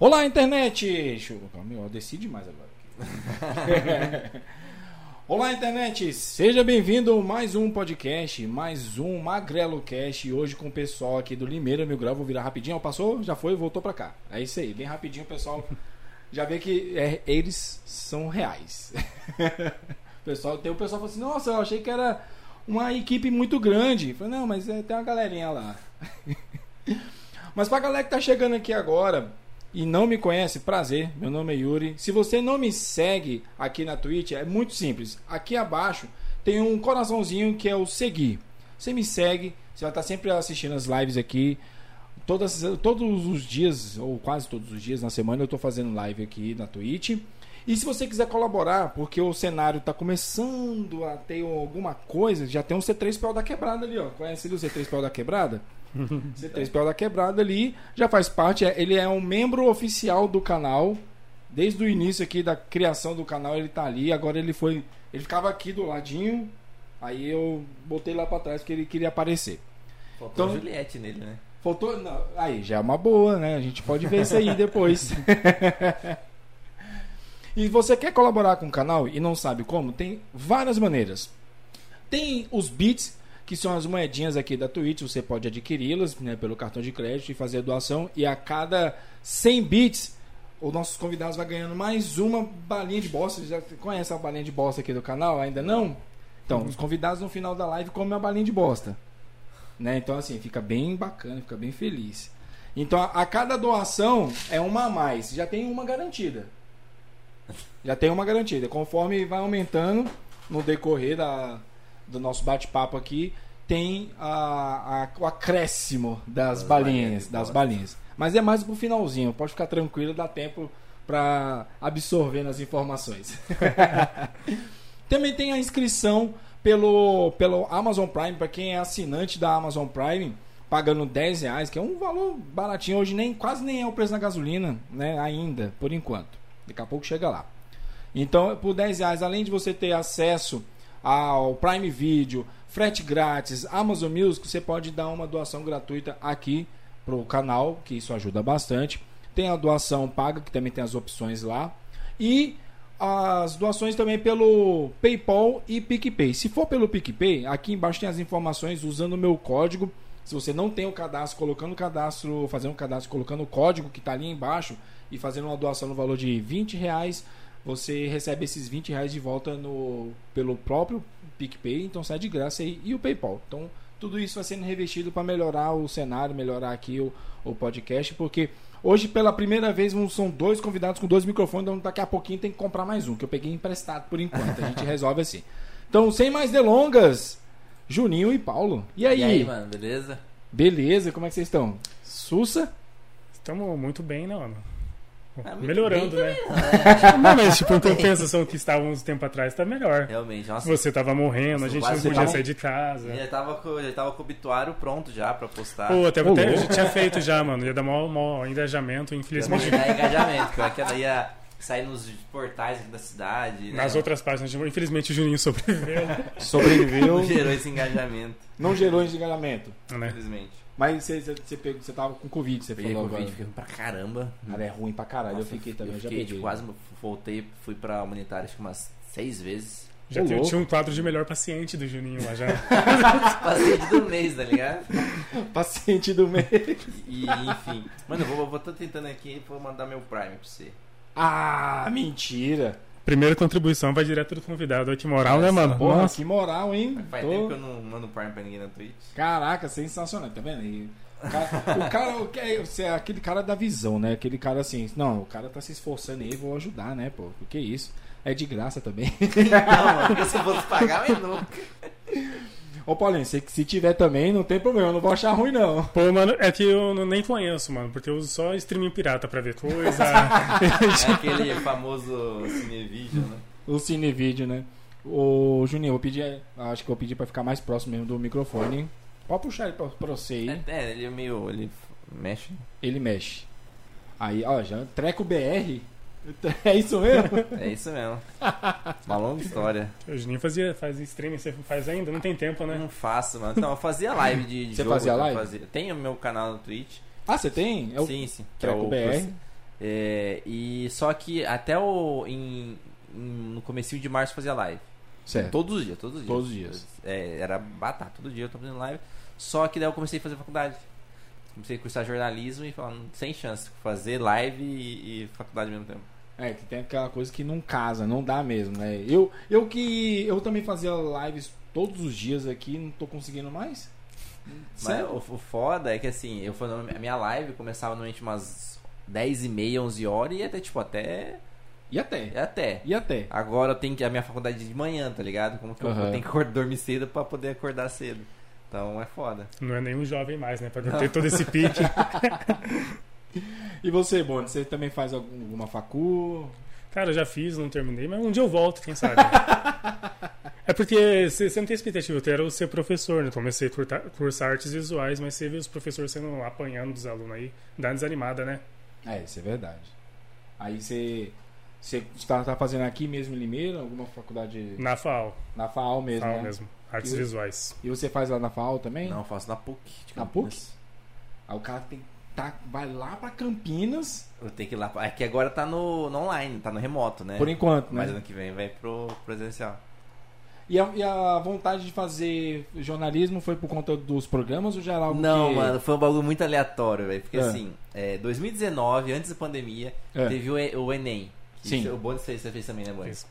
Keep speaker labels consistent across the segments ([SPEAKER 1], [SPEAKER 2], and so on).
[SPEAKER 1] Olá, internet! Deixa eu... Calma, eu desci demais agora. Olá, internet! Seja bem-vindo a mais um podcast, mais um Magrelo Cast. e Hoje com o pessoal aqui do Limeira Mil Grau. Vou virar rapidinho. Ó, Passou, já foi, voltou pra cá. É isso aí, bem rapidinho, pessoal. Já vê que é, eles são reais. O pessoal, tem o pessoal falou assim: Nossa, eu achei que era uma equipe muito grande. Eu Falei, não, mas é, tem uma galerinha lá. mas pra galera que tá chegando aqui agora e não me conhece, prazer. Meu nome é Yuri. Se você não me segue aqui na Twitch, é muito simples. Aqui abaixo tem um coraçãozinho que é o seguir. Você me segue, você vai estar sempre assistindo as lives aqui. Todas, todos os dias, ou quase todos os dias na semana, eu estou fazendo live aqui na Twitch. E se você quiser colaborar, porque o cenário está começando a ter alguma coisa, já tem um C3PO da quebrada ali, ó. Conhece ali o C3PO da quebrada? C3PO da quebrada ali já faz parte, é- ele é um membro oficial do canal. Desde o início aqui da criação do canal ele tá ali, agora ele foi, ele ficava aqui do ladinho. Aí eu botei lá pra trás porque ele queria aparecer.
[SPEAKER 2] Faltou
[SPEAKER 1] Então-
[SPEAKER 2] Juliette nele, né?
[SPEAKER 1] Faltou. Não, aí já é uma boa, né? A gente pode ver isso aí depois. e você quer colaborar com o canal e não sabe como? Tem várias maneiras. Tem os bits, que são as moedinhas aqui da Twitch, você pode adquiri-las né, pelo cartão de crédito e fazer a doação. E a cada 100 bits, os nossos convidados vai ganhando mais uma balinha de bosta. Você já conhece a balinha de bosta aqui do canal? Ainda não? Então, os convidados no final da live comem a balinha de bosta. Né? Então, assim, fica bem bacana, fica bem feliz. Então, a, a cada doação é uma a mais. Já tem uma garantida. Já tem uma garantida. Conforme vai aumentando no decorrer da, do nosso bate-papo aqui, tem a, a- o acréscimo das,
[SPEAKER 2] Das
[SPEAKER 1] balinhas.
[SPEAKER 2] balinhas,
[SPEAKER 1] das
[SPEAKER 2] bosta.
[SPEAKER 1] balinhas. Mas é mais pro finalzinho. Pode ficar tranquilo, dá tempo pra absorver as informações. Também tem a inscrição pelo, pelo Amazon Prime, para quem é assinante da Amazon Prime, pagando 10 reais, que é um valor baratinho hoje, nem quase nem é o preço da gasolina, né? Ainda, por enquanto. Daqui a pouco chega lá. Então, por 10 reais, além de você ter acesso ao Prime Video, frete grátis, Amazon Music, você pode dar uma doação gratuita aqui pro canal, que isso ajuda bastante. Tem a doação paga, que também tem as opções lá. E as doações também pelo PayPal e PicPay. Se for pelo PicPay, aqui embaixo tem as informações usando o meu código. Se você não tem o cadastro, colocando o cadastro, fazendo o cadastro, colocando o código que está ali embaixo e fazendo uma doação no valor de 20 reais, você recebe esses 20 reais de volta no, pelo próprio PicPay, então sai de graça aí, e o PayPal. Então, tudo isso vai sendo revestido para melhorar o cenário, melhorar aqui o, o podcast, porque hoje, pela primeira vez, não são dois convidados com dois microfones, então daqui a pouquinho tem que comprar mais um, que eu peguei emprestado por enquanto. A gente resolve assim. Então, sem mais delongas, Juninho e Paulo. E aí?
[SPEAKER 2] E aí, mano, beleza?
[SPEAKER 1] Beleza, como é que vocês estão? Sussa?
[SPEAKER 3] Estamos muito bem, né, mano?
[SPEAKER 2] Ah, muito
[SPEAKER 3] Melhorando,
[SPEAKER 2] bem
[SPEAKER 3] né? Não, mas tipo, em compensação que estávamos um tempo atrás, tá melhor.
[SPEAKER 2] Realmente, Tá nossa.
[SPEAKER 3] Você tava morrendo, a gente não
[SPEAKER 2] Quase
[SPEAKER 3] podia
[SPEAKER 2] não.
[SPEAKER 3] sair de casa.
[SPEAKER 2] Eu Já tava, com, já tava com o obituário pronto já pra postar.
[SPEAKER 3] Pô, até,
[SPEAKER 1] Ô,
[SPEAKER 3] até
[SPEAKER 1] louco.
[SPEAKER 3] eu já tinha feito já, mano. Ia dar mó, mó engajamento,
[SPEAKER 2] Pra não
[SPEAKER 3] infelizmente.
[SPEAKER 2] dar engajamento, que eu- que ela ia sair nos portais aqui da cidade. né?
[SPEAKER 3] Nas outras páginas, tipo, infelizmente o Juninho sobreviveu,
[SPEAKER 1] Sobreviveu.
[SPEAKER 2] Não gerou esse engajamento,
[SPEAKER 1] não gerou engajamento.
[SPEAKER 3] né?
[SPEAKER 2] infelizmente.
[SPEAKER 1] Mas você, você, você pegou- você tava com Covid, você
[SPEAKER 2] Peguei
[SPEAKER 1] falou
[SPEAKER 2] Covid,
[SPEAKER 1] agora.
[SPEAKER 2] fiquei ruim pra caramba.
[SPEAKER 1] Cara, é ruim pra caralho. eu
[SPEAKER 2] Nossa,
[SPEAKER 1] fiquei também, eu,
[SPEAKER 2] eu
[SPEAKER 1] já
[SPEAKER 2] fiquei,
[SPEAKER 1] peguei.
[SPEAKER 2] tipo, quase voltei, fui pra humanitária acho que umas seis vezes.
[SPEAKER 3] Já
[SPEAKER 1] Ô,
[SPEAKER 3] tinha,
[SPEAKER 1] louco.
[SPEAKER 3] tinha um quadro de melhor paciente do Juninho lá já.
[SPEAKER 2] Passei do mês, tá ligado?
[SPEAKER 1] Paciente do mês.
[SPEAKER 2] E, enfim. Mano, eu vou, vou tô tentando aqui, vou mandar meu Prime pra você.
[SPEAKER 1] Ah, mentira.
[SPEAKER 3] Primeira contribuição vai direto do convidado. Olha que moral, né, mano?
[SPEAKER 1] Porra,
[SPEAKER 3] Nossa.
[SPEAKER 1] que moral, hein?
[SPEAKER 2] Faz
[SPEAKER 1] Tô-
[SPEAKER 2] tempo que eu não mando Prime pra ninguém na Twitch.
[SPEAKER 1] Caraca, sensacional, tá vendo? E o cara- o cara, o que é- você é aquele cara da visão, né? Aquele cara assim, não, o cara tá se esforçando aí, vou ajudar, né, pô? Que isso? É de graça também.
[SPEAKER 2] Não, mano, porque se eu fosse pagar, mas nunca.
[SPEAKER 1] Ô, Paulinho, se, se tiver também, não tem problema, eu não vou achar ruim, não.
[SPEAKER 3] Pô, mano, é que eu não- nem conheço, mano, porque eu uso só streaming pirata pra ver coisa.
[SPEAKER 2] É aquele famoso Cinevision, né?
[SPEAKER 1] O cinevídeo, né? Ô, Juninho, eu pedi, acho que eu pedi pra ficar mais próximo mesmo do microfone. Pode puxar ele pra, pra você aí.
[SPEAKER 2] É, é, ele é meio. Ele f- mexe.
[SPEAKER 1] Ele mexe. Aí, ó, já treco BR. É isso mesmo?
[SPEAKER 2] É isso mesmo. Uma longa história.
[SPEAKER 3] O Juninho fazia, faz streaming, você faz ainda? Não tem tempo,
[SPEAKER 2] Eu
[SPEAKER 3] né?
[SPEAKER 2] não faço, mano. Então, eu fazia live de, de
[SPEAKER 1] Você
[SPEAKER 2] jogo.
[SPEAKER 1] fazia
[SPEAKER 2] eu
[SPEAKER 1] live?
[SPEAKER 2] Tem o meu canal no Twitch.
[SPEAKER 1] ah, você tem? É o
[SPEAKER 2] sim, sim.
[SPEAKER 1] Treco
[SPEAKER 2] o
[SPEAKER 1] BR.
[SPEAKER 2] É, e só que até o em- em- no comecinho de março fazia live.
[SPEAKER 1] Certo.
[SPEAKER 2] Todos os dias, todos os dias.
[SPEAKER 1] É. Todos os dias.
[SPEAKER 2] É, era batata, todo dia eu tava fazendo live. Só que daí eu comecei a fazer faculdade. Comecei a cursar jornalismo e falando, sem chance, fazer live e, e faculdade ao mesmo tempo.
[SPEAKER 1] É, que tem aquela coisa que não casa, não dá mesmo, né? Eu, eu que. Eu também fazia lives todos os dias aqui, não tô conseguindo mais.
[SPEAKER 2] Mas
[SPEAKER 1] Sério?
[SPEAKER 2] o, o foda é que assim, eu falando, a minha live começava normalmente umas 10 e meia, 11 horas e até tipo, até.
[SPEAKER 1] E até.
[SPEAKER 2] até.
[SPEAKER 1] E até.
[SPEAKER 2] Agora eu tenho que. A minha faculdade é de manhã, tá ligado? Como que eu-
[SPEAKER 1] Aham.
[SPEAKER 2] eu tenho que acordar- dormir cedo pra poder acordar cedo. Então é foda.
[SPEAKER 3] Não é nenhum jovem mais, né? Pra ter todo esse pique.
[SPEAKER 1] E você, Boni, você também faz algum- alguma facu?
[SPEAKER 3] Cara, eu já fiz, não terminei, mas um dia eu volto, quem sabe. é porque você você não tem expectativa, eu quero ser professor, né? Eu Comecei a curta- cursar artes visuais, mas você vê os professores sendo apanhando dos alunos aí, dá uma desanimada, né?
[SPEAKER 1] É, isso é verdade. Aí você. Você tá, tá fazendo aqui mesmo em Limeira, alguma faculdade
[SPEAKER 3] Na FAO,
[SPEAKER 1] na FAO mesmo,
[SPEAKER 3] FAO
[SPEAKER 1] né?
[SPEAKER 3] mesmo, artes
[SPEAKER 1] E o-
[SPEAKER 3] visuais.
[SPEAKER 1] E você faz lá na FAO também?
[SPEAKER 2] Não, eu faço na PUC. tipo, de
[SPEAKER 1] Na
[SPEAKER 2] Campinas.
[SPEAKER 1] Aí o cara tem, tá, vai lá pra Campinas,
[SPEAKER 2] Eu tenho que ir lá. pra- É que agora tá no, no online, tá no remoto, né?
[SPEAKER 1] por enquanto, né?
[SPEAKER 2] Mas ano que vem vai pro presencial.
[SPEAKER 1] E a, e a vontade de fazer jornalismo foi por conta dos programas ou já era algo
[SPEAKER 2] Não,
[SPEAKER 1] que...
[SPEAKER 2] mano, foi um bagulho muito aleatório, velho. Porque
[SPEAKER 1] É.
[SPEAKER 2] assim, é, 2019, antes da pandemia,
[SPEAKER 1] É.
[SPEAKER 2] teve o, E- o Enem. Que
[SPEAKER 1] Sim.
[SPEAKER 2] isso- é O Bones fez, você fez também, né, Bones?
[SPEAKER 3] Fiz.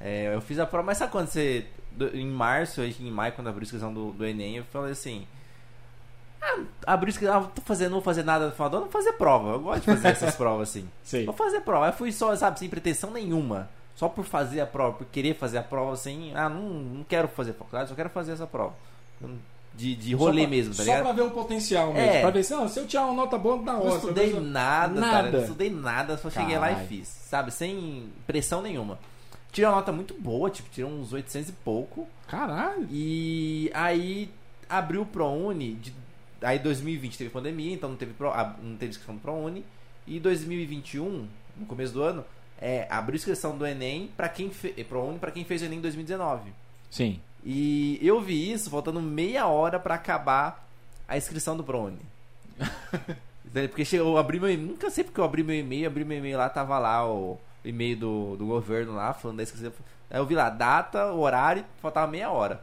[SPEAKER 2] É, eu fiz a prova, mas sabe quando você. do- Em março, aí em maio, quando abriu a inscrição do, do Enem, eu falei assim. Ah, abriu a inscrição, ah, tô fazendo, não vou fazer nada no final do ano, vou fazer prova. Eu gosto de fazer essas provas assim.
[SPEAKER 1] Sei.
[SPEAKER 2] Vou fazer a prova. Eu fui só, sabe, sem pretensão nenhuma. Só por fazer a prova, por querer fazer a prova sem. Ah, não, não quero fazer faculdade, só quero fazer essa prova. De, de rolê
[SPEAKER 1] Só pra-
[SPEAKER 2] mesmo, tá
[SPEAKER 1] Só
[SPEAKER 2] ligado?
[SPEAKER 1] pra ver o potencial mesmo.
[SPEAKER 2] É.
[SPEAKER 1] Pra ver se, ah, se eu tirar uma nota boa, da hora.
[SPEAKER 2] Não estudei
[SPEAKER 1] talvez eu-
[SPEAKER 2] nada,
[SPEAKER 1] Nada.
[SPEAKER 2] cara. Não estudei nada, só cheguei lá
[SPEAKER 1] Caralho.
[SPEAKER 2] e fiz, sabe? Sem pressão nenhuma. Tirei uma nota muito boa, tipo, tirei uns 800 e pouco.
[SPEAKER 1] Caralho.
[SPEAKER 2] E aí abriu o ProUni. De, aí 2020 teve pandemia, então não teve, pro, a- não teve inscrição do ProUni. E 2021, no começo do ano, é, abriu inscrição do Enem para quem fe, eh, ProUni para quem fez o Enem em 2019.
[SPEAKER 1] Sim.
[SPEAKER 2] E eu vi isso faltando meia hora pra acabar a inscrição do Brony. Entendeu? porque chegou- eu abri meu e- Nunca sei porque eu abri meu e-mail, abri meu e-mail lá, tava lá o e-mail do, do governo lá, falando da inscrição. Aí eu vi lá, data, horário, faltava meia hora.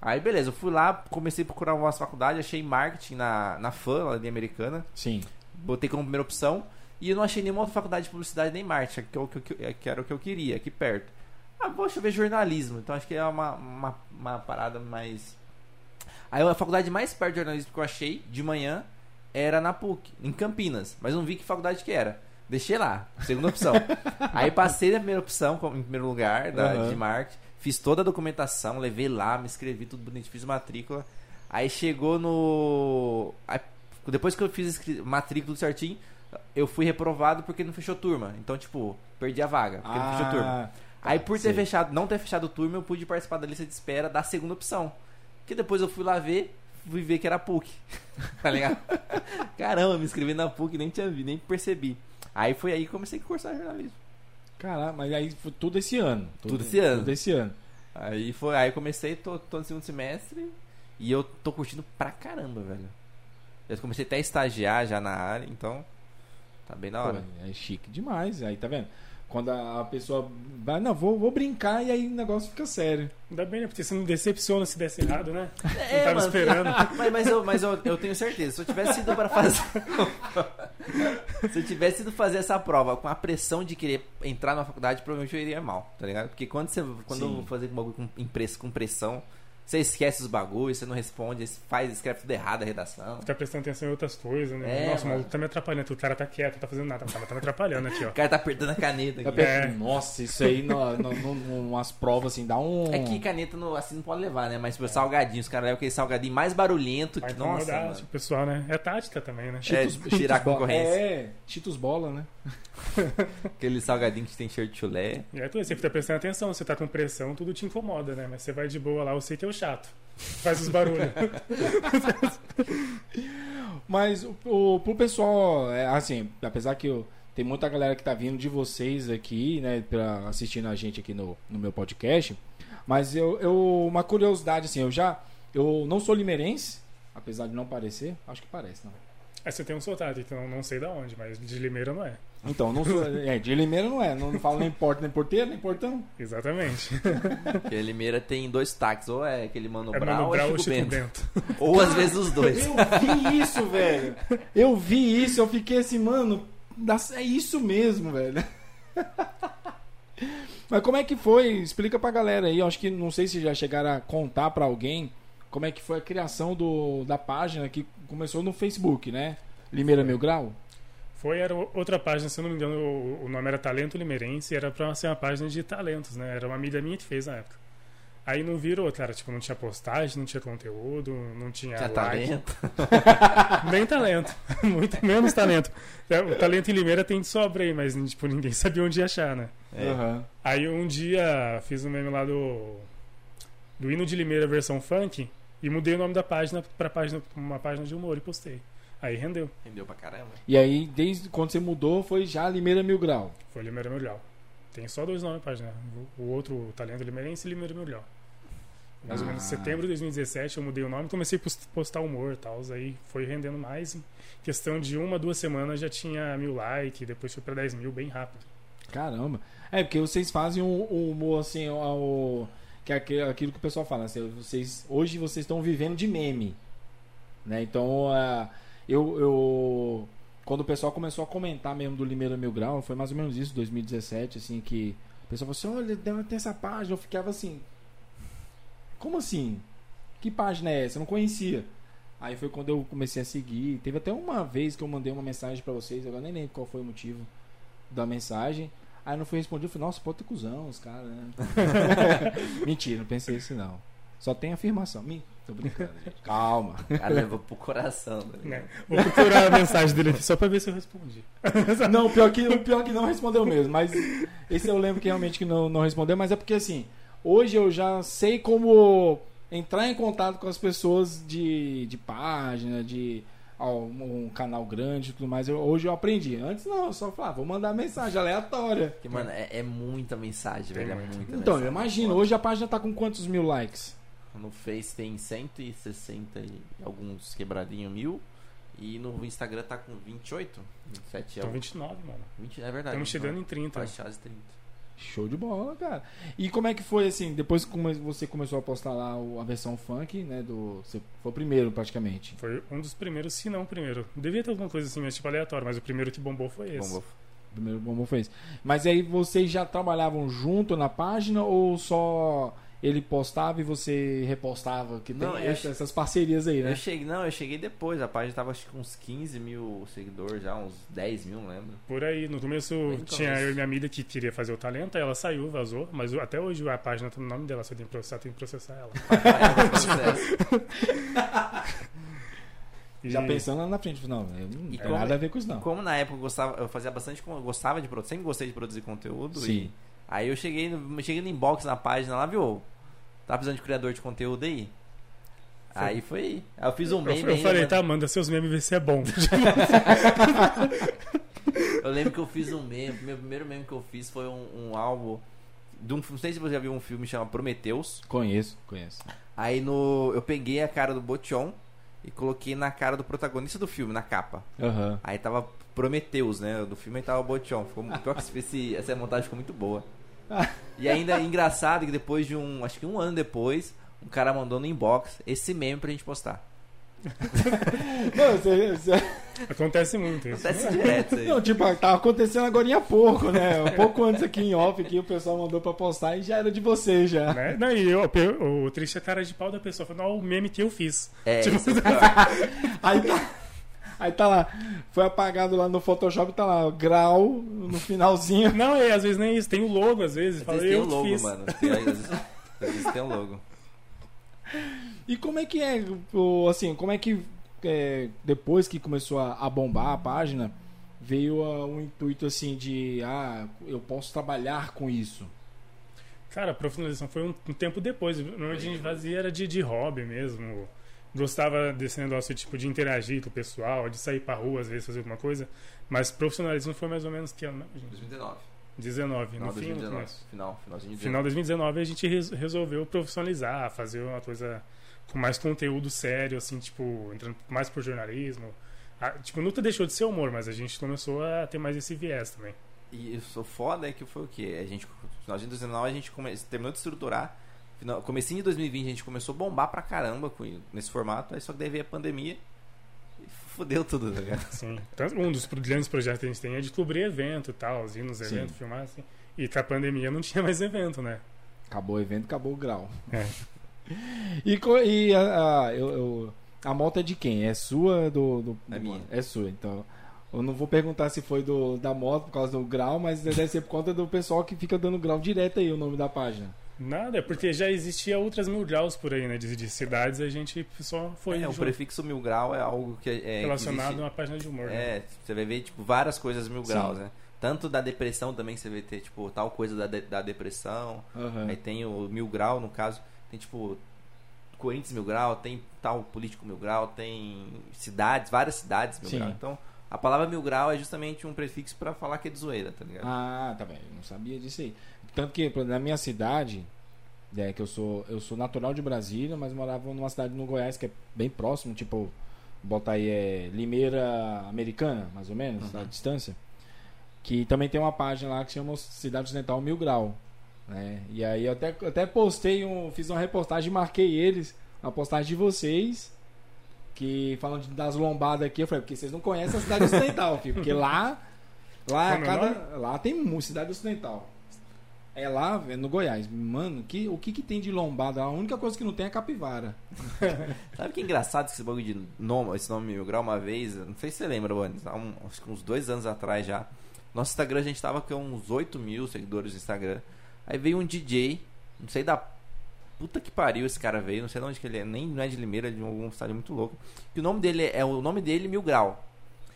[SPEAKER 2] Aí beleza, eu fui lá, comecei a procurar umas faculdades, achei marketing na, na FAM, lá de Americana,
[SPEAKER 1] Sim.
[SPEAKER 2] botei como primeira opção, e eu não achei nenhuma outra faculdade de publicidade nem marketing, que, é o que, eu- que era o que eu queria, aqui perto. Ah, poxa, eu vejo jornalismo, então acho que é uma, uma, uma parada mais. Aí a faculdade mais perto de jornalismo que eu achei de manhã era na PUC, em Campinas, mas não vi que faculdade que era. Deixei lá, segunda opção. Aí passei na primeira opção, como em primeiro lugar, da,
[SPEAKER 1] Aham.
[SPEAKER 2] de marketing. Fiz toda a documentação, levei lá, me inscrevi, tudo bonito, fiz matrícula. Aí chegou no. aí, depois que eu fiz inscri- matrícula tudo certinho, eu fui reprovado porque não fechou turma. Então, tipo, perdi a vaga, porque é não fechou turma.
[SPEAKER 1] Ah,
[SPEAKER 2] Aí por ter
[SPEAKER 1] Sei.
[SPEAKER 2] fechado, não ter fechado o turma, eu pude participar da lista de espera da segunda opção. Que depois eu fui lá ver, fui ver que era a PUC. tá ligado? Caramba, me inscrevi na PUC, nem tinha vi, nem percebi. Aí foi aí que comecei a cursar jornalismo.
[SPEAKER 1] caralho, mas aí foi tudo esse ano.
[SPEAKER 2] Tudo esse ano.
[SPEAKER 1] Tudo esse ano.
[SPEAKER 2] Aí foi, aí eu comecei, tô, tô no segundo semestre e eu tô curtindo pra caramba, velho. Eu comecei até a estagiar já na área, então tá bem da hora.
[SPEAKER 1] Pô, é chique demais. Aí tá vendo? Quando a a pessoa vai, não, vou, vou brincar e aí o negócio fica sério.
[SPEAKER 3] Ainda bem, né? Porque você não decepciona se desse errado, né?
[SPEAKER 2] É,
[SPEAKER 3] não tava esperando.
[SPEAKER 2] Mas, mas eu, mas eu, eu tenho certeza, se eu tivesse ido pra fazer. se eu tivesse ido fazer essa prova com a pressão de querer entrar na faculdade, provavelmente eu iria mal, tá ligado? Porque quando você. Quando eu
[SPEAKER 1] Sim.
[SPEAKER 2] vou fazer um bagulho com, em press- com pressão, você esquece os bagulhos, você não responde, você faz, escreve tudo errado a redação.
[SPEAKER 3] Ficar Tá prestando atenção em outras coisas, né?
[SPEAKER 2] É,
[SPEAKER 3] Nossa, o
[SPEAKER 2] mano.
[SPEAKER 3] maluco tá me atrapalhando, o cara tá quieto, não tá fazendo nada, tá, mas tá me atrapalhando aqui, ó.
[SPEAKER 2] O cara tá apertando a caneta
[SPEAKER 1] Aí a
[SPEAKER 2] aqui.
[SPEAKER 1] pessoa, Nossa, isso aí, no, no, no- umas provas assim, dá um.
[SPEAKER 2] É que caneta no, assim não pode levar, né? Mas tipo, salgadinho, os caras levam aquele salgadinho mais barulhento
[SPEAKER 3] Vai
[SPEAKER 2] que. Nossa,
[SPEAKER 3] incomodar
[SPEAKER 2] mano.
[SPEAKER 3] o pessoal, né? É tática também, né?
[SPEAKER 2] É, tirar a
[SPEAKER 1] Bola.
[SPEAKER 2] concorrência.
[SPEAKER 1] É, Cheetos Bola, né?
[SPEAKER 2] Aquele salgadinho que tem cheiro de chulé.
[SPEAKER 3] E aí tu- você fica prestando atenção, você tá com pressão, tudo te incomoda, né? Mas você vai de boa lá, eu sei que é o chato. Faz os barulhos.
[SPEAKER 1] Mas o, o, pro pessoal, é, assim, apesar que eu, tem muita galera que tá vindo de vocês aqui, né, pra, assistindo a gente aqui no, no meu podcast, mas eu, eu, uma curiosidade, assim, eu já, eu não sou limeirense, apesar de não parecer, acho que parece, não.
[SPEAKER 3] aí você tem um sotaque, então não sei da onde, mas de Limeira não é.
[SPEAKER 1] Então, não sou. É, de Limeira não é. Não, não falo nem porta, nem porteiro, nem portão.
[SPEAKER 3] Exatamente.
[SPEAKER 2] Porque Limeira tem dois táxis, ou é aquele Mano
[SPEAKER 3] é
[SPEAKER 2] Brown
[SPEAKER 3] Mano
[SPEAKER 2] ou é
[SPEAKER 3] Brown
[SPEAKER 2] Chico,
[SPEAKER 3] ou Chico
[SPEAKER 2] Bento.
[SPEAKER 3] Bento.
[SPEAKER 2] Ou às vezes os dois.
[SPEAKER 1] Eu vi isso, velho. Eu vi isso, eu fiquei assim, mano, dá- é isso mesmo, velho. Mas como é que foi? Explica pra galera aí. Eu acho que não sei se já chegaram a contar pra alguém como é que foi a criação do, da página que começou no Facebook, né? Limeira Mil Grau?
[SPEAKER 3] Foi, era o- outra página, se eu não me engano, o, o nome era Talento Limeirense, e era pra ser uma página de talentos, né? Era uma amiga minha que fez na época. Aí não virou, cara, tipo, não tinha postagem, não tinha conteúdo, não tinha,
[SPEAKER 2] Tinha
[SPEAKER 3] like,
[SPEAKER 2] talento.
[SPEAKER 3] nem talento, muito menos talento. É, O talento em Limeira tem de sobra aí, mas tipo, ninguém sabia onde achar, né?
[SPEAKER 2] É.
[SPEAKER 1] Aham.
[SPEAKER 3] Aí um dia fiz um meme lá do do hino de Limeira versão funk e mudei o nome da página pra página uma página de humor e postei. Aí rendeu.
[SPEAKER 2] Rendeu pra caramba.
[SPEAKER 1] E aí, desde quando você mudou, foi já Limeira Mil Grau.
[SPEAKER 3] Foi Limeira Mergulhão. Tem só dois nomes na página. O- O outro, o Talento Limeirense e Limeira Mergulhão. Mais ou menos
[SPEAKER 1] Ah.
[SPEAKER 3] em setembro de 2017 eu mudei o nome, comecei a pos- postar humor e tal, aí foi rendendo mais. Em questão de uma, duas semanas já tinha mil likes, depois foi pra 10 mil bem rápido.
[SPEAKER 1] Caramba. É, porque vocês fazem um, um humor assim, o, que é aquele- aquilo que o pessoal fala, assim, vocês, hoje vocês estão vivendo de meme. Né? Então, ah, eu, eu- Quando o pessoal começou a comentar mesmo do Limeira Mil Grau, foi mais ou menos isso, 2017, assim, que o pessoal falou assim: olha, tem- tem essa página. Eu ficava assim: como assim? Que página é essa? Eu não conhecia. Aí foi quando eu comecei a seguir. Teve até uma vez que eu mandei uma mensagem pra vocês, agora nem lembro qual foi o motivo da mensagem. Aí não foi respondido, eu falei, nossa, pode ter cuzão, os caras, né? Mentira, não pensei isso não. Só tem afirmação. Min- Tô brincando, gente. Calma.
[SPEAKER 2] O cara leva pro coração. Tá ligado?
[SPEAKER 3] Né?
[SPEAKER 1] É.
[SPEAKER 3] Vou procurar a mensagem dele aqui só pra ver se eu respondi.
[SPEAKER 1] Não, o pior que, o pior que não respondeu mesmo, mas esse eu lembro que realmente que não, não respondeu, mas é porque assim, hoje eu já sei como entrar em contato com as pessoas de, de página, de ó, um, um canal grande e tudo mais. Eu- hoje eu aprendi. Antes não, eu só falava, "Ah, vou mandar mensagem aleatória.
[SPEAKER 2] Porque, mano, é, é muita mensagem, velho. É
[SPEAKER 3] muito.
[SPEAKER 2] muita
[SPEAKER 1] Então,
[SPEAKER 2] mensagem.
[SPEAKER 1] eu imagino, hoje a página tá com quantos mil likes?
[SPEAKER 2] No Face tem 160 e alguns quebradinho mil. E no Instagram tá com 28, 27 é
[SPEAKER 3] Então
[SPEAKER 2] o
[SPEAKER 3] 29, mano.
[SPEAKER 2] 20, é verdade.
[SPEAKER 3] Estamos chegando em 30.
[SPEAKER 2] Faz
[SPEAKER 1] então.
[SPEAKER 2] quase 30.
[SPEAKER 1] Show de bola, cara. E como é que foi assim? Depois que come- você começou a postar lá o- a versão funk, né? Do, você foi o primeiro praticamente.
[SPEAKER 3] Foi um dos primeiros, se não o primeiro. Devia ter alguma coisa assim, mas tipo aleatório, mas o primeiro que bombou foi esse.
[SPEAKER 2] Bom,
[SPEAKER 1] O primeiro bombom foi esse. Mas aí vocês já trabalhavam junto na página ou só ele postava e você repostava? Que
[SPEAKER 2] Não,
[SPEAKER 1] tem
[SPEAKER 2] eu
[SPEAKER 1] essa- essas parcerias aí, né?
[SPEAKER 2] Eu cheguei, não, eu cheguei depois. A página tava acho que com uns 15 mil seguidores já, uns 10 mil, não lembro.
[SPEAKER 3] Por aí, no começo
[SPEAKER 2] Bem
[SPEAKER 3] tinha
[SPEAKER 2] começo.
[SPEAKER 3] eu e minha amiga que queria fazer o talento, aí ela saiu, vazou, mas o- até hoje a página tá no nome dela, se eu tenho que processar, tem que processar ela. E-
[SPEAKER 1] Já pensando lá na frente, não, eu não
[SPEAKER 2] E
[SPEAKER 1] tem
[SPEAKER 2] como-
[SPEAKER 1] nada a ver com isso não.
[SPEAKER 2] Como na época eu gostava, eu fazia bastante, eu gostava de produzir, sempre gostei de produzir conteúdo.
[SPEAKER 1] Sim.
[SPEAKER 2] E aí eu cheguei no, cheguei no inbox na página lá, viu? Tá precisando de criador de conteúdo aí? Aí foi. aí. Aí eu fiz um
[SPEAKER 3] Eu,
[SPEAKER 2] meme.
[SPEAKER 3] eu
[SPEAKER 2] ainda,
[SPEAKER 3] falei,
[SPEAKER 2] mano.
[SPEAKER 3] tá, manda seus memes ver se é bom.
[SPEAKER 2] Eu lembro que eu fiz um meme. Meu primeiro meme que eu fiz foi um, um álbum. De um, não sei se você já viu um filme chamado Prometeus.
[SPEAKER 1] Conheço, conheço.
[SPEAKER 2] Aí no. Eu peguei a cara do Botion e coloquei na cara do protagonista do filme, na capa.
[SPEAKER 1] Aham.
[SPEAKER 2] Aí tava Prometheus, né? Do filme aí tava o Botion. Ficou, pior que esse- esse- essa montagem ficou muito boa. E ainda é engraçado que depois de um. Acho que um ano depois, um cara mandou no inbox esse meme pra gente postar.
[SPEAKER 1] Não, você- você-
[SPEAKER 3] Acontece muito isso.
[SPEAKER 2] Acontece direto isso
[SPEAKER 1] Não,
[SPEAKER 2] aí.
[SPEAKER 1] tipo, tava acontecendo agora há pouco, né? Um pouco antes aqui em off, que o pessoal mandou pra postar e já era de vocês já.
[SPEAKER 3] Né? Não, e eu- pe- o triste é a cara de pau da pessoa, falando, ó, o meme que eu fiz.
[SPEAKER 2] É,
[SPEAKER 3] Tipo,
[SPEAKER 2] isso é pior.
[SPEAKER 1] Aí tá, aí tá lá, foi apagado lá no Photoshop, tá lá, grau no finalzinho.
[SPEAKER 3] Não, é, às vezes nem isso, tem o logo, às vezes,
[SPEAKER 2] Às
[SPEAKER 3] fala,
[SPEAKER 2] vezes tem
[SPEAKER 3] eu
[SPEAKER 2] um logo,
[SPEAKER 3] fiz.
[SPEAKER 2] mano. Tem- Às vezes- às vezes tem um logo.
[SPEAKER 1] E como é que é, o- assim, como é que é, depois que começou a, a bombar a página, veio ah, um intuito assim de, ah, eu posso trabalhar com isso.
[SPEAKER 3] Cara, a profissionalização foi um, um tempo depois. Normalmente a gente fazia era de, de hobby mesmo. Gostava desse negócio tipo, de interagir com o pessoal, de sair pra rua, às vezes fazer alguma coisa. Mas profissionalismo foi mais ou menos que ano, né, gente?
[SPEAKER 2] 2019.
[SPEAKER 3] 19, no
[SPEAKER 2] Final de
[SPEAKER 3] fim, no
[SPEAKER 2] 2019.
[SPEAKER 3] começo.
[SPEAKER 2] Final, finalzinho de
[SPEAKER 3] Final de 2019 a gente res- resolveu profissionalizar, fazer uma coisa com mais conteúdo sério, assim, tipo, entrando mais pro jornalismo. Ah, tipo, nunca deixou de ser humor, mas a gente começou a ter mais esse viés também.
[SPEAKER 2] E isso foda é que foi o quê? A gente, no final de 2019, a gente come- terminou de estruturar. Final, comecinho de 2020, a gente começou a bombar pra caramba com, nesse formato. Aí só que daí veio a pandemia e fodeu tudo, tá ligado?
[SPEAKER 3] Sim. Tanto- Um dos pro- grandes projetos que a gente tem é de cobrir evento e tal, ir nos
[SPEAKER 2] Sim.
[SPEAKER 3] eventos, filmar assim. E com a pandemia não tinha mais evento, né?
[SPEAKER 1] Acabou o evento, acabou o grau.
[SPEAKER 3] É.
[SPEAKER 1] E, co- e a, a, eu- eu- a moto é de quem? É sua do, do,
[SPEAKER 2] É
[SPEAKER 1] do-
[SPEAKER 2] minha.
[SPEAKER 1] É sua, então. Eu não vou perguntar se foi do, da moto por causa do grau, mas deve ser por conta do pessoal que fica dando grau direto aí o nome da página.
[SPEAKER 3] Nada, porque já existia outras mil graus por aí, né? De, de cidades, a gente só foi
[SPEAKER 2] é, o
[SPEAKER 3] junto,
[SPEAKER 2] prefixo mil grau é algo que é. que
[SPEAKER 3] relacionado
[SPEAKER 2] existe-
[SPEAKER 3] a uma página de humor. né?
[SPEAKER 2] É, você vai ver, tipo, várias coisas mil
[SPEAKER 1] Sim.
[SPEAKER 2] graus, né? Tanto da depressão também, que você vai ter, tipo, tal coisa da, de- da depressão. Aí tá. tem o mil grau, no caso, tem, tipo, Corinthians mil grau, tem tal político mil grau, tem cidades, várias cidades mil
[SPEAKER 1] Sim.
[SPEAKER 2] grau. Então, a palavra mil grau é justamente um prefixo pra falar que é de zoeira, tá ligado?
[SPEAKER 1] Ah, tá bem, eu não sabia disso aí. Tanto que por exemplo, na minha cidade, né, que eu sou, eu sou natural de Brasília, mas morava numa cidade no Goiás que é bem próximo, tipo, botar aí é Limeira Americana, mais ou menos,
[SPEAKER 2] Uhum.
[SPEAKER 1] a distância. Que também tem uma página lá que chama Cidade Ocidental Mil Grau. Né? E aí eu até, eu até postei um. Fiz uma reportagem e marquei eles, uma postagem de vocês. Que falam de- das lombadas aqui, eu falei, porque vocês não conhecem a cidade ocidental, filho. Porque lá. Lá,
[SPEAKER 3] Como é o
[SPEAKER 1] cada, lá tem mu- cidade ocidental. É lá, é no Goiás. Mano, que, o que, que tem de lombada? A única coisa que não tem é capivara.
[SPEAKER 2] Sabe que é engraçado esse bagulho de nome, esse nome mil grau, uma vez, não sei se você lembra, Wanis, há um- acho que uns dois anos atrás já. Nosso Instagram, a gente tava com uns 8 mil seguidores no Instagram. Aí veio um DJ, não sei da puta que pariu esse cara veio, não sei de onde que ele é, nem não é de Limeira, é de algum estádio muito louco. Que o nome dele é, é o nome dele Mil Grau.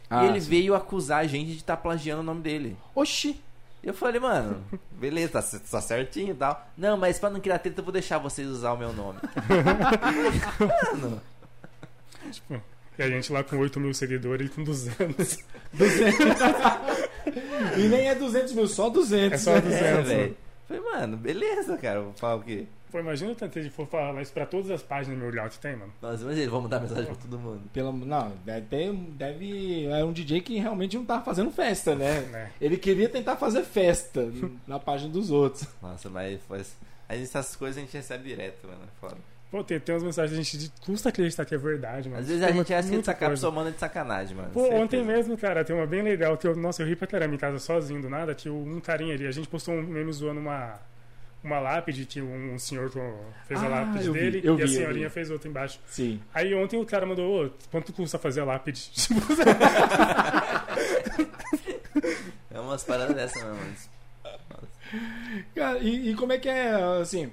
[SPEAKER 1] Ah,
[SPEAKER 2] e ele veio acusar a gente de estar plagiando o nome dele.
[SPEAKER 1] Oxi!
[SPEAKER 2] Eu falei, mano, beleza, tá, c- tá certinho e tal. Não, mas pra não criar treta, eu vou deixar vocês usar o meu nome. mano, É.
[SPEAKER 3] Tipo, E a gente lá com 8 mil seguidores, ele com 200.
[SPEAKER 1] 200. e nem é 200 mil, só 200.
[SPEAKER 3] É só
[SPEAKER 1] né?
[SPEAKER 3] 200.
[SPEAKER 2] É,
[SPEAKER 3] Certo.
[SPEAKER 2] velho. Falei, mano, beleza, cara. Vou falar o quê?
[SPEAKER 3] Pô, imagina o tanto de for falar isso pra todas as páginas mil grau que tem, mano.
[SPEAKER 2] Nós mas eles vão mandar mensagem pra todo mundo.
[SPEAKER 1] Pelo, não, deve, ter- deve. É um DJ que realmente não tá fazendo festa, né?
[SPEAKER 3] Né?
[SPEAKER 1] Ele queria tentar fazer festa na página dos outros.
[SPEAKER 2] Nossa, mas faz. Aí essas coisas a gente recebe direto, mano. é Foda.
[SPEAKER 3] Pô, tem, tem umas mensagens que a gente de- custa acreditar que é verdade, mano.
[SPEAKER 2] Às vezes a
[SPEAKER 3] Tem
[SPEAKER 2] gente
[SPEAKER 3] uma-
[SPEAKER 2] acha que
[SPEAKER 3] muita
[SPEAKER 2] essa pessoa
[SPEAKER 3] coisa.
[SPEAKER 2] manda de sacanagem,
[SPEAKER 1] Tá
[SPEAKER 2] mano.
[SPEAKER 3] Pô,
[SPEAKER 2] certeza.
[SPEAKER 3] ontem mesmo, cara, tem uma bem legal que eu, nossa, eu ri pra caramba em casa sozinho do nada, que o- um carinha ali, a gente postou um meme zoando uma, uma lápide que um, um senhor co- fez
[SPEAKER 1] Ah,
[SPEAKER 3] a lápide
[SPEAKER 1] eu vi,
[SPEAKER 3] dele
[SPEAKER 1] eu
[SPEAKER 3] e a
[SPEAKER 1] vi, eu
[SPEAKER 3] senhorinha
[SPEAKER 1] vi.
[SPEAKER 3] fez outra embaixo.
[SPEAKER 1] Sim.
[SPEAKER 3] Aí ontem o cara mandou, ô, quanto custa fazer a lápide? Tipo,
[SPEAKER 2] É umas paradas dessas mesmo. Mas...
[SPEAKER 1] Cara, e, e como é que é, assim.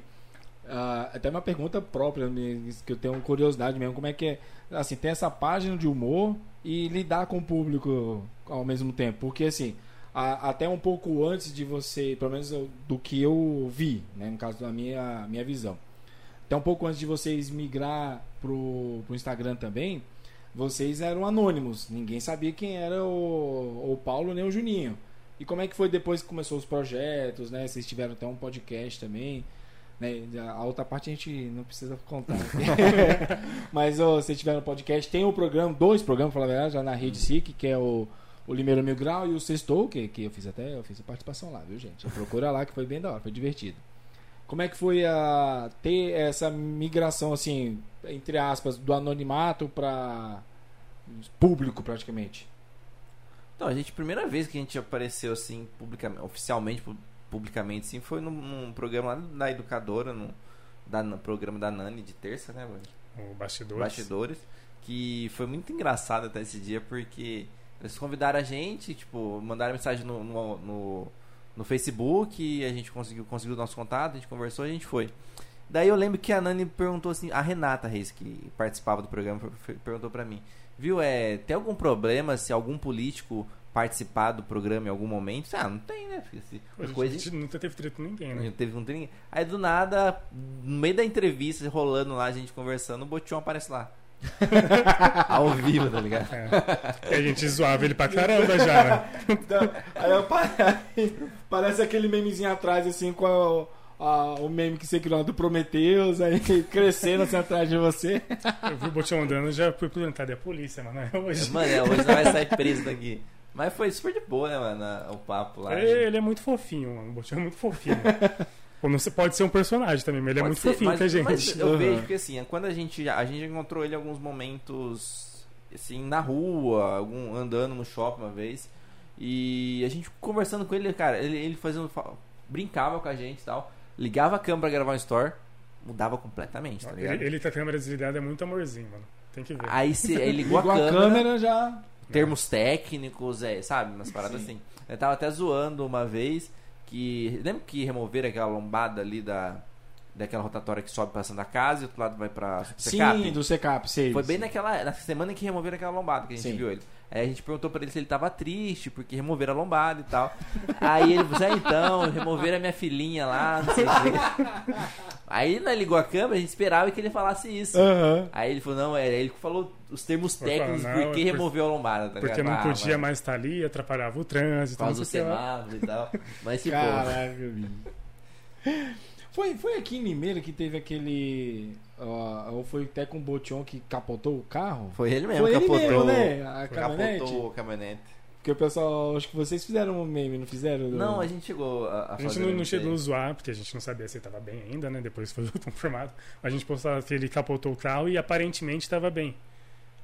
[SPEAKER 1] ah, até uma pergunta própria, me- que eu tenho curiosidade mesmo, como é que é, assim, ter essa página de humor e lidar com o público ao mesmo tempo? Porque, assim, a- até um pouco antes de você, pelo menos eu- do que eu vi, né, no caso da minha, minha visão, até um pouco antes de vocês migrar pro, pro Instagram também, vocês eram anônimos, ninguém sabia quem era o, o Paulo nem o Juninho. E como é que foi depois que começou os projetos, né? Vocês tiveram até um podcast também. Né? A outra parte a gente não precisa contar. Mas ó, vocês tiveram um podcast, tem o programa, dois programas, pra falar a verdade, já na Rede SIC, que é o, o Limeiro Mil Grau e o Sextou, que, que eu fiz até, eu fiz a participação lá, viu, gente? Procura lá que foi bem da hora, foi divertido. Como é que foi a ter essa migração, assim, entre aspas, do anonimato para público praticamente?
[SPEAKER 2] Então, a gente, a primeira vez que a gente apareceu assim, publicamente, oficialmente, pu- publicamente, assim, foi num, num programa lá da educadora, no, da, no programa da Nani de terça, né, mano?
[SPEAKER 3] o bastidor.
[SPEAKER 2] bastidores. Que foi muito engraçado até esse dia, porque eles convidaram a gente, tipo, mandaram mensagem no, no, no, no Facebook, e a gente conseguiu, conseguiu o nosso contato, a gente conversou, a gente foi. Daí eu lembro que a Nani perguntou assim, a Renata Reis, que participava do programa, per- per- perguntou pra mim, viu, é, tem algum problema se algum político participar do programa em algum momento? Ah, não tem, né? filho? Se-
[SPEAKER 3] A gente,
[SPEAKER 2] coisa-
[SPEAKER 3] a gente nunca teve treta com ninguém,
[SPEAKER 2] não
[SPEAKER 3] né?
[SPEAKER 2] teve um trinque. Aí do nada, no meio da entrevista, rolando lá, a gente conversando, o Botion aparece lá. Ao vivo, tá ligado?
[SPEAKER 3] É. E a gente zoava ele pra caramba já, né?
[SPEAKER 1] Aí eu pa- parece aquele memezinho atrás, assim, com a- a- o meme que você criou lá do Prometheus, aí crescendo assim atrás de você.
[SPEAKER 3] Eu vi o Botião andando e já fui plantado. É a polícia, mano. É hoje.
[SPEAKER 2] Mano, é, hoje não vai sair preso daqui. Mas foi super de boa, né, mano, a- o papo lá.
[SPEAKER 3] Ele, ele é muito fofinho, mano. O Botião é muito fofinho. Ou não, se- pode ser um personagem também, mas ele é
[SPEAKER 2] Pode
[SPEAKER 3] muito
[SPEAKER 2] ser,
[SPEAKER 3] fofinho,
[SPEAKER 2] mas,
[SPEAKER 3] tá, gente?
[SPEAKER 2] Mas eu
[SPEAKER 1] Uhum.
[SPEAKER 2] vejo que assim, quando a gente. já- A gente já encontrou ele em alguns momentos, assim, na rua, algum, andando no shopping uma vez. E a gente conversando com ele, cara, ele, ele fazendo. fa- brincava com a gente e tal. Ligava a câmera pra gravar um store, mudava completamente, tá ligado? Ah,
[SPEAKER 3] ele, ele tá com a câmera desligada, é muito amorzinho, mano. Tem que ver.
[SPEAKER 2] Aí se, ele ligou,
[SPEAKER 1] Igual a câmera, já.
[SPEAKER 2] termos técnicos, é, sabe? Umas paradas assim. Eu tava até zoando uma vez que. Lembra que removeram aquela lombada ali da. Daquela rotatória que sobe pra Santa Casa e o outro lado vai pra Secap?
[SPEAKER 1] Sim, do Secap, sei.
[SPEAKER 2] Foi bem naquela na semana que removeram aquela lombada que a gente
[SPEAKER 1] Sim.
[SPEAKER 2] viu ele. Aí a gente perguntou pra ele se ele tava triste, porque removeram a lombada e tal. Aí ele falou, "Ah, então, removeram a minha filhinha lá, não sei o quê. Aí né, ligou a câmera, a gente esperava que ele falasse isso.
[SPEAKER 1] Aham.
[SPEAKER 2] Aí ele falou, não, é, ele falou os termos
[SPEAKER 3] Vou falar,
[SPEAKER 2] técnicos
[SPEAKER 3] não,
[SPEAKER 2] porque
[SPEAKER 3] é por-
[SPEAKER 2] removeu a lombada, tá
[SPEAKER 3] Porque não
[SPEAKER 2] ligado? Ah,
[SPEAKER 3] podia
[SPEAKER 2] mano,
[SPEAKER 3] mais estar ali, atrapalhava o trânsito.
[SPEAKER 2] Por causa
[SPEAKER 3] não
[SPEAKER 2] do
[SPEAKER 3] sei o que lá.
[SPEAKER 2] semáforo e tal. Mas tipo,
[SPEAKER 1] Caraca, bicho. Foi, foi aqui em Limeira que teve aquele. ó, ou foi até com o Botion que capotou o carro?
[SPEAKER 2] foi ele mesmo,
[SPEAKER 1] Foi ele mesmo,
[SPEAKER 2] capotou.
[SPEAKER 1] né? A caminhonete.
[SPEAKER 2] Capotou a caminhonete.
[SPEAKER 1] Porque o pessoal, acho que vocês fizeram um meme, não fizeram?
[SPEAKER 2] Não, a gente chegou a,
[SPEAKER 3] A gente
[SPEAKER 2] fazer um
[SPEAKER 3] não,
[SPEAKER 2] isso
[SPEAKER 3] não
[SPEAKER 2] aí.
[SPEAKER 3] chegou a zoar, porque a gente não sabia se ele tava bem ainda, né? Depois foi confirmado. A gente postava que ele capotou o carro e aparentemente tava bem.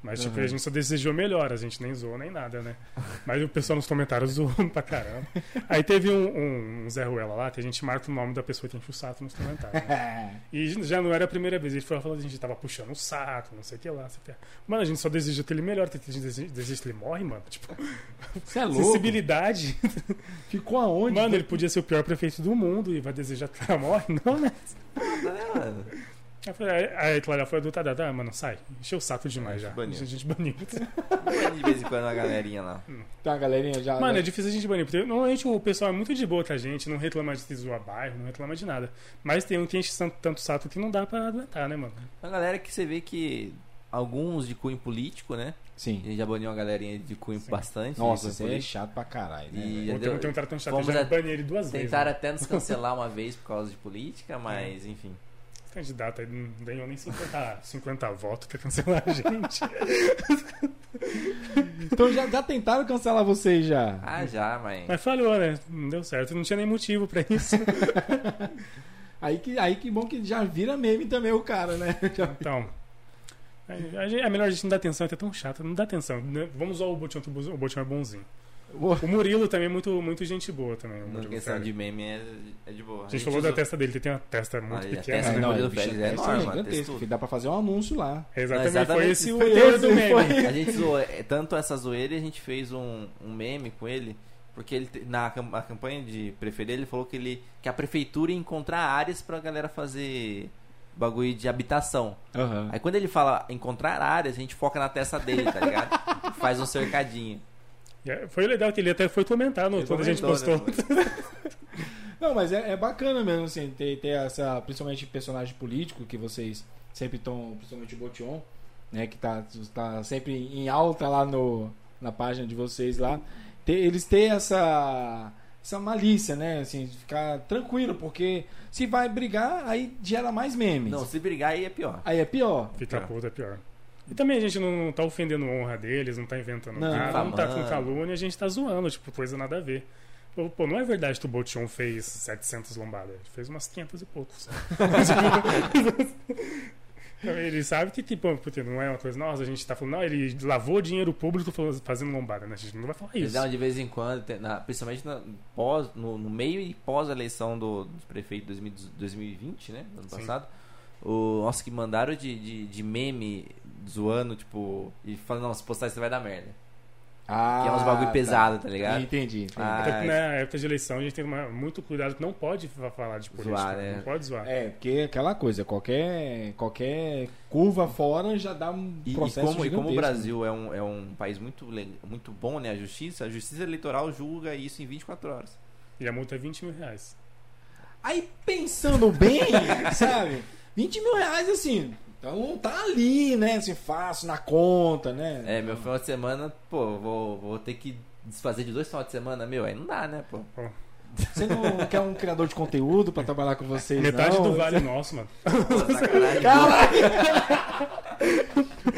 [SPEAKER 3] Mas, tipo,
[SPEAKER 2] Uhum.
[SPEAKER 1] Aham.
[SPEAKER 3] a gente só desejou melhor, a gente nem zoou nem nada, né? Mas o pessoal nos comentários zoando pra caramba. Aí teve um, um- um Zé Ruela lá, que a gente marca o nome da pessoa que enche o saco nos comentários. né?
[SPEAKER 1] É.
[SPEAKER 3] E já não era a primeira vez, ele foi lá falando que a gente tava puxando o saco, não sei o que lá. não sei o que lá. Mano, a gente só desejou que ele melhor, que a gente dese- deseja que ele morre, mano.
[SPEAKER 2] Tá
[SPEAKER 3] Tipo,
[SPEAKER 1] Você é louco.
[SPEAKER 3] sensibilidade.
[SPEAKER 1] Ficou aonde?
[SPEAKER 3] Mano, ele podia ser o pior prefeito do mundo e vai desejar que ela morre, não, né?
[SPEAKER 2] Tá ligado?
[SPEAKER 3] Aí, foi- aí- aí Clara foi adultada, tá, mano, sai. Encheu o saco demais
[SPEAKER 2] É,
[SPEAKER 3] já.
[SPEAKER 2] a gente baniu.
[SPEAKER 3] A gente baniu.
[SPEAKER 2] de vez em quando uma galerinha lá.
[SPEAKER 1] Tá, galerinha já.
[SPEAKER 3] Mano, é difícil a gente banir, porque normalmente o pessoal é muito de boa com a gente, não reclama de zoar bairro, não reclama de nada. Mas tem um que enche tanto, tanto saco que não dá pra aguentar, né, mano?
[SPEAKER 2] Uma galera que você vê que alguns de cunho político, né? A
[SPEAKER 1] Sim.
[SPEAKER 2] gente já baniu uma galerinha de cunho
[SPEAKER 3] Sim.
[SPEAKER 2] bastante.
[SPEAKER 1] Nossa,
[SPEAKER 2] de
[SPEAKER 1] você
[SPEAKER 2] cunho
[SPEAKER 1] é
[SPEAKER 2] político.
[SPEAKER 1] chato pra caralho, né? velho?
[SPEAKER 2] E já
[SPEAKER 3] Ou tem,
[SPEAKER 2] deu-
[SPEAKER 3] tem um cara tão chato, eu
[SPEAKER 2] fomos
[SPEAKER 3] já
[SPEAKER 2] a-
[SPEAKER 3] banhei ele duas vezes.
[SPEAKER 2] Tentaram
[SPEAKER 3] Né?
[SPEAKER 2] até nos cancelar uma vez por causa de política,
[SPEAKER 3] É.
[SPEAKER 2] mas enfim.
[SPEAKER 3] Esse Candidato, aí não ganhou nem 50, 50 votos, quer cancelar a gente.
[SPEAKER 1] Então já, já tentaram cancelar vocês já.
[SPEAKER 2] Ah, já, mas.
[SPEAKER 3] Mas falhou, né? Não deu certo, não tinha nem motivo pra isso.
[SPEAKER 1] Aí, que, aí que bom que já vira meme também o cara, né? Já-
[SPEAKER 3] Então. a- a gente- É melhor a gente não dar atenção, é até tão chato, não dá atenção. né? Vamos usar o Botinho, que o Bo- o Botinho é bonzinho. O Murilo também é muito, muito gente boa também. O
[SPEAKER 2] Na
[SPEAKER 3] Murilo
[SPEAKER 2] questão
[SPEAKER 3] Ferreira.
[SPEAKER 2] de meme é, é de boa.
[SPEAKER 3] A gente falou da
[SPEAKER 2] usou-
[SPEAKER 3] testa dele, ele tem uma testa muito
[SPEAKER 2] Aí, a
[SPEAKER 3] pequena.
[SPEAKER 2] testa
[SPEAKER 3] né?
[SPEAKER 2] do Murilo
[SPEAKER 1] bicho,
[SPEAKER 2] Félix é
[SPEAKER 1] esse
[SPEAKER 2] enorme, mano,
[SPEAKER 1] gigantesco,
[SPEAKER 2] textudo.
[SPEAKER 1] filho. Dá pra fazer um anúncio lá.
[SPEAKER 3] Exatamente,
[SPEAKER 2] Não, exatamente,
[SPEAKER 3] foi esse o
[SPEAKER 2] foi
[SPEAKER 3] teor
[SPEAKER 1] esse,
[SPEAKER 3] do meme.
[SPEAKER 1] foi.
[SPEAKER 2] A gente zoou. é, Tanto essa zoeira, a gente fez um, um meme com ele. Porque ele, te- na cam- a campanha de preferir, ele falou que, ele, que a prefeitura ia encontrar áreas pra galera fazer bagulho de habitação.
[SPEAKER 1] Aham.
[SPEAKER 2] Aí quando ele fala encontrar áreas, a gente foca na testa dele, tá ligado? Faz um cercadinho.
[SPEAKER 3] E é- Foi legal que ele até foi comentar no,
[SPEAKER 2] Ele
[SPEAKER 3] quando a gente
[SPEAKER 2] comentou,
[SPEAKER 3] postou.
[SPEAKER 2] né,
[SPEAKER 1] Não, mas é, é bacana mesmo, assim, ter, ter essa, principalmente personagem político que vocês sempre estão, principalmente o Botion, né, que tá, tá sempre em alta lá no, na página de vocês lá. Ter- eles têm essa, essa malícia, né, assim, de ficar tranquilo, porque se vai brigar, aí gera mais memes.
[SPEAKER 2] Não, se brigar aí é pior.
[SPEAKER 1] Aí é pior.
[SPEAKER 3] Fica
[SPEAKER 2] Tá.
[SPEAKER 3] puto, é pior. E também a gente não tá ofendendo a honra deles, não tá inventando
[SPEAKER 1] Não,
[SPEAKER 3] nada, não tá com
[SPEAKER 2] infamando.
[SPEAKER 3] calúnia, a gente tá zoando, tipo, coisa nada a ver. Pô, pô, não é verdade que o Bolchon fez 700 lombadas, ele fez umas 500 e poucos. Então, ele sabe que, tipo, porque não é uma coisa, nossa, a gente tá falando, não, ele lavou dinheiro público fal- fazendo lombada, né? A gente não vai falar
[SPEAKER 2] Eles
[SPEAKER 3] isso.
[SPEAKER 2] dão de vez em quando, tem- na- principalmente na- pós, no, no meio e pós-eleição do, do prefeito de 2000 2020, né? do Ano
[SPEAKER 3] Sim.
[SPEAKER 2] passado. O, nossa, que mandaram de, de, de meme zoando, tipo, e falando, não, se postar isso vai dar merda.
[SPEAKER 1] Ah,
[SPEAKER 2] que é uns bagulho pesado, tá ligado?
[SPEAKER 1] Entendi, entendi.
[SPEAKER 2] Ah,
[SPEAKER 3] Até que né, na época de eleição a gente tem uma- muito cuidado, não pode fa- falar de política,
[SPEAKER 2] Zoar, né?
[SPEAKER 3] não pode zoar.
[SPEAKER 1] É, porque é aquela coisa, qualquer, qualquer curva fora já dá um
[SPEAKER 2] E, e
[SPEAKER 1] processo
[SPEAKER 2] como, e como o
[SPEAKER 1] gigantesco. né?
[SPEAKER 2] Brasil é um, é um país muito, le- muito bom, né? A justiça, a justiça eleitoral julga isso em 24 horas.
[SPEAKER 3] E a multa é 20 mil reais.
[SPEAKER 1] Aí pensando bem, sabe? 20 mil reais assim, então não tá ali, né? Assim, fácil na conta, né?
[SPEAKER 2] É, meu final de semana, pô, vou, vou ter que desfazer de dois finais de semana, meu, aí não dá, né, pô?
[SPEAKER 1] Você não quer um criador de conteúdo pra trabalhar com vocês,
[SPEAKER 3] Metade
[SPEAKER 1] não?
[SPEAKER 3] do vale nosso, mano.
[SPEAKER 2] Pô, sacanagem.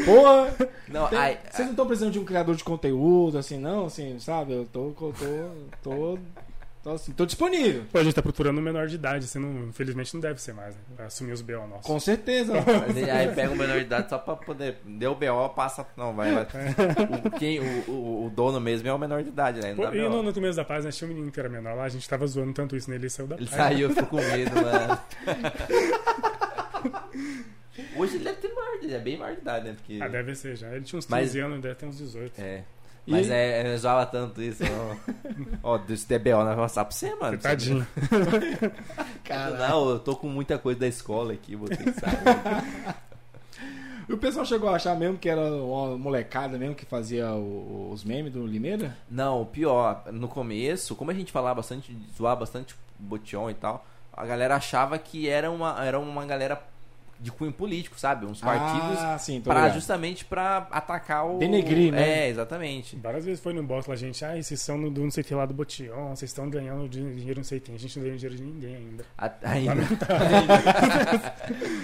[SPEAKER 1] Porra!
[SPEAKER 2] Não,
[SPEAKER 1] Tem-
[SPEAKER 2] ai, ah.
[SPEAKER 1] vocês não estão precisando de um criador de conteúdo, assim, não? Assim, sabe? Eu tô. Tô. Tô, tô, tô, assim, tô disponível.
[SPEAKER 3] Pô, a gente tá procurando um menor de idade, você não, infelizmente não deve ser mais, né? Pra assumir os B.O. nossos.
[SPEAKER 1] Com certeza.
[SPEAKER 2] Mas ele- aí pega o menor de idade só pra poder. Deu BO, passa. Não, vai. vai. O, quem, o, o- o dono mesmo é o menor de idade, né? Não
[SPEAKER 3] Pô,
[SPEAKER 2] dá
[SPEAKER 3] e
[SPEAKER 2] BO.
[SPEAKER 3] no, no começo da paz, né? Tinha um menino que era menor lá, a gente tava zoando tanto isso nele, ele saiu da
[SPEAKER 2] Ele
[SPEAKER 3] paz.
[SPEAKER 2] saiu, eu fico com medo, mano. Hoje ele deve ter maior, ele é bem maior de idade, né? Porque.
[SPEAKER 3] Ah, deve ser já. Ele tinha uns 13
[SPEAKER 2] Mas-
[SPEAKER 3] anos, deve ter uns 18.
[SPEAKER 2] É.
[SPEAKER 1] E-
[SPEAKER 2] Mas é, eu zoava tanto isso. ó. Ó, se der BO, nós vamos passar pra você, mano.
[SPEAKER 3] Tadinho.
[SPEAKER 2] Não, eu tô com muita coisa da escola aqui, você que sabe.
[SPEAKER 1] E o pessoal chegou a achar mesmo que era uma molecada mesmo que fazia o- os memes do Limeira?
[SPEAKER 2] Não, o pior, no começo, como a gente falava bastante, zoava bastante botion e tal, a galera achava que era uma, era uma galera de cunho político, sabe? Uns partidos
[SPEAKER 1] ah, sim, tô
[SPEAKER 2] pra,
[SPEAKER 1] ligado.
[SPEAKER 2] justamente pra atacar o.
[SPEAKER 1] Denegrir, né?
[SPEAKER 2] É, exatamente.
[SPEAKER 3] Várias vezes foi no box lá, gente. Ah, vocês são do não sei o que lá do Botion, vocês estão ganhando din- dinheiro não sei quem. A gente não ganhou dinheiro de ninguém ainda.
[SPEAKER 2] A- ainda.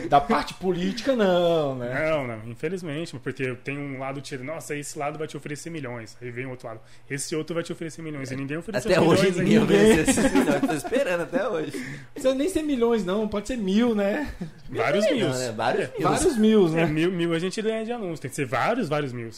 [SPEAKER 1] Da parte política, não, né?
[SPEAKER 2] É.
[SPEAKER 3] Não, não, infelizmente, porque tem um lado tira, nossa, esse lado vai te oferecer milhões. Aí vem o outro lado, esse outro vai te oferecer milhões. E ninguém ofereceu
[SPEAKER 2] É. Até
[SPEAKER 3] milhões
[SPEAKER 2] hoje
[SPEAKER 3] ainda.
[SPEAKER 2] ninguém ofereceu esses milhões. Tô esperando até hoje.
[SPEAKER 1] Não precisa nem ser milhões, não. Pode ser mil, né?
[SPEAKER 3] Vários
[SPEAKER 2] Não, né?
[SPEAKER 3] mil.
[SPEAKER 2] Vários mil.
[SPEAKER 1] Vários mil,
[SPEAKER 3] É,
[SPEAKER 1] né?
[SPEAKER 3] mil, mil a gente ganha de anúncio, tem que ser vários, vários mil.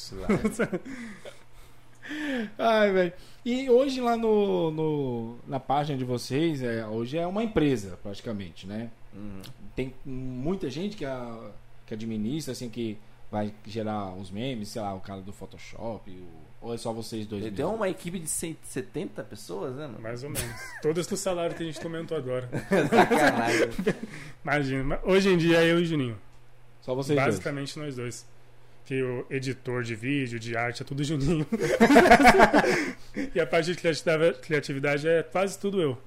[SPEAKER 2] É.
[SPEAKER 1] Ai, velho. E hoje lá no, no- na página de vocês, é, hoje é uma empresa, praticamente, né?
[SPEAKER 2] Uhum.
[SPEAKER 1] Tem muita gente que, a- que administra, assim, que vai gerar os memes, sei lá, o cara do Photoshop, o- ou é só vocês dois
[SPEAKER 2] Ele tem
[SPEAKER 1] mesmo?
[SPEAKER 2] uma equipe de 170 pessoas, né, mano?
[SPEAKER 3] Mais ou menos. Todos do salário que a gente comentou agora.
[SPEAKER 2] Sacanagem.
[SPEAKER 3] Imagina, mas hoje em dia é eu e o Juninho.
[SPEAKER 1] Só vocês dois.
[SPEAKER 3] basicamente nós dois. Que o editor de vídeo, de arte, é tudo Juninho. e a parte de criativa- criatividade é quase tudo eu.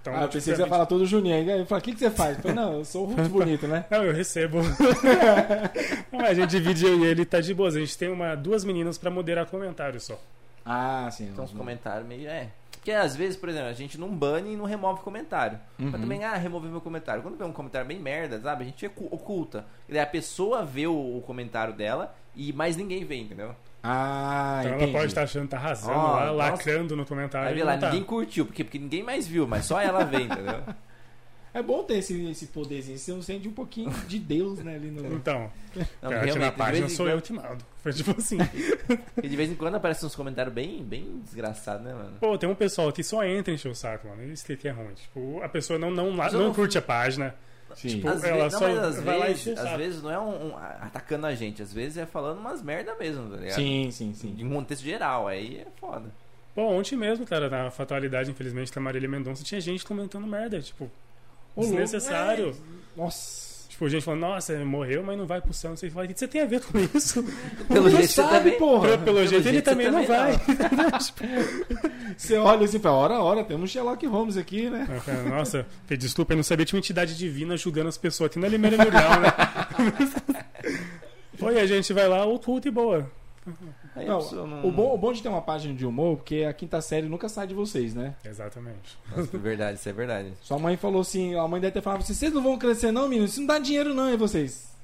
[SPEAKER 3] Então,
[SPEAKER 1] Ah, eu pensei que você ia
[SPEAKER 3] basicamente-
[SPEAKER 1] falar todo Juninho. Aí eu falei, o que, que você faz? Eu falei, não, eu sou muito bonito, né?
[SPEAKER 3] Não, eu recebo. Não, a gente divide eu e ele, tá de boas. A gente tem uma, duas meninas pra moderar comentários só.
[SPEAKER 1] Ah, sim.
[SPEAKER 2] Então os
[SPEAKER 1] não-
[SPEAKER 2] comentários meio. É. Porque às vezes, por exemplo, a gente não bane e não remove comentário.
[SPEAKER 1] Uhum.
[SPEAKER 2] Mas também, ah, remover meu comentário. Quando vem um comentário bem merda, sabe? A gente ocu- oculta. E daí a pessoa vê o, o comentário dela e mais ninguém vê, entendeu?
[SPEAKER 1] Ah,
[SPEAKER 3] Então
[SPEAKER 1] entendi. Ah,
[SPEAKER 3] ela pode estar achando, tá arrasando
[SPEAKER 2] Ó,
[SPEAKER 3] lá,
[SPEAKER 2] nossa.
[SPEAKER 3] lacrando no comentário.
[SPEAKER 2] Aí vê
[SPEAKER 3] e
[SPEAKER 2] lá,
[SPEAKER 3] não tá.
[SPEAKER 2] ninguém curtiu, porque, porque ninguém mais viu, mas só ela vê, entendeu?
[SPEAKER 1] É bom ter esse, esse poderzinho, você não sente um pouquinho de Deus, né, ali
[SPEAKER 2] É.
[SPEAKER 1] no...
[SPEAKER 3] Então,
[SPEAKER 2] Não,
[SPEAKER 3] cara, aqui na
[SPEAKER 2] de
[SPEAKER 3] página
[SPEAKER 2] vez em
[SPEAKER 3] sou eu
[SPEAKER 2] quando,
[SPEAKER 3] que mando. Foi tipo assim.
[SPEAKER 2] porque de vez em quando aparecem uns comentários bem, bem desgraçados, né, mano?
[SPEAKER 3] Pô, tem um pessoal que só entra e enche o saco, mano. Isso que que é ruim. Tipo, a pessoa não, não, la-
[SPEAKER 2] Mas eu
[SPEAKER 3] não
[SPEAKER 2] não-
[SPEAKER 3] curte a página.
[SPEAKER 1] Sim.
[SPEAKER 3] Tipo,
[SPEAKER 2] Às
[SPEAKER 3] ela
[SPEAKER 2] vezes, não,
[SPEAKER 3] só
[SPEAKER 2] mas às
[SPEAKER 3] vai lá e enche o
[SPEAKER 2] vezes, às
[SPEAKER 3] saco.
[SPEAKER 2] vezes não é um, um atacando a gente, às vezes é falando umas merda mesmo, tá ligado?
[SPEAKER 1] Sim, sim,
[SPEAKER 2] De
[SPEAKER 1] sim.
[SPEAKER 2] um contexto geral, aí é foda.
[SPEAKER 3] Pô, ontem mesmo, cara, na fatalidade, infelizmente, da Marília Mendonça, tinha gente comentando merda, tipo,
[SPEAKER 1] Ô, louco,
[SPEAKER 3] desnecessário.
[SPEAKER 1] Nossa.
[SPEAKER 3] Tipo, gente falando, nossa, morreu, mas não vai pro céu, não sei o que lá. O que você tem a ver com isso?
[SPEAKER 1] Não
[SPEAKER 2] Pelo jeito você
[SPEAKER 1] sabe,
[SPEAKER 2] também.
[SPEAKER 1] porra.
[SPEAKER 3] pelo, pelo jeito, ele
[SPEAKER 2] jeito,
[SPEAKER 3] também
[SPEAKER 2] você
[SPEAKER 3] não vai.
[SPEAKER 2] também
[SPEAKER 1] Você olha assim e fala, ora, ora, temos Sherlock Holmes aqui, né?
[SPEAKER 3] Eu falei, Nossa, pedi desculpa, eu não sabia, tinha uma entidade divina julgando as pessoas aqui na Limeira Mil Grau, né? Pô, e a gente vai lá, oculta e boa.
[SPEAKER 2] Aí
[SPEAKER 1] Não,
[SPEAKER 2] a pessoa não-
[SPEAKER 1] O, bom, o bom de ter uma página de humor, porque a quinta série nunca sai de vocês, né?
[SPEAKER 3] Exatamente.
[SPEAKER 2] Nossa, verdade, isso é verdade.
[SPEAKER 1] Sua mãe falou assim, a mãe deve ter falado assim, vocês não vão crescer não, menino? Isso não dá dinheiro não, é vocês?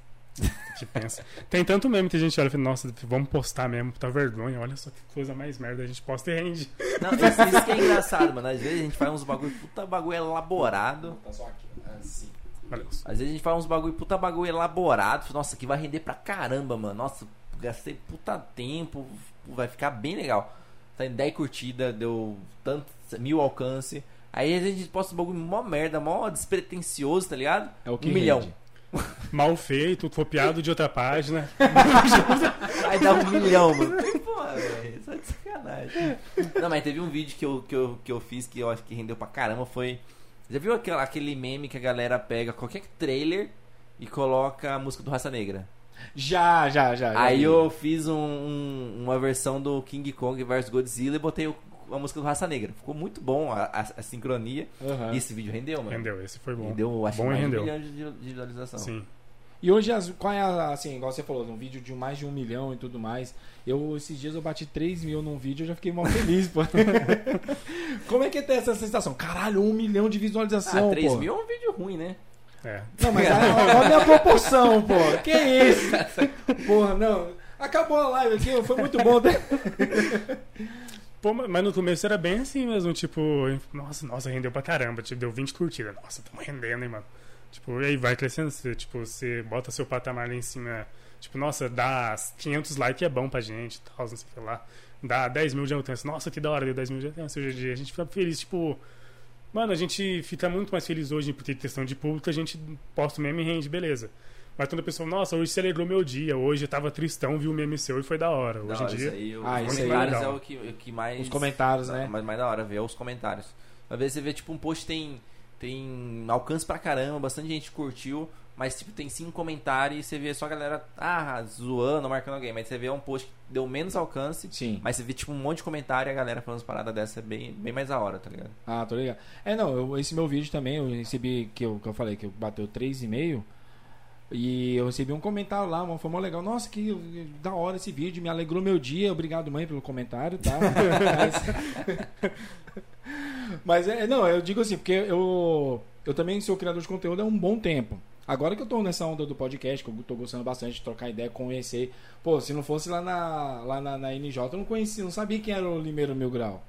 [SPEAKER 3] Que pensa. Tem tanto meme que a gente olha e fala, nossa, vamos postar mesmo, tá vergonha, olha só que coisa mais merda, a gente posta e rende.
[SPEAKER 2] Não, isso, isso que é engraçado, mano. Às vezes a gente faz uns bagulho puta bagulho elaborado.
[SPEAKER 1] Tá só aqui, assim.
[SPEAKER 3] Olha só.
[SPEAKER 2] Às vezes a gente faz uns bagulho puta bagulho elaborado. Nossa, que vai render pra caramba, mano. Nossa, gastei puta tempo. Vai ficar bem legal. Tá em 10 curtidas, deu tanto, mil alcance. Aí às vezes a gente posta um bagulho mó merda, mó despretensioso, tá ligado?
[SPEAKER 1] É o que
[SPEAKER 2] um milhão.
[SPEAKER 1] rende.
[SPEAKER 3] Mal feito, copiado de outra página.
[SPEAKER 2] Aí dá um milhão, mano. Pô, velho, isso é de sacanagem. Não, mas teve um vídeo que eu, que, eu, que eu fiz que eu acho que rendeu pra caramba, foi... Já viu aquela- aquele meme que a galera pega qualquer trailer e coloca a música do Raça Negra?
[SPEAKER 1] Já, já, já. já
[SPEAKER 2] Aí
[SPEAKER 1] vi.
[SPEAKER 2] eu fiz um- um- uma versão do King Kong vs Godzilla e botei o- a música do Raça Negra. Ficou muito bom a, a- a sincronia.
[SPEAKER 1] Aham.
[SPEAKER 2] E esse vídeo rendeu, mano.
[SPEAKER 3] É. Rendeu, esse foi bom.
[SPEAKER 2] Rendeu, acho que
[SPEAKER 3] Bom e
[SPEAKER 2] mais de um
[SPEAKER 3] rendeu.
[SPEAKER 2] milhão de de visualização.
[SPEAKER 3] Sim.
[SPEAKER 1] E hoje, as, qual é a, assim, igual você falou, um vídeo de mais de um milhão e tudo mais. Eu, esses dias eu bati 3 mil num vídeo, eu já fiquei mal feliz, pô. Como é que tem essa sensação? Caralho, um milhão de visualização,
[SPEAKER 2] Ah, 3
[SPEAKER 1] pô.
[SPEAKER 2] mil é um vídeo ruim, né?
[SPEAKER 3] É.
[SPEAKER 1] Não, mas aí, olha a proporção, pô. Que isso? Porra, não. Acabou a live aqui, foi muito bom. né?
[SPEAKER 3] Pô, ma- mas no começo era bem assim mesmo, tipo, nossa, nossa, rendeu pra caramba, tipo, deu 20 curtidas, nossa, tamo rendendo, hein, mano. Tipo, e aí vai crescendo, você, tipo, você bota seu patamar lá em cima, tipo, nossa, dá 500 likes é bom pra gente, tal, não sei o que lá. Dá 10 mil de alcance, nossa, que da hora, deu 10 mil de alcance hoje em dia. A gente fica feliz, tipo, mano, a gente fica muito mais feliz hoje porque questão de público, a gente posta o meme e rende, beleza. Mas quando a pessoa, nossa, hoje você alegrou meu dia, hoje eu tava tristão, vi o meme seu e foi da hora. Hoje
[SPEAKER 2] Da
[SPEAKER 3] em
[SPEAKER 2] hora,
[SPEAKER 3] dia.
[SPEAKER 2] Isso aí, os
[SPEAKER 1] Ah, isso aí é
[SPEAKER 2] comentários é
[SPEAKER 3] legal.
[SPEAKER 2] o que, o que mais.
[SPEAKER 1] Os comentários, né?
[SPEAKER 2] Mas mais da hora ver os comentários. Às vezes você vê, tipo, um post tem, tem alcance pra caramba, bastante gente curtiu, mas, tipo, tem cinco comentários e você vê só a galera, ah, zoando, marcando alguém. Mas você vê um post que deu menos alcance,
[SPEAKER 1] Sim.
[SPEAKER 2] mas você vê, tipo, um monte de comentário e a galera falando as paradas dessa é bem, bem mais da hora, tá ligado?
[SPEAKER 1] Ah, tô ligado. É, não, eu- esse meu vídeo também, eu recebi, que eu, que eu falei, que eu bateu 3,5. E eu recebi um comentário lá, mano, foi mó legal. Nossa, que da hora esse vídeo, me alegrou meu dia. Obrigado, mãe, pelo comentário, tá? Mas, mas é, não, eu digo assim, porque eu, eu também sou criador de conteúdo há um bom tempo. Agora que eu tô nessa onda do podcast, que eu tô gostando bastante de trocar ideia, conhecer. Pô, se não fosse lá na, lá na, na NJ, eu não conhecia, não sabia quem era o Limeiro Mil Grau.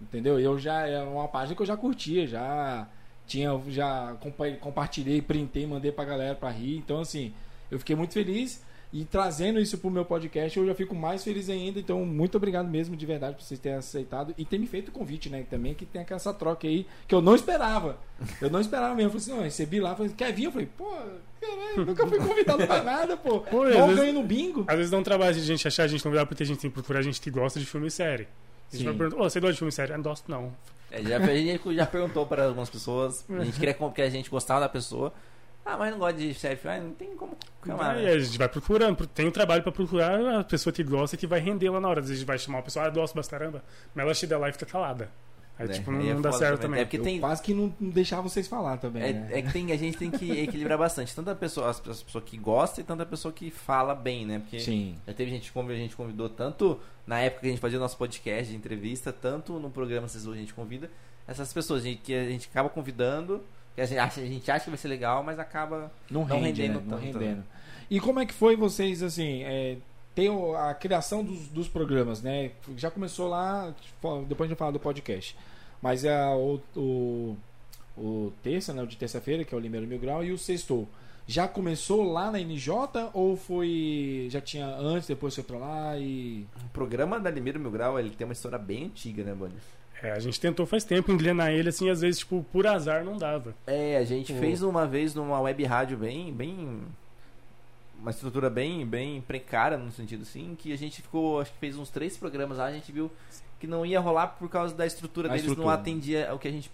[SPEAKER 1] Entendeu? Eu já é uma página que eu já curtia, já tinha, já compa- compartilhei, printei, mandei pra galera pra rir. Então, assim, eu fiquei muito feliz. E trazendo isso pro meu podcast, eu já fico mais feliz ainda. Então, muito obrigado mesmo, de verdade, por vocês terem aceitado e ter me feito o convite, né? Também que tem essa troca aí que eu não esperava. Eu não esperava mesmo. Eu falei assim, não, eu recebi lá, falei, quer vir? Eu falei, pô, caralho, nunca fui convidado pra nada, pô.
[SPEAKER 3] Pô, às
[SPEAKER 1] Mal
[SPEAKER 3] vezes-
[SPEAKER 1] ganho no bingo.
[SPEAKER 3] Às vezes dá um trabalho de gente achar a gente convidado porque a gente tem que procurar gente que gosta de filme e série. A gente
[SPEAKER 1] Sim.
[SPEAKER 3] vai perguntar, ô, você gosta de filme e série? Ah, não gosto não.
[SPEAKER 2] É, já, a gente já perguntou pra algumas pessoas, a gente queria como que a gente gostava da pessoa. Ah, mas não gosta de chefe, ah, não é. tem como. né? Calma,
[SPEAKER 3] Aí a gente vai procurando, pro- tem um trabalho pra procurar a pessoa que gosta e que vai render lá na hora. Às vezes a gente vai chamar uma pessoa, ah, eu gosto bastante, caramba, mas ela chega lá e fica calada. Aí,
[SPEAKER 2] É,
[SPEAKER 3] tipo, não,
[SPEAKER 2] aí é
[SPEAKER 3] não dá
[SPEAKER 2] foda
[SPEAKER 3] certo
[SPEAKER 2] também.
[SPEAKER 3] também.
[SPEAKER 2] É porque
[SPEAKER 1] eu
[SPEAKER 2] tem-
[SPEAKER 1] quase que não, não deixava vocês falar também, né?
[SPEAKER 2] É, é que tem, a gente tem que equilibrar bastante. Tanto a pessoa, as, as pessoas que gostam e tanto a pessoa que fala bem, né? Porque
[SPEAKER 1] Sim.
[SPEAKER 2] já teve gente que convidou, a gente convidou tanto na época que a gente fazia o nosso podcast de entrevista, tanto no programa Cisu a gente convida. Essas pessoas gente- que a gente acaba convidando, que a gente acha, a gente acha que vai ser legal, mas acaba.
[SPEAKER 1] não
[SPEAKER 2] Não
[SPEAKER 1] rende,
[SPEAKER 2] rendendo
[SPEAKER 1] né? não
[SPEAKER 2] tanto,
[SPEAKER 1] rendendo. E como é que foi vocês, assim, é, tem o- a criação dos, dos programas, né? Já começou lá, fo- depois a gente vai falar do podcast. Mas é o, o, o terça, né? O de terça-feira, que é o Limeiro Mil Grau, e o sexto. Já começou lá na NJ ou foi. Já tinha antes, depois foi pra lá e.
[SPEAKER 2] O programa da Limeiro Mil Grau, ele tem uma história bem antiga, né, Boni?
[SPEAKER 3] É, a gente tentou faz tempo engrenar ele, assim, às vezes, tipo, por azar não dava.
[SPEAKER 2] É, a gente
[SPEAKER 1] Uhum.
[SPEAKER 2] fez uma vez numa web rádio bem, bem uma estrutura bem, bem precária no sentido assim, que a gente ficou, acho que fez uns três programas lá, a gente viu que não ia rolar por causa da estrutura
[SPEAKER 1] A
[SPEAKER 2] deles não
[SPEAKER 1] estrutura.
[SPEAKER 2] atendia o que a gente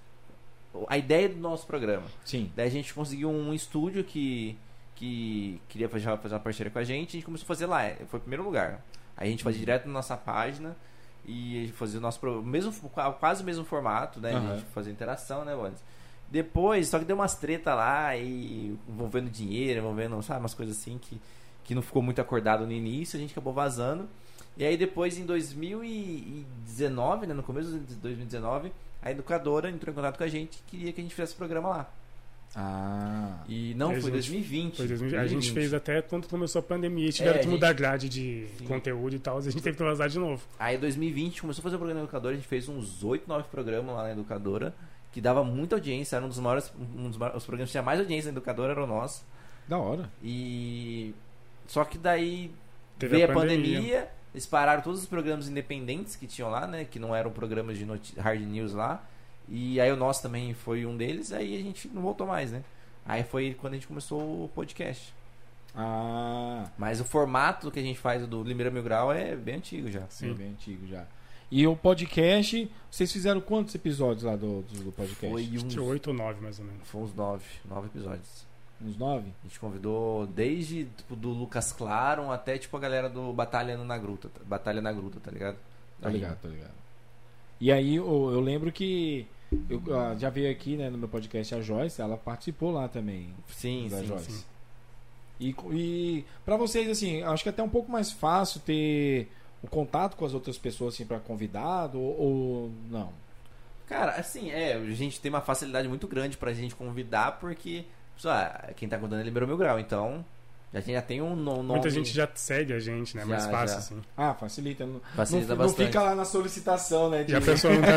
[SPEAKER 2] a ideia do nosso programa.
[SPEAKER 1] Sim.
[SPEAKER 2] Daí a gente conseguiu um estúdio que que queria fazer fazer uma parceria com a gente, a gente começou a fazer lá, é, foi o primeiro lugar. Aí a gente fazia direto na nossa página e fazia o nosso pro- mesmo qua- quase o mesmo formato, né? A
[SPEAKER 1] Aham.
[SPEAKER 2] gente fazia interação, né, Wallace? Depois, só que deu umas treta lá e envolvendo dinheiro, envolvendo, sabe, umas coisas assim que, que não ficou muito acordado no início, a gente acabou vazando. E aí depois, em 2019, né, no começo de 2019, a educadora entrou em contato com a gente e queria que a gente fizesse o programa lá.
[SPEAKER 1] Ah.
[SPEAKER 2] E não,
[SPEAKER 3] Aí a
[SPEAKER 2] foi
[SPEAKER 3] gente-
[SPEAKER 2] 2020.
[SPEAKER 3] Foi 2000, a gente
[SPEAKER 2] 2020.
[SPEAKER 3] fez até quando começou a pandemia e tiveram
[SPEAKER 2] É, a
[SPEAKER 3] que
[SPEAKER 2] gente-
[SPEAKER 3] mudar a grade de
[SPEAKER 2] Sim.
[SPEAKER 3] conteúdo e tal, a gente teve que vazar de novo.
[SPEAKER 2] Aí 2020 começou a fazer o programa na educadora, a gente fez uns 8, 9 programas lá na educadora, que dava muita audiência, era um dos maiores, um dos maiores os programas que tinha mais audiência na educadora era o nosso.
[SPEAKER 1] Da hora.
[SPEAKER 2] E só que daí
[SPEAKER 3] Teve
[SPEAKER 2] veio
[SPEAKER 3] a
[SPEAKER 2] a
[SPEAKER 3] pandemia.
[SPEAKER 2] pandemia, eles pararam todos os programas independentes que tinham lá, né, que não eram programas de noti- hard news lá. E aí o nosso também foi um deles, aí a gente não voltou mais, né? Aí foi quando a gente começou o podcast.
[SPEAKER 1] Ah.
[SPEAKER 2] Mas o formato que a gente faz do Limeira Mil Grau é bem antigo já.
[SPEAKER 1] Sim.
[SPEAKER 3] Sim.
[SPEAKER 1] bem antigo já. E o podcast, vocês fizeram quantos episódios lá do, do, do podcast?
[SPEAKER 2] Foi
[SPEAKER 3] Acho que
[SPEAKER 2] uns,
[SPEAKER 3] oito ou nove, mais ou menos.
[SPEAKER 2] foi uns nove, nove episódios.
[SPEAKER 1] Uns nove?
[SPEAKER 2] A gente convidou desde tipo, do Lucas Claro até tipo a galera do Batalhando na Gruta, tá- Batalha na Gruta, tá ligado?
[SPEAKER 1] Tá ligado, tá ligado. E aí eu, eu lembro que eu, ah, já veio aqui né, no meu podcast a Joyce, ela participou lá também.
[SPEAKER 2] Sim,
[SPEAKER 1] da
[SPEAKER 2] sim,
[SPEAKER 1] Joyce.
[SPEAKER 2] sim.
[SPEAKER 1] E, co- e para vocês, assim, acho que é até um pouco mais fácil ter o contato com as outras pessoas, assim, para convidado ou, ou não?
[SPEAKER 2] Cara, assim, é, a gente tem uma facilidade muito grande pra gente convidar, porque, só, ah, quem tá contando é Liberou Meu Grau, então a gente já tem um no- nome.
[SPEAKER 3] Muita gente já segue a gente, né? Mais
[SPEAKER 2] Já,
[SPEAKER 3] fácil,
[SPEAKER 2] já.
[SPEAKER 3] assim.
[SPEAKER 1] Ah, facilita. Não,
[SPEAKER 2] Facilita
[SPEAKER 1] não, não
[SPEAKER 2] bastante.
[SPEAKER 1] fica lá na solicitação, né? de-
[SPEAKER 3] E a pessoa não tá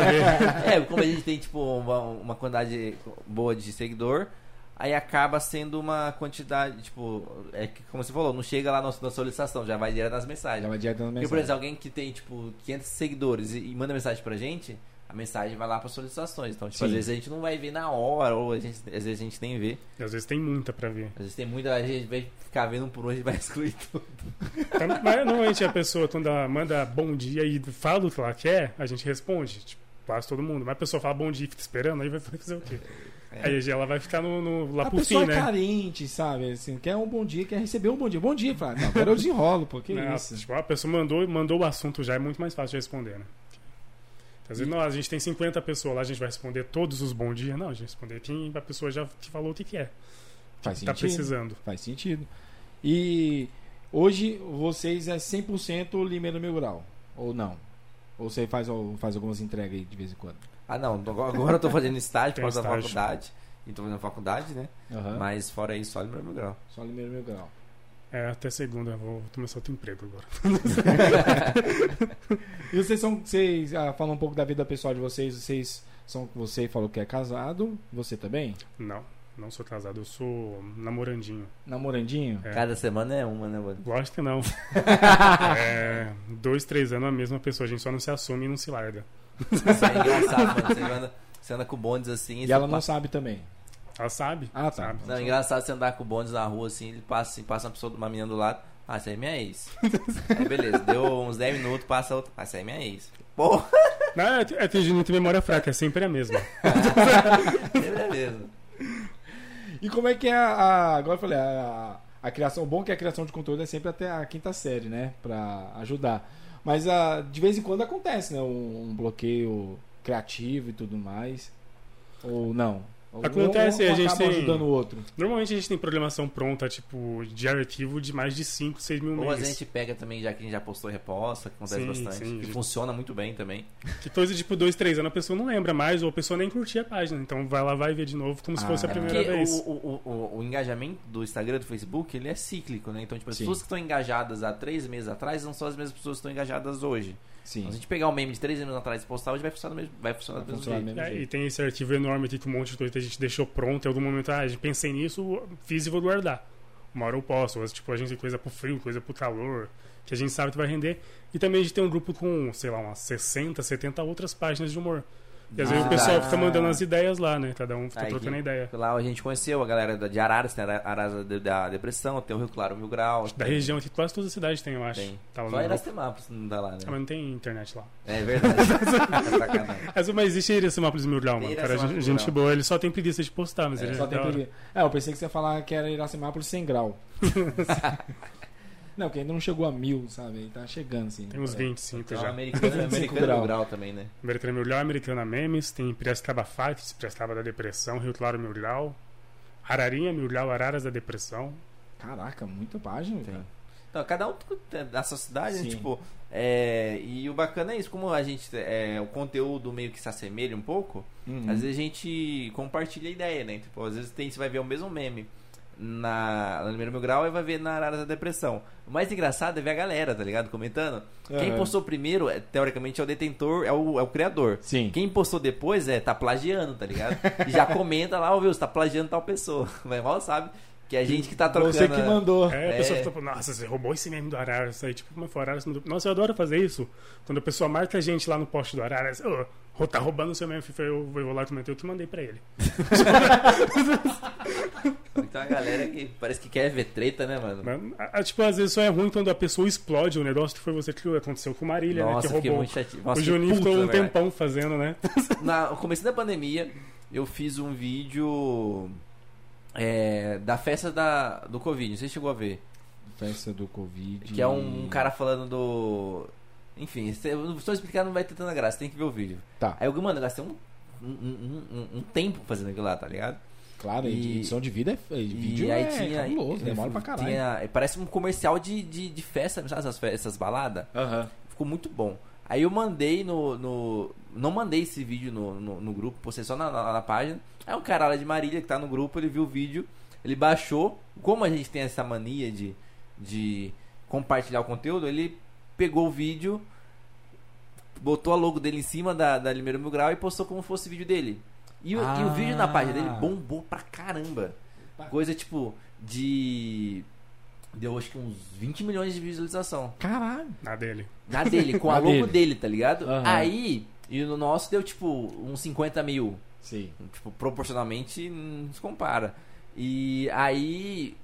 [SPEAKER 3] vendo.
[SPEAKER 2] É, como a gente tem, tipo, uma, uma quantidade boa de seguidor, aí acaba sendo uma quantidade, tipo, é que, como você falou, não chega lá na, na solicitação, já vai direto nas mensagens.
[SPEAKER 1] Já vai direto na
[SPEAKER 2] Porque, por
[SPEAKER 1] mensagem.
[SPEAKER 2] exemplo, alguém que tem, tipo, 500 seguidores e, e manda mensagem pra gente, a mensagem vai lá para solicitações. Então, tipo, às
[SPEAKER 1] Sim.
[SPEAKER 2] vezes a gente não vai ver na hora, ou a gente, às vezes a gente nem vê.
[SPEAKER 3] E às vezes tem muita pra ver.
[SPEAKER 2] Às vezes tem muita a gente vai ficar vendo um por um, a gente vai excluir tudo.
[SPEAKER 3] Então, mas normalmente a pessoa, quando ela manda bom dia e fala o que ela quer, a gente responde. Tipo, quase todo mundo. Mas a pessoa fala bom dia e fica esperando, aí vai fazer o quê?
[SPEAKER 2] É.
[SPEAKER 3] Aí ela vai ficar no, no, lá
[SPEAKER 1] a
[SPEAKER 3] pro
[SPEAKER 1] pessoa
[SPEAKER 3] fim,
[SPEAKER 1] é
[SPEAKER 3] né?
[SPEAKER 1] carente, sabe? Assim, quer um bom dia, quer receber um bom dia. Bom dia, Flávio. Não, agora eu desenrolo, pô. Que
[SPEAKER 3] Não,
[SPEAKER 1] isso?
[SPEAKER 3] Tipo, a pessoa mandou, mandou o assunto já, é muito mais fácil de responder, né? Às vezes, não, a gente tem 50 pessoas lá, a gente vai responder todos os bom dia. Não, a gente vai responder quem a pessoa já te falou o que quer.
[SPEAKER 1] Faz
[SPEAKER 3] Tá
[SPEAKER 1] sentido.
[SPEAKER 3] precisando.
[SPEAKER 1] Faz sentido. E hoje vocês é 100% Limeiro Mil Grau, ou não? Ou você faz, al- faz algumas entregas aí de vez em quando?
[SPEAKER 2] Ah, não, tô- agora eu tô fazendo estágio por
[SPEAKER 3] Tem
[SPEAKER 2] causa da
[SPEAKER 3] estágio.
[SPEAKER 2] faculdade. E tô fazendo faculdade, né? Mas fora isso, olha pra meu grau.
[SPEAKER 1] Só Limeiro Mil Grau.
[SPEAKER 3] É, até segunda, vou começar outro emprego agora.
[SPEAKER 1] E vocês são. Vocês ah, falam um pouco da vida pessoal de vocês. Vocês são. Você falou que é casado. Você também?
[SPEAKER 3] Não, não sou casado, eu sou namorandinho.
[SPEAKER 1] Namorandinho?
[SPEAKER 3] É.
[SPEAKER 2] Cada semana é uma, né, mano?
[SPEAKER 3] Lógico que não. é, dois, três anos a mesma pessoa, a gente só não se assume e não se larga.
[SPEAKER 2] Isso é engraçado, mano. Você anda, você anda com bondes assim.
[SPEAKER 1] E
[SPEAKER 2] você
[SPEAKER 1] ela não
[SPEAKER 2] passa-
[SPEAKER 1] sabe também.
[SPEAKER 3] Ela sabe?
[SPEAKER 1] Ah, tá.
[SPEAKER 3] Sabe.
[SPEAKER 2] Não, é engraçado você andar com bondes na rua assim, ele passa assim, passa uma pessoa de uma menina do lado. Ah, essa aí é minha ex. Aí, beleza, deu uns 10 minutos, passa outra. Ah, essa aí é minha ex. Porra,
[SPEAKER 3] Não, é, é, tem gente que tem memória fraca, é sempre a mesma.
[SPEAKER 2] é beleza.
[SPEAKER 1] E como é que é a. a- agora eu falei, a, a, a criação. O bom é que a criação de conteúdo é sempre até a quinta série, né? Pra ajudar. Mas ah, de vez em quando acontece, né? Um, um bloqueio criativo e tudo mais. Ou não? Ou-
[SPEAKER 3] Acontece,
[SPEAKER 1] ou, ou
[SPEAKER 3] a gente
[SPEAKER 1] acaba
[SPEAKER 3] tem-
[SPEAKER 1] ajudando o outro.
[SPEAKER 3] Normalmente a gente tem programação pronta, tipo, de arquivo de mais de 5, 6 mil
[SPEAKER 2] Ou a
[SPEAKER 3] megas.
[SPEAKER 2] gente pega também, já que a gente já postou reposta, que acontece
[SPEAKER 3] Sim,
[SPEAKER 2] bastante.
[SPEAKER 3] sim,
[SPEAKER 2] que
[SPEAKER 3] gente.
[SPEAKER 2] funciona muito bem também.
[SPEAKER 3] Que coisa, tipo, dois, três anos a pessoa não lembra mais, ou a pessoa nem curtia a página. Então vai lá, vai ver de novo, como se
[SPEAKER 1] Ah,
[SPEAKER 3] fosse a
[SPEAKER 1] é
[SPEAKER 3] primeira
[SPEAKER 2] Porque
[SPEAKER 3] vez.
[SPEAKER 2] o, o- o- o engajamento do Instagram, do Facebook, ele é cíclico, né? Então, tipo, as
[SPEAKER 1] Sim.
[SPEAKER 2] pessoas que estão engajadas há três meses atrás não são as mesmas pessoas que estão engajadas hoje.
[SPEAKER 1] Sim.
[SPEAKER 2] Então, se a gente pegar um meme de três meses atrás e postar hoje, vai funcionar do mesmo, vai funcionar do
[SPEAKER 1] Vai
[SPEAKER 2] mesmo
[SPEAKER 1] funcionar
[SPEAKER 2] jeito.
[SPEAKER 1] do mesmo
[SPEAKER 3] É,
[SPEAKER 1] jeito.
[SPEAKER 3] e tem esse arquivo enorme aqui que um monte de coisa a gente deixou pronto. Em algum momento, ah, pensei nisso, fiz e vou guardar. Uma hora eu posso. Mas, tipo, a gente tem coisa pro frio, coisa pro calor, que a gente sabe que vai render. E também a gente tem um grupo com, sei lá, umas 60, 70 outras páginas de humor. E às vezes o
[SPEAKER 2] Ah.
[SPEAKER 3] pessoal fica mandando as ideias lá, né? Cada um fica
[SPEAKER 2] Aí,
[SPEAKER 3] trocando a ideia.
[SPEAKER 2] Lá a gente conheceu a galera da- de Araras, tem a Araras da- da Depressão, tem o Rio Claro Mil Grau.
[SPEAKER 3] Da
[SPEAKER 2] tem-
[SPEAKER 3] região aqui, quase toda a cidade tem, eu acho.
[SPEAKER 2] Tem.
[SPEAKER 3] Tá lá no
[SPEAKER 2] Só
[SPEAKER 3] grupo.
[SPEAKER 2] Iracemápolis não dá lá, né?
[SPEAKER 3] Ah, mas não tem internet lá.
[SPEAKER 2] É verdade. É Sacanagem.
[SPEAKER 3] Mas, mas existe Iracemápolis Mil Grau, mano.
[SPEAKER 2] Tem
[SPEAKER 3] Cara, gente,
[SPEAKER 2] Iracemápolis
[SPEAKER 3] gente
[SPEAKER 2] Mil
[SPEAKER 3] boa, ele só tem preguiça de postar, mas ele
[SPEAKER 1] Só tem
[SPEAKER 3] da hora.
[SPEAKER 1] que- É, eu pensei que você ia falar que era Iracemápolis 100 grau. não, que ainda não chegou a mil, sabe? Ele tá chegando, assim.
[SPEAKER 3] Tem uns 25
[SPEAKER 2] Tem um
[SPEAKER 3] já.
[SPEAKER 2] americano, americano
[SPEAKER 1] grau.
[SPEAKER 2] Mil Grau também, né?
[SPEAKER 3] Americana Mil Grau, Americana Memes, tem Piracicaba Facts, Piracicaba da Depressão, Rio Claro Mil Grau, Ararinha Mil Grau, Araras da Depressão.
[SPEAKER 1] Caraca, muita página,
[SPEAKER 2] Tem.
[SPEAKER 1] cara.
[SPEAKER 2] Não, Então, cada um tem da sua cidade, né?
[SPEAKER 1] Sim.
[SPEAKER 2] tipo. é, e o bacana é isso, como a gente. é, o conteúdo meio que se assemelha um pouco,
[SPEAKER 1] Uhum.
[SPEAKER 2] às vezes a gente compartilha a ideia, né? Tipo, às vezes tem, você vai ver o mesmo meme na, no primeiro mil grau e vai ver na Araras da Depressão. O mais engraçado é ver a galera, tá ligado? Comentando. Quem
[SPEAKER 1] Aham.
[SPEAKER 2] postou primeiro, é, teoricamente, é o detentor, é o, é o criador.
[SPEAKER 1] Sim.
[SPEAKER 2] Quem postou depois é, tá plagiando, tá ligado? E já comenta lá, ô viu, você tá plagiando tal pessoa. Mas mal sabe que é a gente que tá trocando.
[SPEAKER 1] Você que
[SPEAKER 2] a-
[SPEAKER 1] mandou.
[SPEAKER 3] É, a
[SPEAKER 2] É.
[SPEAKER 3] pessoa fica falando, nossa, você roubou esse meme do Araras. Aí, tipo, como foi o Araras? mandou- Nossa, eu adoro fazer isso. Quando a pessoa marca a gente lá no post do Araras, ô, oh, tá roubando o seu meme. Eu, eu vou lá e comentei, eu que mandei pra ele.
[SPEAKER 2] Então a galera que parece que quer ver treta, né, mano?
[SPEAKER 3] Mas, a- a- tipo, às vezes só é ruim quando a pessoa explode o negócio que foi você que aconteceu com Marília,
[SPEAKER 2] Nossa,
[SPEAKER 3] né? Que
[SPEAKER 2] fiquei
[SPEAKER 3] roubou.
[SPEAKER 2] muito chateado. Nossa,
[SPEAKER 3] o
[SPEAKER 2] fiquei
[SPEAKER 3] Juninho
[SPEAKER 2] puto,
[SPEAKER 3] ficou um
[SPEAKER 2] na verdade.
[SPEAKER 3] tempão fazendo, né?
[SPEAKER 2] Na- no começo da pandemia, eu fiz um vídeo é, da festa da, do Covid, você chegou a ver.
[SPEAKER 1] Festa do Covid.
[SPEAKER 2] Que é um cara falando do. Enfim, se eu se eu explicar não vai ter tanta graça, tem que ver o vídeo.
[SPEAKER 1] Tá.
[SPEAKER 2] Aí eu, mano, eu gastei um, um, um- um- um tempo fazendo um aquilo lá, tá ligado?
[SPEAKER 1] Claro,
[SPEAKER 2] E-
[SPEAKER 1] edição de vida é, é- vídeo
[SPEAKER 2] e aí
[SPEAKER 1] é
[SPEAKER 2] tinha.
[SPEAKER 1] cabuloso, demora pra caralho.
[SPEAKER 2] tinha- parece um comercial de, de, de festa, sabe essas, fe- essas baladas?
[SPEAKER 1] Aham.
[SPEAKER 2] Ficou muito bom. Aí eu mandei no. no- não mandei esse vídeo no, no, no grupo, postei só na, na, na página. Aí um cara lá de Marília que tá no grupo, ele viu o vídeo, ele baixou. Como a gente tem essa mania de, de compartilhar o conteúdo, ele pegou o vídeo, botou a logo dele em cima da, da Limeira Mil Grau e postou como fosse o vídeo dele. E, o- e o vídeo na página dele
[SPEAKER 1] Ah.
[SPEAKER 2] bombou pra caramba. Coisa tipo de. Deu acho que uns 20 milhões de visualização.
[SPEAKER 1] Caralho.
[SPEAKER 3] Na dele.
[SPEAKER 2] Na dele, com a
[SPEAKER 1] Na dele.
[SPEAKER 2] logo dele, tá ligado?
[SPEAKER 1] Aham.
[SPEAKER 2] Aí, e no nosso deu tipo uns 50 mil.
[SPEAKER 1] Sim.
[SPEAKER 2] Tipo, proporcionalmente não se compara. E aí,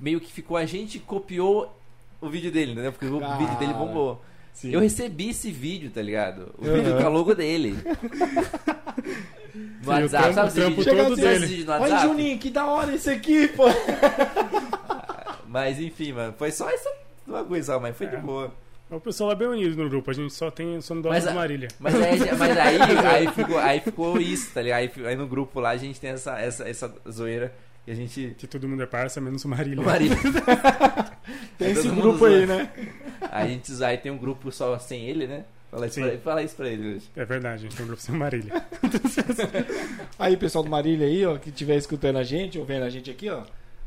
[SPEAKER 2] meio que ficou a gente copiou o vídeo dele, entendeu? Porque o
[SPEAKER 1] Cara.
[SPEAKER 2] vídeo dele bombou.
[SPEAKER 1] Sim.
[SPEAKER 2] Eu recebi esse vídeo, tá ligado? O
[SPEAKER 1] Aham.
[SPEAKER 2] vídeo com a logo dele. No
[SPEAKER 3] o
[SPEAKER 2] WhatsApp, sabe
[SPEAKER 3] trampo- o
[SPEAKER 2] esse vídeo?
[SPEAKER 3] trampo todo
[SPEAKER 2] Sabe esse
[SPEAKER 3] dele.
[SPEAKER 2] vídeo no
[SPEAKER 1] Olha,
[SPEAKER 2] WhatsApp?
[SPEAKER 1] Juninho, que da hora esse aqui, pô.
[SPEAKER 2] Mas enfim, mano, foi só essa bagulho só, mas foi de
[SPEAKER 3] É.
[SPEAKER 2] boa.
[SPEAKER 3] O pessoal é bem unido no grupo, a gente só tem só não dó
[SPEAKER 2] Mas
[SPEAKER 3] de
[SPEAKER 2] a-
[SPEAKER 3] Marília.
[SPEAKER 2] Mas aí, mas aí, aí, ficou, aí ficou isso, tá ligado? Aí, fi- aí no grupo lá a gente tem essa, essa, essa zoeira e a gente.
[SPEAKER 3] Que todo mundo é parça, menos o Marília.
[SPEAKER 2] Marília.
[SPEAKER 1] Tem
[SPEAKER 2] Aí
[SPEAKER 1] esse
[SPEAKER 2] todo mundo
[SPEAKER 1] grupo
[SPEAKER 2] zoa.
[SPEAKER 1] aí, né?
[SPEAKER 2] Aí a gente zoa, aí tem um grupo só sem ele, né? Fala isso,
[SPEAKER 3] Sim.
[SPEAKER 2] pra, ele- fala isso pra ele hoje.
[SPEAKER 3] É verdade, a gente tem um grupo sem Marília.
[SPEAKER 1] Aí, pessoal do Marília aí, ó, que estiver escutando a gente, ou vendo a gente aqui, ó,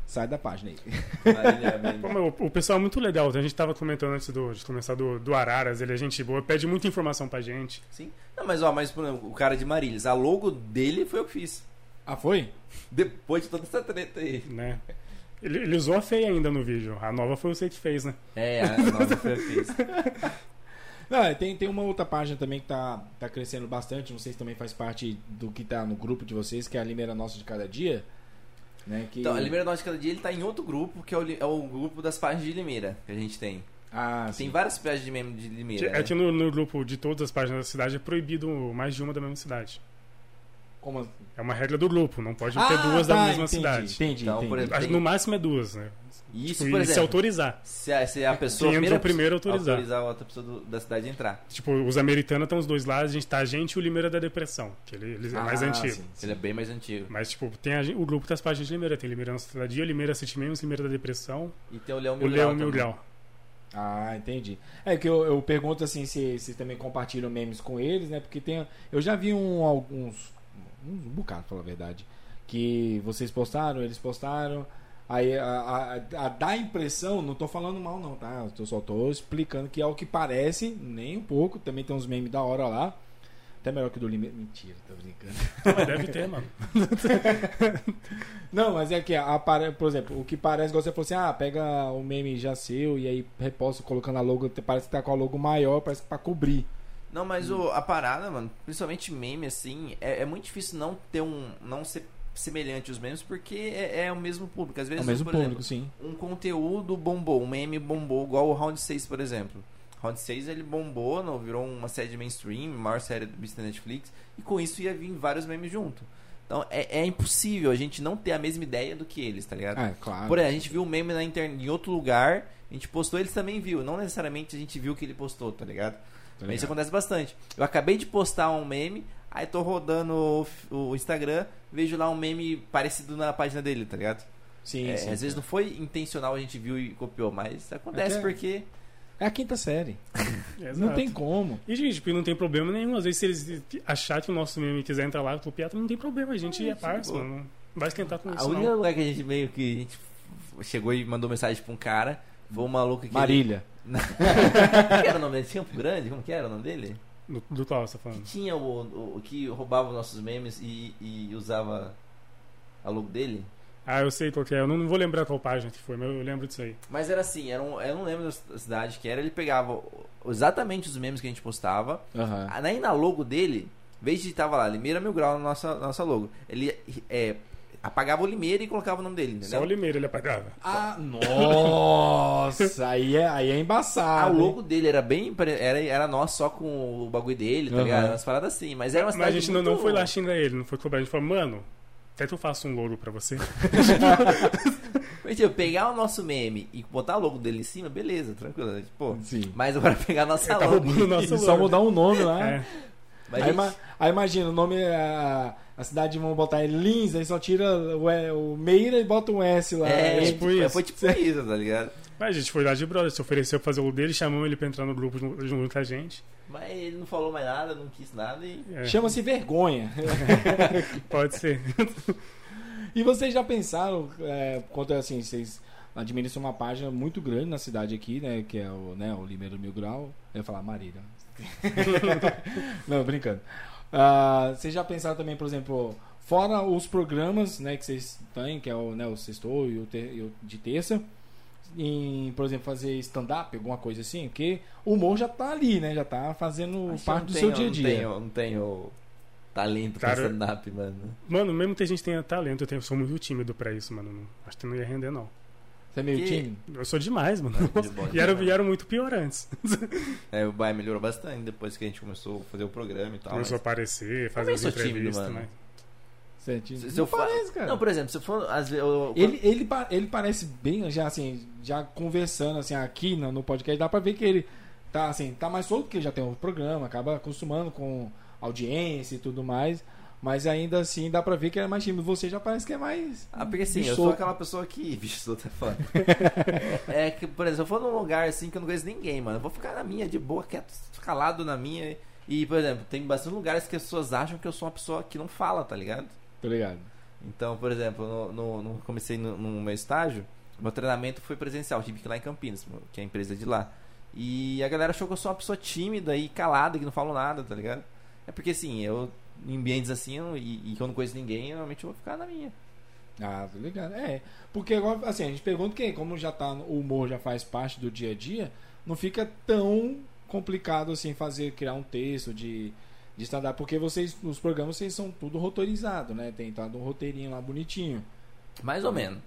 [SPEAKER 1] sai da página aí.
[SPEAKER 2] Marília, Marília.
[SPEAKER 3] Pô, meu, o pessoal é muito legal. A gente tava comentando antes do, de começar do, do Araras, ele é gente boa, pede muita informação pra gente.
[SPEAKER 2] Sim. Não, mas ó, mas por exemplo, o cara de Marília, a logo dele foi eu que fiz.
[SPEAKER 1] Ah, foi?
[SPEAKER 2] Depois de toda essa treta aí.
[SPEAKER 3] né? Ele, ele usou a feia ainda no vídeo. A nova foi você que fez, né?
[SPEAKER 2] É, a nova foi eu que fiz.
[SPEAKER 1] Não, Ah, tem, tem uma outra página também que tá, tá crescendo bastante, não sei se também faz parte do que tá no grupo de vocês, que é a Limeira Nossa de Cada Dia. Né, que...
[SPEAKER 2] Então, a Limeira Norte Cada Dia ele tá em outro grupo, que é o, li- é o grupo das páginas de Limeira que a gente tem.
[SPEAKER 1] Ah,
[SPEAKER 2] Tem
[SPEAKER 1] sim.
[SPEAKER 2] várias páginas de meme de Limeira.
[SPEAKER 3] É
[SPEAKER 2] né?
[SPEAKER 3] que no, no grupo de todas as páginas da cidade é proibido mais de uma da mesma cidade.
[SPEAKER 1] Como assim?
[SPEAKER 3] É uma regra do grupo, não pode ter
[SPEAKER 1] Ah,
[SPEAKER 3] duas da
[SPEAKER 1] tá,
[SPEAKER 3] mesma
[SPEAKER 1] entendi,
[SPEAKER 3] cidade.
[SPEAKER 1] Entendi,
[SPEAKER 2] Então, por
[SPEAKER 1] entendi.
[SPEAKER 2] exemplo,
[SPEAKER 3] Acho que
[SPEAKER 2] Tem-
[SPEAKER 3] No máximo é duas, né?
[SPEAKER 2] Isso,
[SPEAKER 1] um
[SPEAKER 3] Tipo,
[SPEAKER 2] por
[SPEAKER 3] e se
[SPEAKER 2] exemplo.
[SPEAKER 3] autorizar.
[SPEAKER 2] Se a, se a pessoa
[SPEAKER 3] Quem
[SPEAKER 2] primeira
[SPEAKER 3] entra primeiro
[SPEAKER 2] pessoa-
[SPEAKER 3] autorizar.
[SPEAKER 2] autorizar a outra pessoa do- da cidade a entrar.
[SPEAKER 3] Tipo, os americanos estão os dois lados, a gente tá a gente e o Limeira da Depressão, que ele, ele é mais
[SPEAKER 1] Ah,
[SPEAKER 3] antigo.
[SPEAKER 1] sim, sim.
[SPEAKER 2] Ele é bem mais antigo.
[SPEAKER 3] Mas, tipo, tem a gen- o grupo das páginas de Limeira. Tem Limeira na Cidade, Limeira City Memes, Limeira da Depressão,
[SPEAKER 2] E tem o Leão
[SPEAKER 3] o
[SPEAKER 2] Mil Grau
[SPEAKER 3] Leão Mil
[SPEAKER 2] também.
[SPEAKER 3] Grau.
[SPEAKER 1] Ah, entendi. É que eu, eu pergunto assim se vocês também compartilham memes com eles, né? Porque tem. Eu já vi um, alguns. Um bocado, pra falar a verdade. Que vocês postaram, eles postaram. Aí a, a, a- a dá a impressão, não tô falando mal não, tá? Eu tô- só tô explicando que é o que parece, nem um pouco. Também tem uns memes da hora lá. Até melhor que o do Lima. Mentira, tô brincando.
[SPEAKER 3] Mas deve ter, mano.
[SPEAKER 1] Não, mas é que, apare... por exemplo, o que parece, igual você falou assim, ah, pega o meme já seu e aí reposta colocando a logo, parece que tá com a logo maior, parece que pra cobrir.
[SPEAKER 2] Não, mas o- a parada, mano, principalmente meme, assim, é, é muito difícil não ter um. não ser semelhante os memes, porque é, é o mesmo público. Às
[SPEAKER 1] É
[SPEAKER 2] vezes,
[SPEAKER 1] o mesmo
[SPEAKER 2] por
[SPEAKER 1] público,
[SPEAKER 2] exemplo,
[SPEAKER 1] sim.
[SPEAKER 2] um conteúdo bombou, um meme bombou, igual o Round 6, por exemplo. Round 6 ele bombou, não, virou uma série de mainstream, maior série do business da Netflix, e com isso ia vir vários memes junto. Então é, é impossível a gente não ter a mesma ideia do que eles, tá ligado?
[SPEAKER 1] Ah, é claro.
[SPEAKER 2] Por aí, a gente viu um meme na internet em outro lugar, a gente postou, eles também viu. Não necessariamente a gente viu o que ele postou, tá ligado?
[SPEAKER 1] Tá
[SPEAKER 2] Isso
[SPEAKER 1] ligado?
[SPEAKER 2] acontece bastante. Eu acabei de postar um meme, aí tô rodando o, f- o Instagram, vejo lá um meme parecido na página dele, tá ligado?
[SPEAKER 1] Sim,
[SPEAKER 2] É,
[SPEAKER 1] sim.
[SPEAKER 2] às vezes não foi intencional, a gente viu e copiou, mas acontece
[SPEAKER 1] Até-
[SPEAKER 2] porque.
[SPEAKER 1] É a quinta série. Não
[SPEAKER 3] Exato.
[SPEAKER 1] tem como.
[SPEAKER 3] E, gente, tipo, não tem problema nenhum. Às vezes, se eles achar que o nosso meme quiser entrar lá e copiar, não tem problema. A gente é parça,
[SPEAKER 2] Ah, boa.
[SPEAKER 3] mano. Não vai esquentar com
[SPEAKER 2] A
[SPEAKER 3] isso,
[SPEAKER 2] única
[SPEAKER 3] não.
[SPEAKER 2] lugar que a gente meio que. A gente f- chegou e mandou mensagem pra um cara, foi um maluco que.
[SPEAKER 1] Marília.
[SPEAKER 2] Como que era o nome dele? Campo Grande? Como que era o nome dele?
[SPEAKER 3] Do, do qual você tá
[SPEAKER 2] Que
[SPEAKER 3] falando?
[SPEAKER 2] tinha o, o- o que roubava os nossos memes e, e usava a logo dele.
[SPEAKER 3] Ah, eu sei qual que é. Eu não, não vou lembrar qual página que foi, mas eu lembro disso aí.
[SPEAKER 2] Mas era assim, era um, eu não lembro da cidade que era, ele pegava o- exatamente os memes que a gente postava,
[SPEAKER 1] Aham.
[SPEAKER 2] aí na logo dele, em vez de tava lá, Limeira Mil Grau na nossa, nossa logo, ele é, apagava o Limeira e colocava o nome dele,
[SPEAKER 3] Só o
[SPEAKER 2] entendeu?
[SPEAKER 3] Limeira ele apagava.
[SPEAKER 1] Ah, nossa! aí, é, aí é
[SPEAKER 2] Ah,
[SPEAKER 3] né?
[SPEAKER 1] embaçado.
[SPEAKER 2] o
[SPEAKER 1] hein?
[SPEAKER 2] logo dele era bem. pare- Era, era nós só com o bagulho dele, tá
[SPEAKER 1] Aham.
[SPEAKER 2] ligado? Umas paradas assim. Mas era uma
[SPEAKER 3] Mas a
[SPEAKER 2] cidade.
[SPEAKER 3] gente não,
[SPEAKER 2] muito-
[SPEAKER 3] não foi lá xingar ele, não foi cobrar. A gente falou, mano, até que eu faço um logo pra você.
[SPEAKER 2] Mas, tipo, pegar o nosso meme e botar o logo dele em cima, beleza, tranquilo. né? Tipo,
[SPEAKER 1] Sim.
[SPEAKER 2] mas agora pegar a nossa
[SPEAKER 3] tá
[SPEAKER 2] logo.
[SPEAKER 3] roubando o nosso
[SPEAKER 1] Só
[SPEAKER 3] logo.
[SPEAKER 2] Ah.
[SPEAKER 1] mudar o nome lá.
[SPEAKER 3] É,
[SPEAKER 2] Mas,
[SPEAKER 1] aí,
[SPEAKER 2] gente,
[SPEAKER 1] ma- aí imagina, o nome é. A cidade vão botar em Lins, aí só tira o, E- o Meira e bota um S lá.
[SPEAKER 2] É,
[SPEAKER 1] Aí-
[SPEAKER 3] tipo
[SPEAKER 2] tipo-
[SPEAKER 3] isso.
[SPEAKER 2] foi tipo isso, tá ligado?
[SPEAKER 3] Mas a gente foi lá de brother, se ofereceu pra fazer o dele, chamou ele pra entrar no grupo junto junto com a gente.
[SPEAKER 2] Mas ele não falou mais nada, não quis nada e.
[SPEAKER 3] É,
[SPEAKER 1] Chama-se vergonha.
[SPEAKER 3] Pode ser.
[SPEAKER 1] E vocês já pensaram, é, quanto assim, vocês administram uma página muito grande na cidade aqui, né? Que é o, né, o Limeiro Mil Grau. Eu ia falar Marília. Não, brincando. Ah, vocês já pensaram também, por exemplo, fora os programas né, que vocês têm, que é o, né, o Sextou e o, ter- e o de terça, em, por exemplo, fazer stand-up, alguma coisa assim? Porque o humor já tá ali, né? Já tá fazendo
[SPEAKER 2] Acho que eu
[SPEAKER 1] parte do
[SPEAKER 2] não
[SPEAKER 1] seu dia a
[SPEAKER 2] tenho-
[SPEAKER 1] dia.
[SPEAKER 2] Não tenho, não tenho talento pra
[SPEAKER 3] Cara,
[SPEAKER 2] stand-up, mano.
[SPEAKER 3] Mano, mesmo que a gente tenha talento, eu, tenho, eu sou muito tímido pra isso, mano. Não- acho que não ia render, não.
[SPEAKER 1] Você é meio
[SPEAKER 2] Que-
[SPEAKER 1] tímido?
[SPEAKER 3] Eu sou demais, mano.
[SPEAKER 2] Não, Tá de boa.
[SPEAKER 3] E era, e era muito pior antes.
[SPEAKER 2] É, o Bahia melhorou bastante depois que a gente começou a fazer o programa e tal.
[SPEAKER 3] Começou a
[SPEAKER 2] mas-
[SPEAKER 3] aparecer, fazer
[SPEAKER 2] Também
[SPEAKER 3] as
[SPEAKER 2] sou tímido,
[SPEAKER 3] entrevistas,
[SPEAKER 2] mano.
[SPEAKER 3] né?
[SPEAKER 1] Você é tímido?
[SPEAKER 2] Se- se
[SPEAKER 1] Não
[SPEAKER 2] eu fa-
[SPEAKER 1] parece, cara.
[SPEAKER 2] Não, por exemplo, se for. Às vezes, eu-
[SPEAKER 1] Ele, ele, pa- ele parece bem, já assim, já conversando assim, aqui no, no podcast, dá pra ver que ele tá assim, tá mais solto, porque já tem um programa, acaba acostumando com audiência e tudo mais. Mas ainda assim dá pra ver que ele é mais tímido. Você já parece que é mais.
[SPEAKER 2] Ah, porque assim,
[SPEAKER 1] Bicho
[SPEAKER 2] eu sou
[SPEAKER 1] solto.
[SPEAKER 2] aquela pessoa que. Bicho, sou até foda. é que, por exemplo, se eu for num lugar assim que eu não conheço ninguém, mano, eu vou ficar na minha, de boa, quieto, calado na minha. E, por exemplo, tem bastante lugares que as pessoas acham que eu sou uma pessoa que não fala, tá ligado?
[SPEAKER 1] Tá ligado?
[SPEAKER 2] Então, por exemplo, no, no- no- comecei no, no meu estágio, meu treinamento foi presencial, tive que ir lá em Campinas, que é a empresa de lá. E a galera achou que eu sou uma pessoa tímida e calada, que não falo nada, tá ligado? É porque assim, eu em ambientes assim eu- e, e que eu não conheço ninguém, eu, normalmente eu vou ficar na minha.
[SPEAKER 1] Ah, tá ligado. É. Porque agora, assim, a gente pergunta que, como já tá. O humor já faz parte do dia a dia, não fica tão complicado assim fazer, criar um texto de, de stand-up. Porque vocês, nos programas, vocês são tudo roteirizado, né? Tem tá, um roteirinho lá bonitinho.
[SPEAKER 2] Mais ou menos.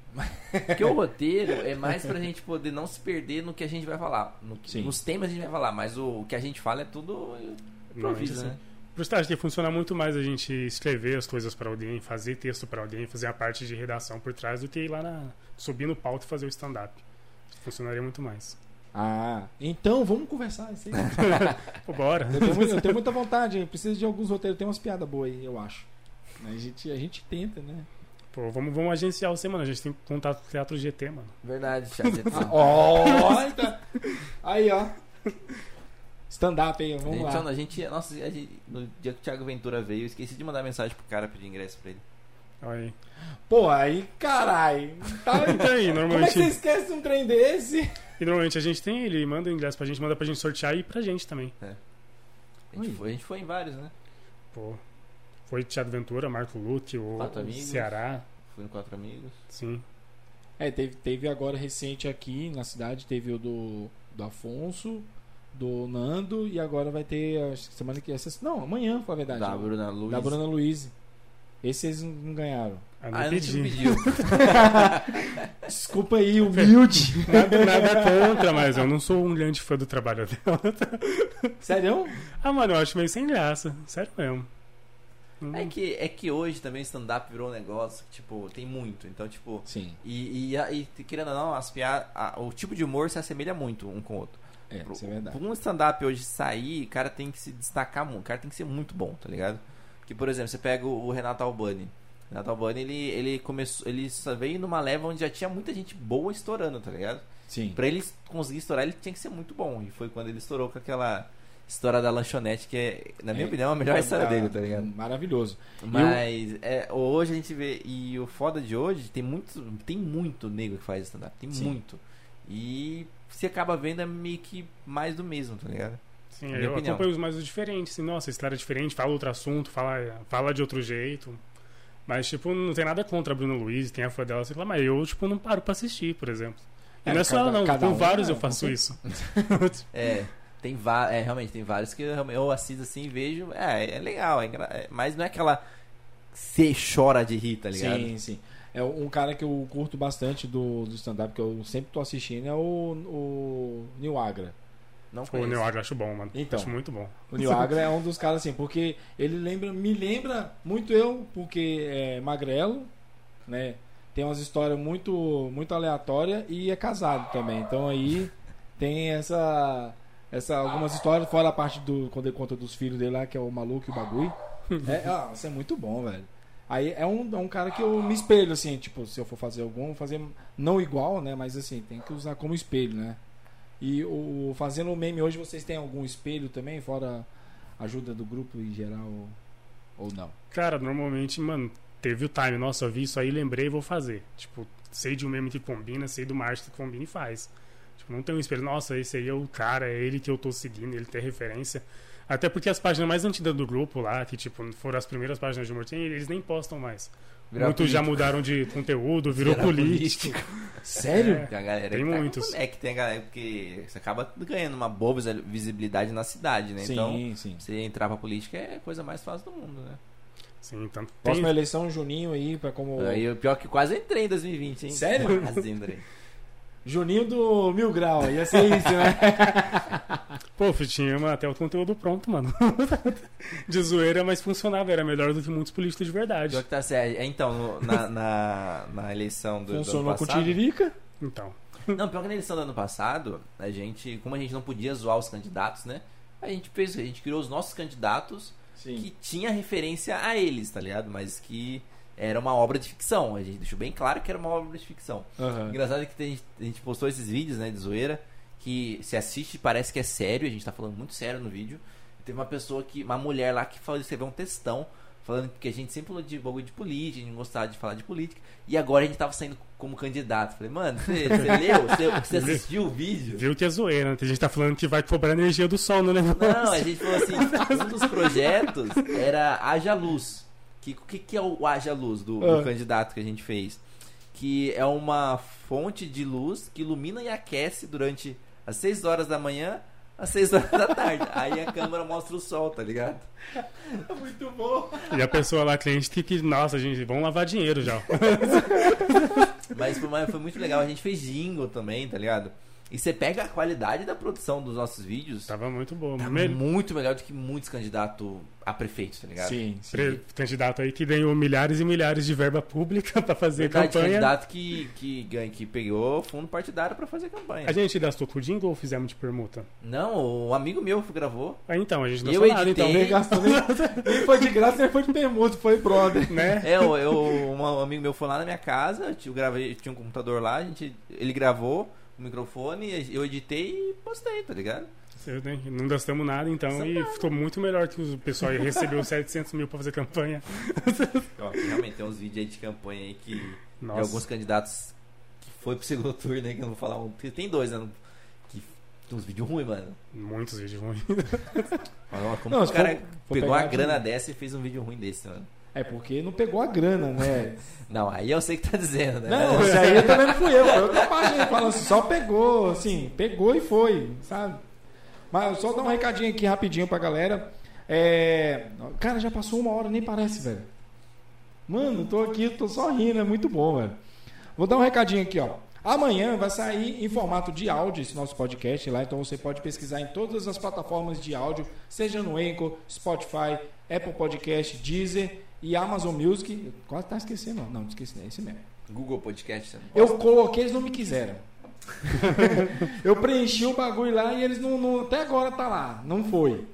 [SPEAKER 2] Porque o roteiro é mais pra gente poder não se perder no que a gente vai falar. No que-
[SPEAKER 1] Sim.
[SPEAKER 2] nos temas a gente vai falar, mas o, o que a gente fala é tudo improviso,
[SPEAKER 3] Não, é
[SPEAKER 2] né?
[SPEAKER 3] Pro estágio que funciona muito mais a gente escrever as coisas pra alguém, fazer texto pra alguém, fazer a parte de redação por trás do que ir lá na, subir no palco e fazer o stand-up. Funcionaria muito mais.
[SPEAKER 1] Ah, então vamos conversar. isso aí.
[SPEAKER 3] Pô, bora.
[SPEAKER 1] Eu tenho, muito- eu tenho muita vontade, eu preciso de alguns roteiros, tem umas piadas boas aí, eu acho. A gente, a gente tenta, né?
[SPEAKER 3] Pô, vamos, vamos agenciar você, mano. A gente tem contato com o Teatro GT, mano.
[SPEAKER 2] Verdade, Thiago. tá
[SPEAKER 1] Ah, Ó, então. Aí, ó. Stand-up aí, vamos
[SPEAKER 2] gente,
[SPEAKER 1] lá.
[SPEAKER 2] Ana, a gente, nossa, a gente- no dia que o Thiago Ventura veio, eu esqueci de mandar mensagem pro cara pedir ingresso pra ele.
[SPEAKER 3] Olha aí.
[SPEAKER 1] Pô, aí, carai. Tá...
[SPEAKER 3] Então aí,
[SPEAKER 1] Como é que
[SPEAKER 3] normalmente.
[SPEAKER 1] você esquece um trem desse?
[SPEAKER 3] E normalmente a gente tem ele, manda o ingresso pra gente, manda pra gente sortear e pra gente também.
[SPEAKER 2] A gente,
[SPEAKER 1] Oi.
[SPEAKER 2] foi, a gente foi em vários, né?
[SPEAKER 3] Pô. Foi Thiago Ventura, Marco Luque, o
[SPEAKER 2] Quatro amigos.
[SPEAKER 3] Ceará.
[SPEAKER 2] Fui no Quatro Amigos.
[SPEAKER 3] Sim.
[SPEAKER 1] É, teve, teve agora recente aqui na cidade, teve o do, do Afonso, do Nando, e agora vai ter, acho que semana que essa. Não, amanhã, pra verdade.
[SPEAKER 2] Da Bruna Luz.
[SPEAKER 1] Da Bruna Luiz. Esse vocês não- não ganharam.
[SPEAKER 3] Ah, não
[SPEAKER 2] Ah, a gente
[SPEAKER 3] pedi.
[SPEAKER 2] não pediu.
[SPEAKER 1] Desculpa aí, humilde.
[SPEAKER 3] Nada, nada contra, mas eu não sou um grande fã do trabalho dela.
[SPEAKER 1] Sério?
[SPEAKER 3] Ah, mano, eu acho meio sem graça. Sério mesmo. Hum.
[SPEAKER 2] é, que, é que hoje também stand-up virou um negócio que, tipo, tem muito. Então, tipo,
[SPEAKER 1] Sim.
[SPEAKER 2] e, e, a- e, querendo ou não, as piadas, a- o tipo de humor se assemelha muito um com o outro.
[SPEAKER 1] É,
[SPEAKER 2] Pro-
[SPEAKER 1] isso é verdade.
[SPEAKER 2] Pra um stand-up hoje sair, o cara tem que se destacar muito. O cara tem que ser muito bom, tá ligado? Que, por exemplo, você pega o o Renato Albani. O Renato Albani, ele, ele começou. Ele só veio numa leva onde já tinha muita gente boa estourando, tá ligado?
[SPEAKER 1] Sim.
[SPEAKER 2] Pra ele conseguir estourar, ele tinha que ser muito bom. E foi quando ele estourou com aquela história da lanchonete, que é, na minha
[SPEAKER 1] É,
[SPEAKER 2] opinião, a melhor história dele, tá ligado?
[SPEAKER 1] Maravilhoso.
[SPEAKER 2] Mas é, hoje a gente vê. E o foda de hoje, tem muito, tem muito negro que faz stand-up. Tem
[SPEAKER 1] Sim.
[SPEAKER 2] muito. E você acaba vendo é meio que mais do mesmo, tá ligado?
[SPEAKER 3] Sim,
[SPEAKER 2] Minha
[SPEAKER 3] eu
[SPEAKER 2] opinião.
[SPEAKER 3] acompanho os mais os diferentes. Assim, nossa, esse cara é diferente, fala outro assunto, fala, fala de outro jeito. Mas, tipo, não tem nada contra a Bruna Luiz, tem a fã dela, sei lá, mas eu, tipo, não paro pra assistir, por exemplo. E
[SPEAKER 1] É,
[SPEAKER 3] não é só
[SPEAKER 1] cada-
[SPEAKER 3] ela, não.
[SPEAKER 1] cada
[SPEAKER 3] Com
[SPEAKER 1] um,
[SPEAKER 3] vários
[SPEAKER 1] né?
[SPEAKER 3] eu faço isso.
[SPEAKER 2] É, tem va é, realmente, tem vários que eu, realme- eu assisto assim e vejo. É, é legal, é engra- é, mas não é aquela. Você chora de rir, tá ligado?
[SPEAKER 1] Sim, sim. É um cara que eu curto bastante do, do stand-up, que eu sempre tô assistindo, é o, o Neil Agra.
[SPEAKER 2] Não
[SPEAKER 3] Pô, O
[SPEAKER 2] conheço.
[SPEAKER 3] Neil Agra eu acho bom, mano.
[SPEAKER 1] Então.
[SPEAKER 3] Acho muito bom.
[SPEAKER 1] O Neil Agra é um dos caras, assim, porque ele lembra, me lembra muito eu, porque é magrelo, né? Tem umas histórias muito, muito aleatórias e é casado também. Então aí tem essa. Essa, algumas histórias, fora a parte do. Quando ele conta dos filhos dele lá, que é o maluco e o bagulho. É, ah, isso é muito bom, velho. Aí é um, é um cara que eu me espelho, assim, tipo, se eu for fazer algum, vou fazer não igual, né? Mas assim, tem que usar como espelho, né? E o fazendo o meme hoje, vocês têm algum espelho também, fora a ajuda do grupo em geral ou não?
[SPEAKER 3] Cara, normalmente, mano, teve o time, nossa, eu vi isso aí, lembrei, vou fazer. Tipo, sei de um meme que combina, sei do Marte que combina e faz. Tipo, não tem um espelho, nossa, esse aí é o cara, é ele que eu tô seguindo, ele tem referência. Até porque as páginas mais antigas do grupo lá, que tipo, foram as primeiras páginas de humor, tem, eles nem postam mais.
[SPEAKER 2] Virar
[SPEAKER 3] Muitos já
[SPEAKER 2] político.
[SPEAKER 3] mudaram de conteúdo, virou
[SPEAKER 2] Virar
[SPEAKER 3] político.
[SPEAKER 1] Sério?
[SPEAKER 3] É.
[SPEAKER 2] Tem a galera
[SPEAKER 3] Tem
[SPEAKER 2] que tá com
[SPEAKER 3] muitos.
[SPEAKER 2] moleque, tem a galera que você acaba ganhando uma boa visi- visibilidade na cidade, né?
[SPEAKER 1] sim,
[SPEAKER 2] Então,
[SPEAKER 1] sim.
[SPEAKER 2] você entrar pra política é a coisa mais fácil do mundo, né?
[SPEAKER 3] Sim, tanto tem,
[SPEAKER 1] Próxima eleição, Juninho aí, pra como.
[SPEAKER 2] Aí o pior é que quase entrei em 2020, hein?
[SPEAKER 1] Sério?
[SPEAKER 2] Quase entrei.
[SPEAKER 1] Juninho do Mil Grau, ia ser isso, né?
[SPEAKER 3] Pô, tinha mano, até o conteúdo pronto, mano. de zoeira, mas funcionava. Era melhor do que muitos políticos de
[SPEAKER 2] Pior
[SPEAKER 3] verdade.
[SPEAKER 2] que tá certo. É, Então, no- na, na, na eleição do, do ano
[SPEAKER 1] Funcionou com o
[SPEAKER 2] passado.
[SPEAKER 1] Tiririca.
[SPEAKER 3] Então,
[SPEAKER 2] Não, pior que na eleição do ano passado, a gente, como a gente não podia zoar os candidatos, né? A gente fez, a gente criou os nossos candidatos que
[SPEAKER 1] Sim.
[SPEAKER 2] tinha referência a eles, tá ligado? Mas que era uma obra de ficção. A gente deixou bem claro que era uma obra de ficção. O
[SPEAKER 1] Aham.
[SPEAKER 2] Engraçado é que tem- a gente postou esses vídeos, né, de zoeira, que se assiste e parece que é sério, a gente tá falando muito sério no vídeo. Teve uma pessoa que, uma mulher lá que falou, escreveu um textão falando que a gente sempre falou de bagulho de política, a gente não gostava de falar de política, e agora a gente tava saindo como candidato. Falei, mano, você você leu? Você- Você assistiu o vídeo?
[SPEAKER 3] viu que é zoeira, né? A gente tá falando que vai cobrar energia do né? sol no negócio.
[SPEAKER 2] Não, a gente falou assim, um dos projetos era Haja Luz. Que, que, que é o Haja Luz do, do
[SPEAKER 1] Ah.
[SPEAKER 2] candidato que a gente fez? Que é uma fonte de luz que ilumina e aquece durante as 6 horas da manhã às 6 horas da tarde. Aí a câmera mostra o sol, tá ligado? Muito bom.
[SPEAKER 3] E a pessoa lá, cliente, que, que nossa, gente, vamos lavar dinheiro já.
[SPEAKER 2] Mas foi, mas foi muito legal. A gente fez jingle também, tá ligado? E você pega a qualidade da produção dos nossos vídeos. Tá,
[SPEAKER 3] Tava muito bom. Mel-
[SPEAKER 2] muito melhor do que muitos candidatos a prefeito, tá ligado?
[SPEAKER 1] Sim, sim.
[SPEAKER 3] pre- Candidato aí que ganhou milhares e milhares de verba pública pra fazer
[SPEAKER 2] Verdade,
[SPEAKER 3] campanha.
[SPEAKER 2] candidato que, que, ganha- que pegou fundo partidário pra fazer campanha.
[SPEAKER 3] A gente gastou com o jingle ou fizemos de permuta?
[SPEAKER 2] Não, um amigo meu gravou.
[SPEAKER 3] Ah, então, a gente não
[SPEAKER 2] Eu
[SPEAKER 3] gastou nada,
[SPEAKER 2] editei.
[SPEAKER 3] então.
[SPEAKER 1] Nem gastou, nem, nem foi de graça, nem foi de permuta, foi brother.
[SPEAKER 3] Né?
[SPEAKER 2] É, eu, eu- um amigo meu foi lá na minha casa, eu tinha- eu gravei, tinha um computador lá, a gente, ele gravou o microfone, eu editei e postei, tá ligado?
[SPEAKER 3] Eu, né, Não gastamos nada, então, e ficou muito melhor que o pessoal aí recebeu 700 mil pra fazer campanha.
[SPEAKER 2] Ó, realmente tem uns vídeos aí de campanha aí que. De
[SPEAKER 3] Nossa.
[SPEAKER 2] alguns candidatos que foi pro segundo turno aí, que eu não vou falar um. porque Tem dois, né? Que, tem uns vídeos ruins, mano.
[SPEAKER 3] Muitos vídeos ruins.
[SPEAKER 2] Mas, ó, como
[SPEAKER 1] Não,
[SPEAKER 2] que o
[SPEAKER 1] se
[SPEAKER 2] cara
[SPEAKER 1] for- for
[SPEAKER 2] pegou
[SPEAKER 1] pegar
[SPEAKER 3] né?
[SPEAKER 2] uma
[SPEAKER 1] de-
[SPEAKER 2] grana dessa e fez um vídeo ruim desse, mano.
[SPEAKER 1] É porque não pegou a grana, né?
[SPEAKER 2] Não, aí eu sei o que tá dizendo, né?
[SPEAKER 3] é.
[SPEAKER 1] Não, isso aí eu também não fui eu, foi outra página falando assim, só pegou, assim, pegou e foi, sabe? Mas só dar um recadinho aqui rapidinho pra galera. É... Cara, já passou uma hora, nem parece, velho. Mano, tô aqui, tô só rindo, é muito bom, velho. Vou dar um recadinho aqui, ó. Amanhã vai sair em formato de áudio esse nosso podcast lá, então você pode pesquisar em todas as plataformas de áudio, seja no Anchor, Spotify, Apple Podcast, Deezer e Amazon Music. Eu Quase tá esquecendo, não, não esqueci, é esse mesmo.
[SPEAKER 2] Google Podcast também.
[SPEAKER 1] Eu coloquei, eles não me quiseram. eu preenchi o bagulho lá e eles não, não- Até agora tá lá, não foi.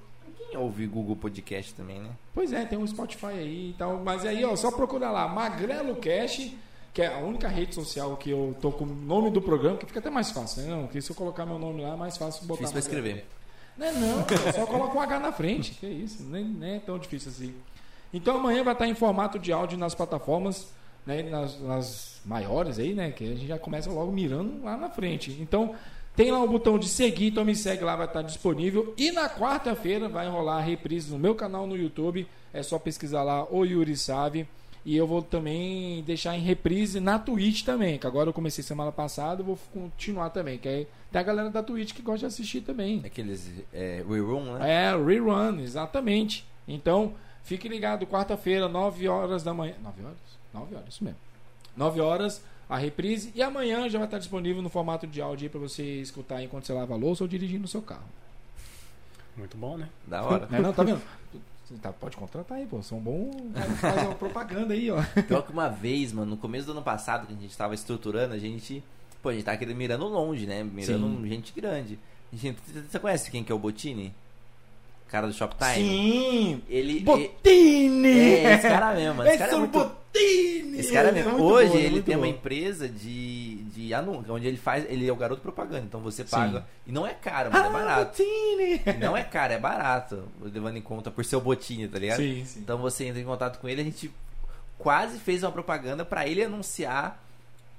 [SPEAKER 2] Quem ouve Google Podcast também, né?
[SPEAKER 1] Pois é, tem um Spotify aí e tal. Mas aí, ó, só procura lá, Magrelo Cash, que é a única rede social que eu tô com o nome do programa, que fica até mais fácil, né? Não, porque se eu colocar meu nome lá é mais fácil botar.
[SPEAKER 2] Difícil pra
[SPEAKER 1] Magrelo.
[SPEAKER 2] escrever.
[SPEAKER 1] Não, é não, eu só coloca um H na frente. Que isso, nem, nem é tão difícil assim. Então amanhã vai estar em formato de áudio nas plataformas, né, nas, nas maiores aí, né? Que a gente já começa logo mirando lá na frente. Então tem lá o botão de seguir, então me segue lá, vai estar disponível. E na quarta-feira vai rolar a reprise no meu canal no YouTube. É só pesquisar lá o Yuri Save. E eu vou também deixar em reprise na Twitch também, que agora eu comecei semana passada, eu vou continuar também, que aí tem a galera da Twitch que gosta de assistir também.
[SPEAKER 2] Aqueles é, rerun, né?
[SPEAKER 1] É, rerun, exatamente. Então, fique ligado, quarta-feira, 9 horas da manhã. 9 horas? 9 horas, isso mesmo. 9 horas, a reprise. E amanhã já vai estar disponível no formato de áudio para você escutar enquanto você lava a louça ou dirigindo o seu carro.
[SPEAKER 3] Muito bom, né?
[SPEAKER 2] Da hora.
[SPEAKER 1] Não, é não, tá vendo? Tá, pode contratar aí, pô. São bom. Faz uma propaganda aí, ó.
[SPEAKER 2] Pior que uma vez, mano, no começo do ano passado, que a gente tava estruturando, a gente. Pô, a gente tava querendo mirando longe, né? Mirando
[SPEAKER 1] Sim.
[SPEAKER 2] gente grande. A gente- Você conhece quem que é o Botini? cara do Shoptime.
[SPEAKER 1] Sim!
[SPEAKER 2] Ele.
[SPEAKER 1] Botini!
[SPEAKER 2] É, é esse cara mesmo. Esse cara é
[SPEAKER 1] Edson
[SPEAKER 2] muito
[SPEAKER 1] Botini!
[SPEAKER 2] Esse cara
[SPEAKER 1] Ele é
[SPEAKER 2] mesmo.
[SPEAKER 1] muito
[SPEAKER 2] Hoje
[SPEAKER 1] bom,
[SPEAKER 2] ele
[SPEAKER 1] muito
[SPEAKER 2] tem uma
[SPEAKER 1] bom.
[SPEAKER 2] empresa de, de anúncio, onde ele faz. Ele é o garoto propaganda, então você
[SPEAKER 1] Sim.
[SPEAKER 2] paga. E não é caro, mas
[SPEAKER 1] Ah,
[SPEAKER 2] é barato.
[SPEAKER 1] Botini!
[SPEAKER 2] E não é caro, é barato. Levando em conta por seu botinho, tá ligado?
[SPEAKER 1] Sim, sim.
[SPEAKER 2] Então você entra em contato com ele, a gente quase fez uma propaganda pra ele anunciar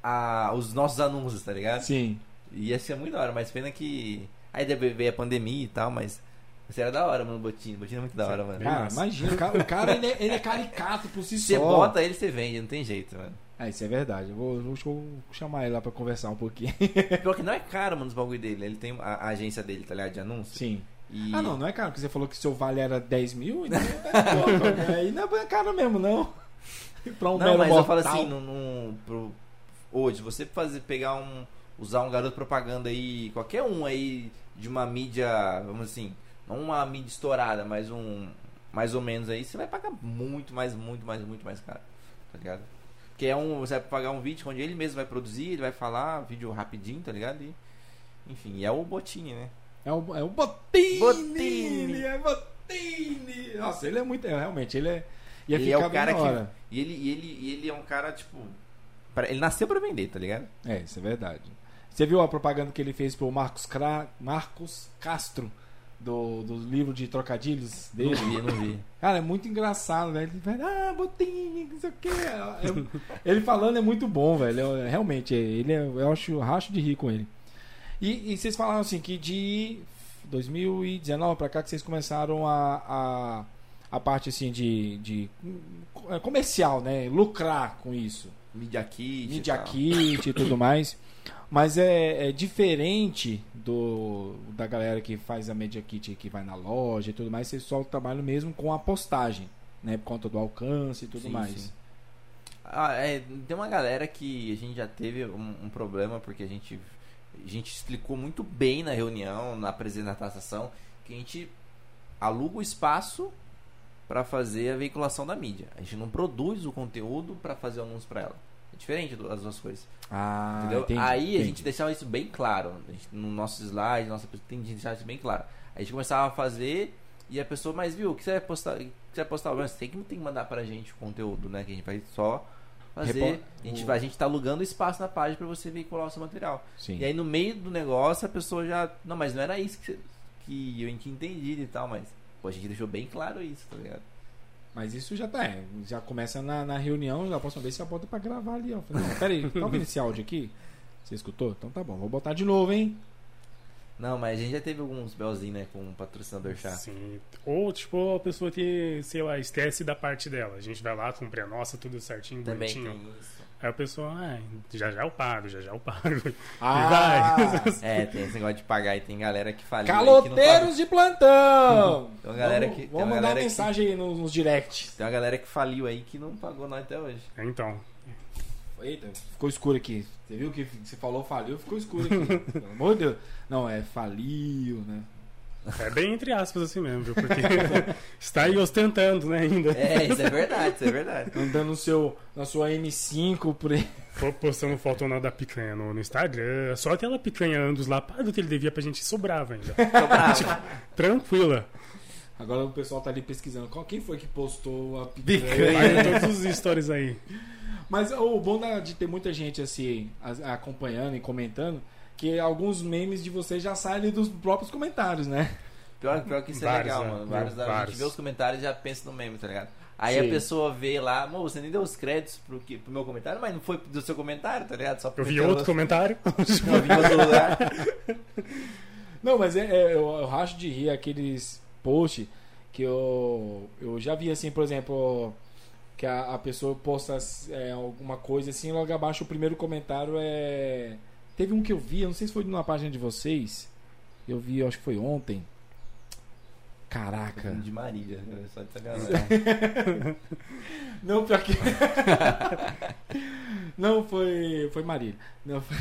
[SPEAKER 2] a- os nossos anúncios, tá ligado?
[SPEAKER 1] Sim.
[SPEAKER 2] E ia ser muito da hora, mas pena que. Aí deve- veio a pandemia e tal, mas. Mas era da hora, mano, o Botinho. O Botinho é muito da hora, mano.
[SPEAKER 3] Bem
[SPEAKER 1] Cara,
[SPEAKER 3] massa.
[SPEAKER 1] imagina, o cara, o cara, ele, é, ele é caricato por si
[SPEAKER 2] Você
[SPEAKER 1] só.
[SPEAKER 2] bota ele, você vende, não tem jeito, mano.
[SPEAKER 1] É, isso é verdade. Eu vou, vou- vou chamar ele lá pra conversar um pouquinho.
[SPEAKER 2] Pior que não é caro, mano, os bagulho dele. Ele tem a, a agência dele, tá ligado? De anúncio.
[SPEAKER 1] Sim.
[SPEAKER 2] E-
[SPEAKER 1] Ah, não, não é caro, porque você falou que seu vale era 10 mil, então tá de boa, cara. Aí não é caro mesmo, não. Pra um
[SPEAKER 2] Não,
[SPEAKER 1] mero
[SPEAKER 2] mas eu
[SPEAKER 1] mortal.
[SPEAKER 2] falo assim, num, num- pro- hoje, você fazer, pegar um. Usar um garoto propaganda aí, qualquer um aí, de uma mídia, vamos assim, não uma mídia estourada, mas um. Mais ou menos aí, você vai pagar muito, mais, muito, mais, muito mais caro. Tá ligado? Porque é um. Você vai pagar um vídeo onde ele mesmo vai produzir, ele vai falar, vídeo rapidinho, tá ligado? E, enfim, e é o botinho, né?
[SPEAKER 1] É o, é o Botini!
[SPEAKER 2] Botini.
[SPEAKER 1] É Botini! Nossa, ele é muito. é, realmente, ele é. Ia
[SPEAKER 2] Ele é
[SPEAKER 1] ficar
[SPEAKER 2] o cara
[SPEAKER 1] bem na
[SPEAKER 2] que-
[SPEAKER 1] hora.
[SPEAKER 2] E ele, e ele, e ele é um cara, tipo. pra- Ele nasceu pra vender, tá ligado?
[SPEAKER 1] É, isso é verdade. Você viu a propaganda que ele fez pro Marcos, Cra... Marcos Castro, do, do livro de trocadilhos
[SPEAKER 2] Não
[SPEAKER 1] dele?
[SPEAKER 2] vi, não vi.
[SPEAKER 1] Cara, é muito engraçado, velho. Ele vai, ah, Botini, não sei o quê. Eu- ele falando é muito bom, velho. Eu- realmente, ele é- eu acho racho de rir com ele. E, e vocês falaram assim que de 2019 pra cá que vocês começaram a, a, a parte assim de, de é, comercial, né? Lucrar com isso.
[SPEAKER 2] Media Kit. e
[SPEAKER 1] Media
[SPEAKER 2] tal.
[SPEAKER 1] kit e tudo mais. Mas é, é diferente do da galera que faz a media kit que vai na loja e tudo mais. Vocês só trabalham mesmo com a postagem, né? Por conta do alcance e tudo
[SPEAKER 2] Sim,
[SPEAKER 1] mais.
[SPEAKER 2] sim. Ah, é, tem uma galera que a gente já teve um, um problema porque a gente, a gente explicou muito bem na reunião, na apresentação, que a gente aluga o espaço para fazer a veiculação da mídia. A gente não produz o conteúdo para fazer anúncio para ela. É diferente do- das duas coisas.
[SPEAKER 1] Ah,
[SPEAKER 2] entendeu?
[SPEAKER 1] entendi,
[SPEAKER 2] Aí a
[SPEAKER 1] entendi.
[SPEAKER 2] gente deixava isso bem claro. A gente, no nosso slide, nossa, tem gente deixava isso bem claro. A gente começava a fazer e a pessoa, mas viu, o que você vai postar? O que você vai postar? Mas tem que, tem que mandar pra gente o conteúdo, né? Que a gente vai só fazer.
[SPEAKER 1] Repo-
[SPEAKER 2] A, gente,
[SPEAKER 1] o-
[SPEAKER 2] vai- a gente tá alugando espaço na página pra você veicular o seu material.
[SPEAKER 1] Sim.
[SPEAKER 2] E aí no meio do negócio a pessoa já. Não, mas não era isso que, você- que eu tinha entendido e tal, mas. Pô, a gente deixou bem claro isso, tá ligado?
[SPEAKER 1] Mas isso já tá, é, já começa na, na reunião, já próxima vez você bota pra gravar ali, ó. Falei, Não, peraí, tá ouvindo esse áudio aqui? Você escutou? Então tá bom, vou botar de novo, hein?
[SPEAKER 2] Não, mas a gente já teve alguns belzinhos, né, com o patrocinador chato.
[SPEAKER 3] Sim. Ou, tipo, a pessoa que, sei lá, esquece da parte dela. A gente vai lá, compra a nossa, tudo certinho,
[SPEAKER 2] Também
[SPEAKER 3] bonitinho.
[SPEAKER 2] tem isso.
[SPEAKER 3] Aí a pessoa, ah, já já eu pago, já já eu pago.
[SPEAKER 1] Ah!
[SPEAKER 2] É, tem esse negócio de pagar e tem galera que fala.
[SPEAKER 1] Caloteiros de plantão!
[SPEAKER 2] Tem uma galera
[SPEAKER 1] vamos
[SPEAKER 2] que- tem
[SPEAKER 1] vamos mandar
[SPEAKER 2] uma galera
[SPEAKER 1] uma
[SPEAKER 2] que-
[SPEAKER 1] mensagem aí nos, nos direct.
[SPEAKER 2] Tem uma galera que faliu aí que não pagou nós até hoje.
[SPEAKER 3] Então,
[SPEAKER 1] Eita, ficou escuro aqui. Você viu que você falou faliu, ficou escuro aqui. Pelo amor de Deus. Não, é faliu, né?
[SPEAKER 3] é bem entre aspas assim mesmo, viu? Porque está aí ostentando, né, ainda.
[SPEAKER 2] É, isso é verdade, isso é verdade.
[SPEAKER 1] Andando no seu, na sua M5 por aí.
[SPEAKER 3] Pô, Postando foto na- da picanha no, no Instagram. Só aquela picanha Andos lá, pago que ele devia pra gente sobrava ainda.
[SPEAKER 2] Tô
[SPEAKER 3] Tipo,
[SPEAKER 2] bravo.
[SPEAKER 3] Tranquila.
[SPEAKER 1] Agora o pessoal tá ali pesquisando. Qual, quem foi que postou a
[SPEAKER 2] Picanha.
[SPEAKER 3] Paga todos os stories aí.
[SPEAKER 1] Mas ô, o bom da- de ter muita gente assim as- acompanhando e comentando, que alguns memes de vocês já saem ali dos próprios comentários, né?
[SPEAKER 2] Pior, pior que isso é
[SPEAKER 3] Vários,
[SPEAKER 2] legal,
[SPEAKER 3] né?
[SPEAKER 2] mano. Vários, A gente
[SPEAKER 3] Vários.
[SPEAKER 2] vê os comentários e já pensa no meme, tá ligado? Aí
[SPEAKER 1] Sim.
[SPEAKER 2] a pessoa vê lá, "Mô, você nem deu os créditos pro, que, pro meu comentário, mas não foi do seu comentário, tá ligado? Só
[SPEAKER 3] Eu vi
[SPEAKER 2] porque
[SPEAKER 3] outro comentário.
[SPEAKER 2] Não, eu vi outro lugar.
[SPEAKER 1] Não, mas é, é- eu, eu racho de rir aqueles posts que eu, eu já vi assim, por exemplo, que a, a pessoa posta é, alguma coisa assim, logo abaixo o primeiro comentário é. Teve um que eu vi, eu não sei se foi numa página de vocês. Eu vi, eu acho que foi ontem. Caraca.
[SPEAKER 2] De Marília, né? só de sacanagem.
[SPEAKER 3] É.
[SPEAKER 1] Não, pior que. não, foi. Foi Marília. Não, foi-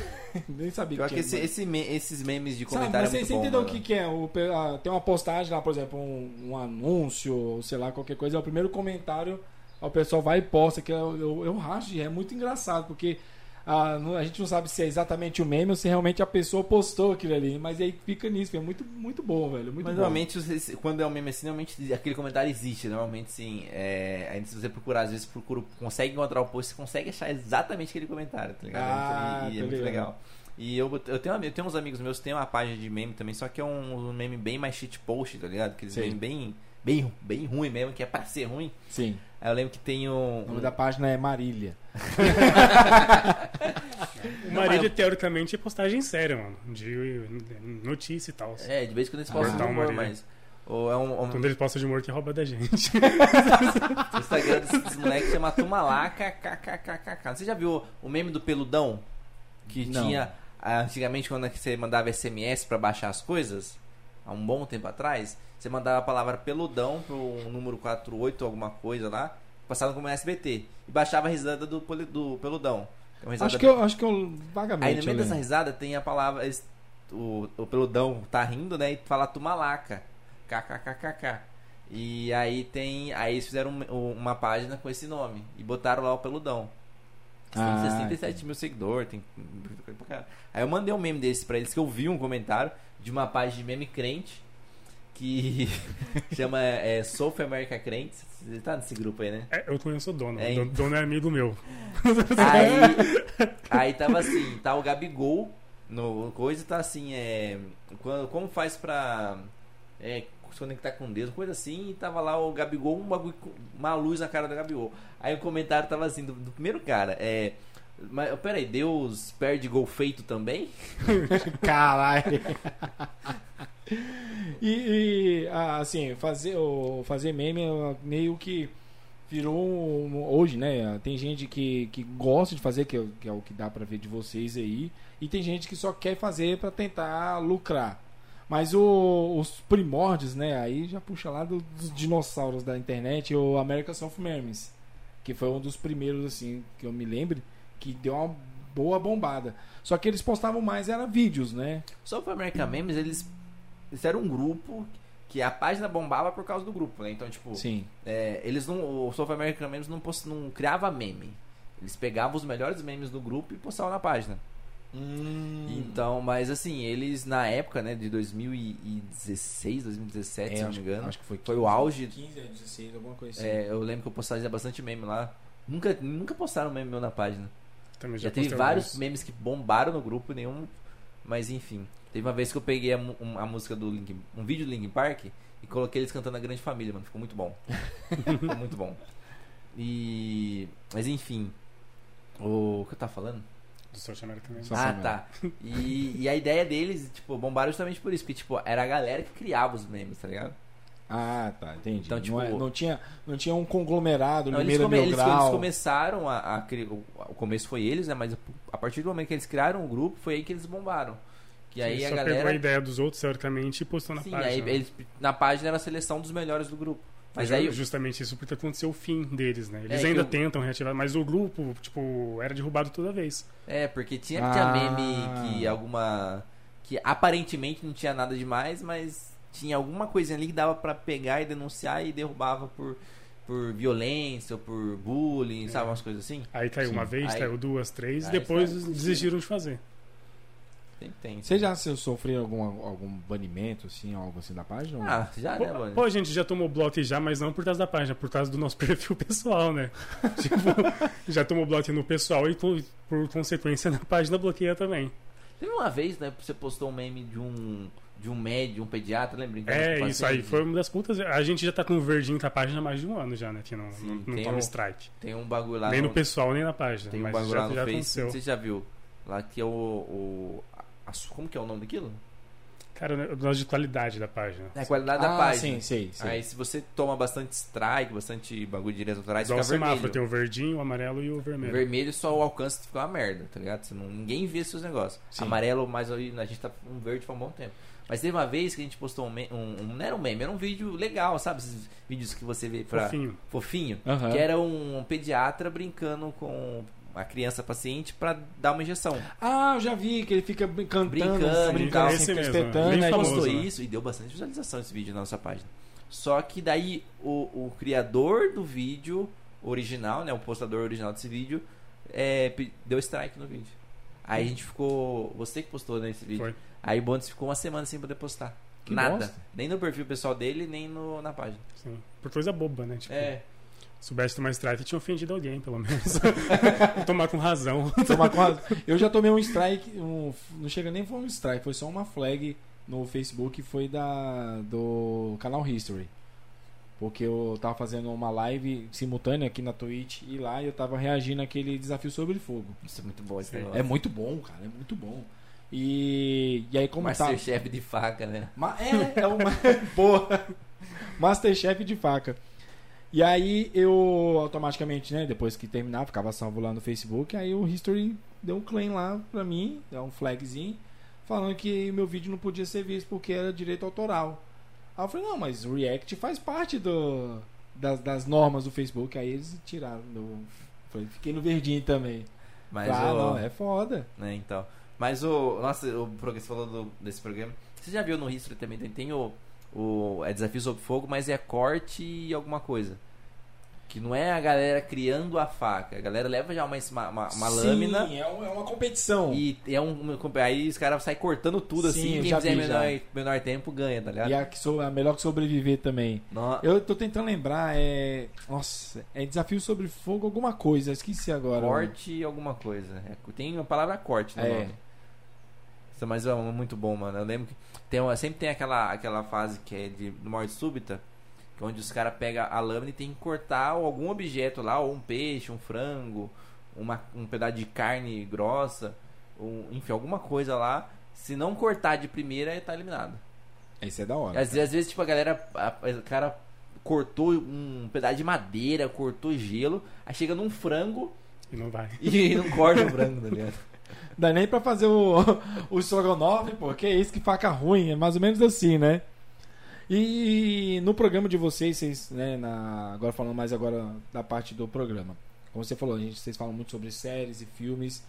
[SPEAKER 1] Nem sabia
[SPEAKER 2] Pior que
[SPEAKER 1] tinha
[SPEAKER 2] esse, esse me- esses memes de
[SPEAKER 1] Sabe,
[SPEAKER 2] comentário
[SPEAKER 1] mas você,
[SPEAKER 2] é
[SPEAKER 1] você
[SPEAKER 2] muito
[SPEAKER 1] entendeu
[SPEAKER 2] bom,
[SPEAKER 1] o que, que é? O pe- ah, tem uma postagem lá, por exemplo, um, um anúncio, ou sei lá, qualquer coisa. É o primeiro comentário, o pessoal vai e posta, que eu, eu, eu racho, e é muito é engraçado, porque ah, não- a gente não sabe se é exatamente o meme ou se realmente a pessoa postou aquilo ali. Mas aí fica nisso, é muito, muito bom, velho. Muito
[SPEAKER 2] Mas
[SPEAKER 1] bom.
[SPEAKER 2] normalmente, os- quando é um meme assim, normalmente aquele comentário existe. Normalmente, sim. É, aí se você procurar, às vezes procura, consegue encontrar o post, você consegue achar exatamente aquele comentário, tá ligado?
[SPEAKER 1] Ah,
[SPEAKER 2] e
[SPEAKER 1] tô
[SPEAKER 2] e é muito
[SPEAKER 1] ligado.
[SPEAKER 2] legal. E eu, eu, tenho, eu tenho uns amigos meus que tem uma página de meme também, só que é um, um meme bem mais shit post, tá ligado? Aqueles
[SPEAKER 1] Sim.
[SPEAKER 2] meme bem, bem, bem ruim mesmo, que é pra ser ruim.
[SPEAKER 1] Sim.
[SPEAKER 2] Aí eu lembro que tem um.
[SPEAKER 1] O nome da página é Marília.
[SPEAKER 3] O
[SPEAKER 2] Não,
[SPEAKER 3] marido,
[SPEAKER 2] mas-
[SPEAKER 3] teoricamente, é postagem séria, mano. De notícia e tal.
[SPEAKER 2] É, de vez em quando eles
[SPEAKER 1] Ah,
[SPEAKER 2] postam
[SPEAKER 3] tá,
[SPEAKER 2] um humor,
[SPEAKER 3] Maria.
[SPEAKER 2] mas. Ou é um, um,
[SPEAKER 3] Quando eles postam de humor que rouba da gente.
[SPEAKER 2] O Instagram dos, dos moleques chama Tumalaca KKKKK. Você já viu o meme do peludão? Que
[SPEAKER 1] Não.
[SPEAKER 2] tinha ah, antigamente quando você mandava SMS pra baixar as coisas, há um bom tempo atrás, você mandava a palavra peludão pro número 48 alguma coisa lá, passava como SBT e baixava a risada do, poli- do peludão. É uma risada
[SPEAKER 1] Acho que eu, acho que eu vagamente.
[SPEAKER 2] Aí no meio
[SPEAKER 1] eu
[SPEAKER 2] dessa
[SPEAKER 1] lembro.
[SPEAKER 2] risada tem a palavra. es- O, o peludão tá rindo, né? E fala tumalaca. KKKKK. E aí tem. Aí eles fizeram um- um- uma página com esse nome. E botaram lá o peludão. Eles têm
[SPEAKER 1] Ah,
[SPEAKER 2] 67 mil seguidores. Tem... Aí eu mandei um meme desse pra eles que eu vi um comentário de uma página de meme crente. Que chama é, South America Crentes. Você tá nesse grupo aí, né?
[SPEAKER 3] É, eu conheço o dono.
[SPEAKER 2] É,
[SPEAKER 3] o dono- dono é amigo meu.
[SPEAKER 2] Aí, aí tava assim, tá o Gabigol no coisa, tá assim, é. Quando, como faz pra é, se conectar com Deus, coisa assim, e tava lá o Gabigol, um bagulho com- uma luz na cara do Gabigol. Aí o comentário tava assim, do, do primeiro cara, é. Mas peraí, Deus perde gol feito também?
[SPEAKER 1] Caralho. e, e, ah, assim, fazer, o- fazer meme é meio que virou um- hoje, né? Tem gente que, que gosta de fazer, que é, o- que é o que dá pra ver de vocês aí, e tem gente que só quer fazer pra tentar lucrar. Mas o- os primórdios, né? Aí já puxa lá do- dos dinossauros da internet, o America Soft Memes, que foi um dos primeiros, assim, que eu me lembre, que deu uma boa bombada. Só que eles postavam mais, era vídeos, né?
[SPEAKER 2] Só o American Memes, eles, eles eram um grupo que a página bombava por causa do grupo, né? Então, tipo,
[SPEAKER 1] Sim.
[SPEAKER 2] É, eles não. O South American Memes não, post, não criava meme. Eles pegavam os melhores memes do grupo e postavam na página.
[SPEAKER 1] Hum.
[SPEAKER 2] Então, mas assim, eles na época, né, de 2016, 2017, é, se não me engano.
[SPEAKER 1] É, Acho que foi, né?
[SPEAKER 2] Foi o auge.
[SPEAKER 1] 15, 16, alguma coisa assim.
[SPEAKER 2] é, eu lembro que eu postava bastante meme lá. Nunca, nunca postaram meme meu na página.
[SPEAKER 3] Também
[SPEAKER 2] Já,
[SPEAKER 3] já,
[SPEAKER 2] teve
[SPEAKER 3] postei
[SPEAKER 2] vários
[SPEAKER 3] alguns.
[SPEAKER 2] memes que bombaram no grupo, nenhum. Mas enfim. Teve uma vez que eu peguei a, mu- um- a música do Link, um vídeo do Linkin Park e coloquei eles cantando a Grande Família, mano. Ficou muito bom. Ficou muito bom. E. Mas enfim. O que eu tava falando?
[SPEAKER 3] Do South American Memes.
[SPEAKER 1] Só
[SPEAKER 2] ah,
[SPEAKER 1] Samuel.
[SPEAKER 2] tá. E, e a ideia deles, tipo, bombaram justamente por isso. Porque, tipo, era a galera que criava os memes, tá ligado?
[SPEAKER 1] Ah, tá, entendi.
[SPEAKER 2] Então, tipo-
[SPEAKER 1] não, é- não tinha, não tinha um conglomerado,
[SPEAKER 2] Não,
[SPEAKER 1] no
[SPEAKER 2] eles,
[SPEAKER 1] primeiro
[SPEAKER 2] come-
[SPEAKER 1] meu
[SPEAKER 2] eles-
[SPEAKER 1] grau.
[SPEAKER 2] eles começaram a, a criar. O o começo foi eles, né? Mas a partir do momento que eles criaram o grupo, foi aí que eles bombaram. Que aí
[SPEAKER 3] Ele
[SPEAKER 2] a
[SPEAKER 3] só pegou
[SPEAKER 2] galera.
[SPEAKER 3] a ideia dos outros, teoricamente, e postou na
[SPEAKER 2] Sim,
[SPEAKER 3] página.
[SPEAKER 2] aí
[SPEAKER 3] né?
[SPEAKER 2] eles, na página era a seleção dos melhores do grupo. Mas
[SPEAKER 3] Ju-
[SPEAKER 2] aí.
[SPEAKER 3] Justamente isso porque aconteceu o fim deles, né? Eles
[SPEAKER 2] É,
[SPEAKER 3] ainda
[SPEAKER 2] que o-
[SPEAKER 3] tentam reativar, mas o grupo, tipo, era derrubado toda vez.
[SPEAKER 2] É, porque tinha, tinha
[SPEAKER 1] Ah.
[SPEAKER 2] meme que alguma. que aparentemente não tinha nada demais, mas tinha alguma coisinha ali que dava pra pegar e denunciar e derrubava por, por violência ou por bullying,
[SPEAKER 3] É.
[SPEAKER 2] sabe? Umas coisas assim.
[SPEAKER 3] Aí caiu
[SPEAKER 1] Sim.
[SPEAKER 3] uma vez,
[SPEAKER 2] Aí-
[SPEAKER 3] caiu duas, três, e
[SPEAKER 2] Aí tá,
[SPEAKER 3] depois
[SPEAKER 2] saiu.
[SPEAKER 3] desistiram de fazer.
[SPEAKER 2] Tem, tem.
[SPEAKER 1] Você já se- sofreu algum, algum banimento, assim, algo assim da página?
[SPEAKER 2] Ah, já,
[SPEAKER 3] Pô,
[SPEAKER 2] né, mano?
[SPEAKER 3] pô, a gente já tomou bloco já, mas não por causa da página, por causa do nosso perfil pessoal, né? tipo, já tomou bloco no pessoal e, por, por consequência, na página bloqueia também.
[SPEAKER 2] Teve uma vez, né, que você postou um meme de um. de um médico, um pediatra, lembra?
[SPEAKER 3] É, isso aí.
[SPEAKER 2] foi
[SPEAKER 3] Foi uma das putas. A gente já tá com o verdinho com a página há mais de um ano já, né? Que não,
[SPEAKER 2] Sim,
[SPEAKER 3] não, não
[SPEAKER 2] tem
[SPEAKER 3] toma
[SPEAKER 2] um-
[SPEAKER 3] strike.
[SPEAKER 2] Tem um bagulho lá
[SPEAKER 3] nem
[SPEAKER 2] no-
[SPEAKER 3] no pessoal, nem na página.
[SPEAKER 2] Tem um
[SPEAKER 3] mas
[SPEAKER 2] bagulho
[SPEAKER 3] já,
[SPEAKER 2] lá no
[SPEAKER 3] já
[SPEAKER 2] Face,
[SPEAKER 3] aconteceu.
[SPEAKER 2] você já viu. Lá que é o. o- a- a- como que é o nome daquilo?
[SPEAKER 3] Cara, eu gosto de qualidade da página.
[SPEAKER 2] É a qualidade da
[SPEAKER 1] Ah,
[SPEAKER 2] página.
[SPEAKER 1] sim, sei, sei.
[SPEAKER 2] Aí se você toma bastante strike, bastante bagulho de direitos autorais,
[SPEAKER 3] Igual
[SPEAKER 2] fica
[SPEAKER 3] o semáforo,
[SPEAKER 2] vermelho.
[SPEAKER 3] tem o verdinho, o amarelo e o vermelho.
[SPEAKER 2] Vermelho só o alcance fica uma merda, tá ligado? Você não- ninguém vê seus negócios.
[SPEAKER 1] Sim.
[SPEAKER 2] Amarelo, mas aí a gente tá com um verde faz um bom tempo. Mas teve uma vez que a gente postou um, me- um, um- Não era um meme, era um vídeo legal, sabe? Esses vídeos que você vê pra.
[SPEAKER 3] Fofinho.
[SPEAKER 2] fofinho,
[SPEAKER 1] Aham.
[SPEAKER 2] que era um pediatra brincando com a criança paciente pra dar uma injeção.
[SPEAKER 1] Ah, eu já vi que ele fica brin- cantando,
[SPEAKER 2] Brincando
[SPEAKER 1] assim,
[SPEAKER 2] e
[SPEAKER 1] brincando,
[SPEAKER 2] tal.
[SPEAKER 1] assim,
[SPEAKER 3] Esse mesmo,
[SPEAKER 1] espetando,
[SPEAKER 3] bem
[SPEAKER 1] aí-
[SPEAKER 3] famoso.
[SPEAKER 2] postou
[SPEAKER 3] né?
[SPEAKER 2] isso e deu bastante visualização esse vídeo na nossa página. Só que daí o, o criador do vídeo original, né, o postador original desse vídeo, é, pe- deu strike no vídeo. Aí a gente ficou. Você que postou nesse vídeo.
[SPEAKER 3] Foi.
[SPEAKER 2] Aí o Bontes ficou uma semana sem poder postar.
[SPEAKER 1] Que
[SPEAKER 2] Nada.
[SPEAKER 1] bosta.
[SPEAKER 2] Nem no perfil pessoal dele, nem no, na página.
[SPEAKER 3] Sim. Por coisa boba, né? Tipo,
[SPEAKER 2] É.
[SPEAKER 3] soubesse tomar strike, tinha ofendido alguém, pelo menos. tomar com razão.
[SPEAKER 1] Tomar com a- Eu já tomei um strike, um- não chega nem foi um strike, foi só uma flag no Facebook, foi da do canal History. Porque eu tava fazendo uma live simultânea aqui na Twitch e lá eu tava reagindo àquele desafio sobre fogo.
[SPEAKER 2] Isso é muito bom esse
[SPEAKER 3] Sim.
[SPEAKER 2] negócio.
[SPEAKER 1] É muito bom, cara, é muito bom. E, e aí como tá...
[SPEAKER 2] Masterchef de faca, né?
[SPEAKER 1] Ma- É, é uma boa. Masterchef de faca. E aí eu automaticamente, né, depois que terminar, ficava salvo lá no Facebook, aí o History deu um claim lá pra mim, deu um flagzinho, falando que meu vídeo não podia ser visto porque era direito autoral. Aí eu falei, não, mas o React faz parte do, das, das normas do Facebook, aí eles tiraram. do- falei, fiquei no verdinho também.
[SPEAKER 2] Mas
[SPEAKER 1] ah,
[SPEAKER 2] o-
[SPEAKER 1] não, é foda.
[SPEAKER 2] né, então. Mas o. Nossa, o programa, você falou do- desse programa. Você já viu no History também? Tem, tem o, o. É Desafio Sob Fogo, mas é corte e alguma coisa. Que não é a galera criando a faca. A galera leva já uma, uma, uma- uma
[SPEAKER 1] Sim,
[SPEAKER 2] lâmina.
[SPEAKER 1] é, um- é uma competição.
[SPEAKER 2] E é um. Aí os caras saem cortando tudo
[SPEAKER 1] Sim, eu
[SPEAKER 2] assim. Quem
[SPEAKER 1] já
[SPEAKER 2] fizer
[SPEAKER 1] vi, já.
[SPEAKER 2] menor, menor tempo ganha, tá ligado?
[SPEAKER 1] E a, que so- a melhor que sobreviver também.
[SPEAKER 2] No-
[SPEAKER 1] Eu tô tentando lembrar, é. Nossa, é desafio sobre fogo, alguma coisa, esqueci agora.
[SPEAKER 2] Corte e alguma coisa. É, tem a palavra corte no
[SPEAKER 1] um- É.
[SPEAKER 2] nome. Isso, Mas é um- muito bom, mano. Eu lembro que tem uma- sempre tem aquela, aquela fase que é de morte súbita, que é onde os caras pegam a lâmina e tem que cortar algum objeto lá, ou um peixe, um frango, uma, um pedaço de carne grossa, ou, enfim, alguma coisa lá. Se não cortar de primeira, tá eliminado.
[SPEAKER 1] Esse é da hora.
[SPEAKER 2] Às, às vezes, tipo, a galera. a- a- o cara cortou um pedaço de madeira, cortou gelo, aí chega num frango,
[SPEAKER 3] E não vai.
[SPEAKER 2] e não corta o branco, tá ligado?
[SPEAKER 1] Dá nem pra fazer o, o estrogonofe, pô, que isso, que faca ruim, é mais ou menos assim, né? E no programa de vocês, vocês, né, na- agora falando mais agora da parte do programa. Como você falou, a gente, vocês falam muito sobre séries e filmes.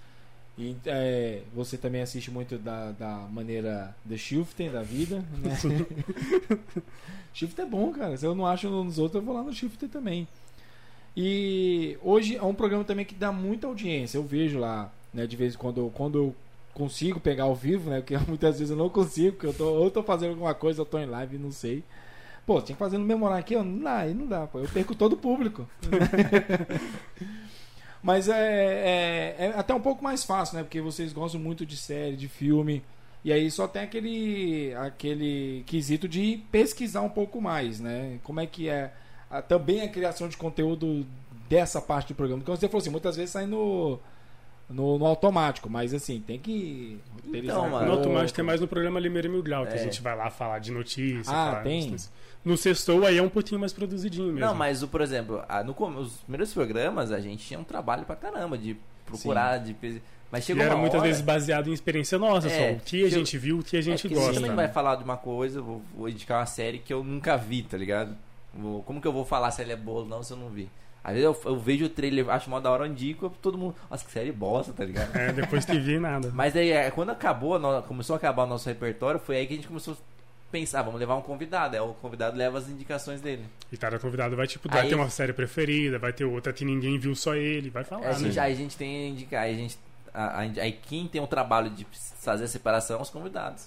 [SPEAKER 1] E é, você também assiste muito da, da maneira The Shifter da vida, né? Shifter é bom, cara. Se eu não acho nos outros, eu vou lá no Shifter também. E hoje é um programa também que dá muita audiência. Eu vejo lá, né, de vez em quando, quando eu consigo pegar ao vivo, né? Porque muitas vezes eu não consigo, porque eu tô, ou tô fazendo alguma coisa, eu tô em live, não sei. Pô, tinha que fazer no memorar aqui, ó, não dá, aí não dá, pô. Eu perco todo o público. Mas é, é, é até um pouco mais fácil, né? Porque vocês gostam muito de série, de filme. E aí só tem aquele, aquele quesito de pesquisar um pouco mais, né? Como é que é a- também a criação de conteúdo dessa parte do programa. Porque você falou assim, muitas vezes sai no, no, no automático, mas assim, tem que roteirizar
[SPEAKER 2] Então,
[SPEAKER 1] um
[SPEAKER 2] mano.
[SPEAKER 3] No
[SPEAKER 1] pouco.
[SPEAKER 3] automático é mais no programa Limeira Mil Grau, que
[SPEAKER 2] É.
[SPEAKER 3] a gente vai lá falar de notícia.
[SPEAKER 1] Ah,
[SPEAKER 3] falar
[SPEAKER 1] tem?
[SPEAKER 3] dessas- No sextou aí é um pouquinho mais produzidinho mesmo.
[SPEAKER 2] Não, mas, o, por exemplo, a- no, come- os primeiros programas a gente tinha um trabalho pra caramba de procurar, de pes- Mas
[SPEAKER 3] E
[SPEAKER 2] chegou
[SPEAKER 3] era
[SPEAKER 2] uma
[SPEAKER 3] muitas
[SPEAKER 2] hora-
[SPEAKER 3] vezes baseado em experiência nossa
[SPEAKER 2] É,
[SPEAKER 3] só. O que a
[SPEAKER 2] eu-
[SPEAKER 3] gente viu, o que a gente
[SPEAKER 2] é que Você
[SPEAKER 3] gosta.
[SPEAKER 2] também vai falar de uma coisa, eu vou, vou indicar uma série que eu nunca vi, tá ligado? Vou- Como que eu vou falar se ela é boa ou não se eu não vi? Às vezes eu, eu vejo o trailer, acho mó da hora, eu indico, todo mundo... Nossa, que série bosta, tá ligado?
[SPEAKER 3] É, depois que vi, nada.
[SPEAKER 2] Mas aí, é, quando acabou, a no- começou a acabar o nosso repertório, foi aí que a gente começou a pensar, vamos levar um convidado. Aí o convidado leva as indicações dele.
[SPEAKER 3] E cada convidado vai, tipo,
[SPEAKER 2] Aí-
[SPEAKER 3] vai ter uma série preferida, vai ter outra que ninguém viu, só ele. Vai falar,
[SPEAKER 2] É, a
[SPEAKER 3] né?
[SPEAKER 2] gente, aí a gente tem a indicar, aí a gente. a- a- Aí quem tem o trabalho de fazer a separação é os convidados.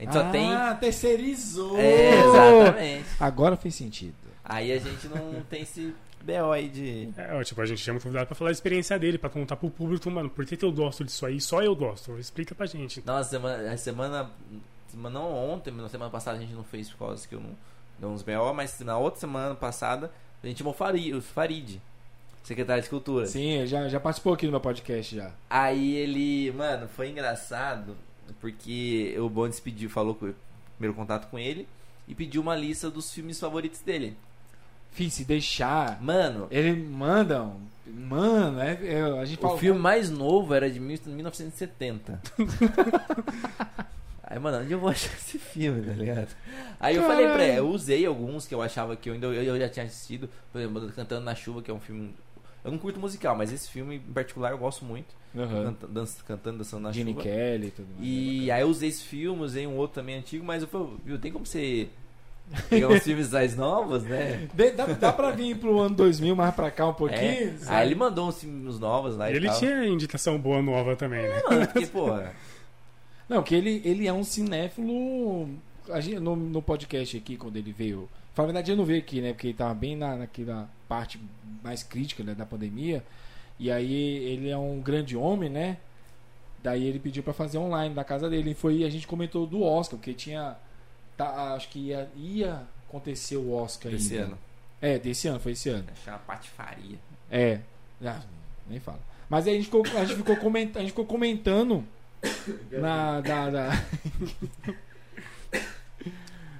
[SPEAKER 2] A gente só tem.
[SPEAKER 1] Ah, terceirizou!
[SPEAKER 2] É, exatamente.
[SPEAKER 1] Agora fez sentido.
[SPEAKER 2] Aí a gente não tem esse BO aí de.
[SPEAKER 3] É, ó, tipo, a gente chama o convidado pra falar a experiência dele, pra contar pro público, mano, por que, que eu gosto disso aí? Só eu gosto. Explica pra gente.
[SPEAKER 2] Nossa, semana, a semana. semana- Não ontem, mas na semana passada a gente não fez por causa que eu não. Deu uns BO, mas na outra semana passada a gente chamou o Fari- o Farid, secretário de Cultura.
[SPEAKER 1] Sim, já, já participou aqui do meu podcast já.
[SPEAKER 2] Aí ele, mano, foi engraçado porque o Bondes pediu, falou com primeiro contato com ele e pediu uma lista dos filmes favoritos dele.
[SPEAKER 1] Fih, se deixar.
[SPEAKER 2] Mano,
[SPEAKER 1] Ele manda. um- Mano, é, é- a gente fala.
[SPEAKER 2] o filme mais novo era de 1970. Aí, mano, onde eu vou achar esse filme, tá ligado? Aí eu falei pra ele, eu usei alguns que eu achava que eu ainda eu, eu já tinha assistido, por exemplo, Cantando na Chuva, que é um filme. Eu não curto musical, mas esse filme em particular eu gosto muito.
[SPEAKER 1] Aham.
[SPEAKER 2] Canta- dança- cantando, dançando na
[SPEAKER 1] É. Gene
[SPEAKER 2] chuva.
[SPEAKER 1] Kelly e tudo mais.
[SPEAKER 2] E aí eu usei esse filme, usei um outro também antigo, mas eu falei, viu, tem como você Pegar uns filmes mais novos, né?
[SPEAKER 1] Dê- Dá, dá pra vir pro ano 2000 mais pra cá um pouquinho?
[SPEAKER 2] É.
[SPEAKER 1] sabe?
[SPEAKER 2] Aí ele mandou uns filmes novos lá e,
[SPEAKER 3] E ele
[SPEAKER 2] tal.
[SPEAKER 3] tinha indicação boa nova também, né?
[SPEAKER 2] É, mano, porque, porra.
[SPEAKER 1] Não, que ele, ele é um cinéfilo. A gente, no, no podcast aqui, quando ele veio. Na verdade, ele não veio aqui, né? Porque ele tava bem na, naquela parte mais crítica né, da pandemia. E aí ele é um grande homem, né? Daí ele pediu pra fazer online da casa dele. E foi, a gente comentou do Oscar, porque tinha. tá, acho que ia, ia acontecer o Oscar
[SPEAKER 2] Esse
[SPEAKER 1] ainda.
[SPEAKER 2] ano.
[SPEAKER 1] É, desse ano, foi esse ano.
[SPEAKER 2] Achei uma patifaria.
[SPEAKER 1] É. Ah, nem fala. Mas aí a gente ficou, a gente ficou, comenta, a gente ficou comentando na. Da, da...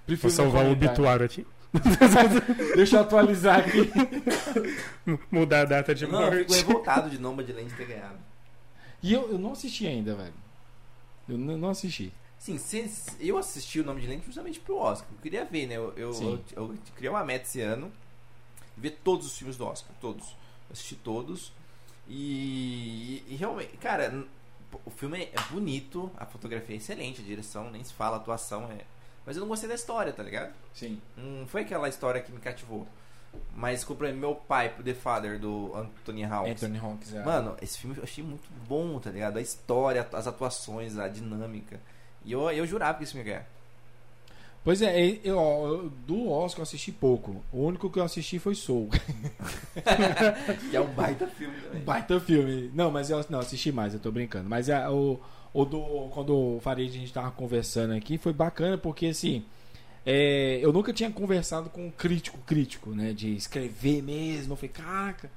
[SPEAKER 1] Prefiro não
[SPEAKER 3] Vou salvar o
[SPEAKER 1] comentar.
[SPEAKER 3] obituário aqui.
[SPEAKER 1] Deixa eu atualizar aqui.
[SPEAKER 3] Mudar a data de
[SPEAKER 2] Não, eu fico
[SPEAKER 3] morte.
[SPEAKER 2] revoltado de Nomadland ter ganhado.
[SPEAKER 1] E eu, eu não assisti ainda, velho. Eu n- não assisti.
[SPEAKER 2] Sim, se- eu assisti o nome de Lente justamente pro Oscar. Eu queria ver, né? Eu, eu,
[SPEAKER 1] Sim.
[SPEAKER 2] eu- eu criei uma meta esse ano. Ver todos os filmes do Oscar. Todos. Eu assisti todos. E, e realmente, cara, n- pô, o filme é bonito, a fotografia é excelente, a direção nem se fala, a atuação é. Mas eu não gostei da história, tá ligado?
[SPEAKER 1] Sim.
[SPEAKER 2] Não foi aquela história que me cativou. Mas comprei meu pai pro The Father do Anthony Hawkins.
[SPEAKER 1] Anthony Hawkins. é.
[SPEAKER 2] Mano, esse filme eu achei muito bom, tá ligado? A história, as atuações, a dinâmica. E eu, eu jurava que esse filme ia ganhar.
[SPEAKER 1] Pois é, e- eu, ó, eu- do Oscar eu assisti pouco. O único que eu assisti foi Soul.
[SPEAKER 2] Que é um baita filme também.
[SPEAKER 1] Baita filme. Não, mas eu não, assisti mais, eu tô brincando. Mas a, o, o do, quando o Farid a gente tava conversando aqui, foi bacana porque assim. é, eu nunca tinha conversado com um crítico, crítico, né? De escrever mesmo. Eu falei, caraca.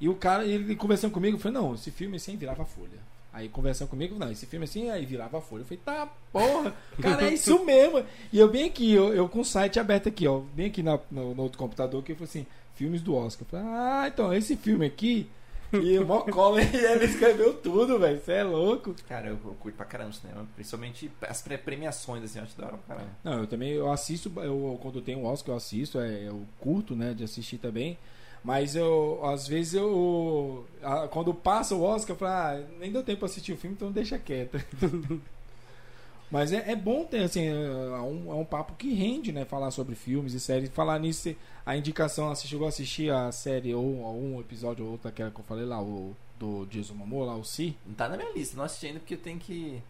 [SPEAKER 1] E o cara, ele conversando comigo, falou, não, esse filme assim virava folha. Aí conversando comigo, não, esse filme assim, aí virava folha. Eu falei, tá, porra, cara, é isso mesmo. E eu bem aqui, eu, eu com o site aberto aqui, ó, bem aqui na, no, no outro computador, que eu falei assim, filmes do Oscar. Eu falei, ah, então, esse filme aqui, e o Mocola, ele escreveu tudo, velho, você é louco.
[SPEAKER 2] Cara, eu, eu curto pra caramba o cinema. Principalmente as pre- premiações, assim, eu acho da hora pra caramba.
[SPEAKER 1] Não, eu também eu assisto, eu, quando tem um Oscar eu assisto, é, eu curto, né, de assistir também. Mas eu, às vezes eu, a- quando passa o Oscar, eu falo, ah, nem deu tempo pra assistir o filme, então deixa quieto. Mas é, é bom ter, assim, é um, é um papo que rende, né, falar sobre filmes e séries. Falar nisso, a indicação, você chegou a assistir a série ou, ou um episódio ou outro, aquela que eu falei lá, o do Jason Momoa, lá, o Si?
[SPEAKER 2] Não tá na minha lista, não assisti ainda porque eu tenho que.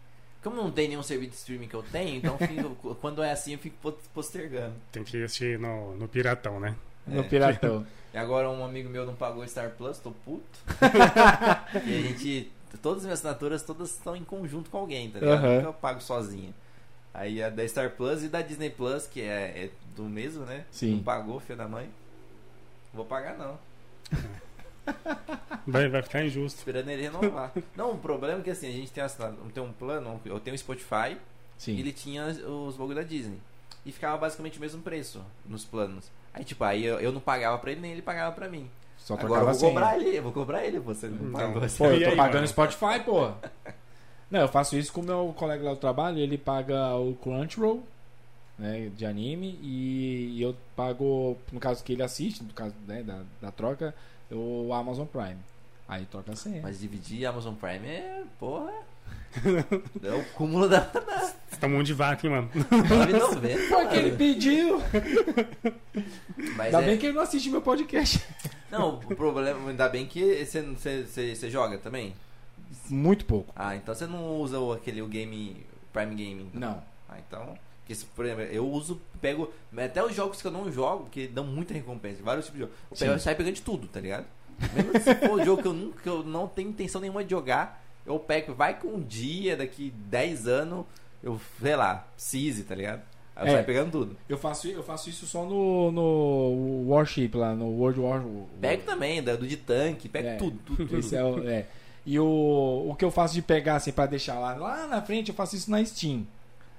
[SPEAKER 2] Como não tem nenhum serviço de streaming que eu tenho, então eu fico- quando é assim eu fico pot- postergando.
[SPEAKER 3] Tem que assistir no, no Piratão, né?
[SPEAKER 1] No
[SPEAKER 2] É.
[SPEAKER 1] Piratão.
[SPEAKER 2] E agora um amigo meu não pagou Star Plus, tô puto. e a gente. Todas as minhas assinaturas todas estão em conjunto com alguém, tá ligado?
[SPEAKER 1] Aham.
[SPEAKER 2] Nunca eu pago sozinha. Aí a da Star Plus e da Disney Plus, que é, é do mesmo, né?
[SPEAKER 1] Sim.
[SPEAKER 2] Não pagou, filho da mãe. Não vou pagar não.
[SPEAKER 3] Vai, vai ficar injusto.
[SPEAKER 2] Esperando ele renovar. não, o problema é que assim, a gente tem assinado, tem um plano, eu tenho o Spotify
[SPEAKER 1] Sim.
[SPEAKER 2] e ele tinha os logos da Disney. E ficava basicamente o mesmo preço nos planos. Aí, tipo, aí eu, eu não pagava pra ele, nem ele pagava pra mim.
[SPEAKER 1] Só
[SPEAKER 2] Agora eu
[SPEAKER 1] trocava a
[SPEAKER 2] vou
[SPEAKER 1] senha.
[SPEAKER 2] cobrar ele, eu vou cobrar ele, você não
[SPEAKER 3] Então,
[SPEAKER 2] pagou.
[SPEAKER 1] Pô, eu
[SPEAKER 3] E
[SPEAKER 1] tô
[SPEAKER 3] aí,
[SPEAKER 1] pagando
[SPEAKER 3] mano?
[SPEAKER 1] Spotify, pô. Não, eu faço isso com o meu colega lá do trabalho, ele paga o Crunchyroll, né, de anime, e eu pago, no caso que ele assiste, no caso né, da, da troca, o Amazon Prime. Aí troca assim. a senha.
[SPEAKER 2] Mas dividir Amazon Prime é, porra. É o cúmulo da
[SPEAKER 3] Você tá um monte de vaca, hein, mano?
[SPEAKER 2] 9,90.
[SPEAKER 1] Foi que ele
[SPEAKER 2] mano.
[SPEAKER 1] pediu!
[SPEAKER 2] Mas
[SPEAKER 1] Ainda
[SPEAKER 2] é-
[SPEAKER 1] bem que ele não assiste meu podcast.
[SPEAKER 2] Não, o problema, ainda bem que você- você você- você joga também.
[SPEAKER 1] Muito pouco.
[SPEAKER 2] Ah, então você não usa o, aquele o game Prime Gaming. então?
[SPEAKER 1] Não.
[SPEAKER 2] Ah, então. Porque, se, por exemplo, eu uso, pego. Até os jogos que eu não jogo, que dão muita recompensa, vários tipos de jogo. Eu, pego,
[SPEAKER 1] Sim.
[SPEAKER 2] eu saio pegando de tudo, tá ligado? Mesmo se for um jogo que eu, nunca, que eu não tenho intenção nenhuma de jogar, eu pego, vai com um dia, daqui 10 anos, eu, sei lá, precise, tá ligado? Aí eu
[SPEAKER 1] É.
[SPEAKER 2] saio pegando tudo.
[SPEAKER 1] Eu faço, eu faço isso só no, no Warship lá, no World War.
[SPEAKER 2] Pego também, da- do de tanque, pego
[SPEAKER 1] É.
[SPEAKER 2] tudo, tudo, tudo.
[SPEAKER 1] Esse é o- é. E o, o que eu faço de pegar assim pra deixar lá, lá na frente, eu faço isso na Steam.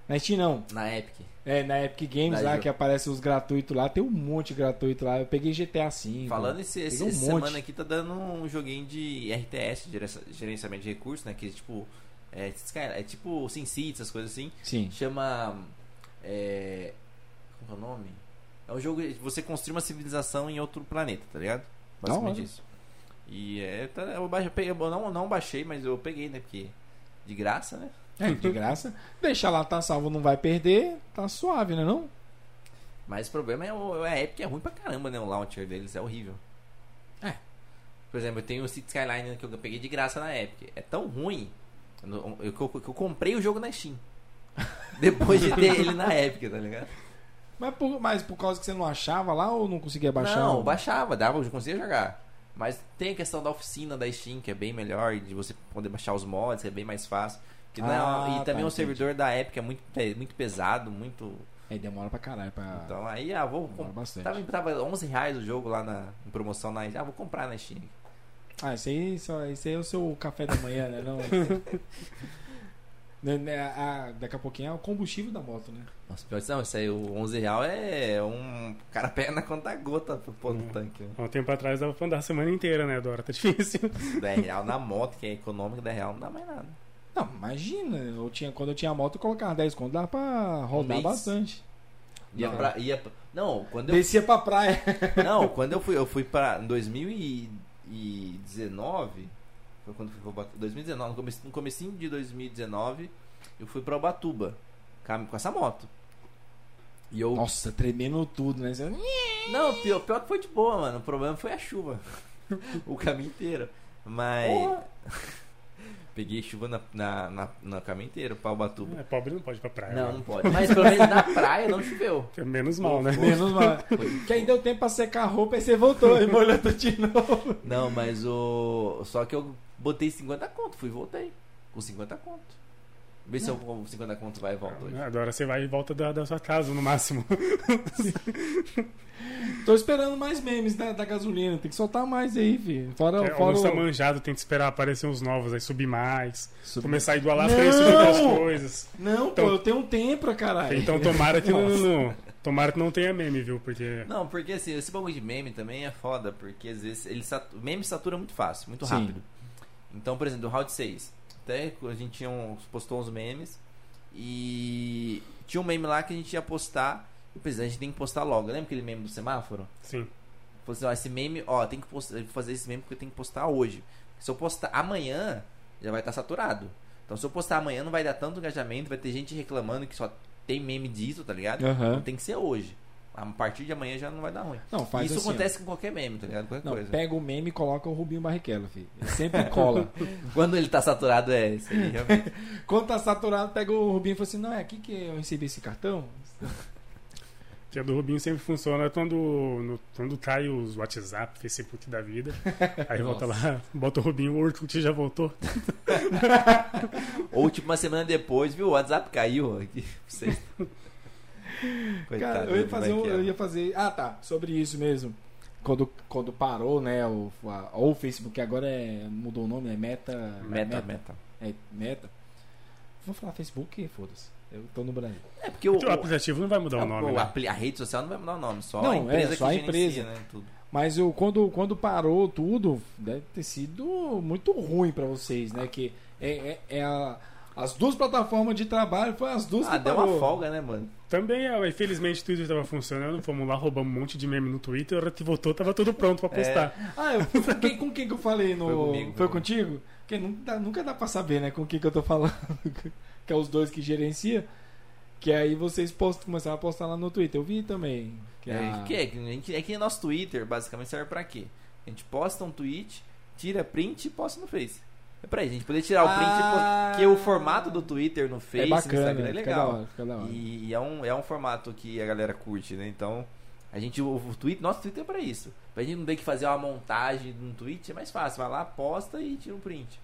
[SPEAKER 1] Na Steam não.
[SPEAKER 2] Na Epic.
[SPEAKER 1] É, na Epic Games
[SPEAKER 2] Na
[SPEAKER 1] lá
[SPEAKER 2] Ju-
[SPEAKER 1] que aparece os gratuitos lá, tem um monte gratuito lá. Eu peguei GTA V.
[SPEAKER 2] Falando esse, esse-
[SPEAKER 1] Peguei um
[SPEAKER 2] essa
[SPEAKER 1] monte.
[SPEAKER 2] semana aqui tá dando um joguinho de RTS, gerença- gerenciamento de recursos, né? Que tipo. É, Sky- é tipo SimCity, essas coisas assim.
[SPEAKER 1] Sim.
[SPEAKER 2] Chama. É. Como que é o nome? É um jogo. de Você construir uma civilização em outro planeta, tá ligado?
[SPEAKER 1] Da
[SPEAKER 2] Basicamente
[SPEAKER 1] hora.
[SPEAKER 2] isso. E é. tá- eu, baixei, peguei- eu não, não baixei, mas eu peguei, né? Porque. De graça, né?
[SPEAKER 1] É, de graça. Deixar lá, tá salvo, não vai perder. Tá suave, né não?
[SPEAKER 2] Mas o problema é o, a Epic é ruim pra caramba, né? O launcher deles é horrível.
[SPEAKER 1] É.
[SPEAKER 2] Por exemplo, eu tenho o City Skyline né, que eu peguei de graça na Epic. É tão ruim eu não- eu- que eu, que eu comprei o jogo na Steam. Depois de ter ele na Epic, tá ligado?
[SPEAKER 1] Mas por, mas por causa que você não achava lá ou não conseguia baixar?
[SPEAKER 2] Não,
[SPEAKER 1] o-
[SPEAKER 2] baixava, dava, eu conseguia jogar. Mas tem a questão da oficina da Steam, que é bem melhor, de você poder baixar os mods, que é bem mais fácil. Que não é-
[SPEAKER 1] Ah,
[SPEAKER 2] e também
[SPEAKER 1] tá,
[SPEAKER 2] o servidor da Epic é muito, pe- muito pesado, muito.
[SPEAKER 1] Aí demora pra caralho. Pra...
[SPEAKER 2] Então aí, ah, vou.
[SPEAKER 1] demora bastante.
[SPEAKER 2] Tava, tava 11 reais o jogo lá na em promoção na Ah, vou comprar na Steam.
[SPEAKER 1] Ah, isso aí, só, isso aí é o seu café da manhã, né? Não... Né, né, a- a- daqui a pouquinho é o combustível da moto, né?
[SPEAKER 2] Nossa, pior que não, isso aí, o 11 real é um cara pega na conta gota pro pôr no
[SPEAKER 3] Hum.
[SPEAKER 2] tanque. né?
[SPEAKER 3] Há um tempo atrás dava pra andar a semana inteira, né, Dora? Tá difícil.
[SPEAKER 2] 10 real na moto, que é econômico, 10 real não dá mais nada.
[SPEAKER 1] Não, imagina. Eu tinha, quando eu tinha a moto, eu colocava 10 conto, dava pra rodar
[SPEAKER 2] mês.
[SPEAKER 1] bastante.
[SPEAKER 2] Ia
[SPEAKER 1] Não.
[SPEAKER 2] pra, ia pra- não, quando eu
[SPEAKER 1] Descia pra praia.
[SPEAKER 2] Não, quando eu fui, eu fui pra em 2019, foi quando eu fui pra Ubatuba, 2019, no comecinho, no comecinho de 2019, eu fui pra Ubatuba, cam- com essa moto. E eu
[SPEAKER 1] Nossa, tremendo tudo, né? Você-
[SPEAKER 2] Não, pior, pior que foi de boa, mano. O problema foi a chuva. o caminho inteiro. Mas.
[SPEAKER 1] Porra.
[SPEAKER 2] Peguei chuva na, na, na- no caminho inteiro, pra Ubatuba.
[SPEAKER 3] É, pobre não pode ir pra praia.
[SPEAKER 2] não,
[SPEAKER 3] né?
[SPEAKER 2] não pode. Mas pelo menos na praia não choveu.
[SPEAKER 3] É menos mal, né?
[SPEAKER 1] Menos mal. Que aí deu tempo pra secar a roupa, aí você voltou e molhou tudo de novo.
[SPEAKER 2] Não, mas o. Só que eu botei 50 conto, fui e voltei. Com 50 conto. Vê se eu com 50 conto vai e volta hoje.
[SPEAKER 3] Ah, Dora, você vai e volta da, da sua casa, no máximo.
[SPEAKER 1] Tô esperando mais memes da, da gasolina. Tem que soltar mais aí, filho. Fora,
[SPEAKER 3] é,
[SPEAKER 1] fora
[SPEAKER 3] almoço tá
[SPEAKER 1] o...
[SPEAKER 3] manjado, tem que esperar aparecer uns novos, aí subir mais.
[SPEAKER 1] Sub-
[SPEAKER 3] Começar a igualar as
[SPEAKER 1] Não!
[SPEAKER 3] três subir as tipo coisas.
[SPEAKER 1] Não,
[SPEAKER 3] Então-
[SPEAKER 1] pô, eu tenho um tempo, caralho.
[SPEAKER 3] Então tomara que não,
[SPEAKER 1] Nossa.
[SPEAKER 3] não- Tomara que não tenha meme, viu? Porque.
[SPEAKER 2] Não, porque assim, esse bagulho de meme também é foda, porque às vezes ele satu... meme satura muito fácil, muito
[SPEAKER 1] Sim.
[SPEAKER 2] rápido. Então, por exemplo, o Round 6, até a gente tinha uns, postou uns memes e tinha um meme lá que a gente ia postar, e eu pensei, a gente tem que postar logo. Lembra aquele meme do semáforo?
[SPEAKER 3] Sim.
[SPEAKER 2] Falei assim, ó, esse meme, ó, tem que postar, fazer esse meme porque eu tenho que postar hoje. Se eu postar amanhã, já vai estar saturado. Então, se eu postar amanhã, não vai dar tanto engajamento, vai ter gente reclamando que só tem meme disso, tá ligado? Então
[SPEAKER 1] Aham.
[SPEAKER 2] tem que ser hoje. A partir de amanhã já não vai dar ruim.
[SPEAKER 1] Não, faz
[SPEAKER 2] Isso
[SPEAKER 1] assim, ó.
[SPEAKER 2] acontece com qualquer meme, tá ligado? Qualquer
[SPEAKER 1] Não,
[SPEAKER 2] coisa.
[SPEAKER 1] pega o meme e coloca o Rubinho Barrichello, filho. Ele sempre cola.
[SPEAKER 2] Quando ele tá saturado, é isso aí, realmente.
[SPEAKER 1] Quando tá saturado, pega o Rubinho e fala assim: não, é aqui que eu recebi esse cartão?
[SPEAKER 3] Que a do Rubinho sempre funciona quando, no- quando cai os WhatsApp, Facebook da vida. Aí volta lá, bota o Rubinho, o Orkut já voltou.
[SPEAKER 2] Ou tipo uma semana depois, viu? O WhatsApp caiu aqui. pra Vocês...
[SPEAKER 1] Cara,
[SPEAKER 2] Coitado
[SPEAKER 1] eu ia
[SPEAKER 2] do é
[SPEAKER 1] fazer um,
[SPEAKER 2] Michael.
[SPEAKER 1] eu ia fazer. Ah, tá. Sobre isso mesmo. Quando, quando parou, né? O, a- ou o Facebook, que agora é, mudou o nome, é Meta.
[SPEAKER 2] Meta, meta.
[SPEAKER 1] É Meta. Vou falar Facebook, foda-se. Eu tô no Brasil.
[SPEAKER 2] É porque o,
[SPEAKER 3] o aplicativo não vai mudar o
[SPEAKER 2] a,
[SPEAKER 3] nome,
[SPEAKER 2] é, o-
[SPEAKER 3] né?
[SPEAKER 2] apli- a rede social não vai mudar o nome, só
[SPEAKER 1] Não,
[SPEAKER 2] a
[SPEAKER 1] é,
[SPEAKER 2] empresa
[SPEAKER 1] só a
[SPEAKER 2] que
[SPEAKER 1] empresa.
[SPEAKER 2] gerencia, né? Tudo.
[SPEAKER 1] Mas eu, quando, quando parou tudo, deve ter sido muito ruim pra vocês, né? Que é, é- é a- as duas plataformas de trabalho foram as duas
[SPEAKER 2] Ah,
[SPEAKER 1] que
[SPEAKER 2] deu
[SPEAKER 1] parou.
[SPEAKER 2] uma folga, né, mano?
[SPEAKER 3] Também, é, infelizmente, o Twitter tava funcionando. Fomos lá, roubamos um monte de meme no Twitter. A hora que voltou, tava tudo pronto pra
[SPEAKER 2] É,
[SPEAKER 3] postar.
[SPEAKER 1] Ah, eu fiquei com quem que eu falei no.
[SPEAKER 2] Foi
[SPEAKER 1] Foi,
[SPEAKER 2] comigo, foi
[SPEAKER 1] contigo? Porque nunca dá, nunca dá pra saber, né? Com quem que eu tô falando. que é os dois que gerencia. Que aí vocês postam, começaram a postar lá no Twitter. Eu vi também. Que
[SPEAKER 2] É,
[SPEAKER 1] a-
[SPEAKER 2] que é, que a gente- é que nosso Twitter basicamente serve pra quê? A gente posta um tweet, tira print e posta no Face. É pra gente poder tirar o print e postar.
[SPEAKER 1] Ah,
[SPEAKER 2] Porque o formato do Twitter no Face,
[SPEAKER 1] é
[SPEAKER 2] no
[SPEAKER 1] bacana,
[SPEAKER 2] Instagram
[SPEAKER 1] fica
[SPEAKER 2] é
[SPEAKER 1] da
[SPEAKER 2] legal.
[SPEAKER 1] hora, fica da hora. Ah,
[SPEAKER 2] E, e é, um, é um formato que a galera curte, né? Então, a gente, o, o Twitter, nosso Twitter é pra isso. Pra gente não ter que fazer uma montagem de um tweet, é mais fácil. Vai lá, posta e tira um print.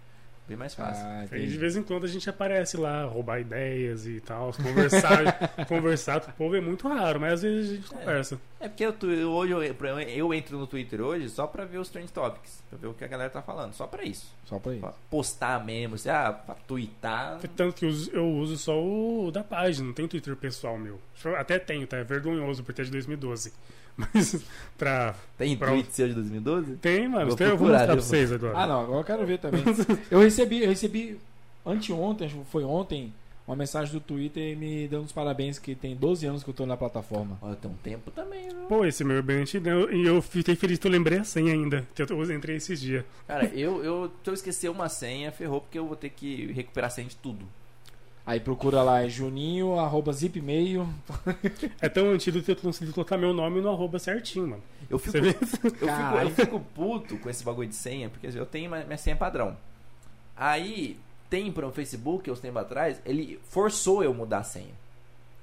[SPEAKER 2] Bem mais fácil.
[SPEAKER 1] Ah,
[SPEAKER 3] Aí, de
[SPEAKER 1] entendi.
[SPEAKER 3] vez em quando, a gente aparece lá, roubar ideias e tal. Conversar, conversar com o povo é muito raro, mas às vezes a gente
[SPEAKER 2] É.
[SPEAKER 3] conversa.
[SPEAKER 2] É porque eu, tu- eu- hoje eu, eu- eu entro no Twitter hoje só pra ver os trend topics, pra ver o que a galera tá falando, só pra isso.
[SPEAKER 1] Só pra isso.
[SPEAKER 2] Pra postar mesmo, assim, ah, pra twittar.
[SPEAKER 3] Tanto que eu uso- eu uso só o da página, não tem Twitter pessoal meu. Até tenho, tá? É vergonhoso, porque é de 2012. Mas pra...
[SPEAKER 2] Tem
[SPEAKER 3] Pronto.
[SPEAKER 2] tweet seu de 2012?
[SPEAKER 3] Tem, mano.
[SPEAKER 2] Vou
[SPEAKER 3] tem- eu vou
[SPEAKER 2] procurar,
[SPEAKER 3] mostrar pra
[SPEAKER 2] viu?
[SPEAKER 3] vocês
[SPEAKER 1] Ah,
[SPEAKER 3] agora.
[SPEAKER 1] não, agora eu quero ver também. eu recebi, eu recebi anteontem, acho que foi ontem, uma mensagem do Twitter me dando os parabéns que tem 12 anos que eu tô na plataforma.
[SPEAKER 2] Olha, tem um tempo também, viu?
[SPEAKER 3] Pô, esse meu é bem antigo. E eu fiquei feliz que eu lembrei a senha ainda. Que eu entrei esses dias.
[SPEAKER 2] Cara, eu, eu, se eu esquecer uma senha, ferrou, porque eu vou ter que recuperar a senha de tudo.
[SPEAKER 1] Aí procura lá, é juninho, arroba zipmail.
[SPEAKER 3] É tão antigo que eu consegui colocar meu nome no arroba certinho, mano.
[SPEAKER 2] Eu fico,
[SPEAKER 3] Você
[SPEAKER 2] eu,
[SPEAKER 3] vê?
[SPEAKER 2] fico, eu
[SPEAKER 1] Caralho.
[SPEAKER 2] fico puto com esse bagulho de senha, porque eu tenho uma- minha senha padrão. Aí, tem para o Facebook, uns tempos atrás, ele forçou eu mudar a senha.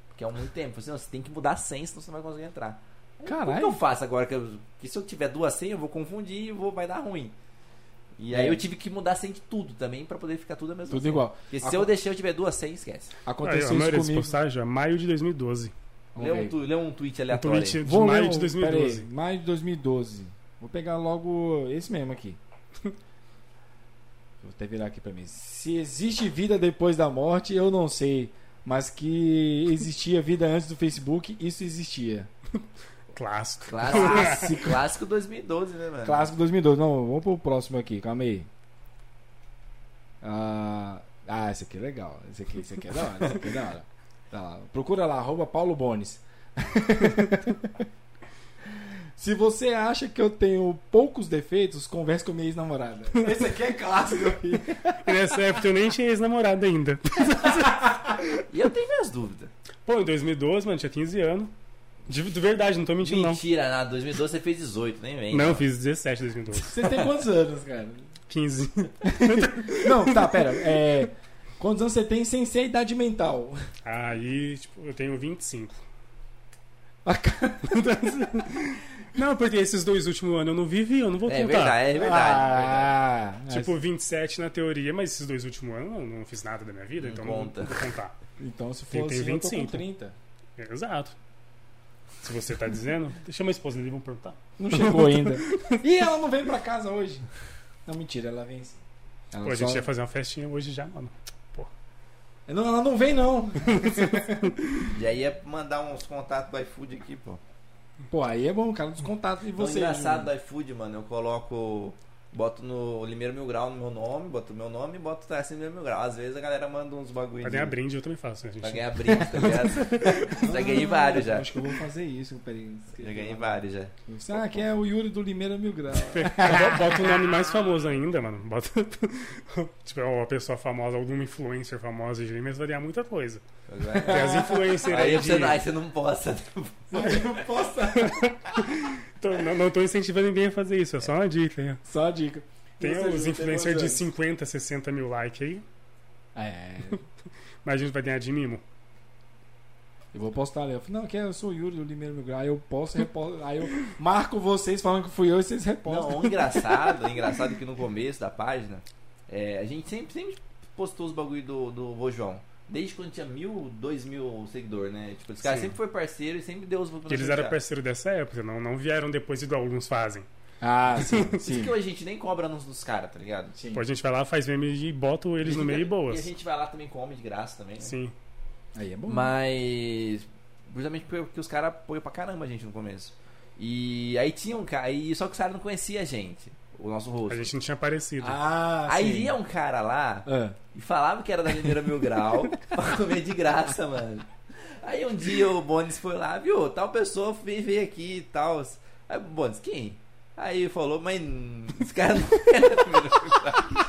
[SPEAKER 2] Porque há muito tempo. Falei assim, "Não, você tem que mudar a senha, senão você não vai conseguir entrar. O que eu
[SPEAKER 1] Caralho.
[SPEAKER 2] faço agora? Que, eu- que se eu tiver duas senhas, eu vou confundir e vou, vai dar ruim. E aí
[SPEAKER 1] É.
[SPEAKER 2] eu tive que mudar a senha de tudo também pra poder ficar tudo a mesma
[SPEAKER 1] Tudo
[SPEAKER 2] senha.
[SPEAKER 1] igual.
[SPEAKER 2] Porque se eu deixar eu tiver duas senhas, esquece.
[SPEAKER 3] Aí, ó,
[SPEAKER 1] Aconteceu
[SPEAKER 3] a maioria
[SPEAKER 1] isso
[SPEAKER 3] desse
[SPEAKER 1] comigo.
[SPEAKER 3] postagem é maio de 2012.
[SPEAKER 1] Vamos
[SPEAKER 2] Lê
[SPEAKER 1] ver.
[SPEAKER 2] um, tu- lê um tweet
[SPEAKER 3] Um
[SPEAKER 2] aleatório.
[SPEAKER 3] tweet de
[SPEAKER 1] Vou ler
[SPEAKER 3] maio
[SPEAKER 1] o-
[SPEAKER 3] de 2012.
[SPEAKER 1] peraí, maio de 2012. Vou pegar logo esse mesmo aqui. Vou até virar aqui pra mim. Se existe vida depois da morte, eu não sei. Mas que existia vida antes do Facebook, isso existia.
[SPEAKER 3] Clássico.
[SPEAKER 2] Clássico, clássico 2012, né, mano?
[SPEAKER 1] É. Clássico 2012. Não, vamos pro próximo aqui, calma aí. Ah, ah, esse aqui é legal. Esse aqui, esse aqui é da hora. Esse aqui é da hora. Tá lá. Procura lá, arroba Paulo Bones. Se você acha que eu tenho poucos defeitos, converse com minha ex-namorada.
[SPEAKER 2] Esse aqui é clássico.
[SPEAKER 3] E Nessa época eu nem tinha ex-namorado ainda.
[SPEAKER 2] E eu tenho minhas dúvidas.
[SPEAKER 3] Pô, em 2012, mano, tinha 15 anos. De, de verdade, não tô mentindo, não.
[SPEAKER 2] Mentira, nada. 2012 você fez 18, nem vem.
[SPEAKER 3] Não, fiz 17 em 2012.
[SPEAKER 1] Você tem quantos anos, cara?
[SPEAKER 3] 15.
[SPEAKER 1] Não, tá, pera. É, quantos anos você tem sem ser a idade mental?
[SPEAKER 3] Aí, tipo, eu tenho 25.
[SPEAKER 1] Ah,
[SPEAKER 3] Não, porque esses dois últimos anos eu não vivi, eu não vou
[SPEAKER 2] É
[SPEAKER 3] contar.
[SPEAKER 2] verdade, é verdade.
[SPEAKER 1] Ah,
[SPEAKER 3] Tipo, 27 na teoria, mas esses dois últimos anos eu não fiz nada da minha vida,
[SPEAKER 2] Não
[SPEAKER 3] então
[SPEAKER 2] conta.
[SPEAKER 3] não vou contar.
[SPEAKER 1] então se
[SPEAKER 3] Tem-
[SPEAKER 1] for
[SPEAKER 3] tem
[SPEAKER 1] assim, eu tô com
[SPEAKER 3] 25.
[SPEAKER 1] 30.
[SPEAKER 3] Exato. Se você tá dizendo, chama a esposa dele e vão perguntar.
[SPEAKER 1] Não chegou ainda. e ela não vem pra casa hoje. Não, mentira, ela vem sim. Ela,
[SPEAKER 3] Pô, a
[SPEAKER 1] só-
[SPEAKER 3] gente ia fazer uma festinha hoje já, mano.
[SPEAKER 1] não, ela não vem, não.
[SPEAKER 2] E aí é mandar uns contatos do iFood aqui, pô.
[SPEAKER 1] Pô, aí é bom, cara, dos contatos de
[SPEAKER 2] Então,
[SPEAKER 1] você.
[SPEAKER 2] engraçado do iFood, mano, eu coloco. Boto no Limeiro Mil Grau no meu nome, boto meu nome e boto assim Limeiro Mil Grau. Às vezes a galera manda uns bagulho.
[SPEAKER 3] Pra
[SPEAKER 2] de-
[SPEAKER 3] ganhar brinde eu também faço, né, gente?
[SPEAKER 2] Pra ganhar brinde, tá ligado? já ganhei vários já.
[SPEAKER 1] né? Acho que eu vou fazer isso, peraí.
[SPEAKER 2] Já ganhei vários já.
[SPEAKER 1] Ah, aqui é o Yuri do Limeira Mil Grau.
[SPEAKER 3] Bo- Bota o um nome mais famoso ainda, mano. Bota. tipo, uma pessoa famosa, alguma influencer famosa de games variar muita coisa. Tem as influencers
[SPEAKER 2] Ah, Aí é
[SPEAKER 3] aí.
[SPEAKER 2] você,
[SPEAKER 3] De...
[SPEAKER 2] não- aí você não posta. tá
[SPEAKER 3] Tô- não, não tô incentivando ninguém a fazer isso, é só uma dica. Né?
[SPEAKER 1] Só a dica.
[SPEAKER 3] Tem
[SPEAKER 1] Você
[SPEAKER 3] os
[SPEAKER 1] tem quantos
[SPEAKER 3] influencers de
[SPEAKER 1] anos?
[SPEAKER 3] 50, 60 mil likes aí,
[SPEAKER 1] É.
[SPEAKER 3] mas a gente vai ganhar de mimo.
[SPEAKER 1] Eu vou postar ali. Eu falo, não, aqui é, eu sou o Yuri do Limeira Mil Grau. Aí eu posto, reposto. Aí eu marco vocês falando que fui eu e vocês repostam.
[SPEAKER 2] Não, o engraçado, o engraçado é que no começo da página, é, a gente sempre, sempre postou os bagulho do, do Vô João. Desde quando tinha mil, dois mil seguidores, né? Tipo, os caras
[SPEAKER 3] Sim.
[SPEAKER 2] sempre foi parceiro e sempre deu os bagulho pra
[SPEAKER 3] Porque eles
[SPEAKER 2] gente,
[SPEAKER 3] eram
[SPEAKER 2] cara.
[SPEAKER 3] parceiros dessa época, não, não vieram depois igual alguns fazem.
[SPEAKER 1] Ah, sim,
[SPEAKER 2] Por isso
[SPEAKER 1] sim.
[SPEAKER 2] que a gente nem cobra anúncio dos caras, tá ligado?
[SPEAKER 1] sim.
[SPEAKER 3] Pô, a gente vai lá, faz meme e bota eles no meio e
[SPEAKER 2] E a
[SPEAKER 3] boas.
[SPEAKER 2] gente vai lá também come de graça também, né?
[SPEAKER 3] Sim.
[SPEAKER 1] Aí é bom.
[SPEAKER 2] Mas. Justamente porque- porque os caras apoiam pra caramba a gente no começo. E aí tinha um cara. e Só que os caras não conhecia a gente, o nosso
[SPEAKER 3] A
[SPEAKER 2] rosto.
[SPEAKER 3] gente não tinha aparecido.
[SPEAKER 1] Ah,
[SPEAKER 2] Aí
[SPEAKER 1] sim.
[SPEAKER 2] ia um cara lá
[SPEAKER 1] Ah.
[SPEAKER 2] e falava que era da Mineira Mil Grau pra comer de graça, mano. Aí um dia o Bones foi lá, viu? Tal pessoa veio, veio aqui e tal. Aí o Bones, quem? Aí ele falou, mas hum, esse cara não era da Mineira Mil Grau.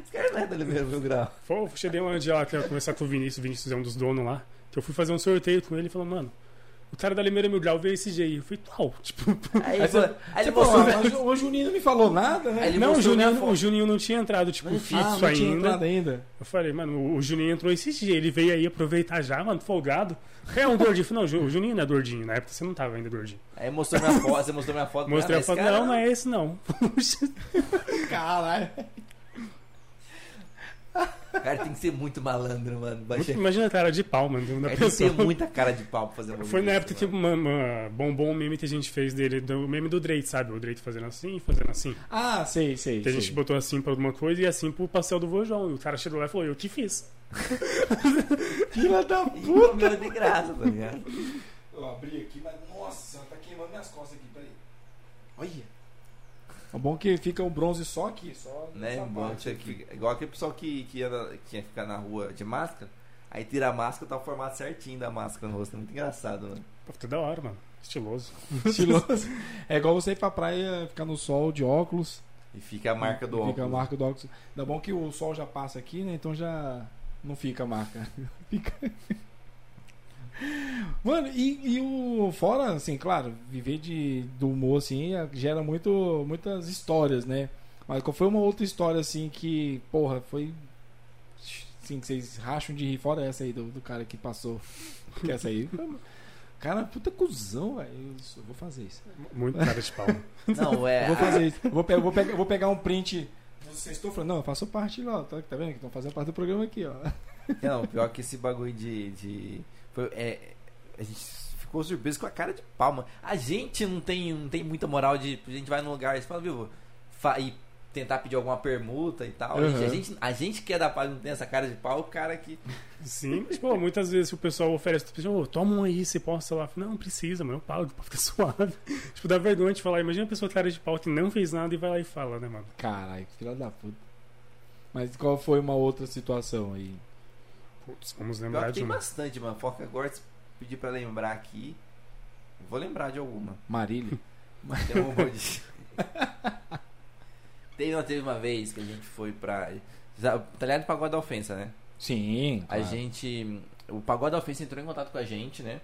[SPEAKER 2] Esse cara não é da Mineira Mil Grau.
[SPEAKER 3] Pô, cheguei um dia lá que eu ia conversar com o Vinícius, o Vinícius é um dos donos lá, que eu fui fazer um sorteio com ele e falou, mano, o cara da Limeira Mil Grau veio esse jeito. Eu falei, qual? Tipo,
[SPEAKER 2] Aí, ele
[SPEAKER 1] você-
[SPEAKER 2] falou- aí ele
[SPEAKER 1] Tipo, ó,
[SPEAKER 2] mostrou.
[SPEAKER 1] mas o Juninho não me falou nada, né? Ah,
[SPEAKER 2] Aí ele
[SPEAKER 3] não, o
[SPEAKER 2] mostrou minha
[SPEAKER 3] Juninho,
[SPEAKER 2] foto.
[SPEAKER 3] o Juninho não tinha entrado, tipo,
[SPEAKER 2] Não
[SPEAKER 3] fixo
[SPEAKER 2] tinha-
[SPEAKER 1] não tinha
[SPEAKER 3] ainda.
[SPEAKER 1] entrado ainda.
[SPEAKER 3] Eu falei, mano, o Juninho entrou esse dia, ele veio aí aproveitar já, mano, folgado. É um gordinho. Eu falei, Não, o Ju- o Juninho não é gordinho, na época você não tava ainda gordinho.
[SPEAKER 2] Aí mostrou minha foto, você mostrou minha foto.
[SPEAKER 3] Mostrei
[SPEAKER 2] Ah,
[SPEAKER 3] a
[SPEAKER 2] esse
[SPEAKER 3] foto,
[SPEAKER 2] cara
[SPEAKER 3] não, não é esse não.
[SPEAKER 1] Caralho.
[SPEAKER 2] O cara tem que ser muito malandro, mano. pra chegar-
[SPEAKER 3] Imagina a cara de pau, mano,
[SPEAKER 2] O
[SPEAKER 3] da
[SPEAKER 2] cara tem É que ter
[SPEAKER 3] pessoa.
[SPEAKER 2] muita cara de pau pra fazer um
[SPEAKER 3] né, Foi na
[SPEAKER 2] bagulho
[SPEAKER 3] época
[SPEAKER 2] desse,
[SPEAKER 3] que
[SPEAKER 2] mano.
[SPEAKER 3] uma, uma- bombou um meme que a gente fez dele, do o meme do Drake, sabe? O Drake fazendo assim, fazendo assim.
[SPEAKER 1] Ah, sei, sei.
[SPEAKER 3] Que a
[SPEAKER 1] sei.
[SPEAKER 3] gente botou assim pra alguma coisa e assim pro pastel do Vojão. E o cara chegou lá e falou, eu que fiz.
[SPEAKER 1] Fila da
[SPEAKER 2] E comeu de graça, tá ligado?
[SPEAKER 1] Eu abri aqui, mas nossa, tá queimando minhas costas aqui, peraí. Olha. É bom que fica o bronze só aqui, só
[SPEAKER 2] né?
[SPEAKER 1] nessa
[SPEAKER 2] Bom,
[SPEAKER 1] parte
[SPEAKER 2] tinha que- igual aquele pessoal que, que, anda, que ia ficar na rua de máscara. Aí tira a máscara, tá o formato certinho da máscara no rosto. É muito engraçado, mano.
[SPEAKER 3] Pô, tá da hora, mano. Estiloso.
[SPEAKER 1] Estiloso. É igual você ir pra praia, ficar no sol de óculos.
[SPEAKER 2] E fica a marca do
[SPEAKER 1] Fica a
[SPEAKER 2] óculos.
[SPEAKER 1] marca do óculos. Ainda bom que o sol já passa aqui, né? Então já Não fica a marca. Fica. Mano, e, e o. Fora, assim, claro, viver de, do humor, assim, eh, gera muito, muitas histórias, né? Mas qual foi uma outra história, assim, que, porra, foi. Assim, que vocês racham de rir, fora essa aí do, do cara que passou. Que essa aí. foi- Cara, puta cuzão, velho. Eu só vou fazer isso.
[SPEAKER 3] Muito cara de palma.
[SPEAKER 2] Não, é.
[SPEAKER 1] Eu vou fazer isso. Eu vou, pe- eu vou pegar, eu vou pegar um print. Vocês estão falando, não, eu faço parte lá, ó, tá, tá vendo? Que estão fazendo parte do programa aqui, ó.
[SPEAKER 2] Não, pior que esse bagulho de. de foi- é, a gente ficou surpreso com a cara de palma. A gente não tem, não tem muita moral de. A gente vai num lugar e fala, viu, fa- e tentar pedir alguma permuta e tal. A, gente, a,
[SPEAKER 1] Uhum.
[SPEAKER 2] gente, a gente que é da palma não tem essa cara de pau, o cara que.
[SPEAKER 3] Sim, mas, pô, muitas vezes o pessoal oferece, tipo, "Ô, toma um aí, você posta lá. Não, não precisa, mano, eu pago, pode ficar suave. tipo, dá vergonha de falar. Imagina a pessoa cara de pau que não fez nada e vai lá e fala, né, mano?
[SPEAKER 1] Caralho, que filha da puta. Mas qual foi uma outra situação aí?
[SPEAKER 3] Putz, vamos
[SPEAKER 2] pior
[SPEAKER 3] lembrar
[SPEAKER 2] que
[SPEAKER 3] de
[SPEAKER 2] tem
[SPEAKER 3] uma.
[SPEAKER 2] bastante, mano. Foca agora, se pedir pra lembrar aqui. Vou lembrar de alguma.
[SPEAKER 1] Marília?
[SPEAKER 2] Mas tem um monte de- Tem- não, teve uma vez que a gente foi pra. Tá ligado pra Guarda Ofensa, né?
[SPEAKER 1] Sim.
[SPEAKER 2] A
[SPEAKER 1] claro.
[SPEAKER 2] gente. O Pagode da Ofensa entrou em contato com a gente, né?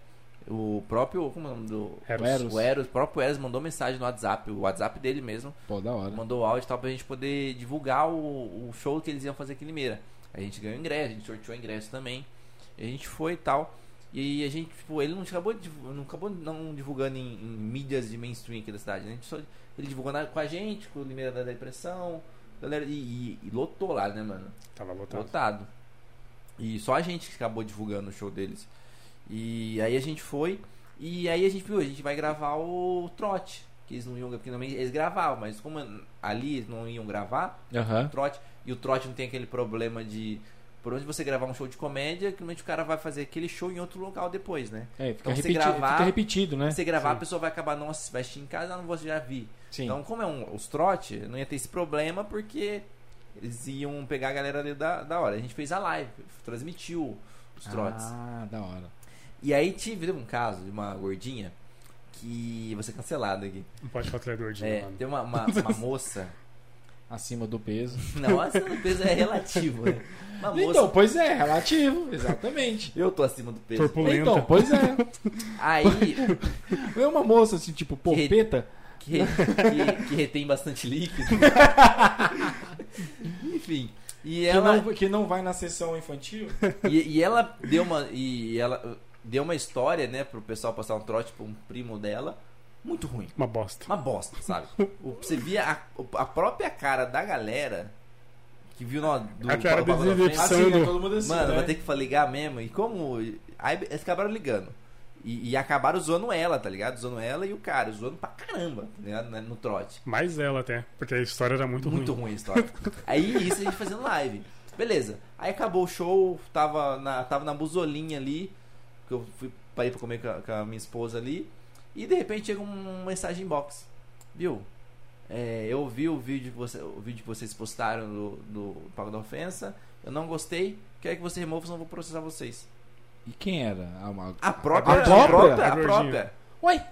[SPEAKER 2] O próprio. Como é o nome do.
[SPEAKER 3] Eros.
[SPEAKER 1] O Eros.
[SPEAKER 2] O Eros, o próprio Eros mandou mensagem no WhatsApp, o WhatsApp dele mesmo.
[SPEAKER 1] Pô, da hora.
[SPEAKER 2] Mandou o áudio e tal pra gente poder divulgar o, o show que eles iam fazer aqui em Limeira. A gente ganhou ingresso, a gente sorteou ingresso também. A gente foi e tal. E a gente, tipo, ele não acabou, de- não acabou não divulgando em, em mídias de mainstream aqui da cidade, né? A gente só- ele divulgou na- com a gente, com o Limeira da Depressão, galera, e- e- e lotou lá, né, mano?
[SPEAKER 3] Tava lotado.
[SPEAKER 2] lotado. E só a gente que acabou divulgando o show deles. E aí a gente foi, e aí a gente viu, a gente vai gravar o trote. Que eles não iam, porque normalmente eles gravavam, mas como ali eles não iam gravar,
[SPEAKER 1] Aham.
[SPEAKER 2] trote, e o trote não tem aquele problema de. Por onde você gravar um show de comédia, que normalmente o cara vai fazer aquele show em outro local depois, né?
[SPEAKER 1] É, fica,
[SPEAKER 2] Então, você
[SPEAKER 1] repeti-
[SPEAKER 2] gravar-
[SPEAKER 1] fica repetido, né?
[SPEAKER 2] Se você gravar,
[SPEAKER 3] Sim.
[SPEAKER 2] a pessoa vai acabar, nossa, vai assistir em casa, ah, não vou já vi.
[SPEAKER 1] Sim.
[SPEAKER 2] Então, como é um, os trote, não ia ter esse problema porque eles iam pegar a galera ali da, da hora. A gente fez a live, transmitiu os trotes.
[SPEAKER 1] Ah, da hora.
[SPEAKER 2] E aí tive um caso de uma gordinha que vai ser cancelada aqui.
[SPEAKER 3] Não pode falar que ele é gordinho,
[SPEAKER 2] É,
[SPEAKER 3] mano.
[SPEAKER 2] tem uma, uma, uma moça. Acima
[SPEAKER 1] Acima do peso.
[SPEAKER 2] Não, acima do peso é relativo, né? Uma moça.
[SPEAKER 1] Então, pois é, relativo. Exatamente.
[SPEAKER 2] eu tô acima do peso.
[SPEAKER 3] Corpulenta.
[SPEAKER 1] Então, pois é.
[SPEAKER 2] Aí,
[SPEAKER 1] É uma moça assim, tipo, porpeta.
[SPEAKER 2] que, que, que retém bastante líquido. Enfim. E
[SPEAKER 1] Que
[SPEAKER 2] ela.
[SPEAKER 1] não, que não vai na sessão infantil.
[SPEAKER 2] E, e ela deu uma e ela deu uma história, né, pro pessoal passar um trote pra um primo dela, muito ruim,
[SPEAKER 3] Uma bosta.
[SPEAKER 2] uma bosta, sabe? O- você via a, a própria cara da galera que viu no, do
[SPEAKER 3] A cara É.
[SPEAKER 2] do- do- do-
[SPEAKER 3] desinvestiu.
[SPEAKER 1] Assim, né? Todo mundo assim,
[SPEAKER 2] Mano,
[SPEAKER 1] né?
[SPEAKER 2] vai ter que fa- ligar mesmo. E como. Aí eles acabaram ligando. E, e acabaram zoando ela, tá ligado? Zoando ela e o cara, zoando pra caramba, tá ligado? Né, No trote.
[SPEAKER 3] Mais ela até, porque a história era muito,
[SPEAKER 2] Muito
[SPEAKER 3] ruim.
[SPEAKER 2] ruim a história. Aí isso a gente fazendo live. Beleza. Aí acabou o show, tava na, tava na buzolinha ali, que eu fui parei pra comer com a, com a minha esposa ali. E de repente chega uma mensagem inbox. Viu? É, eu vi o vídeo, que você, o vídeo que vocês postaram do, do Pago da Ofensa. Eu não gostei. Quero que você remova, senão eu vou processar vocês.
[SPEAKER 1] E quem era? A, uma-
[SPEAKER 2] A própria.
[SPEAKER 1] A própria?
[SPEAKER 2] A
[SPEAKER 3] A
[SPEAKER 2] própria.
[SPEAKER 3] gordinha.
[SPEAKER 1] Ué,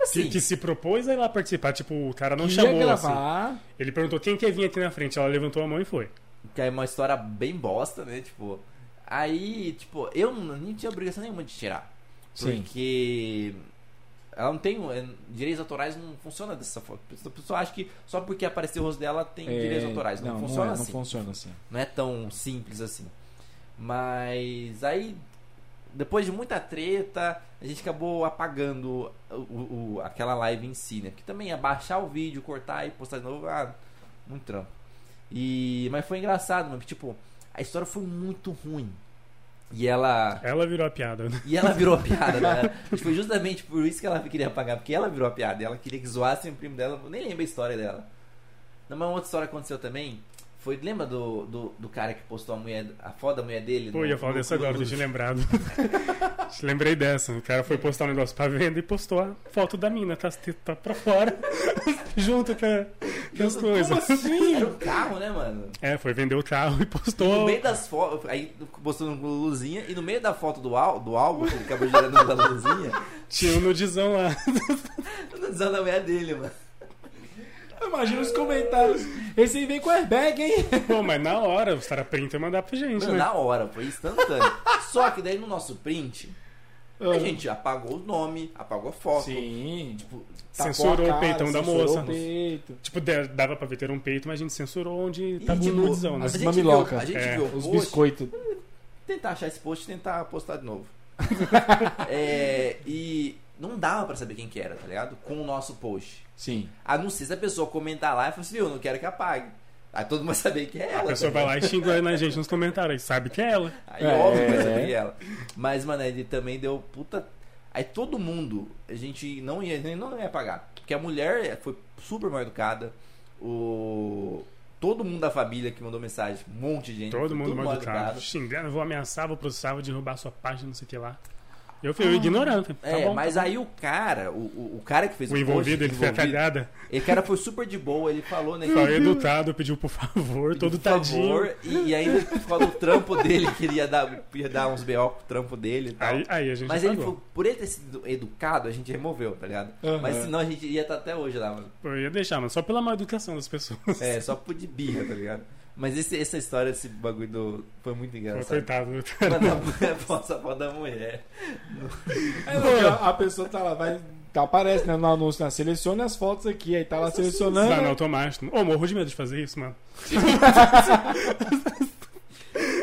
[SPEAKER 2] Assim,
[SPEAKER 3] Que, que se propôs a ir lá participar. Tipo, o cara não
[SPEAKER 1] que ia
[SPEAKER 3] chamou, assim.
[SPEAKER 1] gravar.
[SPEAKER 3] Ele perguntou quem quer vir aqui na frente. Ela levantou a mão e foi.
[SPEAKER 2] Que é uma história bem bosta, né? Tipo. Aí, tipo, eu não nem tinha obrigação nenhuma de tirar.
[SPEAKER 1] Sim.
[SPEAKER 2] Porque. Ela não tem. é, Direitos autorais não funciona dessa forma. A pessoa acha que só porque apareceu o rosto dela tem
[SPEAKER 1] É,
[SPEAKER 2] direitos autorais.
[SPEAKER 1] não
[SPEAKER 2] Não, funciona
[SPEAKER 1] é,
[SPEAKER 2] assim.
[SPEAKER 1] Não funciona assim.
[SPEAKER 2] Não é tão simples assim. Mas aí, depois de muita treta, a gente acabou apagando o, o- o- aquela live em si, né? Porque também ia baixar o vídeo, cortar e postar de novo, ah, muito trampo. E, mas foi engraçado, mano. Tipo, a história foi muito ruim. E ela.
[SPEAKER 3] Ela virou a piada, né?
[SPEAKER 2] E ela virou a piada, né? Acho que Foi justamente por isso que ela queria apagar, porque ela virou a piada. Ela queria que zoassem o primo dela, eu nem lembro a história dela. Não, mas uma outra história aconteceu também. Foi, lembra do, do, do cara que postou a mulher, a foto da mulher dele?
[SPEAKER 3] Pô,
[SPEAKER 2] no-
[SPEAKER 3] ia falar
[SPEAKER 2] no-
[SPEAKER 3] dessa
[SPEAKER 2] no-
[SPEAKER 3] agora, deixa eu lembrado. Lembrei dessa. O cara foi postar um negócio pra venda e postou a foto da mina, tá, tá pra fora. junto com, a- com as coisas.
[SPEAKER 1] assim?
[SPEAKER 2] Era um carro, né, mano?
[SPEAKER 3] É, foi vender o carro e
[SPEAKER 2] No
[SPEAKER 3] postou.
[SPEAKER 2] meio das fotos, aí postou no Luzinha, e no meio da foto do, ál- do álbum, que ele acabou gerando da Luzinha,
[SPEAKER 3] Tinha um nudizão lá.
[SPEAKER 2] eu tô dizendo a mulher dele, mano.
[SPEAKER 1] Imagina os comentários. Esse aí vem com airbag, hein?
[SPEAKER 3] Pô, mas na hora, os caras printam e mandar pra gente,
[SPEAKER 2] Mano,
[SPEAKER 3] né?
[SPEAKER 2] na hora, foi instantâneo. Só que daí no nosso print,
[SPEAKER 3] Ah.
[SPEAKER 2] a gente apagou o nome, apagou a foto.
[SPEAKER 1] Sim.
[SPEAKER 2] Tipo,
[SPEAKER 1] Tacou
[SPEAKER 3] Censurou
[SPEAKER 1] a
[SPEAKER 3] o peitão da
[SPEAKER 1] censurou
[SPEAKER 3] moça.
[SPEAKER 1] o peito.
[SPEAKER 3] Tipo, de- dava pra ver ter um peito, mas a gente censurou onde
[SPEAKER 2] e,
[SPEAKER 3] tava o
[SPEAKER 2] tipo,
[SPEAKER 3] nudizão, né?
[SPEAKER 1] as-
[SPEAKER 2] a gente
[SPEAKER 1] mamiloca.
[SPEAKER 2] viu- A gente
[SPEAKER 3] É,
[SPEAKER 2] viu o
[SPEAKER 1] Os
[SPEAKER 2] post,
[SPEAKER 1] biscoitos.
[SPEAKER 2] tentar achar esse post e tentar postar de novo. É, e não dava pra saber quem que era, tá ligado? Com o nosso post.
[SPEAKER 1] Sim.
[SPEAKER 2] A não ser se a pessoa comentar lá e falar assim, viu, não quero que apague. Aí todo mundo vai saber que é ela.
[SPEAKER 3] A pessoa
[SPEAKER 2] tá
[SPEAKER 3] vai
[SPEAKER 2] ligado?
[SPEAKER 3] lá e xinga na gente nos comentários, sabe que é ela.
[SPEAKER 2] Aí
[SPEAKER 1] É.
[SPEAKER 2] óbvio que vai saber que é ela. Mas, mano, ele também deu puta. Aí todo mundo, a gente não ia, não ia pagar. Porque a mulher foi super mal educada. O. Todo mundo da família que mandou mensagem, um monte de gente.
[SPEAKER 3] Todo
[SPEAKER 2] foi
[SPEAKER 3] mundo
[SPEAKER 2] tudo
[SPEAKER 3] mal educado. Xingando, vou ameaçar, vou processar, vou derrubar sua página, não sei o que lá. Eu fui eu ignorante. Tá
[SPEAKER 2] é,
[SPEAKER 3] bom.
[SPEAKER 2] mas aí o cara, o, o, o cara que fez
[SPEAKER 3] O envolvido,
[SPEAKER 2] post,
[SPEAKER 3] ele foi a
[SPEAKER 2] envolvido,
[SPEAKER 3] cagada.
[SPEAKER 2] Ele cara foi super de boa, ele falou, né?
[SPEAKER 3] Só
[SPEAKER 2] que-
[SPEAKER 3] educado, pediu por favor,
[SPEAKER 2] por
[SPEAKER 3] todo tadinho.
[SPEAKER 2] favor, e ainda falou o trampo dele, que ele ia dar, ia dar uns BO pro trampo dele e tal.
[SPEAKER 3] Aí, aí a gente
[SPEAKER 2] Mas ele,
[SPEAKER 3] pagou.
[SPEAKER 2] foi- por ele ter sido educado, a gente removeu, tá ligado?
[SPEAKER 1] Aham.
[SPEAKER 2] Mas senão a gente ia estar até hoje lá, mano.
[SPEAKER 3] Eu ia deixar, mas só pela má educação das pessoas.
[SPEAKER 2] É, só por de birra, tá ligado? Mas esse- essa história, esse bagulho do. Foi muito
[SPEAKER 3] Pô,
[SPEAKER 2] engraçado.
[SPEAKER 3] coitado. né?
[SPEAKER 2] Quando a mulher posta a foto da mulher.
[SPEAKER 1] É, não, a- a pessoa tá lá, vai. Tá, aparece né, no anúncio, né? selecione as fotos aqui, aí tá lá
[SPEAKER 3] Vai no
[SPEAKER 1] selecionando.
[SPEAKER 3] automático. Ô, morro de medo de fazer isso, mano.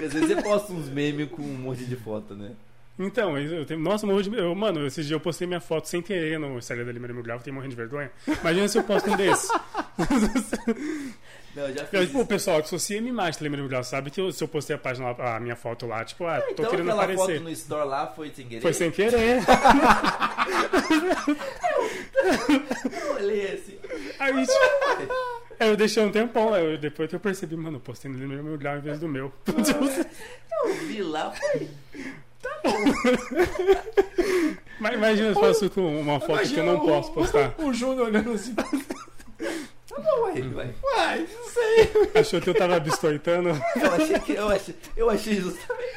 [SPEAKER 2] Às vezes você posta uns memes com um monte de foto, né?
[SPEAKER 3] Então, eu tenho... Nossa, morro de medo. Eu- Mano, esse dia eu postei minha foto sem querer no Instagram da Lima Lima Grau, eu tenho morrendo de vergonha. Imagina se eu posto um desse.
[SPEAKER 2] Não, eu já fiz.
[SPEAKER 3] Eu,
[SPEAKER 2] isso.
[SPEAKER 3] tipo, o pessoal que associa minha imagem da Lima Lima Grau sabe que eu- se eu postei a página lá, a minha foto lá, tipo, ah, tô
[SPEAKER 2] então
[SPEAKER 3] querendo
[SPEAKER 2] aquela
[SPEAKER 3] aparecer.
[SPEAKER 2] foto no store lá foi sem querer.
[SPEAKER 3] Foi sem querer.
[SPEAKER 2] Eu olhei assim.
[SPEAKER 3] Aí, tipo, aí eu deixei um tempão, aí eu- depois que eu percebi, mano, eu postei no Lima Lima Grau em vez do meu.
[SPEAKER 2] Ah, é. Eu vi lá, falei,
[SPEAKER 3] Mas imagina se eu faço com uma foto que eu
[SPEAKER 1] Imagina
[SPEAKER 3] não
[SPEAKER 1] o-
[SPEAKER 3] posso postar.
[SPEAKER 1] O Júnior olhando assim.
[SPEAKER 2] tá bom, ué,
[SPEAKER 3] Hum.
[SPEAKER 2] ué.
[SPEAKER 1] Uai, não sei.
[SPEAKER 3] Achou que eu tava biscoitando?
[SPEAKER 2] Eu achei que. Eu achei, eu achei justamente.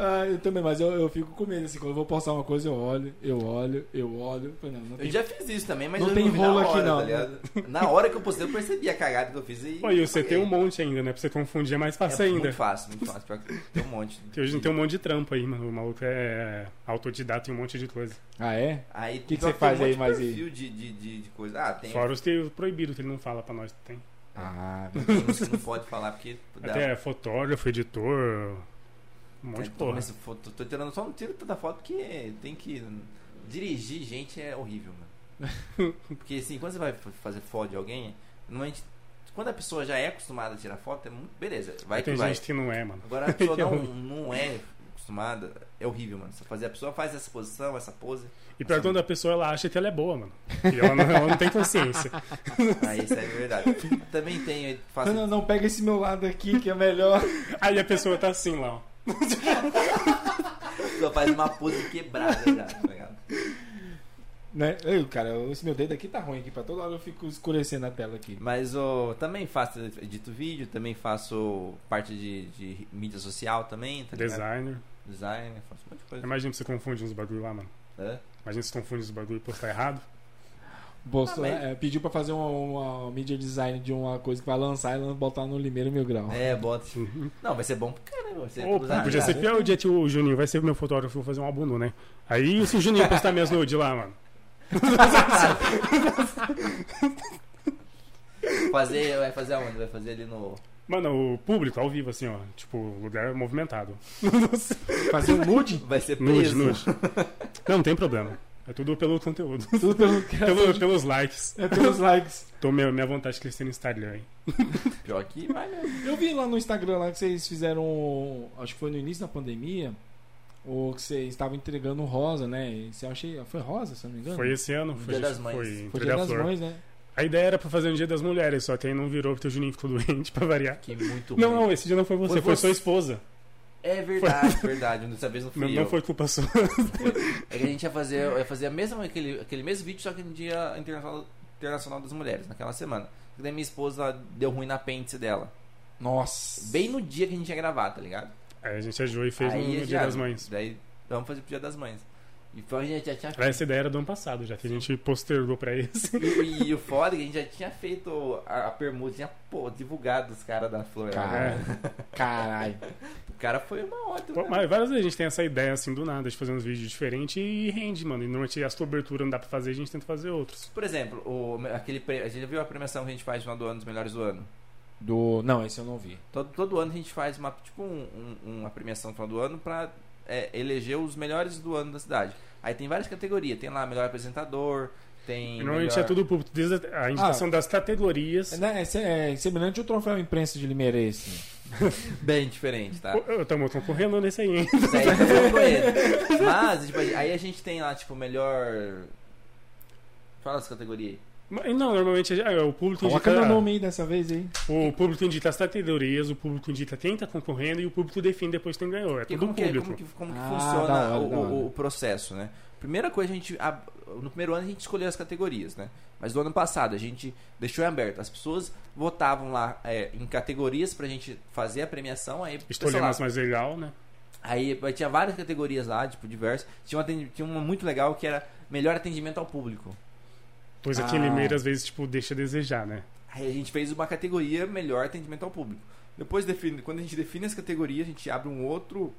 [SPEAKER 1] Ah, eu também, mas eu, eu fico com medo, assim, quando eu vou postar uma coisa, eu olho, eu olho, eu olho. Falei, Não, não
[SPEAKER 2] Eu
[SPEAKER 1] tem...
[SPEAKER 2] já fiz isso também, mas
[SPEAKER 1] Não
[SPEAKER 2] eu
[SPEAKER 1] tem
[SPEAKER 2] removi na
[SPEAKER 1] rolo aqui,
[SPEAKER 2] hora,
[SPEAKER 1] não. né?
[SPEAKER 2] tá ligado? Na hora que eu postei, eu percebi a cagada que eu fiz e.
[SPEAKER 3] Pô, e você tem um monte ainda, né? Pra você confundir é mais fácil
[SPEAKER 2] é
[SPEAKER 3] ainda.
[SPEAKER 2] Muito fácil, muito fácil. pior que Tem um monte.
[SPEAKER 3] Porque hoje tem um monte de trampo aí, mano. O maluco é autodidata em um monte de coisa.
[SPEAKER 1] Ah, é?
[SPEAKER 2] Aí
[SPEAKER 1] que que
[SPEAKER 2] pior
[SPEAKER 1] você
[SPEAKER 2] tem
[SPEAKER 1] faz
[SPEAKER 2] um monte
[SPEAKER 1] aí,
[SPEAKER 2] de
[SPEAKER 1] mais
[SPEAKER 2] perfil de, de, de, de coisa. Ah, tem,
[SPEAKER 3] Fora os que é proibido que ele não fala pra nós. que Tem.
[SPEAKER 1] Ah,
[SPEAKER 2] tem uns que não pode falar porque. dá-
[SPEAKER 3] Até fotógrafo, editor, um monte de
[SPEAKER 2] Tô-
[SPEAKER 3] porra.
[SPEAKER 2] Então, Mas eu tô, tô tirando só um tiro da foto porque tem que. Dirigir gente é horrível, mano. Porque assim, quando você vai fa- fazer foto de alguém, normalmente. Quando a pessoa já é acostumada a tirar foto, é muito. Beleza, vai que
[SPEAKER 3] Tem
[SPEAKER 2] vai.
[SPEAKER 3] gente um- que não é, mano.
[SPEAKER 2] Agora a pessoa
[SPEAKER 3] Que
[SPEAKER 2] não,
[SPEAKER 3] horror.
[SPEAKER 2] não é acostumada, é horrível, mano. Você fazer, a pessoa faz essa posição, essa pose,
[SPEAKER 3] E pior quando a pessoa ela acha que ela é boa, mano. E ela não, ela não tem consciência.
[SPEAKER 2] aí isso é verdade. Também tem, eu faço
[SPEAKER 1] Não, não, não, pega esse meu lado aqui que é melhor.
[SPEAKER 3] Aí a pessoa tá assim lá, ó.
[SPEAKER 2] Só faz uma pose quebrada já, tá ligado?
[SPEAKER 1] né? Eu, cara, eu- esse meu dedo aqui tá ruim aqui, pra toda hora eu fico escurecendo a tela aqui.
[SPEAKER 2] Mas eu também faço, edito vídeo, também faço parte de, de mídia social também, tá ligado?
[SPEAKER 3] Designer.
[SPEAKER 2] Design, faço um monte de coisa.
[SPEAKER 3] Imagina se você confunde uns bagulho lá, mano.
[SPEAKER 2] Hã?
[SPEAKER 3] Imagina se confunde os bagulho e postar errado.
[SPEAKER 1] Bolsonaro
[SPEAKER 2] Ah, mas-
[SPEAKER 1] é, pediu pra fazer uma, uma mídia design de uma coisa que vai lançar e botar no Limeiro Mil Grau.
[SPEAKER 2] É, bota. Não, vai ser bom pro cara, meu. Você
[SPEAKER 3] Opa,
[SPEAKER 2] usar- né?
[SPEAKER 3] podia ser pior o dia que o Juninho vai ser meu fotógrafo, eu vou fazer um álbum nu, né? Aí se o Juninho postar minhas nudes lá, mano.
[SPEAKER 2] Fazer, vai fazer aonde? Vai fazer ali no.
[SPEAKER 3] Mano, o público ao vivo, assim, ó. Tipo, lugar movimentado.
[SPEAKER 1] Fazer um nude?
[SPEAKER 2] Vai ser
[SPEAKER 3] Nude,
[SPEAKER 2] preso.
[SPEAKER 3] nude. Não, não tem problema. É tudo pelo conteúdo.
[SPEAKER 1] Tudo pelo,
[SPEAKER 3] Pelo- pelos likes.
[SPEAKER 1] é pelos likes.
[SPEAKER 3] Tô minha, minha vontade de crescer no Instagram, hein?
[SPEAKER 2] Pior que vai mesmo.
[SPEAKER 1] Eu vi lá no Instagram lá que vocês fizeram, um- acho que foi no início da pandemia, ou que vocês estavam entregando rosa, né? E Você achei, foi rosa, se eu não me engano.
[SPEAKER 3] Foi esse ano, foi,
[SPEAKER 2] Dia das Mães.
[SPEAKER 3] foi
[SPEAKER 2] Foi
[SPEAKER 1] Foi
[SPEAKER 3] entrega
[SPEAKER 1] Dia
[SPEAKER 3] a
[SPEAKER 1] das
[SPEAKER 3] flor.
[SPEAKER 1] Mães, né?
[SPEAKER 3] A ideia era pra fazer no dia das mulheres, só que aí não virou porque o Juninho ficou doente pra variar.
[SPEAKER 2] Que muito
[SPEAKER 3] Não,
[SPEAKER 2] ruim.
[SPEAKER 3] não, esse dia não foi você,
[SPEAKER 2] Foi
[SPEAKER 3] foi,
[SPEAKER 2] você.
[SPEAKER 3] sua esposa.
[SPEAKER 2] É verdade, verdade. Dessa vez não fui
[SPEAKER 3] Não,
[SPEAKER 2] eu.
[SPEAKER 3] não foi culpa sua.
[SPEAKER 2] É que a gente ia fazer, ia fazer a mesma, aquele, aquele mesmo vídeo, só que no Dia Internacional, Internacional das Mulheres, naquela semana. E daí minha esposa deu ruim na apêndice dela.
[SPEAKER 1] Nossa.
[SPEAKER 2] Bem no dia que a gente ia gravar, tá ligado?
[SPEAKER 3] Aí a gente ajou e fez
[SPEAKER 2] Aí, é ah,
[SPEAKER 3] no, no dia
[SPEAKER 2] já,
[SPEAKER 3] das mães.
[SPEAKER 2] Daí vamos fazer pro Dia das Mães. E foi a gente já tinha
[SPEAKER 3] Essa ideia era do ano passado já, que a gente postergou pra esse.
[SPEAKER 2] E, e o foda é que a gente já tinha feito a, a permuta, tinha pô, divulgado os caras da Flor. né?
[SPEAKER 1] Cara. Caralho.
[SPEAKER 2] O cara foi uma ótima.
[SPEAKER 3] Pô, Mas várias vezes a gente tem essa ideia assim do nada, de fazer uns vídeos diferentes e rende, mano. E normalmente as coberturas não dá pra fazer, a gente tenta fazer outros.
[SPEAKER 2] Por exemplo, o, aquele prêmio, a gente já viu a premiação que a gente faz no final do ano dos melhores do ano.
[SPEAKER 1] Do. Não, esse eu não vi.
[SPEAKER 2] Todo, todo ano a gente faz uma, tipo um- um- uma premiação no final do ano pra é, eleger os melhores do ano da cidade. Aí tem várias categorias, tem lá melhor apresentador, tem.
[SPEAKER 3] E normalmente
[SPEAKER 2] melhor-
[SPEAKER 3] é tudo público, desde a a indicação das categorias.
[SPEAKER 1] É, né, é se- é semelhante ao troféu imprensa de Limeirês. né?
[SPEAKER 2] bem diferente, tá?
[SPEAKER 3] Pô, Eu tamo concorrendo nesse aí, hein?
[SPEAKER 2] Isso aí tá falando com ele. Mas, tipo, aí a gente tem lá, tipo, melhor. Fala essa categoria aí.
[SPEAKER 3] Mas, Não, normalmente é- é, o público
[SPEAKER 1] Coloca
[SPEAKER 3] indica.
[SPEAKER 1] meu nome aí dessa vez aí.
[SPEAKER 3] O público indica as categorias, o público indica quem tá concorrendo e o público define depois quem ganhou. É
[SPEAKER 2] Porque
[SPEAKER 3] tudo
[SPEAKER 2] como que,
[SPEAKER 3] público.
[SPEAKER 2] como que, como que
[SPEAKER 1] Ah,
[SPEAKER 2] funciona
[SPEAKER 1] da hora,
[SPEAKER 2] o,
[SPEAKER 1] da hora.
[SPEAKER 2] o- o processo, né? Primeira coisa, a gente. ab- no primeiro ano a gente escolheu as categorias, né? Mas do ano passado a gente deixou em aberto. As pessoas votavam lá é, em categorias pra gente fazer a premiação. Aí, sei lá,
[SPEAKER 3] Escolhemos mais legal, né?
[SPEAKER 2] Aí mas tinha várias categorias lá, tipo, diversas. Tinha uma, tinha uma muito legal que era melhor atendimento ao público.
[SPEAKER 3] Pois aqui em
[SPEAKER 1] Ah.
[SPEAKER 3] Limeira, às vezes, tipo, deixa a desejar, né?
[SPEAKER 2] Aí a gente fez uma categoria melhor atendimento ao público. Depois, define, quando a gente define as categorias, a gente abre um outro,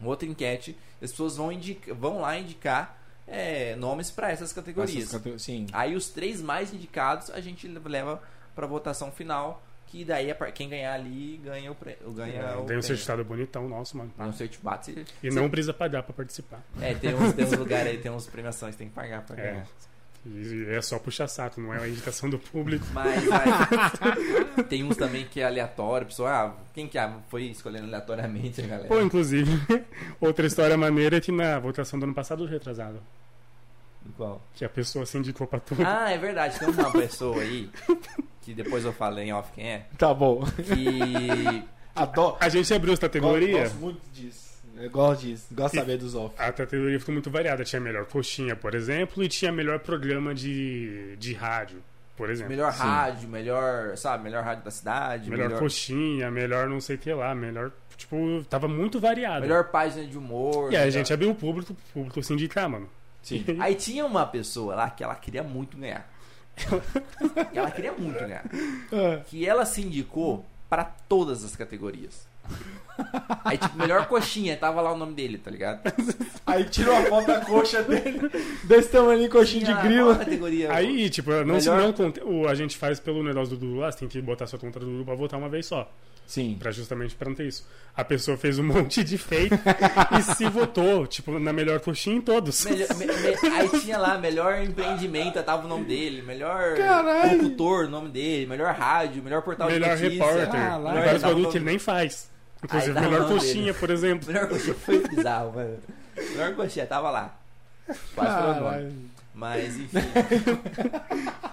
[SPEAKER 2] uma outra enquete. As pessoas vão, indica, vão lá indicar é, nomes para essas categorias.
[SPEAKER 1] Essas categ- Sim.
[SPEAKER 2] Aí os três mais indicados a gente leva para votação final, que daí é pra- quem ganhar ali ganha o prêmio. Ganha é o
[SPEAKER 3] Tem um
[SPEAKER 2] prêmio.
[SPEAKER 3] certificado bonitão nosso, mano.
[SPEAKER 2] Não, certificado. você-
[SPEAKER 3] E não precisa pagar pra participar.
[SPEAKER 2] É, tem uns, tem uns lugares aí, tem uns premiações que tem que pagar pra ganhar.
[SPEAKER 3] É. E é só puxar saco, não é a indicação do público.
[SPEAKER 2] Mas aí, tem uns também que é aleatório, a pessoa, ah, quem que ah, foi escolhendo aleatoriamente a galera?
[SPEAKER 3] Ou, inclusive, outra história maneira é que na votação do ano passado, retrasado,
[SPEAKER 2] Qual?
[SPEAKER 3] que a pessoa se indicou pra tudo.
[SPEAKER 2] Ah, é verdade, tem uma pessoa aí, que depois eu falo em off quem é,
[SPEAKER 1] Tá bom.
[SPEAKER 2] que
[SPEAKER 1] Adoro.
[SPEAKER 3] A gente abriu as
[SPEAKER 1] Go-
[SPEAKER 3] categorias.
[SPEAKER 1] Gosto muito disso. Eu gosto disso. Gosto de saber dos off.
[SPEAKER 3] A categoria ficou muito variada. Tinha melhor coxinha, por exemplo, e tinha melhor programa de, de rádio, por exemplo.
[SPEAKER 2] melhor
[SPEAKER 1] Sim.
[SPEAKER 2] rádio, melhor, sabe, melhor rádio da cidade,
[SPEAKER 3] melhor,
[SPEAKER 2] melhor, melhor,
[SPEAKER 3] coxinha, melhor não sei o que lá, melhor. Tipo, tava muito variado.
[SPEAKER 2] página de humor.
[SPEAKER 3] E aí a
[SPEAKER 2] melhor-
[SPEAKER 3] gente abriu o público, o público se indicar, mano.
[SPEAKER 1] Sim.
[SPEAKER 2] Aí tinha uma pessoa lá que ela queria muito ganhar. ela queria muito ganhar.
[SPEAKER 1] É.
[SPEAKER 2] Que ela se indicou pra todas as categorias. Aí, tipo, melhor coxinha, tava lá o nome dele, tá ligado?
[SPEAKER 1] Aí tirou a foto da coxa dele. Desse tamanho coxinha
[SPEAKER 2] Tinha
[SPEAKER 1] de
[SPEAKER 2] lá qual
[SPEAKER 1] grilo.
[SPEAKER 2] a categoria.
[SPEAKER 3] Aí, tipo, não se
[SPEAKER 2] melhor-
[SPEAKER 3] não conte- o- a gente faz pelo negócio do Dudu lá, você tem que botar sua conta do Dudu pra votar uma vez só.
[SPEAKER 1] Sim.
[SPEAKER 3] Pra justamente pra não ter isso. A pessoa fez um monte de fake e se votou, tipo, na melhor coxinha em todos.
[SPEAKER 2] Melhor- me- me- aí tinha lá, melhor empreendimento, tava o nome dele, melhor
[SPEAKER 1] Caralho.
[SPEAKER 2] locutor, o nome dele, melhor rádio, melhor portal
[SPEAKER 3] melhor
[SPEAKER 2] de Tá notícia.
[SPEAKER 3] repórter.
[SPEAKER 1] Ah, lá.
[SPEAKER 3] e
[SPEAKER 2] Aí
[SPEAKER 3] vários
[SPEAKER 2] tava
[SPEAKER 3] bagulho
[SPEAKER 2] todo-
[SPEAKER 3] que ele nem faz.
[SPEAKER 2] Aí
[SPEAKER 3] Inclusive,
[SPEAKER 2] tava
[SPEAKER 3] melhor
[SPEAKER 2] o nome
[SPEAKER 3] coxinha, por exemplo.
[SPEAKER 2] Melhor coxinha foi bizarro, mano. Melhor coxinha, tava lá. Quase falou o nome.
[SPEAKER 1] Caralho.
[SPEAKER 2] Mas enfim.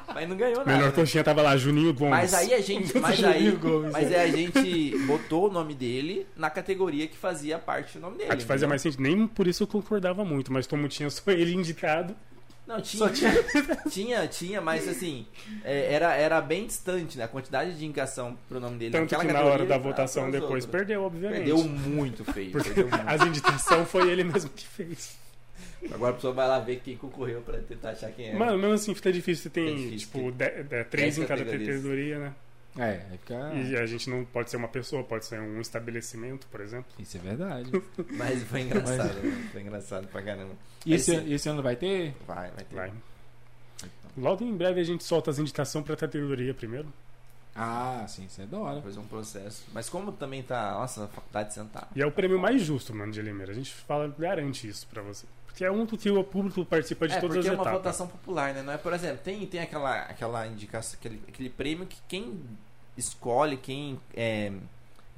[SPEAKER 2] mas não ganhou nada.
[SPEAKER 3] Melhor
[SPEAKER 2] né?
[SPEAKER 3] coxinha tava lá, Juninho Gomes.
[SPEAKER 2] Mas aí a gente. Mas aí,
[SPEAKER 1] Juninho Gomes,
[SPEAKER 2] mas aí a gente botou o nome dele na categoria que fazia parte do nome dele.
[SPEAKER 3] A que fazia
[SPEAKER 2] entendeu?
[SPEAKER 3] mais sentido. Nem por isso eu concordava muito, mas como tinha só ele indicado.
[SPEAKER 2] Não, tinha.
[SPEAKER 1] Só tinha.
[SPEAKER 2] Tinha, tinha, mas assim, é, era, era bem distante, né? A quantidade de indicação pro nome dele.
[SPEAKER 3] Tanto
[SPEAKER 2] naquela
[SPEAKER 3] que na
[SPEAKER 2] categoria,
[SPEAKER 3] hora da
[SPEAKER 2] ah,
[SPEAKER 3] votação
[SPEAKER 2] pras
[SPEAKER 3] depois
[SPEAKER 2] outras.
[SPEAKER 3] perdeu, obviamente.
[SPEAKER 2] Perdeu muito feio.
[SPEAKER 3] Porque
[SPEAKER 2] Perdeu muito.
[SPEAKER 3] as indicações foi ele mesmo que fez.
[SPEAKER 2] Agora a pessoa vai lá ver quem concorreu pra tentar achar quem é. era.
[SPEAKER 3] Mano, mesmo assim fica difícil. Você tem,
[SPEAKER 2] É difícil,
[SPEAKER 3] tipo, de- de- três
[SPEAKER 2] Dez
[SPEAKER 3] em cada
[SPEAKER 2] categorias. Ah.
[SPEAKER 3] categoria, né?
[SPEAKER 1] É, aí fica.
[SPEAKER 3] E a gente não pode ser uma pessoa, pode ser um estabelecimento, por exemplo.
[SPEAKER 1] Isso é verdade.
[SPEAKER 2] Mas foi engraçado, mano. Foi engraçado pra caramba.
[SPEAKER 1] E esse,
[SPEAKER 2] Aí sim.
[SPEAKER 1] esse ano vai ter?
[SPEAKER 2] Vai, vai ter.
[SPEAKER 3] Vai.
[SPEAKER 2] Então.
[SPEAKER 3] Logo em breve a gente solta as indicações pra categoria primeiro.
[SPEAKER 1] Ah, sim, isso é da hora.
[SPEAKER 2] Depois um processo. Mas como também tá. Nossa, a faculdade sentar.
[SPEAKER 3] E é o prêmio mais justo, mano, de Limeira. A gente fala, garante isso pra você. Porque é um que o público participa de
[SPEAKER 2] É,
[SPEAKER 3] todas
[SPEAKER 2] porque
[SPEAKER 3] as
[SPEAKER 2] é uma
[SPEAKER 3] etapas.
[SPEAKER 2] votação popular, né? Não é, por exemplo, tem, tem aquela, aquela indicação, aquele, aquele prêmio que quem escolhe, quem é,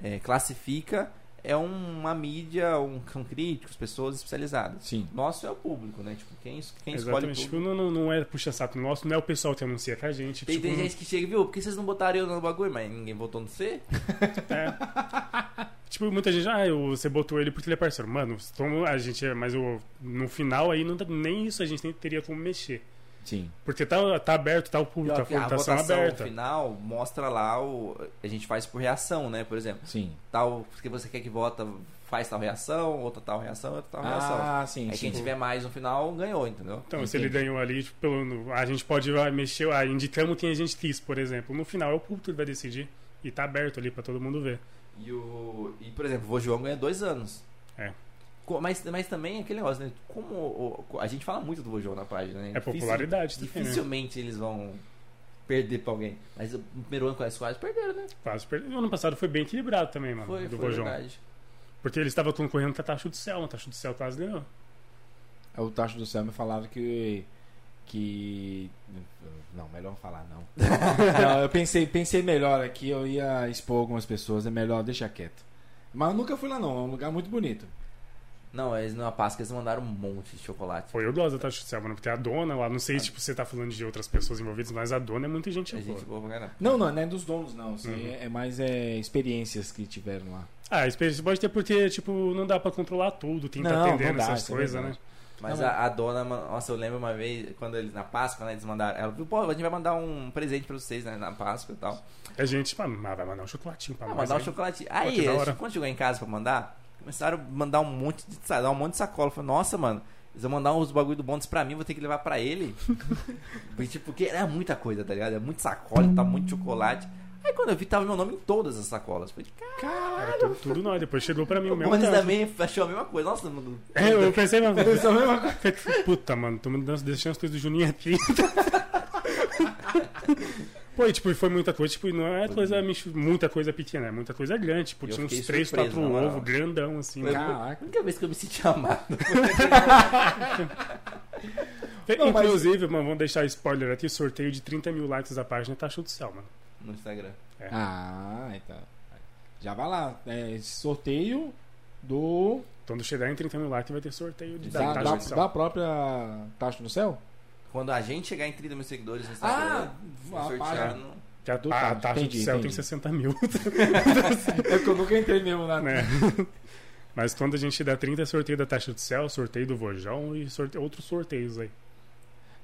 [SPEAKER 2] é, classifica é uma mídia, um, são críticos, pessoas especializadas.
[SPEAKER 1] Sim.
[SPEAKER 2] Nosso é o público, né? Tipo, quem, es- quem escolhe o
[SPEAKER 3] Exatamente.
[SPEAKER 2] público.
[SPEAKER 3] Tipo, não, não, não é puxa-saco nosso, não é o pessoal que anuncia com a gente.
[SPEAKER 2] Tem,
[SPEAKER 3] tipo,
[SPEAKER 2] tem
[SPEAKER 3] não-
[SPEAKER 2] gente que chega e viu, por que vocês não botaram eu no bagulho? Mas ninguém votou no C?
[SPEAKER 3] É. Tipo, muita gente, ah, eu- você botou ele porque ele é parceiro. tá, Mano, então a gente é, mas o- no final aí não dá- nem isso a gente nem teria como mexer.
[SPEAKER 1] Sim.
[SPEAKER 3] Porque tá, tá aberto, tá
[SPEAKER 2] E,
[SPEAKER 3] o
[SPEAKER 2] ó,
[SPEAKER 3] público, tá a
[SPEAKER 2] que a
[SPEAKER 3] votação
[SPEAKER 2] votação
[SPEAKER 3] aberta.
[SPEAKER 2] final mostra lá o. A gente faz por reação, né? Por exemplo,
[SPEAKER 1] Sim.
[SPEAKER 2] tal. Porque você quer que vota, faz tal reação, outra tal reação, outra tal reação.
[SPEAKER 1] Ah, sim,
[SPEAKER 2] Aí
[SPEAKER 1] sim.
[SPEAKER 2] quem tiver mais no final ganhou, entendeu?
[SPEAKER 3] Então, se ele
[SPEAKER 1] Entendi.
[SPEAKER 3] ganhou ali, tipo, pelo, no- a gente pode ah, mexer, ah, indicamos quem a gente quis, por exemplo. No final é o público que vai decidir. E tá aberto ali pra todo mundo ver.
[SPEAKER 2] E, o, e por exemplo, o Vô João ganha dois anos.
[SPEAKER 3] É.
[SPEAKER 2] Co- Mas, mas também é aquele negócio, né? Como o- o- a gente fala muito do Vô João na página, né?
[SPEAKER 3] É popularidade
[SPEAKER 2] Dificil-
[SPEAKER 3] também, né?
[SPEAKER 2] Dificilmente eles vão perder pra alguém. Mas o primeiro ano com as quase perderam, né?
[SPEAKER 3] Quase per- O ano passado foi bem equilibrado também, mano,
[SPEAKER 2] Foi,
[SPEAKER 3] do
[SPEAKER 2] foi
[SPEAKER 3] Bojão.
[SPEAKER 2] verdade.
[SPEAKER 3] Porque eles estavam concorrendo com a taxa do céu, a taxa do céu quase ganhou.
[SPEAKER 1] É O Tacho do Céu me falaram que. que. Não, melhor não falar, não. Não, eu pensei, pensei melhor aqui, eu ia expor algumas pessoas, é melhor deixar quieto. Mas eu nunca fui lá, não, é um lugar muito bonito.
[SPEAKER 2] Não, eles na Páscoa eles mandaram um monte de chocolate.
[SPEAKER 3] Pô, eu gosto da taxa do céu, mano, porque é a dona lá, não sei, tipo, você tá falando de outras pessoas envolvidas, mas a dona é muita gente
[SPEAKER 2] A
[SPEAKER 3] boa.
[SPEAKER 2] gente boa pra caramba.
[SPEAKER 1] Não, não, não é dos donos, não. Isso aí
[SPEAKER 3] Uhum.
[SPEAKER 1] é, é mais é, experiências que tiveram lá.
[SPEAKER 3] Ah, a experiência pode ter porque, tipo, não dá pra controlar tudo, tem que
[SPEAKER 1] Não,
[SPEAKER 3] tá
[SPEAKER 1] não
[SPEAKER 3] atendendo
[SPEAKER 1] dá,
[SPEAKER 3] essas
[SPEAKER 1] isso é
[SPEAKER 3] coisas, né?
[SPEAKER 1] verdade.
[SPEAKER 2] Mas
[SPEAKER 1] Não,
[SPEAKER 2] a, a dona, ma- nossa, eu lembro uma vez, quando eles na Páscoa, né, eles mandaram. Ela falou, pô, a gente vai mandar um presente pra vocês, né, na Páscoa e tal.
[SPEAKER 3] A gente, tipo, ah, vai mandar um chocolatinho pra
[SPEAKER 2] Ah,
[SPEAKER 3] nós.
[SPEAKER 2] mandar um
[SPEAKER 3] hein?
[SPEAKER 2] chocolate.
[SPEAKER 3] que
[SPEAKER 2] Aí,
[SPEAKER 3] da
[SPEAKER 2] eles-
[SPEAKER 3] hora.
[SPEAKER 2] quando chegou em casa pra mandar, começaram a mandar um monte de, sa- dar um monte de sacola. Eu falei, nossa, mano, eles vão mandar uns bagulho do Bondes pra mim, vou ter que levar pra ele. Porque, tipo, porque era muita coisa, tá ligado? É muito sacola, tá muito chocolate. Aí quando eu vi, tava meu nome em todas as sacolas. Eu Falei,
[SPEAKER 3] Era tudo, tudo nós, depois chegou pra mim o
[SPEAKER 2] cara, o
[SPEAKER 3] mesmo.
[SPEAKER 2] Bondes
[SPEAKER 3] tanto. né?
[SPEAKER 2] também achou a mesma coisa. Nossa, mano.
[SPEAKER 3] É, eu pensei, mano,
[SPEAKER 1] Isso é a mesma coisa.
[SPEAKER 3] puta, mano, tô mandando- deixando as coisas do Juninho aqui. Pô, e, tipo, foi muita coisa, tipo, e não é coisa, mixu- muita coisa pequena, é muita coisa grande, tipo,
[SPEAKER 2] Eu
[SPEAKER 3] tinha uns
[SPEAKER 2] fiquei
[SPEAKER 3] três,
[SPEAKER 2] surpreso,
[SPEAKER 3] quatro
[SPEAKER 2] na moral.
[SPEAKER 3] ovos, grandão, assim.
[SPEAKER 2] Foi-
[SPEAKER 1] Caraca.
[SPEAKER 2] A única vez que eu me senti amado.
[SPEAKER 1] Não, mas-
[SPEAKER 3] Inclusive, mano, vamos deixar spoiler aqui, sorteio de 30 mil likes da página tá show do céu, mano.
[SPEAKER 2] No Instagram.
[SPEAKER 1] Ah, então. Já vai lá. É, esse sorteio do.
[SPEAKER 3] Quando chegar em 30 mil likes vai ter sorteio de
[SPEAKER 1] Da,
[SPEAKER 3] da,
[SPEAKER 1] da,
[SPEAKER 3] taxa do céu.
[SPEAKER 1] da própria Taxa do Céu?
[SPEAKER 2] Quando a gente chegar em 30 mil seguidores no Instagram,
[SPEAKER 1] Ah,
[SPEAKER 2] ah,
[SPEAKER 1] a página.
[SPEAKER 2] sortearam.
[SPEAKER 3] Que a,
[SPEAKER 1] do
[SPEAKER 2] Ah,
[SPEAKER 3] a
[SPEAKER 1] Tacho.
[SPEAKER 3] taxa
[SPEAKER 1] Entendi,
[SPEAKER 3] do céu tem
[SPEAKER 1] entendi.
[SPEAKER 3] 60 mil,
[SPEAKER 1] É que eu nunca entrei mesmo lá.
[SPEAKER 3] né? Mas quando a gente dá 30, é sorteio da taxa do céu, sorteio do Vojão e sorte- outros sorteios aí.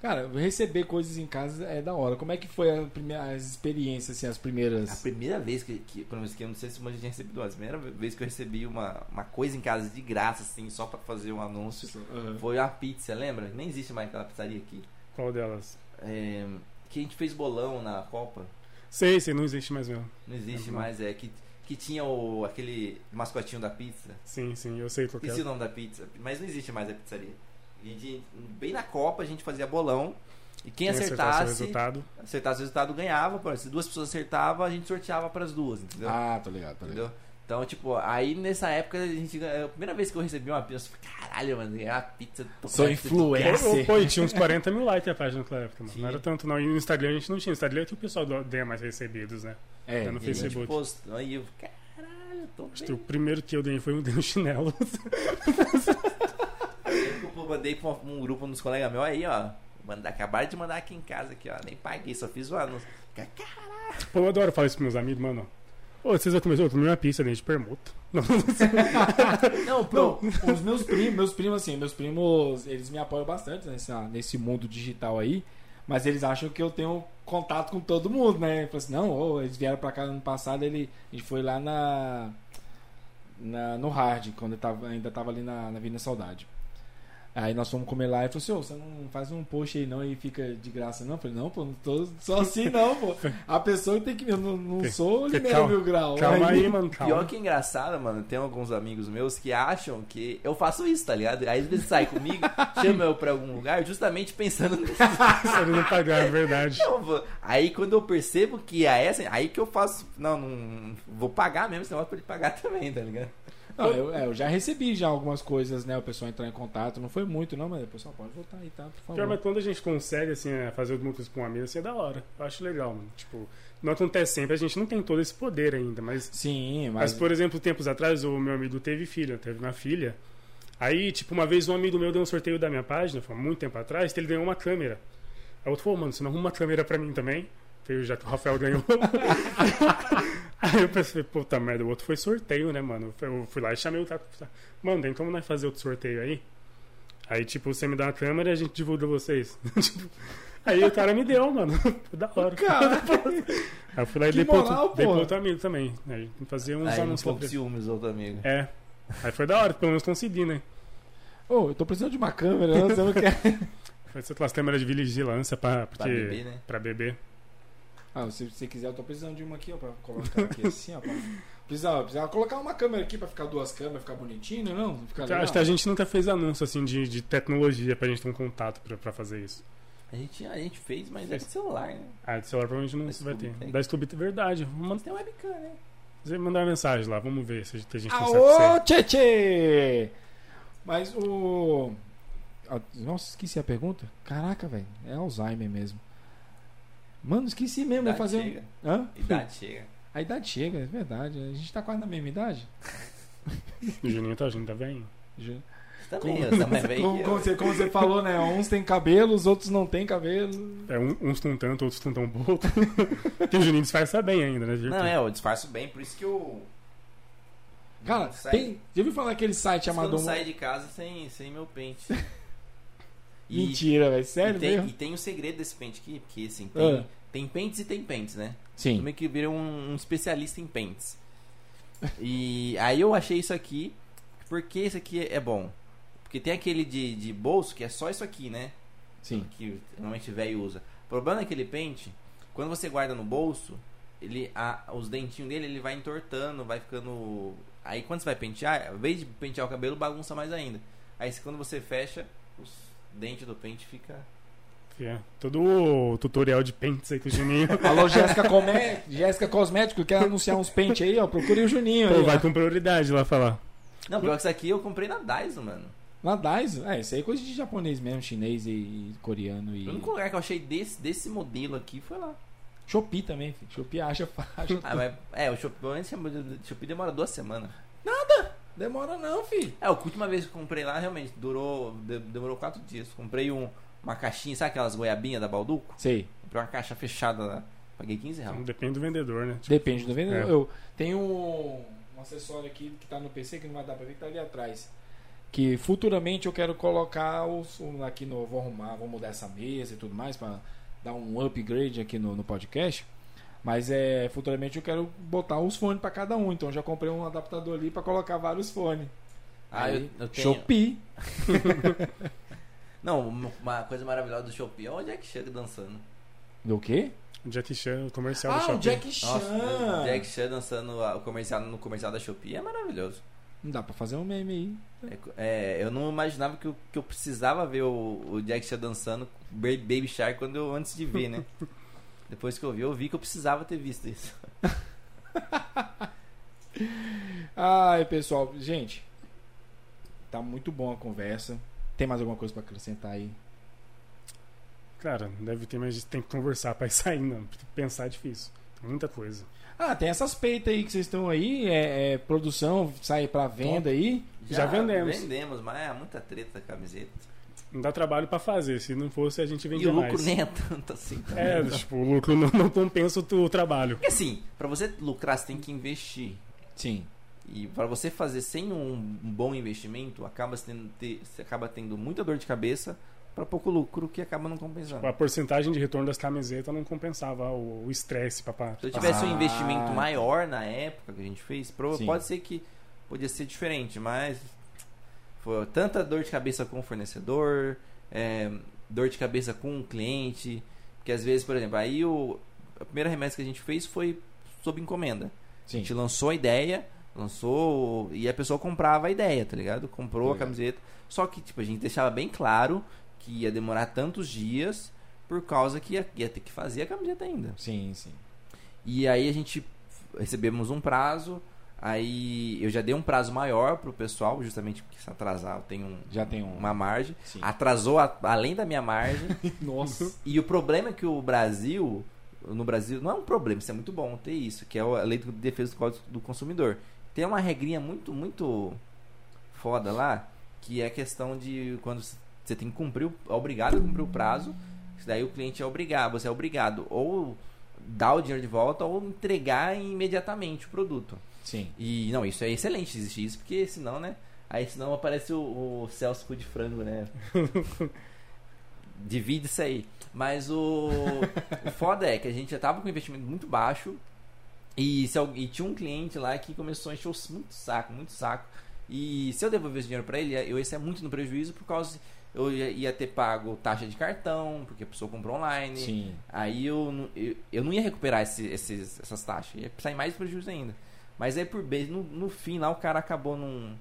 [SPEAKER 1] Cara, receber coisas em casa é da hora. Como é que foi a primeira- as experiências, assim, as
[SPEAKER 2] É A
[SPEAKER 1] primeiras?
[SPEAKER 2] primeira vez que, que quando eu esqueci, eu não sei se o Manjo tinha recebido antes, a primeira vez que eu recebi uma, uma coisa em casa de graça, assim, só pra fazer um anúncio,
[SPEAKER 1] Aham.
[SPEAKER 2] foi a pizza, lembra? Nem existe mais aquela pizzaria aqui.
[SPEAKER 3] Qual delas?
[SPEAKER 2] É, que a gente fez bolão na Copa,
[SPEAKER 3] Sei, sei, não existe mais mesmo.
[SPEAKER 2] não existe
[SPEAKER 3] Uhum.
[SPEAKER 2] mais, é que, que tinha o, aquele mascotinho da pizza.
[SPEAKER 3] Sim, sim, eu sei qual que é.
[SPEAKER 2] Esqueci o nome da pizza, mas não existe mais a pizzaria. A gente, bem na Copa a gente fazia bolão e quem,
[SPEAKER 3] acertasse o
[SPEAKER 2] acertasse,
[SPEAKER 3] resultado.
[SPEAKER 2] acertasse o resultado ganhava. Por exemplo, Se duas pessoas acertavam, a gente sorteava pras duas, entendeu?
[SPEAKER 1] Ah, tô ligado, tô ligado.
[SPEAKER 2] Entendeu? Então, tipo, aí nessa época a gente. ganha- A primeira vez que eu recebi uma pizza, eu falei, caralho, mano, ganhar uma pizza. tô
[SPEAKER 1] Sou
[SPEAKER 2] com
[SPEAKER 1] influencer.
[SPEAKER 2] pizza."
[SPEAKER 1] Sim.
[SPEAKER 3] Ô, Pô, e tinha uns 40 mil likes a página naquela época, mano.
[SPEAKER 2] Sim.
[SPEAKER 3] Não era tanto, não. E no Instagram a gente não tinha. No Instagram é que o pessoal do dê mais recebidos, né?
[SPEAKER 1] É,
[SPEAKER 3] Tá no
[SPEAKER 2] E a gente
[SPEAKER 3] Facebook.
[SPEAKER 2] postou. Tipo, Aí eu, caralho, tô
[SPEAKER 3] Acho que o
[SPEAKER 2] bem.
[SPEAKER 3] primeiro que eu dei foi um dei no chinelo.
[SPEAKER 2] Eu mandei pra um grupo dos colegas meus aí, ó. Manda, acabaram de mandar aqui em casa, aqui, ó. Nem paguei, só fiz o anúncio. Ca- ca-
[SPEAKER 3] Pô, eu adoro falar isso pros meus amigos, mano. Ô, vocês já começaram a comer uma pizza dentro de permuta. Não,
[SPEAKER 2] Não,
[SPEAKER 1] Não,
[SPEAKER 2] pro.
[SPEAKER 1] os meus primos, meus primos, assim, meus primos, eles me apoiam bastante nessa, nesse mundo digital aí, mas eles acham que eu tenho contato com todo mundo, né? Fala assim, não, ô, eles vieram pra cá ano passado, ele, a gente foi lá na, na- no Hard, quando eu tava, ainda tava ali na, na Avenida Saudade. Aí nós fomos comer lá e falou assim, ô, você não faz um post aí não e fica de graça não? Eu falei, não, pô, não tô só assim não, pô. A pessoa tem que... Eu não, não sou Limeira
[SPEAKER 3] Calma-
[SPEAKER 1] Mil Grau. né?"
[SPEAKER 3] calma aí, mano, calma.
[SPEAKER 2] Pior que é engraçado, mano, tem alguns amigos meus que acham que eu faço isso, tá ligado? Aí às vezes sai comigo, chama eu pra algum lugar, justamente pensando nisso.
[SPEAKER 3] Se ele não pagar, é verdade.
[SPEAKER 2] Eu vou- Aí quando eu percebo que é essa, aí que eu faço. Não, não. Vou pagar mesmo, senão é pra ele pagar também, tá ligado?
[SPEAKER 1] Não, eu, é, eu já recebi já algumas coisas, né? O pessoal entrar em contato. Não foi muito, não, mas o pessoal pode voltar aí, tá? Por
[SPEAKER 3] Pior, mas
[SPEAKER 1] favor.
[SPEAKER 3] quando a gente consegue, assim, é, fazer alguma coisa com um amigo, assim, é da hora. Eu acho legal, mano. Tipo, não acontece sempre. A gente não tem todo esse poder ainda, mas
[SPEAKER 1] Sim, mas.
[SPEAKER 3] Mas, por exemplo, tempos atrás, o meu amigo teve filha, teve uma filha. Aí, tipo, uma vez um amigo meu deu um sorteio da minha página, foi muito tempo atrás, que ele ganhou uma câmera. Aí o outro falou, mano, você não arruma uma câmera pra mim também? Falei, já que o Rafael ganhou. Aí eu pensei, puta merda, o outro foi sorteio, né, mano? Eu fui lá e chamei o cara. falei, Mano, tem como nós fazer outro sorteio aí? Aí, tipo, você me dá uma câmera e a gente divulga vocês. Tipo, Aí o cara me deu, mano. Foi da hora.
[SPEAKER 1] Cara,
[SPEAKER 3] Aí eu fui lá e
[SPEAKER 1] que
[SPEAKER 3] dei pro outro-
[SPEAKER 1] moral,
[SPEAKER 3] dei pro
[SPEAKER 1] porra.
[SPEAKER 3] outro amigo também. Aí fazia uns
[SPEAKER 2] Aí não
[SPEAKER 3] anúncios lá
[SPEAKER 2] ficou com
[SPEAKER 3] pra ele.
[SPEAKER 2] ciúmes, outro amigo.
[SPEAKER 3] É. Aí foi da hora, pelo menos consegui, né?
[SPEAKER 1] Ô, eu tô precisando de uma câmera, né? você não quer.
[SPEAKER 3] Foi aquelas câmeras de vigilância pra, porque,
[SPEAKER 2] Pra beber, né?
[SPEAKER 3] pra beber.
[SPEAKER 1] Ah, se você quiser, eu tô precisando de uma aqui, ó, pra colocar aqui assim, ó. pra- Precisava, precisava colocar uma câmera aqui pra ficar duas câmeras, ficar bonitinho, né? Não, ficar legal.
[SPEAKER 3] Acho que tá a gente nunca fez anúncio assim de, de tecnologia pra gente ter um contato pra, pra fazer isso.
[SPEAKER 2] A gente, a gente fez, mas é de
[SPEAKER 3] Fez.
[SPEAKER 2] celular, né?
[SPEAKER 3] Ah, de celular provavelmente não
[SPEAKER 2] Da
[SPEAKER 3] vai
[SPEAKER 2] Scooby
[SPEAKER 3] ter.
[SPEAKER 2] tem.
[SPEAKER 3] Da Scooby tem verdade. Vamos
[SPEAKER 2] Mas tem webcam, né?
[SPEAKER 3] mandar, mandar uma mensagem lá, vamos ver se a gente tá consegue.
[SPEAKER 1] Aô, Ah, Tchê! Mas o. Ah, Nossa, esqueci a pergunta. Caraca, velho. É Alzheimer mesmo. Mano, esqueci mesmo. Vou
[SPEAKER 2] Idade
[SPEAKER 1] fazer. um-
[SPEAKER 2] chega.
[SPEAKER 1] Hã?
[SPEAKER 2] Idade chega.
[SPEAKER 1] A idade chega, é verdade. A gente tá quase na mesma idade.
[SPEAKER 3] O Juninho tá junto, tá bem?
[SPEAKER 1] Já.
[SPEAKER 2] Você também, eu também veio
[SPEAKER 1] Como,
[SPEAKER 2] que
[SPEAKER 1] como
[SPEAKER 2] eu-
[SPEAKER 1] você, como você falou, né? Uns têm cabelo, os outros não têm cabelo.
[SPEAKER 3] É, um- uns tão tanto, outros tão tão pouco. Porque o Juninho disfarça bem ainda, né?
[SPEAKER 2] Não, é, eu disfarço bem, por isso que eu.
[SPEAKER 1] Cara,
[SPEAKER 2] Não sai-
[SPEAKER 1] tem. Já ouviu falar aquele site
[SPEAKER 2] por isso que eu
[SPEAKER 1] chamado. um-
[SPEAKER 2] não saio de casa sem, sem meu pente. E-
[SPEAKER 1] Mentira, velho. Sério
[SPEAKER 2] e tem,
[SPEAKER 1] mesmo?
[SPEAKER 2] E tem o segredo desse pente aqui, porque assim, tem,
[SPEAKER 1] Ah.
[SPEAKER 2] tem pentes e tem pentes, né?
[SPEAKER 1] Sim.
[SPEAKER 2] Meio que vira um, um especialista em pentes. E aí eu achei isso aqui, porque isso aqui é bom. Porque tem aquele de, de bolso que é só isso aqui, né?
[SPEAKER 1] Sim.
[SPEAKER 2] que normalmente velho usa. O problema daquele pente, quando você guarda no bolso, ele a- os dentinhos dele ele vai entortando, vai ficando. Aí quando você vai pentear, ao invés de pentear o cabelo, bagunça mais ainda. Aí se- quando você fecha, os dentes do pente fica.
[SPEAKER 3] Que é todo o tutorial de pentes aí que o Juninho.
[SPEAKER 1] Alô, Jéssica Comé... Jéssica Cosmético, quer anunciar uns pentes aí, ó? Procure o Juninho
[SPEAKER 3] Pô,
[SPEAKER 1] aí.
[SPEAKER 3] vai
[SPEAKER 1] ó.
[SPEAKER 3] com prioridade lá falar.
[SPEAKER 2] Não, pior que isso aqui eu comprei na Daiso, mano.
[SPEAKER 1] Na Daiso? É, isso aí é coisa de japonês mesmo, chinês e, e coreano e.
[SPEAKER 2] O único lugar que eu achei desse, desse modelo aqui foi lá.
[SPEAKER 1] Shopee também, filho. Shopee acha faixa.
[SPEAKER 2] Ah, mas, é, o Shopee, antes, o Shopee demora duas semanas.
[SPEAKER 1] Demora não, filho.
[SPEAKER 2] É, a última vez que eu comprei lá, realmente, durou. de- demorou quatro dias. Comprei um, uma caixinha, sabe aquelas goiabinhas da Balduco?
[SPEAKER 1] Sei.
[SPEAKER 2] Comprei uma caixa fechada lá. Paguei 15 reais.
[SPEAKER 3] Depende do vendedor, né? Tipo,
[SPEAKER 1] Depende do vendedor.
[SPEAKER 3] É.
[SPEAKER 1] Eu tenho um, um acessório aqui que tá no PC que não vai dar pra ver, que tá ali atrás. Que futuramente eu quero colocar os, um aqui no. Vou arrumar, vou mudar essa mesa e tudo mais pra dar um upgrade aqui no, no podcast. Mas é, futuramente eu quero botar os fones pra cada um. Então eu já comprei um adaptador ali pra colocar vários fones.
[SPEAKER 2] Ah, eu, eu tenho.
[SPEAKER 1] Shopee.
[SPEAKER 2] Não, uma- uma coisa maravilhosa do Shopee é onde é que chega dançando.
[SPEAKER 1] Do quê?
[SPEAKER 3] Jack Um Chan, o comercial do
[SPEAKER 1] Ah,
[SPEAKER 3] shopping.
[SPEAKER 1] o Jack Chan.
[SPEAKER 2] Nossa, o Jack Chan dançando a- o comercial, no comercial da Shopee é maravilhoso.
[SPEAKER 1] Não dá pra fazer um meme aí.
[SPEAKER 2] É co- é, eu não imaginava que eu, que eu precisava ver o, o Jack Chan dançando Ba- Baby Shark quando eu, antes de ver, né? Depois que eu vi, eu vi que eu precisava ter visto isso.
[SPEAKER 1] Ai, pessoal, gente. Tá muito bom a conversa. Tem mais alguma coisa pra acrescentar aí?
[SPEAKER 3] Cara, deve ter, mas tem que conversar pra ir saindo. Porque Pensar é difícil. Tem muita coisa.
[SPEAKER 1] Ah, tem essas peitas aí que vocês estão aí. É, é produção, sai pra venda aí.
[SPEAKER 3] Já vendemos.
[SPEAKER 2] Vendemos, mas é muita treta a camiseta.
[SPEAKER 3] Não dá trabalho pra fazer. Se não fosse, a gente
[SPEAKER 2] E
[SPEAKER 3] vendia
[SPEAKER 2] o lucro
[SPEAKER 3] mais.
[SPEAKER 2] nem é tanto assim. também.
[SPEAKER 3] É, tipo, o lucro não, não compensa o, tu- o trabalho.
[SPEAKER 2] Porque assim, pra você lucrar, você tem que investir.
[SPEAKER 1] Sim.
[SPEAKER 2] E para você fazer sem um bom investimento, acaba se tendo, ter- você acaba tendo muita dor de cabeça para pouco lucro que acaba não compensando.
[SPEAKER 3] A porcentagem de retorno das camisetas não compensava o o estresse pra, pra
[SPEAKER 2] Se eu tivesse
[SPEAKER 1] Ah.
[SPEAKER 2] um investimento maior na época que a gente fez, prova-
[SPEAKER 1] Sim.
[SPEAKER 2] pode ser que podia ser diferente, mas foi tanta dor de cabeça com o fornecedor, é, dor de cabeça com o cliente, que às vezes, por exemplo, aí o a primeira remessa que a gente fez foi sob encomenda. A
[SPEAKER 1] Sim.
[SPEAKER 2] gente lançou a ideia, lançou e a pessoa comprava a ideia, tá ligado? Comprou
[SPEAKER 1] Legal.
[SPEAKER 2] a camiseta. Só que, tipo, a gente deixava bem claro que ia demorar tantos dias por causa que ia, ia ter que fazer a camiseta ainda.
[SPEAKER 1] Sim, sim.
[SPEAKER 2] E aí a gente recebemos um prazo, aí eu já dei um prazo maior pro pessoal, justamente porque se atrasar eu tenho um-
[SPEAKER 1] Já tem um.
[SPEAKER 2] uma margem.
[SPEAKER 1] Sim.
[SPEAKER 2] Atrasou a- além da minha margem.
[SPEAKER 1] Nossa.
[SPEAKER 2] E o problema é que o Brasil, no Brasil, não é um problema, isso é muito bom ter isso, que é a lei de defesa do Código do Consumidor. Tem uma regrinha muito, muito foda lá, que é a questão de quando você tem que cumprir, o- é obrigado a cumprir o prazo, isso daí o cliente é obrigado, você é obrigado ou dar o dinheiro de volta ou entregar imediatamente o produto.
[SPEAKER 1] Sim.
[SPEAKER 2] E não, isso é excelente existir isso, porque senão, né? Aí senão aparece o, o Celso cu de frango, né? divide isso aí. Mas o, o foda é que a gente já tava com um investimento muito baixo. E, se, al- e tinha um cliente lá que começou a encher o s- muito saco, muito saco. E se eu devolver esse dinheiro pra ele, eu ia ser muito no prejuízo por causa. Eu ia, ia ter pago taxa de cartão, porque a pessoa comprou online.
[SPEAKER 1] Sim.
[SPEAKER 2] Aí eu, não- eu, eu não ia recuperar esse- esses, essas taxas. Ia sair mais prejuízo ainda. Mas aí por bem, no, no fim lá o cara acabou num.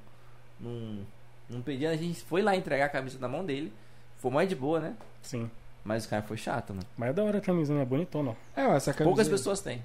[SPEAKER 2] num. num pedido. A gente foi lá entregar a camisa na mão dele. Foi mais de boa, né?
[SPEAKER 3] Sim.
[SPEAKER 2] Mas o cara foi chato, mano.
[SPEAKER 3] Mas é da hora a camisa, né? Bonitona, ó.
[SPEAKER 1] É, essa camiseta.
[SPEAKER 2] Poucas pessoas têm.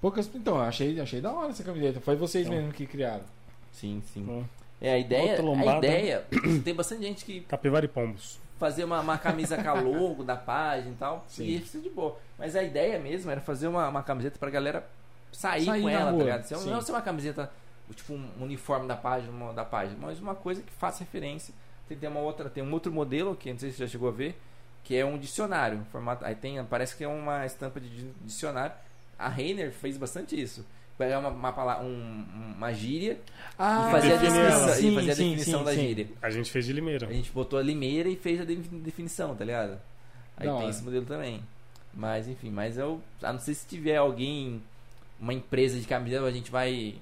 [SPEAKER 1] Poucas... Então, eu achei, achei da hora essa camiseta. Foi vocês
[SPEAKER 2] Então.
[SPEAKER 1] mesmo que criaram.
[SPEAKER 2] Sim, sim.
[SPEAKER 3] Bom,
[SPEAKER 2] É, a ideia.
[SPEAKER 3] Outra lombada. né?
[SPEAKER 2] A ideia. tem bastante gente que
[SPEAKER 3] Capivara e pombos.
[SPEAKER 2] fazia uma, uma camisa com a logo da página e tal.
[SPEAKER 1] Sim.
[SPEAKER 2] E isso de boa. Mas a ideia mesmo era fazer uma, uma camiseta pra galera sair,
[SPEAKER 1] Sair
[SPEAKER 2] com
[SPEAKER 1] na
[SPEAKER 2] ela,
[SPEAKER 1] rua,
[SPEAKER 2] tá ligado? Se eu-
[SPEAKER 1] sim.
[SPEAKER 2] Não ser uma camiseta, tipo um uniforme da página, uma- da página, mas uma coisa que faça referência. Tem, tem uma outra, tem um outro modelo que não sei se você já chegou a ver, que é um dicionário. Formato, aí tem, parece que é uma estampa de di- dicionário. A Reiner fez bastante isso. Pegar uma, uma, pala- um- uma gíria
[SPEAKER 1] Ah,
[SPEAKER 2] e fazer a
[SPEAKER 3] definir ela.
[SPEAKER 2] definição, e fazer a definição da gíria.
[SPEAKER 3] A gente fez de Limeira.
[SPEAKER 2] A gente botou a Limeira e fez a de- definição, tá ligado? Aí
[SPEAKER 1] Da
[SPEAKER 2] tem
[SPEAKER 1] hora.
[SPEAKER 2] esse modelo também. Mas enfim, mas eu. A não ser se tiver alguém, uma empresa de camiseta, a gente vai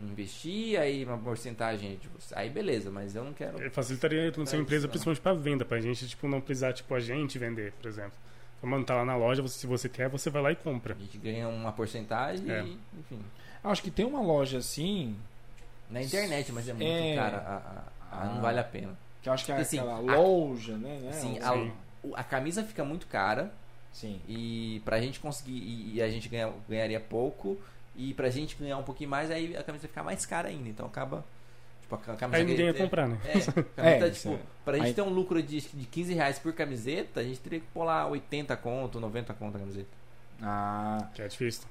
[SPEAKER 2] investir, aí uma porcentagem, tipo, aí beleza, mas eu não quero.
[SPEAKER 3] É, Facilitaria a sua
[SPEAKER 2] É,
[SPEAKER 3] empresa,
[SPEAKER 2] tá.
[SPEAKER 3] principalmente pra venda, pra gente, tipo, não precisar, tipo, a gente vender, por exemplo. Então, Mano, tá lá na loja, você- se você quer, você vai lá e
[SPEAKER 2] A
[SPEAKER 3] compra.
[SPEAKER 2] gente ganha uma porcentagem
[SPEAKER 3] É.
[SPEAKER 2] e, enfim.
[SPEAKER 1] Acho que tem uma loja assim,
[SPEAKER 2] Na internet, mas é muito
[SPEAKER 1] É.
[SPEAKER 2] cara. A, a- a-
[SPEAKER 1] Ah.
[SPEAKER 2] não vale a pena.
[SPEAKER 1] que eu acho que é
[SPEAKER 2] Porque, assim,
[SPEAKER 1] aquela
[SPEAKER 2] a-
[SPEAKER 1] loja, né? né?
[SPEAKER 2] Assim,
[SPEAKER 1] Um-
[SPEAKER 2] a,
[SPEAKER 3] sim.
[SPEAKER 2] o- a camisa fica muito cara.
[SPEAKER 1] assim. Sim.
[SPEAKER 2] E pra gente conseguir. E, e a gente ganha- ganharia pouco. E pra gente ganhar um pouquinho mais, aí a camisa fica mais cara ainda. Então acaba. Tipo, a ca- camisa.
[SPEAKER 3] Aí ninguém ia
[SPEAKER 2] é-
[SPEAKER 3] comprar, né?
[SPEAKER 2] É, camiseta,
[SPEAKER 1] É, isso
[SPEAKER 2] tipo,
[SPEAKER 1] é.
[SPEAKER 2] pra gente
[SPEAKER 1] Aí-
[SPEAKER 2] ter um lucro de, de 15 reais por camiseta, a gente teria que pular 80 conto, 90 conto a camiseta.
[SPEAKER 1] Ah.
[SPEAKER 3] Que é difícil.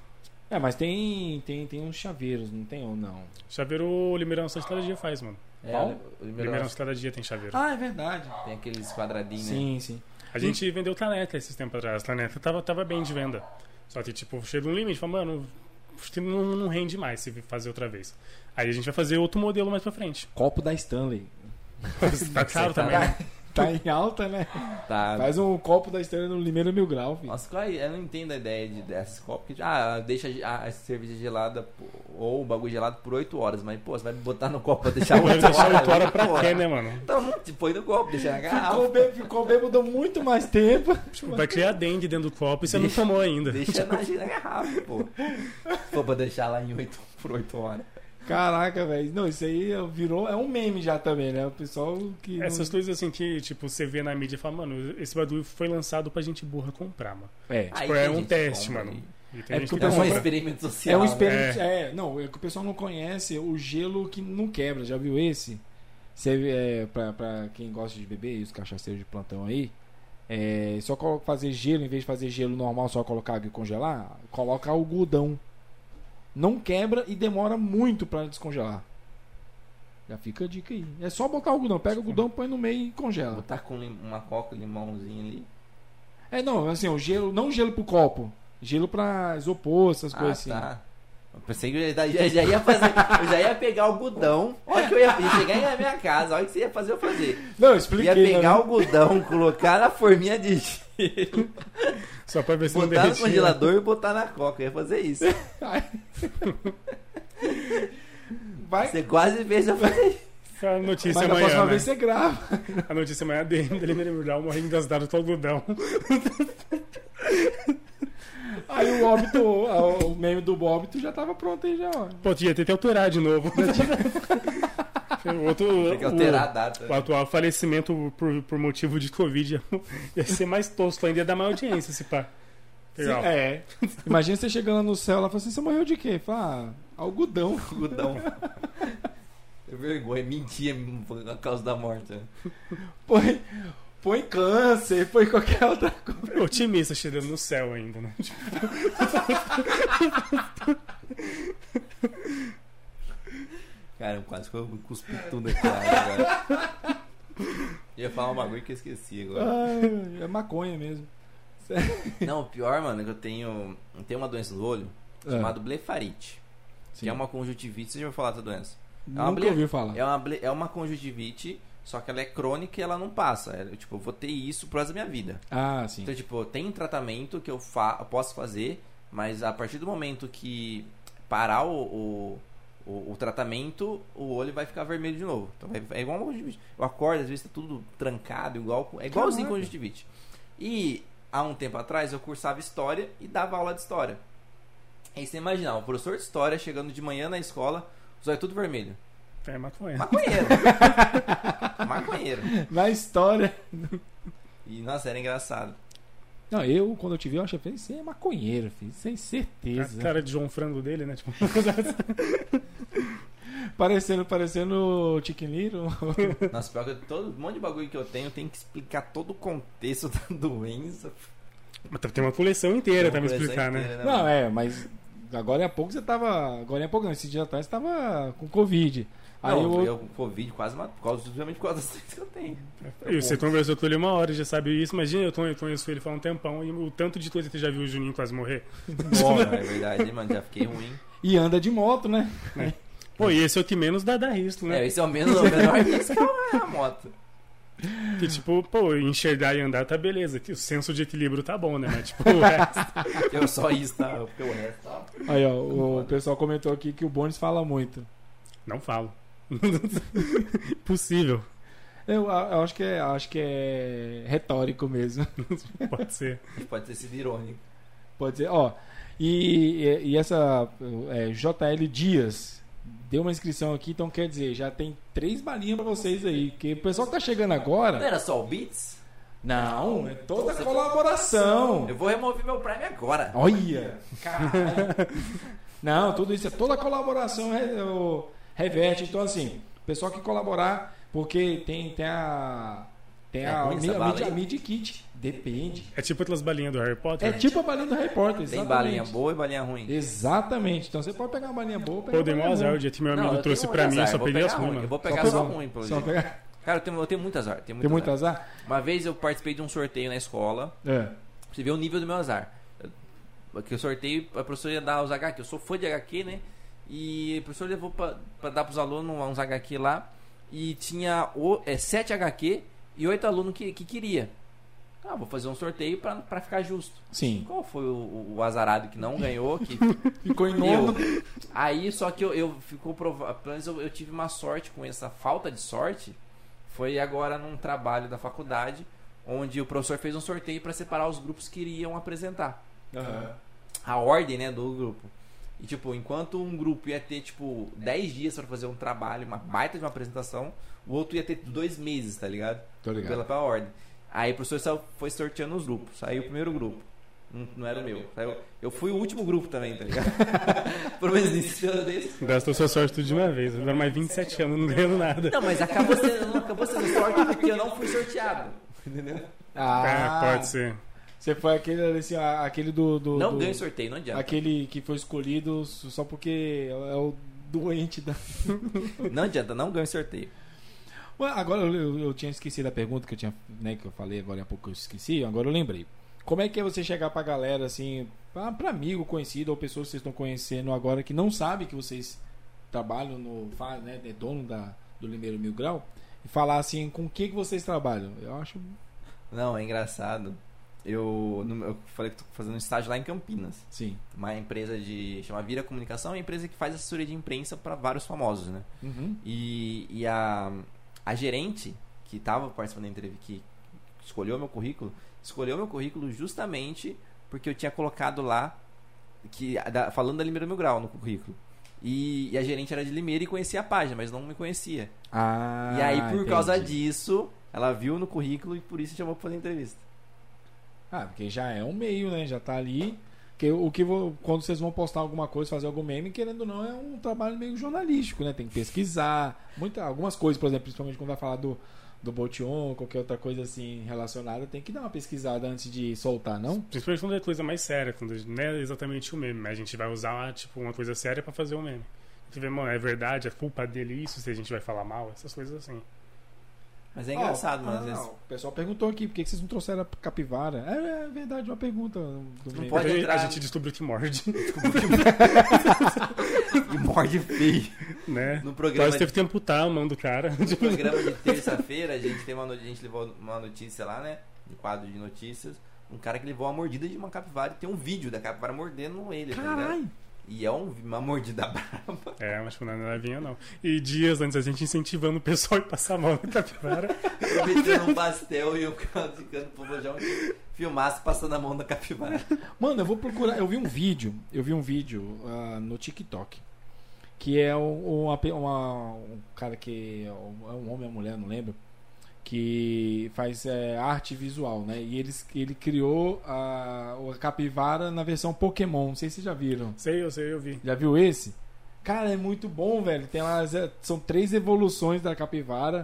[SPEAKER 1] É, mas tem, tem, tem uns chaveiros, não tem ou não?
[SPEAKER 3] Chaveiro, o Limeirão só de cada dia faz, mano.
[SPEAKER 2] É,
[SPEAKER 1] Qual?
[SPEAKER 2] o primeiro
[SPEAKER 3] Limeirão só de cada dia tem chaveiro.
[SPEAKER 1] Ah, é verdade.
[SPEAKER 2] tem aqueles quadradinhos, né?
[SPEAKER 1] Sim, sim.
[SPEAKER 3] A gente vendeu Planeta esses tempos atrás. Planeta tava, tava bem de venda. Só que, tipo, chega um limite, fala, mano, acho que não, não rende mais se fazer outra vez. Aí a gente vai fazer outro modelo mais pra frente.
[SPEAKER 1] Copo da Stanley.
[SPEAKER 3] tá caro também, né?
[SPEAKER 1] Tá em alta, né?
[SPEAKER 2] Tá.
[SPEAKER 1] Faz um copo da Stanley no Limeiro Mil Grau, filho.
[SPEAKER 2] Nossa, qual é? eu não entendo a ideia de, dessas copas. Que, ah, deixa a, a cerveja gelada pô, ou o bagulho é gelado por 8 horas. Mas, pô, você vai botar no copo pra deixar
[SPEAKER 3] Pô,
[SPEAKER 2] 8
[SPEAKER 3] ele deixou
[SPEAKER 2] horas.
[SPEAKER 3] 8 horas
[SPEAKER 2] ali,
[SPEAKER 3] pra
[SPEAKER 2] pô.
[SPEAKER 3] quê, né, mano?
[SPEAKER 2] Então, não, foi no copo, deixa na
[SPEAKER 1] Ficou,
[SPEAKER 2] garrafa.
[SPEAKER 1] bê, ficou bêbado muito mais tempo.
[SPEAKER 3] Tipo, Vai criar dengue dentro do copo e você não
[SPEAKER 2] Deixa-
[SPEAKER 3] tomou ainda.
[SPEAKER 2] Deixa na, na garrafa, pô. Se for pra deixar lá em 8 por 8 horas.
[SPEAKER 1] Caraca, velho. Não, isso aí virou. É um meme já também, né? O pessoal que. não-
[SPEAKER 3] Essas coisas assim que, tipo, você vê na mídia e fala, mano, esse bagulho foi lançado pra gente burra comprar, mano.
[SPEAKER 1] É.
[SPEAKER 2] Aí
[SPEAKER 3] Tipo, é
[SPEAKER 2] tem
[SPEAKER 3] um
[SPEAKER 2] gente
[SPEAKER 3] teste,
[SPEAKER 2] que compra
[SPEAKER 3] mano.
[SPEAKER 2] aí.
[SPEAKER 3] E tem
[SPEAKER 1] É porque
[SPEAKER 3] gente
[SPEAKER 1] o
[SPEAKER 2] É
[SPEAKER 3] que
[SPEAKER 2] um
[SPEAKER 1] pessoal-
[SPEAKER 3] compra.
[SPEAKER 2] experimento
[SPEAKER 1] É
[SPEAKER 2] social.
[SPEAKER 1] um
[SPEAKER 2] né?
[SPEAKER 1] experimento. É. não, é que o pessoal não conhece o gelo que não quebra. Já viu esse? Você, é, pra, pra quem gosta de beber e os cachaceiros de plantão aí, é, só colo- fazer gelo, em vez de fazer gelo normal, só colocar água e congelar, coloca algodão. Não quebra e demora muito pra descongelar. Já fica a dica aí. É só botar algodão. Pega o algodão, põe no meio e congela.
[SPEAKER 2] Botar com lim- uma coca, limãozinho ali.
[SPEAKER 1] É, não, assim, o gelo, não gelo pro copo. Gelo pra isopor, essas coisas assim.
[SPEAKER 2] tá. Eu pensei que eu já, já- já ia fazer. eu já ia pegar o algodão. Olha que eu ia, ia chegar na minha casa. Olha o que você ia fazer eu fazer.
[SPEAKER 1] Não, eu expliquei.
[SPEAKER 2] ia
[SPEAKER 1] né?
[SPEAKER 2] pegar o algodão, colocar na forminha de gelo,
[SPEAKER 3] Só pra ver se não
[SPEAKER 2] botar no
[SPEAKER 3] derretia.
[SPEAKER 2] congelador e botar na coca. Eu ia fazer isso.
[SPEAKER 1] Vai,
[SPEAKER 2] Você quase fez eu fazer isso.
[SPEAKER 3] A
[SPEAKER 1] Mas
[SPEAKER 3] notícia
[SPEAKER 1] da
[SPEAKER 3] amanhã,
[SPEAKER 1] próxima
[SPEAKER 3] né?
[SPEAKER 1] vez você grava.
[SPEAKER 3] A notícia amanhã é dele, dele me lembrar uma engasgada do algodão.
[SPEAKER 1] Aí o óbito, o o meme do óbito já tava pronto aí já, ó.
[SPEAKER 3] Pô, tinha que alterar de novo. Outro,
[SPEAKER 2] Tem que
[SPEAKER 3] o-
[SPEAKER 2] alterar a data.
[SPEAKER 3] O atual falecimento por, por motivo de Covid ia ser mais tosco ainda, ia dar mais audiência esse pá. Legal.
[SPEAKER 1] Sim, é. Imagina você chegando lá no céu, ela fala assim, você morreu de quê? Fala, ah, algodão.
[SPEAKER 2] Algodão. É vergonha, mentir a causa da morte. né?
[SPEAKER 1] Põe, põe câncer, põe qualquer outra coisa.
[SPEAKER 3] Otimista chegando no céu ainda, né? Tipo,
[SPEAKER 2] Cara, eu quase que eu cuspi tudo aqui agora. Ia falar um bagulho que eu esqueci agora.
[SPEAKER 1] Ai, é maconha mesmo.
[SPEAKER 2] Não, o pior, mano, é que eu tenho. Eu tenho uma doença no olho chamada blefarite.
[SPEAKER 1] É.
[SPEAKER 2] é
[SPEAKER 1] Sim.
[SPEAKER 2] Que é uma conjuntivite, você já ouviu falar dessa doença?
[SPEAKER 1] Nunca
[SPEAKER 2] ble-
[SPEAKER 1] ouviu falar.
[SPEAKER 2] É uma, ble- é uma conjuntivite Só que ela é crônica e ela não passa. É, tipo, eu vou ter isso pro resto da minha vida.
[SPEAKER 1] Ah, sim.
[SPEAKER 2] Então, tipo, tem tratamento que eu, fa eu posso fazer, mas a partir do momento que parar o, o, o- o tratamento, o olho vai ficar vermelho de novo. Então, é, é igual uma conjuntivite. Eu acordo, às vezes tá tudo trancado, igual, é igualzinho
[SPEAKER 1] Caraca.
[SPEAKER 2] conjuntivite. E há um tempo atrás eu cursava história e dava aula de história. Aí você imaginar, o professor de história chegando de manhã na escola, os olhos tudo vermelho.
[SPEAKER 3] É maconha.
[SPEAKER 2] Maconheiro. Maconheiro.
[SPEAKER 1] Na história.
[SPEAKER 2] E nossa, era engraçado.
[SPEAKER 1] Não, eu, quando eu te vi, eu achei que você é maconheiro, filho. Sem certeza.
[SPEAKER 2] né?
[SPEAKER 3] A cara de João Frango dele, né? Tipo,
[SPEAKER 1] Parecendo, parecendo o Chicken Little.
[SPEAKER 2] Nossa, pior que eu- todo um monte de bagulho que eu tenho, eu tenho que explicar todo o contexto da doença.
[SPEAKER 3] Mas tá, tem uma coleção inteira pra me
[SPEAKER 2] Coleção
[SPEAKER 3] explicar, né?
[SPEAKER 2] inteira,
[SPEAKER 1] Não, é, mas agora em pouco você tava. Agora em pouco, não, esse dia atrás você tava com Covid. Aí
[SPEAKER 2] Não,
[SPEAKER 1] eu.
[SPEAKER 2] eu, com Covid quase matou, por causa, justamente por causa das doenças que eu tenho.
[SPEAKER 3] E você conversou com ele uma hora, já sabe isso. Imagina, eu, tô, eu conheço ele faz um tempão e o tanto de coisa que você já viu o Juninho quase morrer.
[SPEAKER 2] Bom, é verdade, hein, mano, já fiquei ruim.
[SPEAKER 1] E anda de moto, né?
[SPEAKER 3] Pô, e esse é o que menos dá, dá risco, né?
[SPEAKER 2] É, esse é o menos, o menor risco é a moto.
[SPEAKER 3] Que tipo, pô, enxergar e andar tá beleza. que O senso de equilíbrio tá bom, né? Mas tipo, o resto-
[SPEAKER 2] Eu só isso, tá? Porque o resto tá...
[SPEAKER 1] Aí, ó, o pessoal comentou aqui que o Bones fala muito.
[SPEAKER 3] não falo. Possível,
[SPEAKER 1] Eu, a- eu acho que é, acho que é retórico mesmo.
[SPEAKER 3] pode ser.
[SPEAKER 2] Pode ter sido irônico.
[SPEAKER 1] Pode ser, ó. E, e- e essa é, JL Dias deu uma inscrição aqui, então quer dizer, já tem três balinhas pra vocês aí. Porque o pessoal que tá chegando
[SPEAKER 2] Não
[SPEAKER 1] agora.
[SPEAKER 2] era só o Beats?
[SPEAKER 1] Não, é toda colaboração.
[SPEAKER 2] Eu vou remover meu Prime agora.
[SPEAKER 1] Olha! Não, tudo isso é toda colaboração re- o- reverte. Então, assim, pessoal que colaborar, porque tem, tem a. Tem
[SPEAKER 2] É
[SPEAKER 1] a,
[SPEAKER 2] ruim
[SPEAKER 1] mi-
[SPEAKER 2] essa
[SPEAKER 1] a,
[SPEAKER 2] bala
[SPEAKER 1] mid, a
[SPEAKER 2] aí?
[SPEAKER 1] mid kit. Depende.
[SPEAKER 3] É tipo aquelas balinhas do Harry Potter.
[SPEAKER 1] É
[SPEAKER 3] né?
[SPEAKER 1] tipo a balinha do Harry Potter.
[SPEAKER 2] Tem
[SPEAKER 1] exatamente.
[SPEAKER 2] balinha boa e balinha ruim.
[SPEAKER 1] Exatamente. Então você pode pegar uma balinha boa.
[SPEAKER 3] Pô,
[SPEAKER 1] pegar
[SPEAKER 3] eu dei
[SPEAKER 1] uma
[SPEAKER 3] mó
[SPEAKER 1] balinha
[SPEAKER 3] azar, é o
[SPEAKER 1] ruim.
[SPEAKER 3] dia que meu
[SPEAKER 2] Não,
[SPEAKER 3] amigo
[SPEAKER 2] eu
[SPEAKER 3] trouxe
[SPEAKER 2] tenho
[SPEAKER 3] pra
[SPEAKER 2] muito
[SPEAKER 3] mim, eu
[SPEAKER 2] azar,
[SPEAKER 3] só
[SPEAKER 2] eu vou
[SPEAKER 3] peguei as
[SPEAKER 2] pegar
[SPEAKER 3] ruins,
[SPEAKER 2] ruim, Eu
[SPEAKER 3] mano.
[SPEAKER 2] vou pegar
[SPEAKER 1] Só
[SPEAKER 2] só
[SPEAKER 1] pegar-
[SPEAKER 2] ruim, pelo
[SPEAKER 1] Só
[SPEAKER 2] jeito.
[SPEAKER 1] pegar.
[SPEAKER 2] Cara, eu tenho, eu tenho muito azar. Tenho muito
[SPEAKER 1] Tem muito
[SPEAKER 2] azar.
[SPEAKER 1] azar?
[SPEAKER 2] Uma vez eu participei de um sorteio na escola.
[SPEAKER 1] É.
[SPEAKER 2] pra Você vê o nível do meu azar. Eu- Que o sorteio, a professora ia dar os HQ. Eu sou fã de HQ, né? E a professora levou pra, pra dar pros alunos um, uns HQ lá. E tinha o, é, 7 HQ e 8 alunos que, que queria. Ah, vou fazer um sorteio pra, pra ficar justo.
[SPEAKER 1] Sim.
[SPEAKER 2] Qual foi o- o, o azarado que não ganhou? Que
[SPEAKER 1] Ficou em
[SPEAKER 2] eu.
[SPEAKER 1] nono.
[SPEAKER 2] Aí, só que eu, eu ficou provável. Pelo menos eu, eu tive uma sorte com essa falta de sorte. Foi agora num trabalho da faculdade, onde o professor fez um sorteio para separar os grupos que iriam apresentar.
[SPEAKER 1] Aham.
[SPEAKER 2] A ordem, né, do grupo. E, tipo, enquanto um grupo ia ter, tipo, 10 dias para fazer um trabalho, uma baita de uma apresentação, o outro ia ter dois meses, tá ligado?
[SPEAKER 1] Tô
[SPEAKER 2] pela,
[SPEAKER 1] ligado.
[SPEAKER 2] pela ordem. Aí o professor saiu- foi sorteando os grupos. Saiu o primeiro grupo. Não, não era o meu. Saiu- eu fui o último grupo também, tá ligado? Pelo menos nisso, eu dei-
[SPEAKER 3] Gastou sua sorte tudo de uma vez. Agora mais 27 anos, não ganhando nada.
[SPEAKER 2] Não, mas acabou sendo, não acabou sendo sorte porque eu não fui sorteado. Entendeu?
[SPEAKER 3] Ah, pode ser.
[SPEAKER 1] Você foi aquele, assim, a- aquele do. do
[SPEAKER 2] Não
[SPEAKER 1] do...
[SPEAKER 2] ganho sorteio, não adianta.
[SPEAKER 1] Aquele que foi escolhido só porque é o doente da.
[SPEAKER 2] Não adianta, não ganho sorteio.
[SPEAKER 1] Ué, agora eu, eu- eu tinha esquecido a pergunta que eu tinha, né, que eu falei agora há pouco que eu esqueci, agora eu lembrei. Como é que é você chegar pra galera assim, pra, pra amigo conhecido ou pessoas que vocês estão conhecendo agora que não sabe que vocês trabalham no, faz, né, é dono da do Limeiro Mil Grau e falar assim, com o que que vocês trabalham? Eu acho
[SPEAKER 2] Não, é engraçado. Eu, no- eu falei que tô fazendo um estágio lá em Campinas.
[SPEAKER 1] sim.
[SPEAKER 2] Uma empresa de. chama Vira Comunicação, é uma empresa que faz assessoria de imprensa para vários famosos, né?
[SPEAKER 1] Uhum.
[SPEAKER 2] E, e a, a gerente que estava participando da entrevista, que escolheu meu currículo, escolheu meu currículo justamente porque eu tinha colocado lá, que da- falando da Limeira Mil Grau no currículo. E, e a gerente era de Limeira e conhecia a página, mas não me conhecia.
[SPEAKER 1] Ah,
[SPEAKER 2] e aí, por causa
[SPEAKER 1] entendi.
[SPEAKER 2] disso, ela viu no currículo e por isso chamou pra fazer a entrevista.
[SPEAKER 1] Ah, porque já é um meio, né? Já tá ali. Que, o que vou, quando vocês vão postar alguma coisa, fazer algum meme, querendo ou não, é um trabalho meio jornalístico, né? Tem que pesquisar. Muita, algumas coisas, por exemplo, principalmente quando vai falar do, do Botion, qualquer outra coisa assim relacionada, tem que dar uma pesquisada antes de soltar, não?
[SPEAKER 3] Principalmente quando é coisa mais séria, quando não é exatamente o meme, mas a gente vai usar tipo, uma coisa séria pra fazer um meme. A gente vê, mano, é verdade, é culpa dele isso, se a gente vai falar mal, essas coisas assim.
[SPEAKER 2] Mas é engraçado,
[SPEAKER 1] Ó,
[SPEAKER 2] mano.
[SPEAKER 1] ah,
[SPEAKER 2] Às vezes
[SPEAKER 1] O pessoal perguntou aqui, por que que vocês não trouxeram a capivara? É, é verdade, uma pergunta do meme.
[SPEAKER 2] pode-
[SPEAKER 3] Então,
[SPEAKER 2] entrar.
[SPEAKER 3] A gente descobriu que morde.
[SPEAKER 2] e morde feio.
[SPEAKER 3] né?
[SPEAKER 2] No programa
[SPEAKER 3] Quase teve que amputar a mão do cara.
[SPEAKER 2] No programa de terça-feira, a gente tem uma no- a gente levou uma notícia lá, né? Um quadro de notícias. Um cara que levou uma mordida de uma capivara e tem um vídeo da capivara mordendo ele. tá ligado? E é um- uma mordida brava.
[SPEAKER 3] É, mas tipo, não é levinha, não. E dias antes a gente incentivando o pessoal a passar a mão na capivara.
[SPEAKER 2] Aproveitando um pastel e o cara ficando pro Bojão que filmasse passando a mão na capivara.
[SPEAKER 1] Mano, eu vou procurar. Eu vi um vídeo. Eu vi um vídeo ah, no TikTok. Que é um, uma pe- uma- um cara que. É um é um homem ou mulher, não lembro. Que faz eh, arte visual, né? E eles, ele criou a, a capivara na versão Pokémon. Não sei se vocês já viram.
[SPEAKER 3] Sei, eu sei, eu vi.
[SPEAKER 1] Já viu esse? Cara, é muito bom, velho. Tem lá, as- são três evoluções da capivara.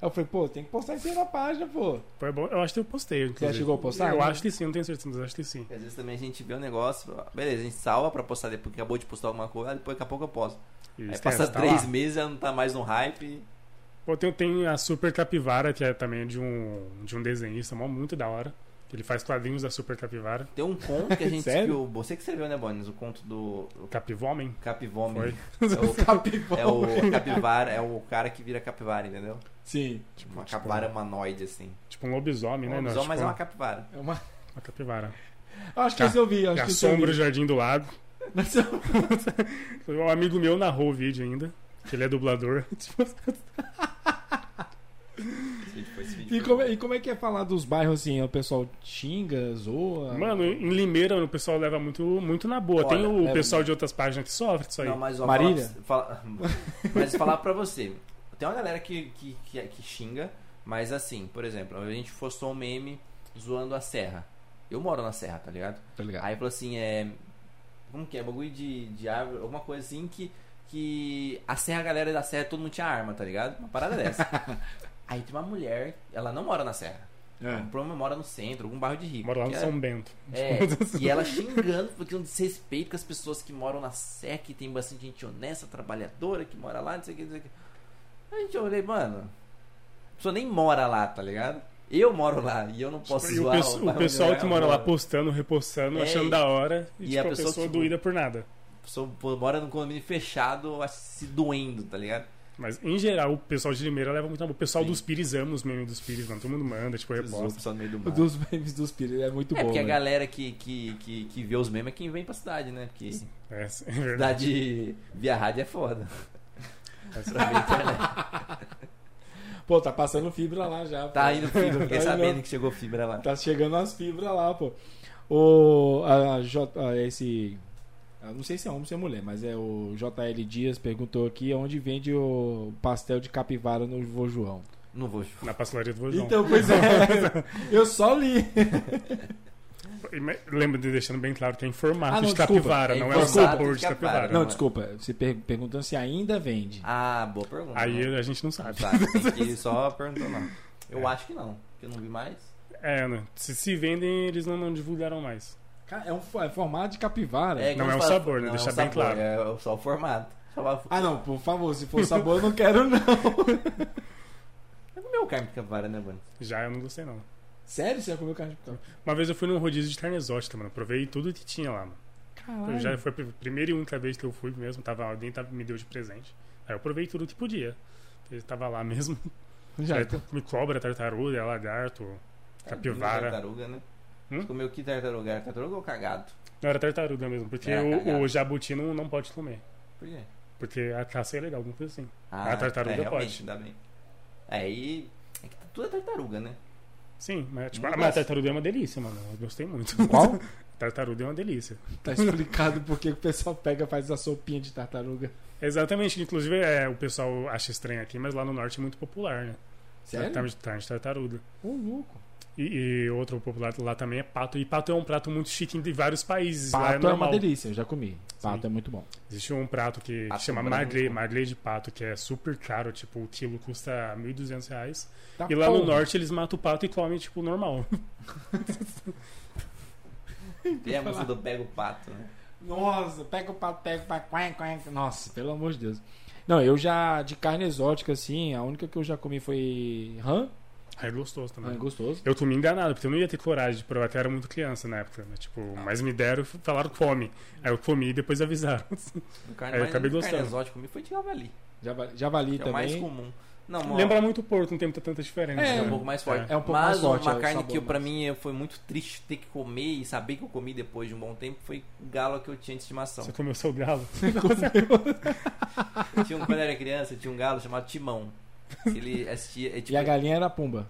[SPEAKER 1] Aí Eu falei, pô, tem que postar isso aí na página, pô.
[SPEAKER 3] Foi bom. Eu acho que eu postei. inclusive.
[SPEAKER 1] Você chegou a postar?
[SPEAKER 3] Eu acho que sim, não tenho certeza, mas acho que sim.
[SPEAKER 2] Porque Às vezes também a gente vê um negócio, ó, beleza, a gente salva pra postar depois, porque acabou de postar alguma coisa, ah, depois daqui a pouco eu posto.
[SPEAKER 3] E
[SPEAKER 2] Aí
[SPEAKER 3] esquece,
[SPEAKER 2] passa
[SPEAKER 3] tá
[SPEAKER 2] três
[SPEAKER 3] lá.
[SPEAKER 2] meses, já não tá mais no hype.
[SPEAKER 3] Pô, tem, tem a Super Capivara, que é também de um, de um desenhista mó muito da hora. Ele faz quadrinhos da Super Capivara.
[SPEAKER 2] Tem um conto que a gente
[SPEAKER 1] Sério?
[SPEAKER 2] que o- Você que escreveu, né, Bones? O conto do o
[SPEAKER 3] Capivomem. Foi.
[SPEAKER 2] Capivome.
[SPEAKER 1] Capivara.
[SPEAKER 2] É o, é o capivara, é o cara que vira capivara, entendeu?
[SPEAKER 1] Sim.
[SPEAKER 3] Tipo,
[SPEAKER 2] Uma
[SPEAKER 3] tipo,
[SPEAKER 2] capivara humanoide, assim.
[SPEAKER 3] tipo um lobisomem, né?
[SPEAKER 2] Um
[SPEAKER 3] Não,
[SPEAKER 2] lobisomem,
[SPEAKER 3] tipo
[SPEAKER 2] mas é uma capivara.
[SPEAKER 1] É uma...
[SPEAKER 3] uma capivara.
[SPEAKER 1] Eu acho que esse eu vi. eu
[SPEAKER 3] Que
[SPEAKER 1] Acho que esse eu
[SPEAKER 3] assombra o
[SPEAKER 1] vi.
[SPEAKER 3] Jardim do Lago.
[SPEAKER 1] Mas eu-
[SPEAKER 3] Um amigo meu narrou o vídeo ainda, que ele é dublador. Tipo,
[SPEAKER 2] Esse vídeo foi- esse vídeo
[SPEAKER 1] E
[SPEAKER 2] foi
[SPEAKER 1] como,
[SPEAKER 2] bom.
[SPEAKER 1] é- e como é que é falar dos bairros assim? O pessoal xinga, zoa?
[SPEAKER 3] Mano, em Limeira o pessoal leva muito, muito na boa. Tem
[SPEAKER 2] Olha,
[SPEAKER 3] o
[SPEAKER 1] leva
[SPEAKER 3] pessoal de outras páginas que sofre disso aí.
[SPEAKER 2] Não, mas, ó,
[SPEAKER 1] Marília?
[SPEAKER 2] falar pra- fala- mas falar pra você. Tem uma galera que, que, que, que xinga, mas assim, por exemplo, a gente postou um meme zoando a serra. Eu moro na serra, tá ligado?
[SPEAKER 1] Tá ligado?
[SPEAKER 2] Aí falou assim, é. Como que é? Bagulho de, de árvore, alguma coisa assim que. Que a serra, a galera da serra, todo mundo tinha arma, tá ligado? Uma parada dessa. Aí tem uma mulher, ela não mora na serra.
[SPEAKER 1] É.
[SPEAKER 2] Provavelmente mora no centro, algum bairro de rico.
[SPEAKER 3] Moro lá no
[SPEAKER 2] que é-
[SPEAKER 3] São Bento.
[SPEAKER 2] é, e ela xingando porque é um desrespeito com as pessoas que moram na Sé, que tem bastante gente honesta, trabalhadora, que mora lá, não sei o que, não sei o que. A gente olhei, mano, a pessoa nem mora lá, tá ligado? Eu moro lá e eu não posso
[SPEAKER 3] Tipo, E o,
[SPEAKER 2] zoar
[SPEAKER 3] pesso- o
[SPEAKER 2] bairro
[SPEAKER 3] pessoal
[SPEAKER 2] onde
[SPEAKER 3] que
[SPEAKER 2] eu
[SPEAKER 3] mora lá
[SPEAKER 2] moro.
[SPEAKER 3] postando, repostando,
[SPEAKER 2] É,
[SPEAKER 3] achando
[SPEAKER 2] e-
[SPEAKER 3] da hora. E,
[SPEAKER 2] e
[SPEAKER 3] tipo,
[SPEAKER 2] a
[SPEAKER 3] a pessoa,
[SPEAKER 2] pessoa, tipo,
[SPEAKER 3] doída por nada.
[SPEAKER 2] A pessoa pô, mora num condomínio fechado, acho, se doendo, tá ligado?
[SPEAKER 3] Mas, em geral, o pessoal de Limeira leva muito na boa. O pessoal
[SPEAKER 2] Sim.
[SPEAKER 3] dos Pires ama os memes dos Pires, mano. Todo mundo manda, tipo,
[SPEAKER 2] Zoa a
[SPEAKER 3] reposta.
[SPEAKER 2] pessoa no meio do
[SPEAKER 1] O
[SPEAKER 2] mar.
[SPEAKER 1] É. Dos memes dos pires. É muito
[SPEAKER 2] É
[SPEAKER 1] bom.
[SPEAKER 2] porque a
[SPEAKER 1] velho.
[SPEAKER 3] né?
[SPEAKER 2] galera que, que, que, que vê os memes é quem vem pra cidade, né? Porque
[SPEAKER 3] É, é verdade.
[SPEAKER 2] cidade via rádio é foda.
[SPEAKER 3] Mas-
[SPEAKER 2] Pra ver internet.
[SPEAKER 1] Pô, tá passando fibra lá já. pô.
[SPEAKER 2] Tá indo fibra, fiquei
[SPEAKER 1] Tá indo.
[SPEAKER 2] sabendo que chegou fibra lá.
[SPEAKER 1] Tá chegando as fibras lá, pô. O. A, J, a- esse. eu não sei se é homem ou se é mulher, mas é o JL Dias perguntou aqui onde vende o pastel de capivara no Vô João.
[SPEAKER 2] Não vou
[SPEAKER 3] Na pastelaria do Vojão.
[SPEAKER 1] Então, pois é. eu só li.
[SPEAKER 3] E me- Lembra de deixando bem claro que é em formato
[SPEAKER 1] Ah, não,
[SPEAKER 3] de
[SPEAKER 1] desculpa.
[SPEAKER 3] capivara,
[SPEAKER 2] É em
[SPEAKER 3] não é o
[SPEAKER 2] formato
[SPEAKER 3] sabor
[SPEAKER 2] de
[SPEAKER 3] de capivara.
[SPEAKER 2] capivara.
[SPEAKER 1] Não,
[SPEAKER 2] Não, é.
[SPEAKER 1] desculpa. Se per- perguntando se ainda vende.
[SPEAKER 2] Ah, boa pergunta.
[SPEAKER 3] Aí
[SPEAKER 2] não.
[SPEAKER 3] a gente não sabe.
[SPEAKER 2] Sabe, tem que ir só perguntou não. Eu
[SPEAKER 3] É.
[SPEAKER 2] acho que não, porque eu não vi mais.
[SPEAKER 3] É, né? Se, se vendem, eles não, não divulgaram mais.
[SPEAKER 1] Cara, É um fo- é formato de capivara.
[SPEAKER 2] É,
[SPEAKER 3] não
[SPEAKER 2] quando
[SPEAKER 3] é o
[SPEAKER 2] fala-
[SPEAKER 3] sabor, né?
[SPEAKER 2] não
[SPEAKER 3] Deixar
[SPEAKER 2] o
[SPEAKER 3] bem claro.
[SPEAKER 2] É só o formato. Chamava-
[SPEAKER 1] Ah, não, por favor, se for sabor, eu não quero, não.
[SPEAKER 2] Eu não meu carne de capivara, né, mano?
[SPEAKER 3] Já eu não gostei, não.
[SPEAKER 1] Sério, você já comeu carne de capivara?
[SPEAKER 3] Uma vez eu fui num rodízio de carne exótica, mano. Provei tudo que tinha lá, mano. Eu
[SPEAKER 1] Caralho.
[SPEAKER 3] já foi a pr- primeira e única vez que eu fui mesmo. Tava, alguém tava, me deu de presente. Aí eu provei tudo que podia. Ele tava lá mesmo.
[SPEAKER 1] Já.
[SPEAKER 3] Aí Me cobra, tartaruga, é lagarto, É, capivara.
[SPEAKER 2] Tartaruga, né?
[SPEAKER 3] Hum?
[SPEAKER 2] Você Comeu que tartaruga? Era Tartaruga ou cagado?
[SPEAKER 3] Não, era tartaruga mesmo. Porque
[SPEAKER 2] É,
[SPEAKER 3] o,
[SPEAKER 2] cagado.
[SPEAKER 3] o jabuti não, não pode comer.
[SPEAKER 2] Por quê?
[SPEAKER 3] Porque a caça é legal, alguma coisa assim. A tartaruga
[SPEAKER 2] é, realmente,
[SPEAKER 3] pode.
[SPEAKER 2] Ainda bem. Aí. É que tudo é tartaruga, né?
[SPEAKER 3] Sim, mas, tipo,
[SPEAKER 2] Não
[SPEAKER 3] ah, mas a
[SPEAKER 2] gosto.
[SPEAKER 3] tartaruga é uma delícia, mano. Eu gostei muito.
[SPEAKER 1] Qual?
[SPEAKER 3] tartaruga é uma delícia.
[SPEAKER 1] Tá explicado por que que o pessoal pega e faz a sopinha de tartaruga.
[SPEAKER 3] Exatamente. Inclusive, é, o pessoal acha estranho aqui, mas lá no norte é muito popular, né?
[SPEAKER 1] Sério?
[SPEAKER 3] Tarde, tarde, tartaruga.
[SPEAKER 1] Ô, louco.
[SPEAKER 3] E, e outro popular lá também é pato. E pato é um prato muito chique de vários países. lá é
[SPEAKER 1] Pato é, uma
[SPEAKER 3] normal.
[SPEAKER 1] delícia, eu já comi. Pato
[SPEAKER 3] Sim.
[SPEAKER 1] é muito bom.
[SPEAKER 3] Existe um prato que
[SPEAKER 2] Pato
[SPEAKER 3] chama
[SPEAKER 2] branco.
[SPEAKER 3] magrê, magrê de pato, que é super caro, tipo, o quilo custa 1.200 reais.
[SPEAKER 1] Tá
[SPEAKER 3] e lá no
[SPEAKER 1] porra.
[SPEAKER 3] norte eles matam o pato e comem, tipo, normal.
[SPEAKER 2] Tem a música do Pega o Pato, né?
[SPEAKER 1] Nossa, pega o pato, pega o pato, quen, quen. Nossa, pelo amor de Deus. Não, eu já, de carne exótica, assim, a única que eu já comi foi rã.
[SPEAKER 3] Aí é gostoso também.
[SPEAKER 1] Ah, é gostoso.
[SPEAKER 3] Eu tô me enganado, porque eu não ia ter coragem de provar, que eu era muito criança na época, né? Tipo, mas me deram e falaram come. Aí eu comi e depois avisaram.
[SPEAKER 2] O carne,
[SPEAKER 3] É, eu
[SPEAKER 2] mais-
[SPEAKER 3] acabei
[SPEAKER 2] carne
[SPEAKER 3] gostando.
[SPEAKER 2] exótica comigo foi de javali.
[SPEAKER 1] Javali, javali
[SPEAKER 2] Que é o mais
[SPEAKER 1] também.
[SPEAKER 2] comum. Não, uma-
[SPEAKER 3] Lembra muito porco, não tem muita tanta diferença.
[SPEAKER 1] É,
[SPEAKER 2] é
[SPEAKER 3] né?
[SPEAKER 2] um pouco mais forte.
[SPEAKER 1] É um pouco mais
[SPEAKER 2] Mas
[SPEAKER 1] forte, é,
[SPEAKER 2] uma
[SPEAKER 1] o
[SPEAKER 2] carne
[SPEAKER 1] sabor
[SPEAKER 2] que eu- pra
[SPEAKER 1] mais.
[SPEAKER 2] mim foi muito triste ter que comer e saber que eu comi depois de um bom tempo foi galo que eu tinha de estimação.
[SPEAKER 3] Você comeu seu galo?
[SPEAKER 2] Tinha um, quando eu era criança, tinha um galo chamado Timão. Ele assistia. É, tipo-
[SPEAKER 1] E a galinha era a pomba.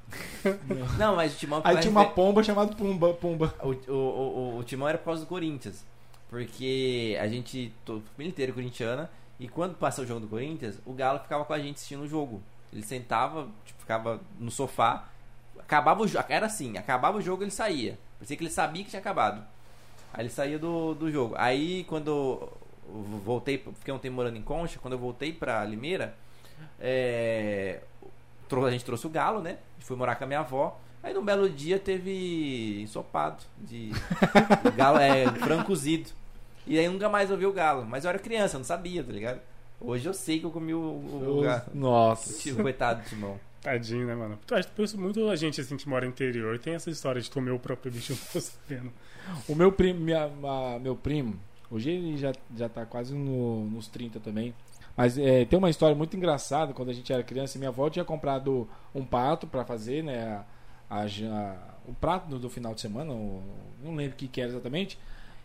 [SPEAKER 2] Não, mas o Timão
[SPEAKER 1] Aí
[SPEAKER 2] faz
[SPEAKER 1] tinha
[SPEAKER 2] refer-
[SPEAKER 1] uma pomba chamada Pumba. Pumba.
[SPEAKER 2] O, o, o, o Timão era por causa do Corinthians. Porque a gente, to- a família inteira é corintiana, e quando passava o jogo do Corinthians, o Galo ficava com a gente assistindo o jogo. Ele sentava, tipo, ficava no sofá, acabava o jogo, era assim, acabava o jogo ele saía. Parecia que ele sabia que tinha acabado. Aí ele saía do, do jogo. Aí quando eu voltei, fiquei um tempo morando em Concha, quando eu voltei pra Limeira, é, trou- a gente trouxe o Galo, né? Fui morar com a minha avó. Aí num belo dia teve ensopado de galo é frango cozido. E aí nunca mais eu vi o galo. Mas eu era criança, eu não sabia, tá ligado? Hoje eu sei que eu comi o, o, o galo.
[SPEAKER 1] Nossa.
[SPEAKER 2] Coitado do Timão.
[SPEAKER 3] Tadinho, né, mano? Eu acho que por isso muito a gente assim que mora no interior tem essa história de comer o próprio bicho, eu não tô sabendo.
[SPEAKER 1] O meu primo, minha- a- meu primo, hoje ele já, já tá quase no- nos 30 também. Mas é, tem uma história muito engraçada quando a gente era criança. Minha avó tinha comprado um pato pra fazer, né? a- a ja- o prato do, do final de semana, o- não lembro o que, que era exatamente.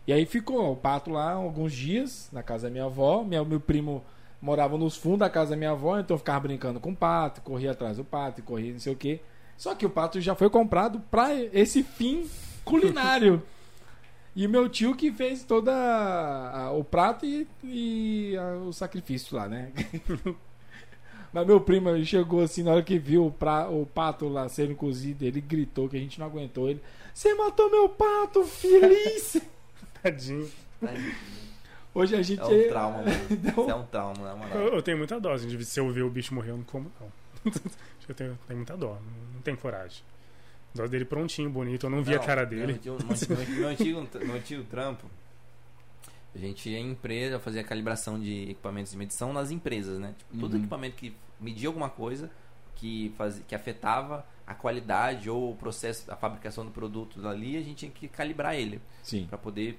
[SPEAKER 1] E aí ficou o pato lá alguns dias na casa da minha avó. Minha, meu primo morava nos fundos da casa da minha avó, então eu ficava brincando com o pato, corria atrás do pato, corria não sei o quê. Só que o pato já foi comprado pra esse fim culinário. E meu tio que fez toda a- a- o prato e, e a- o sacrifício lá, né? Mas meu primo ele chegou assim, na hora que viu o, pra- o pato lá sendo cozido, ele gritou que a gente não aguentou. Ele, você matou meu pato, feliz!
[SPEAKER 3] Tadinho.
[SPEAKER 1] Hoje a gente...
[SPEAKER 2] É um trauma, mano.
[SPEAKER 1] Não.
[SPEAKER 2] Isso é um trauma, na moral.
[SPEAKER 3] Eu, eu tenho muita dó, gente. Se eu ver o bicho morrer, eu não como, não. Acho que eu tenho, tenho muita dó, não, não tenho coragem. Dó dele prontinho, bonito, eu não vi a
[SPEAKER 2] Não,
[SPEAKER 3] cara dele.
[SPEAKER 2] No, antigo- no, no antigo, no antigo trampo, a gente ia em empresa, fazia calibração de equipamentos de medição nas empresas, né? Tipo, todo
[SPEAKER 1] Uhum.
[SPEAKER 2] equipamento que media alguma coisa que, faz, que afetava a qualidade ou o processo da fabricação do produto dali, a gente tinha que calibrar ele.
[SPEAKER 1] Sim.
[SPEAKER 2] Pra poder,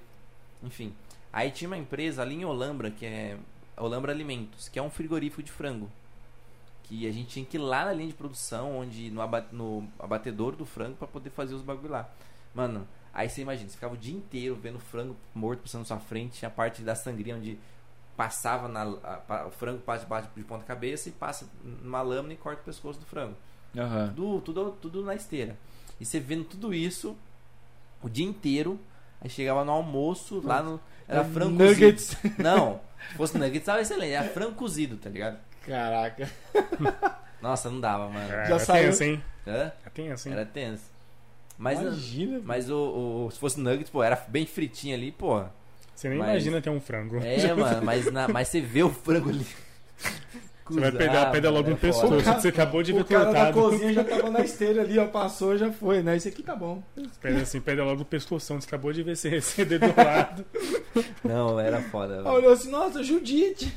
[SPEAKER 2] enfim. Aí tinha uma empresa ali em Olambra, que é Olambra Alimentos, que é um frigorífico de frango. Que a gente tinha que ir lá na linha de produção, onde no, aba- no abatedor do frango pra poder fazer os bagulho lá. Mano, aí você imagina, você ficava o dia inteiro vendo frango morto passando na sua frente, tinha a parte da sangria onde passava na a- pa- o frango passa debaixo de ponta cabeça e passa numa lâmina e corta o pescoço do frango.
[SPEAKER 1] Aham.
[SPEAKER 2] Tudo, tudo, tudo na esteira. E você vendo tudo isso o dia inteiro, aí chegava no almoço, lá no. Era frango cozido.
[SPEAKER 1] É Nuggets.
[SPEAKER 2] Não, se fosse nuggets, tava excelente. Era frango cozido, tá ligado?
[SPEAKER 1] Caraca.
[SPEAKER 2] Nossa, não dava, mano.
[SPEAKER 3] É,
[SPEAKER 1] Já
[SPEAKER 3] é
[SPEAKER 1] saiu.
[SPEAKER 3] tenso, hein?
[SPEAKER 2] Hã?
[SPEAKER 3] É tenso, hein?
[SPEAKER 2] Era tenso. Mas, ah,
[SPEAKER 1] Imagina.
[SPEAKER 2] mas o, o- se fosse nuggets, pô, era bem fritinho ali, pô.
[SPEAKER 3] Você nem
[SPEAKER 2] mas-
[SPEAKER 3] imagina ter um frango.
[SPEAKER 2] É, mano, mas, na, mas você vê o frango ali.
[SPEAKER 3] Você vai pegar, pega logo um
[SPEAKER 2] um
[SPEAKER 3] pescoço,
[SPEAKER 1] O cara-
[SPEAKER 3] você acabou de ver
[SPEAKER 1] o cara tá da
[SPEAKER 3] cortado.
[SPEAKER 1] cozinha já tava na esteira ali, ó. Passou, já foi, né? Esse aqui tá bom.
[SPEAKER 3] Pega assim, pega logo o pescoção, você acabou de ver você receber do lado.
[SPEAKER 2] Não, era foda. velho.
[SPEAKER 1] Aí olhou assim, nossa, Judite.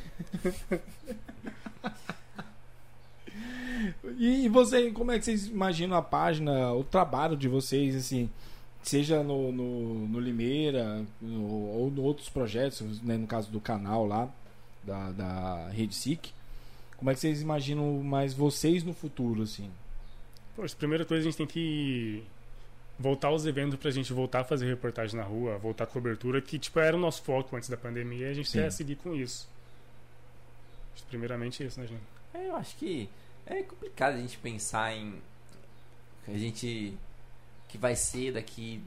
[SPEAKER 1] e, e você, como é que vocês imaginam a página, o trabalho de vocês, assim, seja no, no, no Limeira no- ou em outros projetos, né, no caso do canal lá, da, da Rede SIC, como é que vocês imaginam mais vocês no futuro, assim?
[SPEAKER 3] Poxa, primeira coisa a gente tem que voltar aos eventos pra gente voltar a fazer reportagem na rua, voltar à cobertura, que tipo era o nosso foco antes da pandemia e a gente
[SPEAKER 1] Sim.
[SPEAKER 3] quer seguir com isso. Acho que Primeiramente isso, né, gente?
[SPEAKER 2] É, eu acho que é complicado a gente pensar em que a gente que vai ser daqui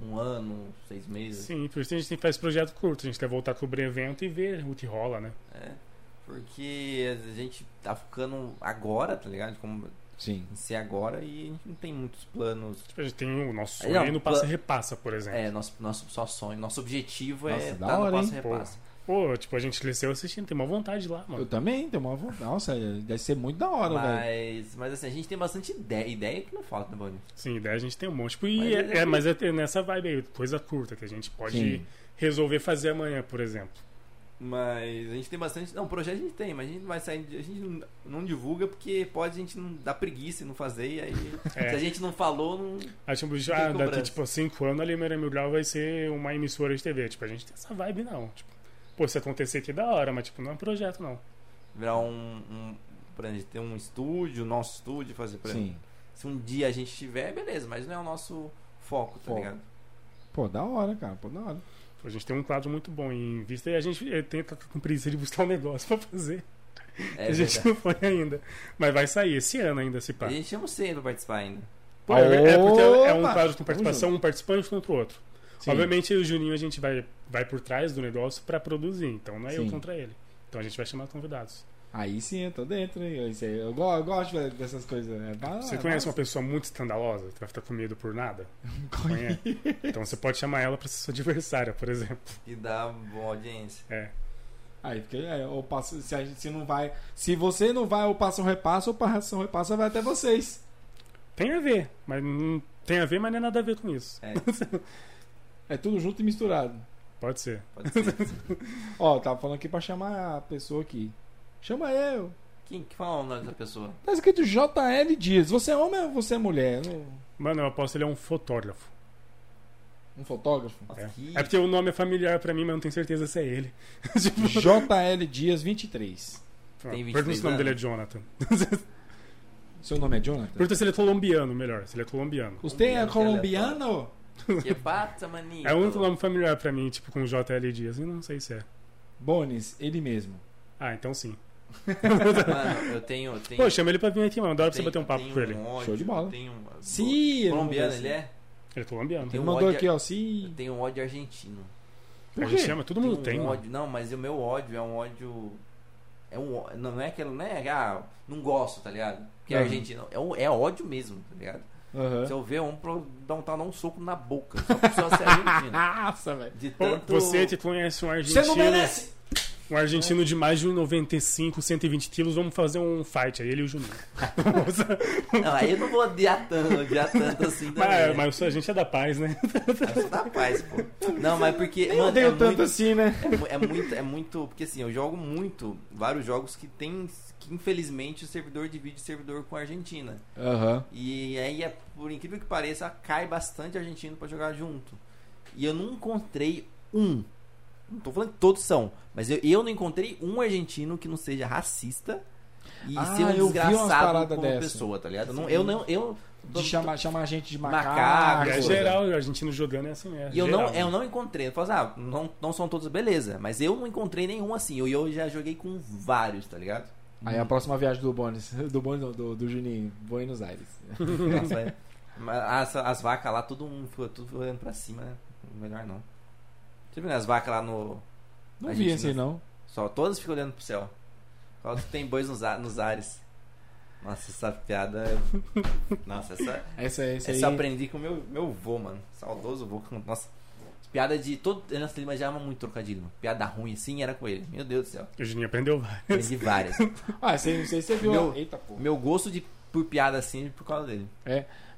[SPEAKER 2] um ano, seis meses.
[SPEAKER 3] Sim, por isso a gente tem que faz projeto curto, a gente quer voltar a cobrir evento e ver o que rola, né?
[SPEAKER 2] É, porque a gente tá focando agora, tá ligado? Como
[SPEAKER 1] Sim.
[SPEAKER 2] em ser agora e a gente não tem muitos planos.
[SPEAKER 3] Tipo, a gente tem o nosso
[SPEAKER 2] Não,
[SPEAKER 3] sonho no passa
[SPEAKER 2] pla-
[SPEAKER 3] repassa, por exemplo.
[SPEAKER 2] É, nosso, nosso só sonho, nosso objetivo
[SPEAKER 1] Nossa,
[SPEAKER 2] é
[SPEAKER 1] da
[SPEAKER 2] estar no
[SPEAKER 1] hora,
[SPEAKER 2] passo
[SPEAKER 1] hein?
[SPEAKER 2] repasso.
[SPEAKER 3] Pô, tipo, a gente cresceu assistindo, tem uma vontade lá,
[SPEAKER 1] Eu
[SPEAKER 3] mano.
[SPEAKER 1] também tenho uma vontade. Nossa, é, deve ser muito da hora, velho.
[SPEAKER 2] Mas, mas assim, a gente tem bastante ideia. Ideia que não falta, né, Bonnie?
[SPEAKER 3] Sim, ideia a gente tem um monte. Tipo, e
[SPEAKER 2] Mas é-
[SPEAKER 3] é- é, mas é ter nessa vibe aí, coisa curta que a gente pode
[SPEAKER 1] Sim.
[SPEAKER 3] resolver fazer amanhã, por exemplo.
[SPEAKER 2] Mas a gente tem bastante. Não, projeto a gente tem, mas a gente não vai sair. A gente não, não divulga porque pode a gente não dar preguiça e não fazer. E aí,
[SPEAKER 3] É.
[SPEAKER 2] se a gente não falou, não.
[SPEAKER 3] Aí, tipo,
[SPEAKER 2] Tem
[SPEAKER 3] já daqui,
[SPEAKER 2] cobrança.
[SPEAKER 3] tipo, a cinco anos, a Limeira Mil Grau vai ser uma emissora de TV. Tipo, a gente tem essa vibe, não. Tipo, pô, se acontecer aqui, da hora, mas, tipo, não é um projeto, não.
[SPEAKER 2] Virar um. um por exemplo, ter um estúdio, nosso estúdio, fazer por exemplo.
[SPEAKER 1] Sim.
[SPEAKER 2] Se um dia a gente tiver, beleza, mas não é o nosso foco, tá
[SPEAKER 1] Foco.
[SPEAKER 2] ligado?
[SPEAKER 1] Pô, da hora, cara. Pô, da hora.
[SPEAKER 3] Pô, A gente tem um quadro muito bom em vista e a gente eh, tenta com preguiça de buscar um negócio pra fazer.
[SPEAKER 2] É
[SPEAKER 3] a gente tá.
[SPEAKER 2] verdade.
[SPEAKER 3] não foi ainda. Mas vai sair esse ano ainda, se pá.
[SPEAKER 2] A gente chama sempre pra participar ainda.
[SPEAKER 3] Pô, é, é porque é um
[SPEAKER 1] Opa!
[SPEAKER 3] quadro com
[SPEAKER 1] Tamo
[SPEAKER 3] participação, um participante contra o outro.
[SPEAKER 1] Sim.
[SPEAKER 3] Obviamente, o Juninho a gente vai, vai por trás do negócio pra produzir, então não é eu
[SPEAKER 1] Sim.
[SPEAKER 3] contra ele. Então a gente vai chamar convidados.
[SPEAKER 1] Aí sim, eu tô dentro, hein? Isso aí, Eu, go- eu gosto velho, dessas coisas. né? Da-
[SPEAKER 3] Você
[SPEAKER 1] da-
[SPEAKER 3] conhece uma pessoa muito escandalosa que vai ficar com medo por nada? Conhece. Então você pode chamar ela pra ser sua adversária, por exemplo.
[SPEAKER 2] E dá boa audiência.
[SPEAKER 3] É.
[SPEAKER 1] Aí, porque é, ou passa, se, a gente, se não vai. Se você não vai, ou passa um repasso, ou passa um repasso, vai até vocês.
[SPEAKER 3] Tem a ver, mas não tem a ver, mas não é nada a ver com isso.
[SPEAKER 2] É,
[SPEAKER 1] É tudo junto e misturado.
[SPEAKER 3] Pode ser.
[SPEAKER 2] pode ser.
[SPEAKER 1] Ó, eu tava falando aqui pra chamar a pessoa aqui. Chama eu.
[SPEAKER 2] Quem que fala o nome dessa pessoa?
[SPEAKER 1] Tá escrito JL Dias. Você é homem ou você é mulher? Um,
[SPEAKER 3] Mano, eu aposto que ele é um fotógrafo.
[SPEAKER 1] um fotógrafo?
[SPEAKER 2] Nossa,
[SPEAKER 3] É.
[SPEAKER 2] que-
[SPEAKER 3] é porque o nome é familiar pra mim, mas eu não tenho certeza se é ele. tipo,
[SPEAKER 1] JL Dias 23.
[SPEAKER 2] Tem 23
[SPEAKER 3] pergunta se
[SPEAKER 2] anos.
[SPEAKER 3] o nome
[SPEAKER 2] Tá.
[SPEAKER 3] dele é Jonathan.
[SPEAKER 1] Seu nome é Jonathan?
[SPEAKER 3] Pergunta se ele é colombiano, melhor. Se ele é colombiano.
[SPEAKER 1] Você é colombiano?
[SPEAKER 2] Que passa, maninho.
[SPEAKER 3] tipo- É o único nome familiar pra mim, tipo, com JL Dias. Eu não sei se é.
[SPEAKER 1] Bones, ele mesmo.
[SPEAKER 3] Ah, então sim.
[SPEAKER 2] Mano, eu tenho. Eu tenho
[SPEAKER 3] Pô, chama ele pra vir aqui, mano. Dá hora pra você
[SPEAKER 2] tenho-
[SPEAKER 3] bater um papo
[SPEAKER 2] tenho
[SPEAKER 3] com ele.
[SPEAKER 2] um ódio,
[SPEAKER 1] Show de bola.
[SPEAKER 2] eu tenho um-
[SPEAKER 1] Sim,
[SPEAKER 2] Colombiano
[SPEAKER 1] ele
[SPEAKER 2] ele é?
[SPEAKER 3] Ele é colombiano.
[SPEAKER 2] Tem
[SPEAKER 1] Ele
[SPEAKER 2] um
[SPEAKER 1] mandou
[SPEAKER 2] ódio-
[SPEAKER 1] aqui, ó.
[SPEAKER 2] Eu
[SPEAKER 1] Sim.
[SPEAKER 2] tenho um ódio argentino.
[SPEAKER 1] Por
[SPEAKER 3] a gente
[SPEAKER 1] quê?
[SPEAKER 3] chama, todo mundo tem.
[SPEAKER 2] um
[SPEAKER 3] mano.
[SPEAKER 2] ódio. Não, mas o meu ódio é um ódio. É um ó- Não é aquele. Não é. Ah, não gosto, tá ligado? Porque é
[SPEAKER 1] Uhum.
[SPEAKER 2] argentino. É, um- é ódio mesmo, tá ligado?
[SPEAKER 3] É.
[SPEAKER 1] Aham.
[SPEAKER 2] Se eu ver um, pro- dar um, tal, dar um soco na boca. Só pra pessoa ser argentina.
[SPEAKER 1] Nossa, velho.
[SPEAKER 2] De
[SPEAKER 3] Pô,
[SPEAKER 2] tanto.
[SPEAKER 3] Você que conhece um
[SPEAKER 1] Você
[SPEAKER 3] argentino.
[SPEAKER 1] não merece!
[SPEAKER 3] Um argentino de mais de 1,95, 120 quilos, vamos fazer um fight aí, ele e o Juninho.
[SPEAKER 2] Não, aí eu não vou odiar tanto, odiar tanto assim também.
[SPEAKER 3] mas, mas a gente é da paz, né?
[SPEAKER 2] Mas... Dá paz, pô. Não, mas porque.
[SPEAKER 1] Nem
[SPEAKER 2] mano,
[SPEAKER 1] odeio
[SPEAKER 2] é
[SPEAKER 1] tanto
[SPEAKER 2] muito-
[SPEAKER 1] assim, né?
[SPEAKER 2] É, mu- é muito, é muito. Porque assim, eu jogo muito vários jogos que tem. Que infelizmente o servidor divide servidor com a Argentina.
[SPEAKER 1] Aham.
[SPEAKER 2] E aí, é, por incrível que pareça, cai bastante argentino pra jogar junto. E eu não encontrei um. Não tô falando que todos são, mas eu, eu não encontrei um argentino que não seja racista e
[SPEAKER 1] Ah,
[SPEAKER 2] ser um
[SPEAKER 1] eu vi umas
[SPEAKER 2] desgraçado
[SPEAKER 1] paradas
[SPEAKER 2] como
[SPEAKER 1] dessa.
[SPEAKER 2] pessoa, tá ligado? Eu não- eu não. Eu,
[SPEAKER 1] De chamar, chamar a gente de macaco. Ah,
[SPEAKER 2] Macaco.
[SPEAKER 3] é
[SPEAKER 2] coisa.
[SPEAKER 3] geral, o argentino jogando é assim, é.
[SPEAKER 2] E eu
[SPEAKER 3] geral,
[SPEAKER 2] não,
[SPEAKER 1] um-
[SPEAKER 2] eu não encontrei. Eu falo assim, ah, não, não são todos, beleza. Mas eu não encontrei nenhum assim. Eu, eu já joguei com vários, tá ligado?
[SPEAKER 1] Aí a próxima viagem do Bones. Do Bones, não, do, do Juninho. Buenos Aires.
[SPEAKER 2] Nossa, é. Mas as, as vacas lá, todo mundo ficou tudo olhando pra cima, né? Melhor não. Você viu né, as vacas lá no.
[SPEAKER 1] Não
[SPEAKER 2] A
[SPEAKER 1] vi
[SPEAKER 2] gente
[SPEAKER 1] esse aí, não.
[SPEAKER 2] Só todas ficam olhando pro céu. Fala que tem bois nos, a- nos ares. Nossa, essa piada. é- Nossa, essa,
[SPEAKER 1] Essa, essa,
[SPEAKER 2] essa eu
[SPEAKER 1] aí.
[SPEAKER 2] aprendi com meu, meu vô, mano. Saudoso vô. Nossa. Piada de todo. Nossa, ele já ama muito trocadilho. mano. Piada ruim assim era com ele. Meu Deus do céu.
[SPEAKER 3] O Juninho aprendeu vários.
[SPEAKER 2] Aprendi várias.
[SPEAKER 1] Ah, você, não sei se você viu.
[SPEAKER 2] Meu-
[SPEAKER 1] Eita, pô.
[SPEAKER 2] Meu gosto de por piada assim é por causa dele.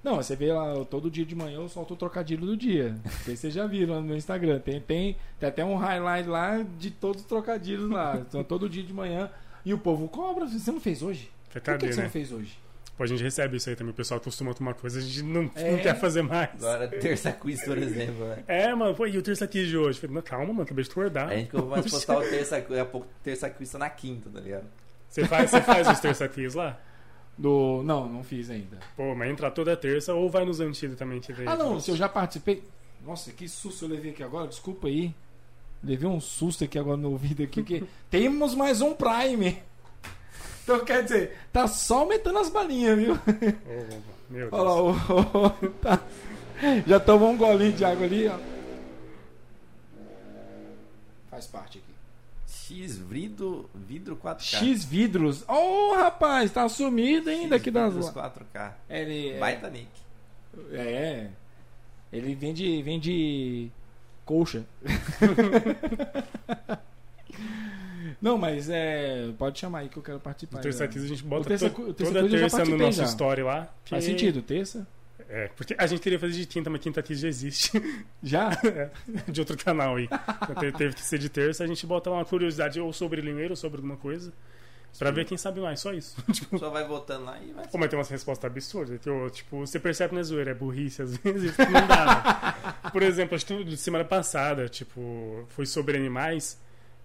[SPEAKER 1] Não, você vê lá, eu- todo dia de manhã eu solto o trocadilho do dia. Não sei se vocês já viram lá no meu Instagram. Tem, tem, tem até um highlight lá de todos os trocadilhos lá. Então, todo dia de manhã. E o povo cobra. Você não fez hoje?
[SPEAKER 3] Você
[SPEAKER 1] Por que,
[SPEAKER 3] cadê,
[SPEAKER 1] que você
[SPEAKER 3] né?
[SPEAKER 1] não fez hoje?
[SPEAKER 3] Pô, a gente recebe isso aí também. O pessoal costuma tomar coisa, a gente não,
[SPEAKER 1] É.
[SPEAKER 3] não quer fazer mais.
[SPEAKER 2] Agora, terça quiz, por exemplo, né?
[SPEAKER 3] É, mano, pô, e o terça quiz de hoje? Falei, não, calma, mano, acabei de acordar.
[SPEAKER 1] É.
[SPEAKER 2] A gente que eu vou mais postar o terça quiz, a pouco terça quiz tá na quinta, tá ligado?
[SPEAKER 3] Você faz, você faz os terça quiz lá?
[SPEAKER 1] Do... Não, não fiz ainda.
[SPEAKER 3] Pô, mas entra toda terça ou vai nos antigos também que daí-
[SPEAKER 1] Ah, não, se eu já participei. Nossa, que susto eu levei aqui agora, desculpa aí. Levei um susto aqui agora no ouvido aqui, que temos mais um Prime. Então quer dizer, tá só aumentando as balinhas, viu?
[SPEAKER 3] Ô, meu Deus.
[SPEAKER 1] Olha lá, o, tá. já tomou um golinho de água ali, ó. Faz parte aqui.
[SPEAKER 2] X vidro, vidro 4K.
[SPEAKER 1] X vidros. Ô, rapaz, tá sumido ainda aqui das.
[SPEAKER 2] Vidros 4K.
[SPEAKER 1] Ele é-
[SPEAKER 2] Baita Nick.
[SPEAKER 1] É. Ele vende, vende colcha. Não, mas é. Pode chamar aí que eu quero participar.
[SPEAKER 3] O terça
[SPEAKER 1] né?
[SPEAKER 3] quiz a gente bota
[SPEAKER 1] O é terça
[SPEAKER 3] to-
[SPEAKER 1] cu- o terça
[SPEAKER 3] toda
[SPEAKER 1] quiz eu já
[SPEAKER 3] terça é no
[SPEAKER 1] participei
[SPEAKER 3] nosso É.
[SPEAKER 1] já.
[SPEAKER 3] story lá. que-
[SPEAKER 1] Faz sentido, terça?
[SPEAKER 3] É, porque a gente queria fazer de quinta, mas quinta aqui já existe.
[SPEAKER 1] Já?
[SPEAKER 3] de outro canal aí. Então, te- teve que ser de terça, a gente bota uma curiosidade ou sobre linheiro ou sobre alguma coisa. Pra ver quem sabe mais, só isso. Tipo,
[SPEAKER 2] Só vai voltando lá e vai.
[SPEAKER 1] é
[SPEAKER 3] Pô, mas tem umas respostas absurdas. que eu, tipo, você percebe na zoeira, é burrice às vezes. que Não dá. né? Por exemplo, acho que semana passada, tipo, foi sobre animais.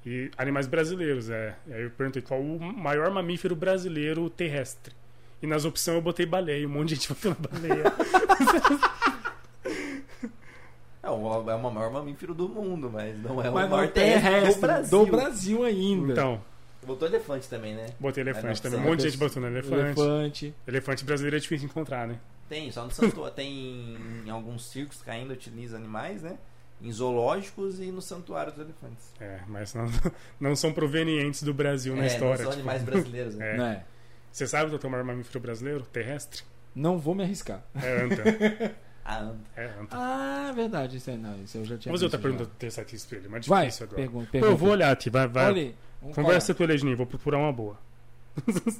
[SPEAKER 3] E animais brasileiros, é. E Aí eu perguntei qual o maior mamífero brasileiro terrestre. E nas opções eu botei baleia, e um monte de gente botou baleia.
[SPEAKER 2] É o, é o maior mamífero do mundo, mas não é o
[SPEAKER 1] Mas não
[SPEAKER 2] maior
[SPEAKER 1] tem
[SPEAKER 2] terrestre do Brasil.
[SPEAKER 1] do Brasil ainda.
[SPEAKER 3] Então,
[SPEAKER 2] Botou elefante também, né?
[SPEAKER 3] botei elefante
[SPEAKER 2] Mas não,
[SPEAKER 3] também. Um
[SPEAKER 2] você-
[SPEAKER 3] monte de gente botou no elefante. elefante.
[SPEAKER 1] elefante.
[SPEAKER 3] brasileiro é difícil encontrar, né?
[SPEAKER 2] Tem, só no santuário. tem em alguns circos que ainda utiliza animais, né? Em zoológicos e no santuário dos elefantes.
[SPEAKER 3] É, mas não, não são provenientes do Brasil na
[SPEAKER 2] é,
[SPEAKER 3] história.
[SPEAKER 2] não são
[SPEAKER 3] tipo.
[SPEAKER 2] animais brasileiros, né?
[SPEAKER 3] É.
[SPEAKER 1] né?
[SPEAKER 3] Você sabe qual é o maior mamífero brasileiro? Terrestre?
[SPEAKER 1] Não vou me arriscar.
[SPEAKER 3] É anta.
[SPEAKER 2] A anta.
[SPEAKER 3] É anta.
[SPEAKER 1] Ah, verdade. Isso, aí, não, isso eu já tinha
[SPEAKER 3] Vamos
[SPEAKER 1] visto
[SPEAKER 3] fazer outra
[SPEAKER 1] já.
[SPEAKER 3] pergunta do terça aqui, espelho, mas
[SPEAKER 1] Vai,
[SPEAKER 3] difícil agora.
[SPEAKER 1] pergunta.
[SPEAKER 3] Pô, eu
[SPEAKER 1] pergunta.
[SPEAKER 3] vou olhar aqui, vai, vai.
[SPEAKER 1] Olha um aí, vamos
[SPEAKER 3] Conversa com o Elegini, vou procurar uma boa.
[SPEAKER 1] falar.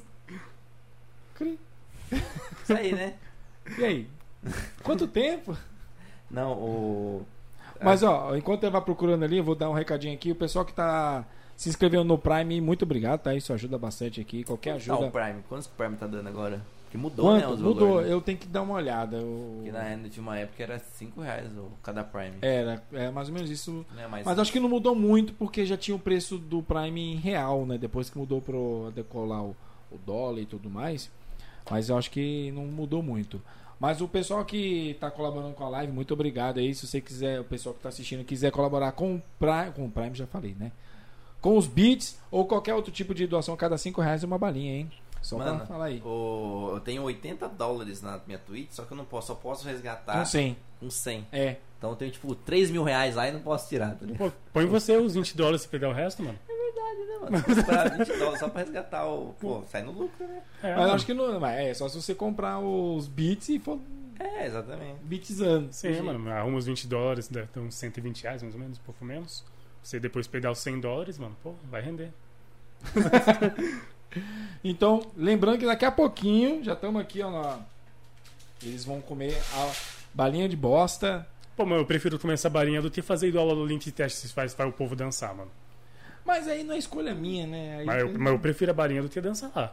[SPEAKER 1] Cri.
[SPEAKER 2] Isso aí, né?
[SPEAKER 1] E aí? Quanto tempo?
[SPEAKER 2] Não, o.
[SPEAKER 1] Mas, ó, enquanto ele vai procurando ali, eu vou dar um recadinho aqui. O pessoal que tá se inscreveu no Prime, muito obrigado, tá? Isso ajuda bastante aqui. Qualquer
[SPEAKER 2] Tá, o
[SPEAKER 1] ajuda.
[SPEAKER 2] Prime. Quantos que o Prime tá dando agora? Que mudou, né?
[SPEAKER 1] Quanto?
[SPEAKER 2] Os
[SPEAKER 1] Mudou,
[SPEAKER 2] valores, né?
[SPEAKER 1] eu tenho que dar uma olhada. eu-
[SPEAKER 2] Que na renda de uma época era 5 reais o, cada Prime.
[SPEAKER 1] Era, é mais ou menos isso.
[SPEAKER 2] Não é mais.
[SPEAKER 1] Mas acho que não mudou muito, porque já tinha o preço do Prime em real, né? Depois que mudou pro decolar o, o dólar e tudo mais. Mas eu acho que não mudou muito. Mas o pessoal que tá colaborando com a live, muito obrigado aí. Se você quiser, o pessoal que tá assistindo quiser colaborar com o Prime, com o Prime já falei, né? Com os beats ou qualquer outro tipo de doação, cada cinco reais é uma balinha, hein? Só pra
[SPEAKER 2] Mano,
[SPEAKER 1] falar aí.
[SPEAKER 2] o- eu tenho 80 dólares na minha Twitch, só que eu não posso, só posso resgatar
[SPEAKER 1] Não sei.
[SPEAKER 2] com 100.
[SPEAKER 1] É.
[SPEAKER 2] Então eu tenho tipo 3 mil reais lá e não posso tirar, tá ligado?
[SPEAKER 3] Pô, põe você os 20 dólares pra pegar o resto, mano.
[SPEAKER 2] Não, mano, tem que esperar 20 dólares só pra resgatar o. Pô, sai no lucro, né?
[SPEAKER 3] É,
[SPEAKER 1] Mas eu
[SPEAKER 3] mano.
[SPEAKER 1] acho que não. mas É só se você comprar os beats e for
[SPEAKER 2] É, exatamente.
[SPEAKER 1] beatizando.
[SPEAKER 3] Sim, mano, arruma os 20 dólares, dá dá uns 120 reais mais ou menos, um pouco menos. Você depois pegar os 100 dólares, mano, pô, vai render.
[SPEAKER 1] Então, lembrando que daqui a pouquinho, já estamos aqui, ó. na- Eles vão comer a balinha de bosta.
[SPEAKER 3] Pô, mano, eu prefiro comer essa barinha do que fazer igual ao link de teste que vocês faz para o povo dançar, mano.
[SPEAKER 1] Mas aí não é escolha minha, né? Aí
[SPEAKER 3] Mas eu,
[SPEAKER 1] tem-
[SPEAKER 3] mas eu prefiro a barinha do que dançar lá.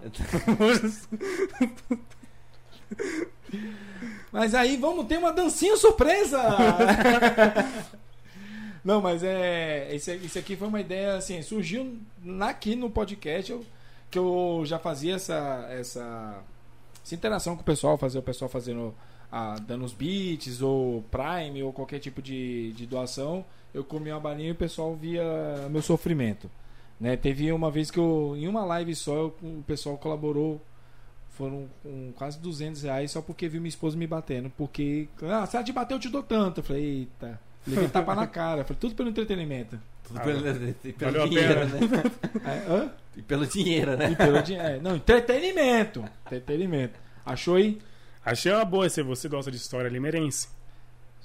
[SPEAKER 1] Mas aí vamos ter uma dancinha surpresa! Não, mas é. Isso, isso aqui foi uma ideia, assim, surgiu na- aqui no podcast eu- que eu já fazia essa, essa, essa interação com o pessoal, fazer o pessoal fazendo. ah, dando os beats, ou Prime, ou qualquer tipo de, de doação. Eu comia uma balinha e o pessoal via meu sofrimento. Né? Teve uma vez que eu, em uma live só, eu- o pessoal colaborou foram com quase 200 reais só porque viu minha esposa me batendo. Porque, ah, se ela te bater, eu te dou tanto. Eu falei, eita. Levei tapa na cara. Eu Falei, tudo pelo entretenimento.
[SPEAKER 2] Tudo
[SPEAKER 3] Ah,
[SPEAKER 2] pelo,
[SPEAKER 1] né?
[SPEAKER 2] e pelo
[SPEAKER 3] valeu a
[SPEAKER 2] dinheiro, né?
[SPEAKER 3] pena.
[SPEAKER 1] Aí, Hã?
[SPEAKER 2] E pelo dinheiro, né?
[SPEAKER 1] E pelo dinheiro. Não, entretenimento. Entretenimento. Achou aí?
[SPEAKER 3] Achei uma boa se você gosta de história limeirense.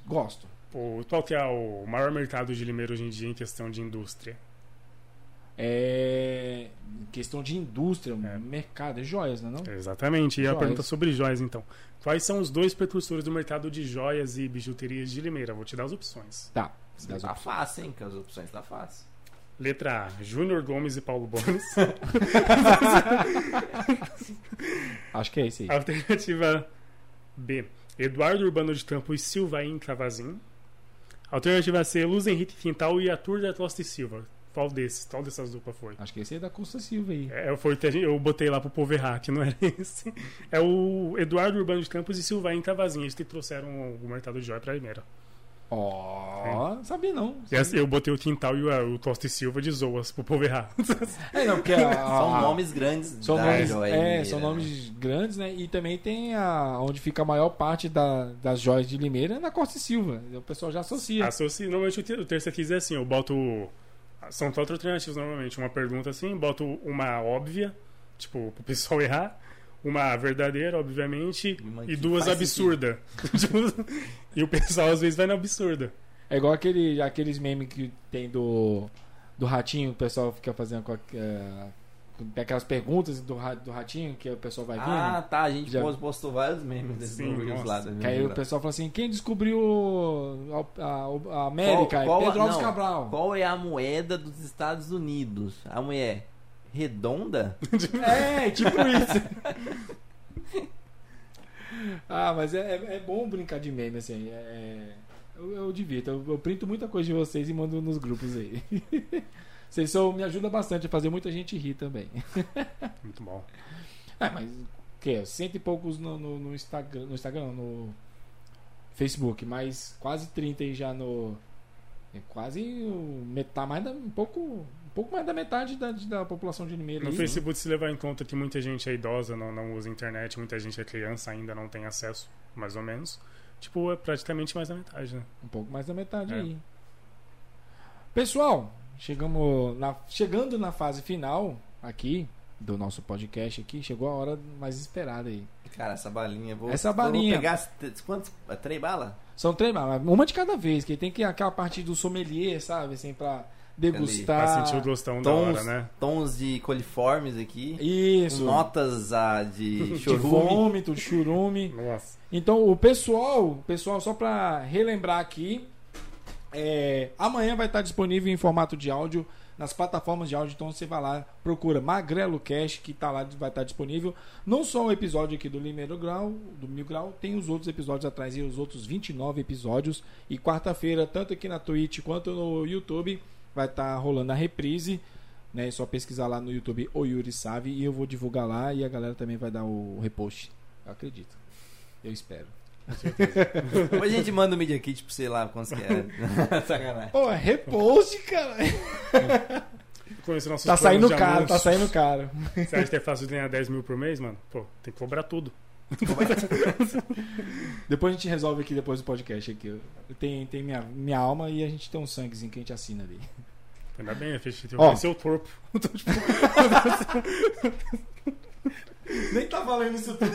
[SPEAKER 1] Gosto.
[SPEAKER 3] Pô, qual que é o maior mercado de Limeira hoje em dia em questão de indústria?
[SPEAKER 1] É. Questão de indústria,
[SPEAKER 3] É.
[SPEAKER 1] mercado, é joias, né? Não?
[SPEAKER 3] Exatamente. E a
[SPEAKER 1] Joias.
[SPEAKER 3] pergunta sobre joias, então. Quais são os dois precursores do mercado de joias e bijuterias de Limeira? Vou te dar as opções.
[SPEAKER 1] Tá. Das-
[SPEAKER 2] Tá fácil, hein? Com as opções tá fácil.
[SPEAKER 3] Letra A, Júnior Gomes e Paulo Bones.
[SPEAKER 1] Acho que é esse aí.
[SPEAKER 3] Alternativa B, Eduardo Urbano de Campos e Silvain Cavazin. Alternativa C, Luz Henrique Quintal e Arthur da Costa e Silva. Qual desses? Qual dessas duplas foi?
[SPEAKER 1] Acho que esse aí é da Costa Silva aí.
[SPEAKER 3] É, foi o que a gente- eu botei lá pro povo errar, que não era esse. É o Eduardo Urbano de Campos e Silvain Cavazin. Eles que trouxeram o mercado de joia pra Limeira.
[SPEAKER 1] Ó, sabia não.
[SPEAKER 3] E assim, eu botei o Quintal e o, o Costa e Silva de Zoas pro povo errar.
[SPEAKER 1] É, não, porque. a-
[SPEAKER 2] São
[SPEAKER 3] um
[SPEAKER 1] a-
[SPEAKER 2] nomes grandes
[SPEAKER 1] São
[SPEAKER 2] da
[SPEAKER 1] nomes,
[SPEAKER 2] joia
[SPEAKER 1] é,
[SPEAKER 2] mineira,
[SPEAKER 1] são
[SPEAKER 2] né?
[SPEAKER 1] nomes grandes, né? E também tem a, onde fica a maior parte da- das joias de Limeira é na Costa e Silva. O pessoal já associa.
[SPEAKER 3] Associo, normalmente o te- o terça quiz é assim, eu boto. São quatro alternativas normalmente. Uma pergunta assim, boto uma óbvia, tipo, pro pessoal errar. Uma verdadeira, obviamente,
[SPEAKER 2] Uma
[SPEAKER 3] e
[SPEAKER 2] que
[SPEAKER 3] duas
[SPEAKER 2] faz
[SPEAKER 3] absurdas. Tipo, e o pessoal às vezes vai na absurda.
[SPEAKER 1] É igual aquele, aqueles memes que tem do, do ratinho, o pessoal fica fazendo com, a- é, com Aquelas perguntas do, ra- do ratinho que o pessoal vai vir.
[SPEAKER 2] Ah, tá. A gente
[SPEAKER 1] Já-
[SPEAKER 2] pos- postou vários memes desses
[SPEAKER 3] Sim,
[SPEAKER 2] números
[SPEAKER 3] nossa.
[SPEAKER 2] lá. né?
[SPEAKER 1] Que aí o pessoal fala assim: quem descobriu a, a- a América?
[SPEAKER 2] Qual-
[SPEAKER 1] é
[SPEAKER 2] qual-
[SPEAKER 1] Pedro Alves
[SPEAKER 2] não.
[SPEAKER 1] Cabral.
[SPEAKER 2] Qual é a moeda dos Estados Unidos? A moeda é redonda?
[SPEAKER 1] É, tipo isso. ah, mas é, é- é bom brincar de meme, assim. é- é- eu, eu divirto, eu, eu printo muita coisa de vocês e mando nos grupos aí. Vocês são, me ajudam bastante a fazer muita gente rir também.
[SPEAKER 3] Muito bom.
[SPEAKER 1] É, mas o quê? Cento e poucos no, no- no Instagram. No Instagram, não, no Facebook, mas quase 30 aí já no. é Quase metade, mais da, um, pouco, um pouco mais da metade da, da população de né? Limeira.
[SPEAKER 3] No
[SPEAKER 1] aí.
[SPEAKER 3] Facebook, se levar em conta que muita gente é idosa, não, não usa internet, muita gente é criança, ainda não tem acesso, mais ou menos. Tipo, é praticamente mais da metade, né?
[SPEAKER 1] Um pouco mais da metade
[SPEAKER 3] É.
[SPEAKER 1] aí. Pessoal, chegamos na, chegando na fase final aqui do nosso podcast aqui, chegou a hora mais esperada aí.
[SPEAKER 2] Cara, essa balinha. Vou,
[SPEAKER 1] Essa
[SPEAKER 2] eu
[SPEAKER 1] balinha.
[SPEAKER 2] Vou pegar as t- quantas? Três balas?
[SPEAKER 1] São três, mas uma de cada vez, que tem que aquela parte do sommelier, sabe, assim pra degustar.
[SPEAKER 3] Pra sentir o gostão
[SPEAKER 1] então
[SPEAKER 3] da hora,
[SPEAKER 2] Tons,
[SPEAKER 3] né?
[SPEAKER 2] tons de coliformes aqui.
[SPEAKER 1] Isso.
[SPEAKER 2] Notas ah, de
[SPEAKER 1] de
[SPEAKER 2] chorume.
[SPEAKER 1] vômito, de churume.
[SPEAKER 3] Nossa.
[SPEAKER 1] Então, o pessoal, o pessoal, só pra relembrar aqui, é, amanhã vai estar disponível em formato de áudio nas plataformas de áudio. Então você vai lá, procura Magrelo Cash, que tá lá, vai estar disponível. Não só o episódio aqui do Limeiro Grau, do Mil Grau, tem os outros episódios atrás e os outros 29 episódios. E quarta-feira, tanto aqui na Twitch quanto no YouTube, vai estar rolando a reprise. Né, é só pesquisar lá no YouTube o Yuri Savi e eu vou divulgar lá e a galera também vai dar o repost. Eu acredito. Eu espero.
[SPEAKER 2] Depois a gente manda o Media Kit pra sei lá quantos que é. Sacanagem.
[SPEAKER 1] Pô, é repost, cara.
[SPEAKER 3] Conhecer nossos
[SPEAKER 1] Tá saindo
[SPEAKER 3] planos de
[SPEAKER 1] caro, tá
[SPEAKER 3] anúncios.
[SPEAKER 1] saindo caro.
[SPEAKER 3] Você acha que é fácil de ganhar 10 mil por mês, mano? Pô, tem que cobrar tudo.
[SPEAKER 1] Depois a gente resolve aqui depois do podcast aqui. Eu- Tem, tem minha, minha alma e a gente tem um sanguezinho que a gente assina ali.
[SPEAKER 3] Ainda bem, Fish, eu
[SPEAKER 1] Ó.
[SPEAKER 3] conheci o corpo.
[SPEAKER 1] Nem tá valendo isso tudo.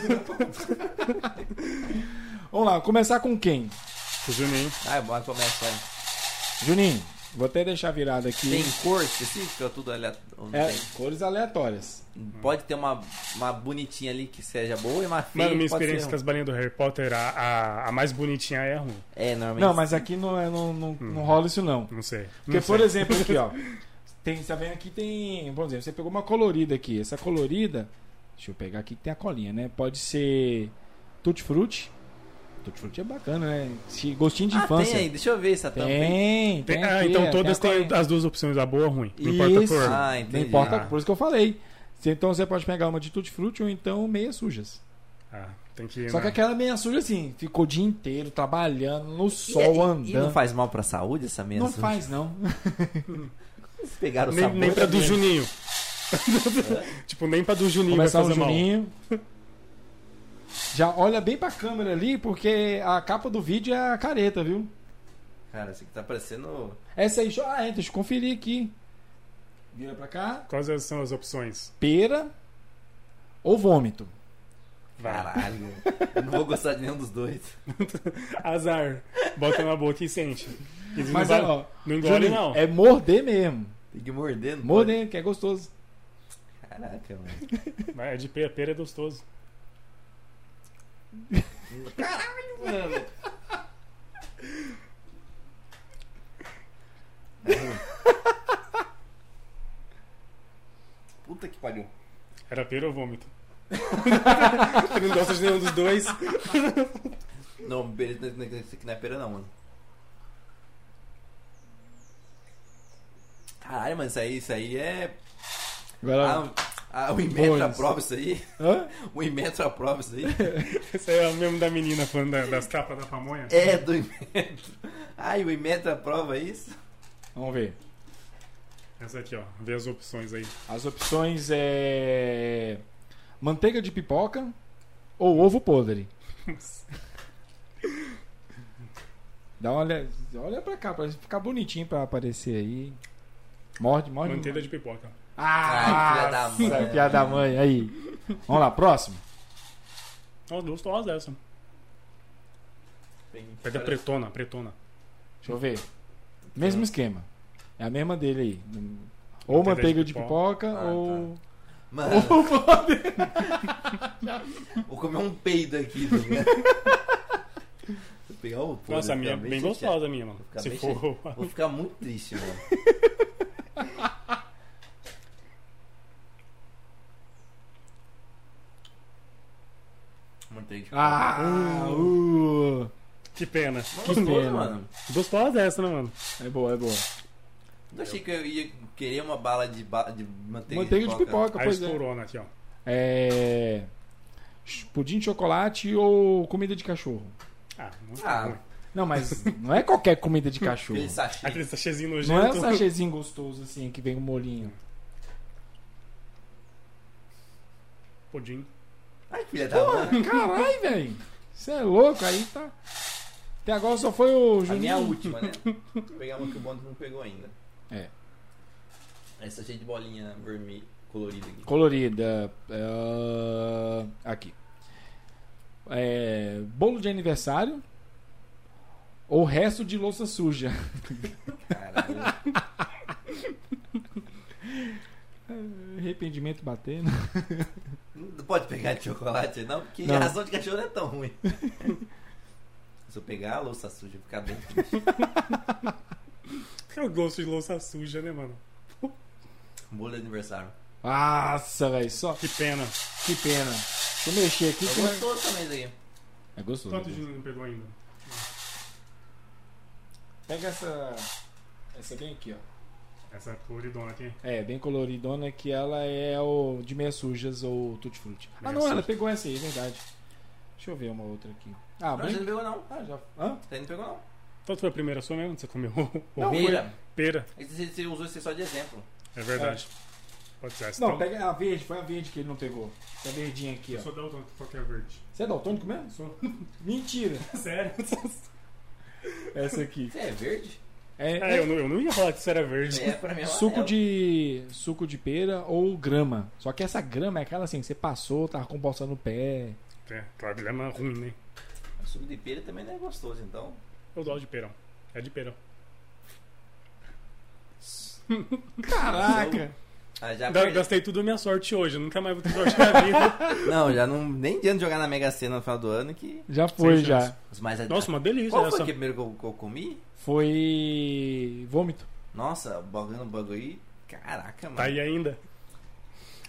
[SPEAKER 1] Vamos lá, começar com quem?
[SPEAKER 3] O Juninho.
[SPEAKER 2] Ah, bora começar. aí.
[SPEAKER 1] Juninho, vou até deixar virado aqui.
[SPEAKER 2] Tem cor específica ou tudo aleatório? Ou não
[SPEAKER 1] É,
[SPEAKER 2] tem?
[SPEAKER 1] cores aleatórias.
[SPEAKER 2] Pode ter uma, uma bonitinha ali que seja boa e uma feia.
[SPEAKER 3] Mano, minha
[SPEAKER 2] que pode ser um.
[SPEAKER 3] experiência com
[SPEAKER 2] ruim.
[SPEAKER 3] as balinhas do Harry Potter, a, a, a mais bonitinha é ruim.
[SPEAKER 2] É, normalmente.
[SPEAKER 1] Não, mas aqui não, é- não, não, não rola isso não.
[SPEAKER 3] Não sei.
[SPEAKER 1] Porque,
[SPEAKER 3] Não
[SPEAKER 1] por
[SPEAKER 3] sei.
[SPEAKER 1] exemplo, aqui, ó. Tem, tá vendo aqui tem. Por exemplo, você pegou uma colorida aqui. Essa colorida. Deixa eu pegar aqui que tem a colinha, né? Pode ser Tutti Frutti. Tutti Frutti é bacana, né? Se- Gostinho de
[SPEAKER 2] ah,
[SPEAKER 1] infância.
[SPEAKER 2] tem aí. Deixa eu ver essa tampa. aí.
[SPEAKER 1] Tem, tem.
[SPEAKER 3] Tem- ah,
[SPEAKER 1] aqui,
[SPEAKER 3] então
[SPEAKER 1] é,
[SPEAKER 3] todas
[SPEAKER 1] tem a
[SPEAKER 3] têm
[SPEAKER 1] colinha.
[SPEAKER 3] as duas opções, a boa ou a ruim. Não importa a
[SPEAKER 1] Isso.
[SPEAKER 3] cor.
[SPEAKER 2] Ah, entendi.
[SPEAKER 1] Não importa,
[SPEAKER 3] Ah.
[SPEAKER 1] por isso que eu falei. Você- Então você pode pegar uma de Tutti Frutti ou então meia sujas.
[SPEAKER 3] Ah, tem que ir
[SPEAKER 1] Só
[SPEAKER 3] na-
[SPEAKER 1] que aquela meia suja, assim, ficou o dia inteiro trabalhando, no
[SPEAKER 2] E-
[SPEAKER 1] sol,
[SPEAKER 2] e-
[SPEAKER 1] andando.
[SPEAKER 2] E não faz mal pra saúde essa mesa?
[SPEAKER 1] não faz, não.
[SPEAKER 2] Vocês pegaram o
[SPEAKER 3] Nem,
[SPEAKER 2] sabor.
[SPEAKER 3] nem pra
[SPEAKER 2] da
[SPEAKER 3] do
[SPEAKER 1] né?
[SPEAKER 2] mesa.
[SPEAKER 3] Juninho. tipo, nem pra do Juninho
[SPEAKER 1] Começar
[SPEAKER 3] vai
[SPEAKER 1] o
[SPEAKER 3] fazer mal.
[SPEAKER 1] Juninho. Já olha bem pra câmera ali, porque a capa do vídeo é a careta, viu?
[SPEAKER 2] Cara, isso aqui tá parecendo.
[SPEAKER 1] Essa aí, deixa eu- ah, é, deixa eu conferir aqui. Vira pra cá.
[SPEAKER 3] Quais são as opções?
[SPEAKER 1] Pera ou vômito.
[SPEAKER 3] Vai.
[SPEAKER 2] Caralho. Eu não vou gostar de nenhum dos dois.
[SPEAKER 3] Azar. Bota na boca e sente. Eles
[SPEAKER 1] Mas, é,
[SPEAKER 3] não, vai-
[SPEAKER 1] ó,
[SPEAKER 3] não engole,
[SPEAKER 1] Juninho,
[SPEAKER 3] não.
[SPEAKER 1] é morder mesmo.
[SPEAKER 2] Tem que morder, não
[SPEAKER 1] Morder, que é gostoso.
[SPEAKER 2] pode? Caraca, mano.
[SPEAKER 3] Vai, É de pera, pera é gostoso.
[SPEAKER 2] Caralho, mano. É Puta que pariu.
[SPEAKER 3] Era pera ou vômito? Ele não gosta de nenhum um dos dois.
[SPEAKER 2] Não, beleza, não- não- isso aqui não é pera não, mano. Caralho, mano, isso aí, isso aí é.
[SPEAKER 1] Agora,
[SPEAKER 2] Ah, ah, o Inmetro
[SPEAKER 1] Bones.
[SPEAKER 2] aprova isso aí.
[SPEAKER 1] hã?
[SPEAKER 2] O Inmetro aprova isso aí.
[SPEAKER 3] Isso aí é o mesmo da menina falando da- das capas da pamonha.
[SPEAKER 2] É do Inmetro. Ai, o Inmetro aprova isso?
[SPEAKER 1] Vamos ver.
[SPEAKER 3] Essa aqui, ó. Vê as opções aí.
[SPEAKER 1] As opções é manteiga de pipoca ou ovo podre. Dá uma olha, olha pra cá, pra ficar bonitinho pra aparecer aí. Morde, morde.
[SPEAKER 3] Manteiga de pipoca.
[SPEAKER 1] Ah,
[SPEAKER 2] Ai, filha da mãe.
[SPEAKER 1] nossa, filha da mãe. Aí. Vamos lá, próximo.
[SPEAKER 3] Ó, gostosa essa. Pega a pretona, pretona.
[SPEAKER 1] Deixa eu ver. Mesmo esquema. É a mesma dele aí. Ou manteiga de pipoca
[SPEAKER 2] Ah,
[SPEAKER 1] ou
[SPEAKER 2] Mano. Vou comer um peido aqui. Tá ligado? Vou tá pegar o podre,
[SPEAKER 3] Nossa, a minha é
[SPEAKER 2] ficar
[SPEAKER 3] bem
[SPEAKER 2] chateado.
[SPEAKER 3] gostosa, a minha, mano.
[SPEAKER 2] Ficar
[SPEAKER 3] Se
[SPEAKER 2] bem
[SPEAKER 3] for.
[SPEAKER 2] Vou ficar muito triste, mano. Mantém de
[SPEAKER 1] Ah, uh.
[SPEAKER 3] Que pena.
[SPEAKER 2] Que
[SPEAKER 1] pena.
[SPEAKER 2] mano.
[SPEAKER 3] Gostosa essa, né, mano?
[SPEAKER 1] É boa, é boa.
[SPEAKER 2] Não achei que eu ia querer uma bala de, ba... de manteiga,
[SPEAKER 1] Manteiga de pipoca,
[SPEAKER 3] A
[SPEAKER 1] pois é.
[SPEAKER 3] estourona aqui, ó.
[SPEAKER 1] É. ch- Pudim de chocolate ou comida de cachorro?
[SPEAKER 3] Ah, muito
[SPEAKER 2] Ah.
[SPEAKER 3] ruim.
[SPEAKER 1] Não, mas não é qualquer comida de cachorro.
[SPEAKER 2] Aquele sachê.
[SPEAKER 3] Aquele sachêzinho
[SPEAKER 1] Não é um
[SPEAKER 3] nojento.
[SPEAKER 1] sachêzinho gostoso assim que vem o molinho.
[SPEAKER 3] Pudim.
[SPEAKER 2] Ai, filha da mãe.
[SPEAKER 1] Caralho, velho. Você é louco, aí tá. Até agora só foi o
[SPEAKER 2] A minha
[SPEAKER 1] Juninho.
[SPEAKER 2] última, né? Vou pegar uma que o Bondo não pegou ainda.
[SPEAKER 1] É.
[SPEAKER 2] Essa cheia de bolinha vermelha colorida aqui.
[SPEAKER 1] Colorida. é, aqui. É, bolo de aniversário. Ou resto de louça suja.
[SPEAKER 2] Caralho.
[SPEAKER 1] Arrependimento batendo.
[SPEAKER 2] Não pode pegar de chocolate, não, porque
[SPEAKER 1] Não.
[SPEAKER 2] a ração de cachorro não é tão ruim. Se eu pegar a louça suja, eu vou ficar bem triste.
[SPEAKER 3] É o gosto de louça suja, né, mano?
[SPEAKER 2] Bolo de aniversário.
[SPEAKER 1] Nossa, velho. Só
[SPEAKER 3] Que pena.
[SPEAKER 1] que pena. Deixa eu mexer aqui.
[SPEAKER 2] Eu
[SPEAKER 1] que vai-
[SPEAKER 2] gostoso também isso aqui.
[SPEAKER 1] É gostoso.
[SPEAKER 3] Quanto
[SPEAKER 1] né?
[SPEAKER 3] de não pegou ainda?
[SPEAKER 1] Pega essa. Essa bem aqui, ó.
[SPEAKER 3] Essa coloridona aqui.
[SPEAKER 1] É, bem coloridona, que ela é o de meias sujas ou tutti frutti. Ah,
[SPEAKER 3] Meias
[SPEAKER 1] não, ela
[SPEAKER 3] sujas.
[SPEAKER 1] pegou essa aí, é verdade. Deixa eu ver uma outra aqui. Ah,
[SPEAKER 2] Não, você
[SPEAKER 1] bem...
[SPEAKER 2] não pegou não.
[SPEAKER 1] Ah, já. Hã?
[SPEAKER 2] Você não pegou não.
[SPEAKER 3] Qual foi a primeira sua mesmo? que Você comeu o
[SPEAKER 1] Não,
[SPEAKER 2] Pera.
[SPEAKER 3] pera?
[SPEAKER 2] É que Você, você usou isso aí só de exemplo.
[SPEAKER 3] É verdade. Pode ser essa.
[SPEAKER 1] É. Não,
[SPEAKER 3] então.
[SPEAKER 1] pega a verde, foi a verde que ele não pegou. Essa verdinha aqui,
[SPEAKER 3] Eu
[SPEAKER 1] ó.
[SPEAKER 3] sou Dalton, qualquer verde.
[SPEAKER 1] Você é daltônico mesmo?
[SPEAKER 3] Sou.
[SPEAKER 1] Mentira!
[SPEAKER 3] Sério?
[SPEAKER 1] Essa aqui.
[SPEAKER 2] Você é verde?
[SPEAKER 1] É,
[SPEAKER 3] É, eu, não, eu não ia falar que isso era verde.
[SPEAKER 2] É, pra mim é
[SPEAKER 1] suco
[SPEAKER 2] amarelo.
[SPEAKER 1] de. suco de pera ou grama. Só que essa grama é aquela assim, que você passou, tava com bolsa no pé.
[SPEAKER 3] É, claro que ele é mais ruim, né?
[SPEAKER 2] Suco de pera também não é gostoso, então.
[SPEAKER 3] Eu gosto de perão. É de perão.
[SPEAKER 1] Caraca!
[SPEAKER 2] Ah, já
[SPEAKER 3] Ga-
[SPEAKER 2] perdeu.
[SPEAKER 3] Gastei tudo a minha sorte hoje. eu Nunca mais vou ter sorte na vida.
[SPEAKER 2] Não, já não. Nem adianta jogar na Mega Sena no final do ano que.
[SPEAKER 1] Já foi,
[SPEAKER 3] Sem
[SPEAKER 1] já.
[SPEAKER 3] chance.
[SPEAKER 2] Os mais adi-
[SPEAKER 3] Nossa, uma delícia
[SPEAKER 2] Qual foi
[SPEAKER 3] essa.
[SPEAKER 2] o que primeiro que eu, que eu comi?
[SPEAKER 1] Foi. vômito.
[SPEAKER 2] Nossa, bagulho no bagulho aí. Caraca, mano.
[SPEAKER 3] Tá aí ainda.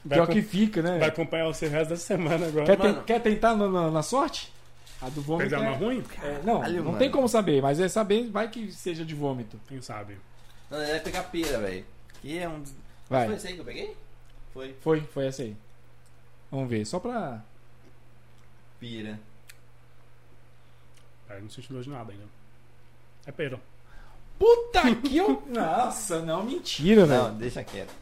[SPEAKER 3] Vai,
[SPEAKER 1] Pior
[SPEAKER 3] acom-
[SPEAKER 1] que É fica, né?
[SPEAKER 3] vai acompanhar você o resto da semana agora.
[SPEAKER 1] Quer,
[SPEAKER 2] Mano.
[SPEAKER 1] ten- quer tentar na, na- na sorte? A do vômito.
[SPEAKER 3] Pegar
[SPEAKER 1] é-
[SPEAKER 3] uma ruim?
[SPEAKER 1] é, não,
[SPEAKER 2] Caralho,
[SPEAKER 1] não
[SPEAKER 2] mano.
[SPEAKER 1] tem como saber, mas é saber, vai que seja de vômito.
[SPEAKER 3] Quem sabe?
[SPEAKER 2] Não, ele vai pegar pera, velho. Que é um. dos- Foi
[SPEAKER 1] Vai.
[SPEAKER 2] esse aí que eu peguei? Foi
[SPEAKER 1] Foi, foi essa aí. Vamos ver, só pra.
[SPEAKER 2] pira.
[SPEAKER 3] Cara, não senti gosto de nada ainda. É perão.
[SPEAKER 1] Puta que eu. Nossa, não, mentira,
[SPEAKER 2] Não,
[SPEAKER 1] velho.
[SPEAKER 2] deixa quieto.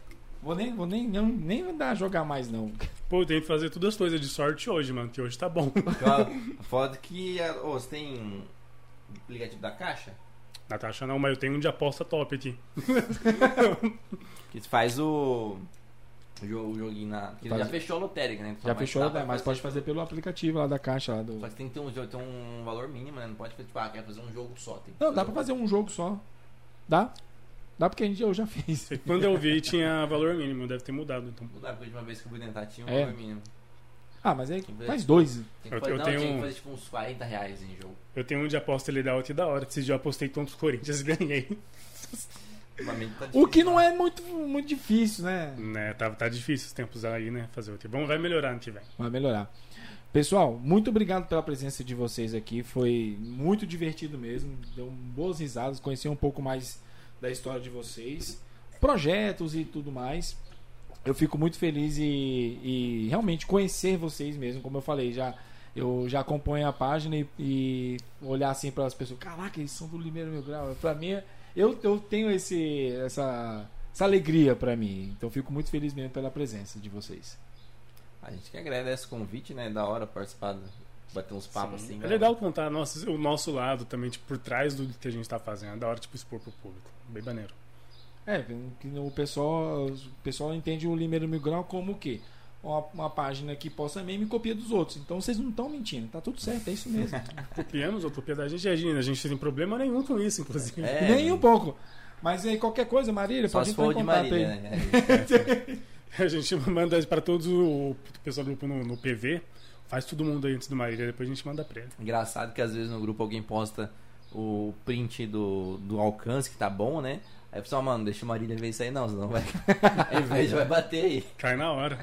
[SPEAKER 1] Vou nem, vou nem, não, nem vou dar a jogar mais, não.
[SPEAKER 3] Pô, eu tenho que fazer todas as coisas de sorte hoje, mano. Que hoje tá bom.
[SPEAKER 2] Fala- Foda que. a- Ô, você tem. um Aplicativo da caixa?
[SPEAKER 3] Na caixa não, mas eu tenho um de aposta top aqui.
[SPEAKER 2] Que faz o. O jo- o joguinho na. Que
[SPEAKER 1] Faz-
[SPEAKER 2] já fechou a lotérica, né?
[SPEAKER 1] Já fechou,
[SPEAKER 2] a
[SPEAKER 1] né, mas pode fazer pelo aplicativo lá da caixa. Lá do...
[SPEAKER 2] Só que tem que ter um, jo- tem um valor mínimo, né? Não pode tipo, ah, quer fazer um jogo só. Tem que
[SPEAKER 1] Não, dá pra fazer um jogo só. Dá? Dá porque a gente, eu já fiz.
[SPEAKER 3] Quando eu vi, tinha valor mínimo. Deve ter mudado, então.
[SPEAKER 2] Mudar, porque a última vez que eu fui tentar tinha um
[SPEAKER 1] É.
[SPEAKER 2] valor mínimo.
[SPEAKER 1] Ah, mas aí faz dois.
[SPEAKER 2] Tem que
[SPEAKER 3] Eu-
[SPEAKER 2] fazer,
[SPEAKER 3] eu
[SPEAKER 2] não,
[SPEAKER 3] tenho
[SPEAKER 2] tinha
[SPEAKER 3] um-
[SPEAKER 2] que fazer tipo uns 40 reais em jogo.
[SPEAKER 3] Eu tenho um de aposta legal aqui da hora. que Esses dias eu apostei contra os Corinthians e ganhei.
[SPEAKER 2] Ultimamente tá
[SPEAKER 1] O
[SPEAKER 2] difícil,
[SPEAKER 1] que não
[SPEAKER 2] né?
[SPEAKER 1] é muito, muito difícil, né?
[SPEAKER 3] né, tá, tá difícil os tempos aí, né? Fazer o que bom. Vai melhorar ano que vem.
[SPEAKER 1] Vai melhorar. Pessoal, muito obrigado pela presença de vocês aqui. Foi muito divertido mesmo. Deu boas risadas, conheci um pouco mais da história de vocês, projetos e tudo mais. Eu fico muito feliz e, e realmente conhecer vocês mesmo, como eu falei, já eu já acompanho a página e, e olhar assim para as pessoas, caraca, eles são do Limeiro Mil Grau. Para mim, é- eu, eu tenho esse essa essa alegria para mim. Então fico muito feliz mesmo pela presença de vocês.
[SPEAKER 2] A gente que agradece o convite, né? Da hora participar, do- bater uns papos assim.
[SPEAKER 3] Sim. É
[SPEAKER 2] né?
[SPEAKER 3] legal contar nossas- o nosso lado também, tipo, por trás do que a gente tá fazendo. É da hora, tipo, expor pro público. Bem maneiro.
[SPEAKER 1] É, que o pessoal, o pessoal entende o Limeiro Mil Grau como o quê? Uma, uma página que posta meme e copia dos outros. Então vocês não estão mentindo, tá tudo certo, é isso mesmo.
[SPEAKER 3] Copiamos ou copia da gente, a gente, a gente não tem problema nenhum com isso, inclusive.
[SPEAKER 2] É,
[SPEAKER 1] Nem um pouco. Mas aí qualquer coisa, Marília,
[SPEAKER 2] Só
[SPEAKER 1] pode
[SPEAKER 2] se
[SPEAKER 1] entrar
[SPEAKER 2] for
[SPEAKER 1] em
[SPEAKER 2] o de né? É
[SPEAKER 1] contato aí.
[SPEAKER 2] Marília, né?
[SPEAKER 3] A gente manda para todos o o pessoal do grupo no, no PV. Faz todo mundo aí antes do Marília, depois a gente manda pra ele.
[SPEAKER 2] Engraçado que às vezes no grupo alguém posta o print do, do alcance, que tá bom, né? Aí o pessoal, mano, deixa o Marília ver isso aí não, senão vai. A inveja vai bater aí.
[SPEAKER 3] Cai na hora.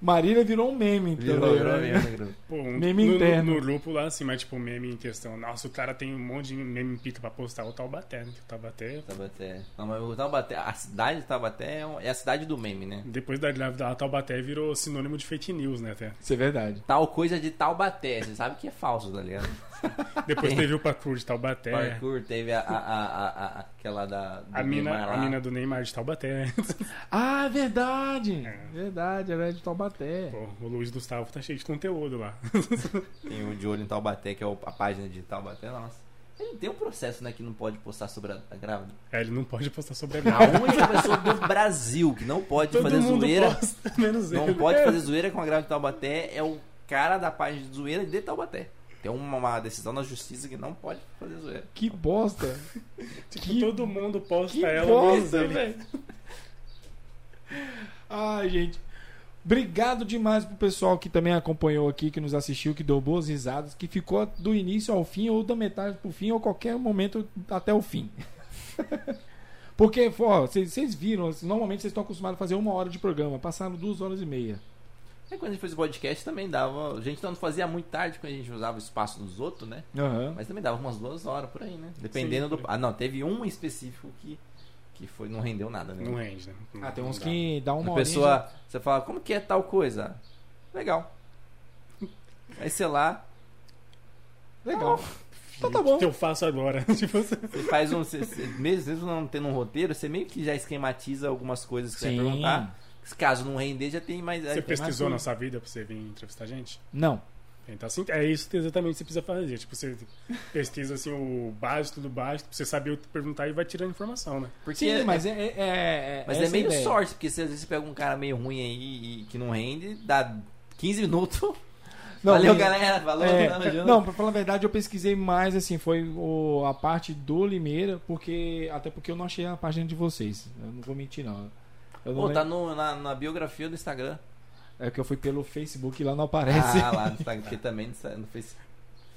[SPEAKER 1] Marília virou um meme, então.
[SPEAKER 2] Virou,
[SPEAKER 1] né?
[SPEAKER 2] virou, virou, virou.
[SPEAKER 3] Pô, um-
[SPEAKER 1] Meme
[SPEAKER 3] no,
[SPEAKER 1] interno.
[SPEAKER 3] No, no grupo lá, assim, mas tipo, meme em questão. Nossa, o cara tem um monte de meme pica pra postar o Taubaté, né? Que o Taubaté.
[SPEAKER 2] Taubaté. Não, mas o Taubaté, a cidade de Taubaté é um- é a cidade do meme, né?
[SPEAKER 3] Depois da grávida da Taubaté virou sinônimo de fake news, né? Até.
[SPEAKER 1] Isso é verdade.
[SPEAKER 2] Tal coisa de Taubaté, você sabe que é falso, tá ligado?
[SPEAKER 3] Depois teve o parkour de Taubaté.
[SPEAKER 2] Parkour, teve a, a, a, a- a- aquela da. do
[SPEAKER 3] É. A mina,
[SPEAKER 2] Neymar
[SPEAKER 3] a
[SPEAKER 2] lá.
[SPEAKER 3] mina do Neymar de Taubaté, né?
[SPEAKER 1] Ah, verdade!
[SPEAKER 3] É.
[SPEAKER 1] Verdade, era de Taubaté.
[SPEAKER 3] Pô, o Luiz Gustavo tá cheio de conteúdo lá.
[SPEAKER 2] Tem o de olho em Taubaté, que é o- a página de Taubaté, nossa. Ele tem um processo, né, que não pode postar sobre a, a grávida.
[SPEAKER 3] É, ele não pode postar sobre a
[SPEAKER 2] A
[SPEAKER 3] grávida.
[SPEAKER 2] única pessoa do Brasil que não pode
[SPEAKER 3] Todo
[SPEAKER 2] fazer
[SPEAKER 3] mundo
[SPEAKER 2] zoeira.
[SPEAKER 3] posta, menos
[SPEAKER 2] Não
[SPEAKER 3] ele.
[SPEAKER 2] pode fazer zoeira com a grávida de Taubaté, é o cara da página de zoeira de Taubaté. Tem uma, uma decisão na justiça que não pode fazer zoeira.
[SPEAKER 1] Que bosta!
[SPEAKER 3] Tipo,
[SPEAKER 1] Que-
[SPEAKER 3] todo mundo posta
[SPEAKER 1] que
[SPEAKER 3] ela, menos
[SPEAKER 1] bosta,
[SPEAKER 3] ele.
[SPEAKER 1] velho! Ai, gente. Obrigado demais pro pessoal que também acompanhou aqui, que nos assistiu, que deu boas risadas, que ficou do início ao fim, ou da metade pro fim, ou qualquer momento até o fim. Porque, ó, vocês vocês viram, assim, normalmente vocês estão acostumados a fazer uma hora de programa, passaram duas horas e meia.
[SPEAKER 2] Aí quando a gente fez o podcast também dava. A gente não fazia muito tarde quando a gente usava o espaço dos outros, né?
[SPEAKER 1] Aham.
[SPEAKER 2] Mas também dava umas duas horas por aí, né? Dependendo
[SPEAKER 3] Sim,
[SPEAKER 2] do.
[SPEAKER 3] por
[SPEAKER 2] Ah, não, teve um específico que, que foi, não rendeu nada, né?
[SPEAKER 3] Não rende, né?
[SPEAKER 1] Ah, tem
[SPEAKER 3] Não
[SPEAKER 1] uns
[SPEAKER 3] dá.
[SPEAKER 1] que dá uma
[SPEAKER 2] Uma
[SPEAKER 1] hora.
[SPEAKER 2] pessoa. Você fala, como que é tal coisa? Legal. Aí sei lá,
[SPEAKER 1] Legal. Então tá
[SPEAKER 2] um
[SPEAKER 1] bom.
[SPEAKER 3] O que eu faço agora? tipo,
[SPEAKER 2] você faz um. você- você- mesmo, mesmo não tendo um roteiro, você meio que já esquematiza algumas coisas que você vai perguntar. Se Caso não render, já tem mais. um?
[SPEAKER 3] você
[SPEAKER 2] tem mais
[SPEAKER 3] pesquisou
[SPEAKER 2] coisa.
[SPEAKER 3] nossa vida pra você vir entrevistar a gente?
[SPEAKER 1] Não.
[SPEAKER 3] Então, assim, é isso que exatamente você precisa fazer. Tipo, você pesquisa assim, o básico do básico, pra você saber o que perguntar e vai tirando informação, né?
[SPEAKER 2] Porque
[SPEAKER 1] Sim,
[SPEAKER 2] é-
[SPEAKER 1] mas é, é, é-
[SPEAKER 2] Mas
[SPEAKER 1] essa
[SPEAKER 2] é meio
[SPEAKER 1] ideia.
[SPEAKER 2] sorte, porque se às vezes você pega um cara meio ruim aí e que não rende, dá 15 minutos.
[SPEAKER 1] Não,
[SPEAKER 2] Valeu,
[SPEAKER 1] e-
[SPEAKER 2] galera. Falou,
[SPEAKER 1] É,
[SPEAKER 2] tamo junto.
[SPEAKER 1] não, pra falar a verdade, eu pesquisei mais, assim, foi o- a parte do Limeira, porque. Até porque eu não achei a página de vocês. Eu não vou mentir, não. Eu não
[SPEAKER 2] Pô, tá
[SPEAKER 1] lembro-
[SPEAKER 2] no- na, na biografia do Instagram.
[SPEAKER 1] É que eu fui pelo Facebook e lá não aparece.
[SPEAKER 2] Ah, lá no Instagram, porque também no Insta- no é, Facebook.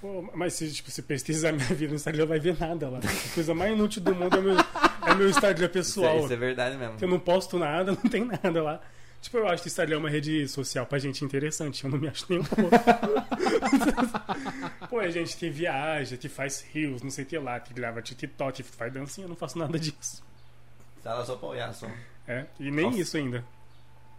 [SPEAKER 3] Pô, mas se tipo, você pesquisar minha vida no Instagram, vai ver nada lá. A coisa mais inútil do mundo é meu, é meu Instagram
[SPEAKER 2] Isso, é-
[SPEAKER 3] pessoal.
[SPEAKER 2] isso é verdade mesmo.
[SPEAKER 3] Eu não posto nada, não tem nada lá. Tipo, eu acho que o Instagram é uma rede social pra gente interessante. Eu não me acho nem um pouco. Pô, é gente que viaja, que faz rios, não sei o que lá, que grava TikTok, que faz dancinha, eu não faço nada disso.
[SPEAKER 2] Tá lá só pra olhar só.
[SPEAKER 3] É, e nem
[SPEAKER 2] Nossa. Tá
[SPEAKER 3] isso ainda.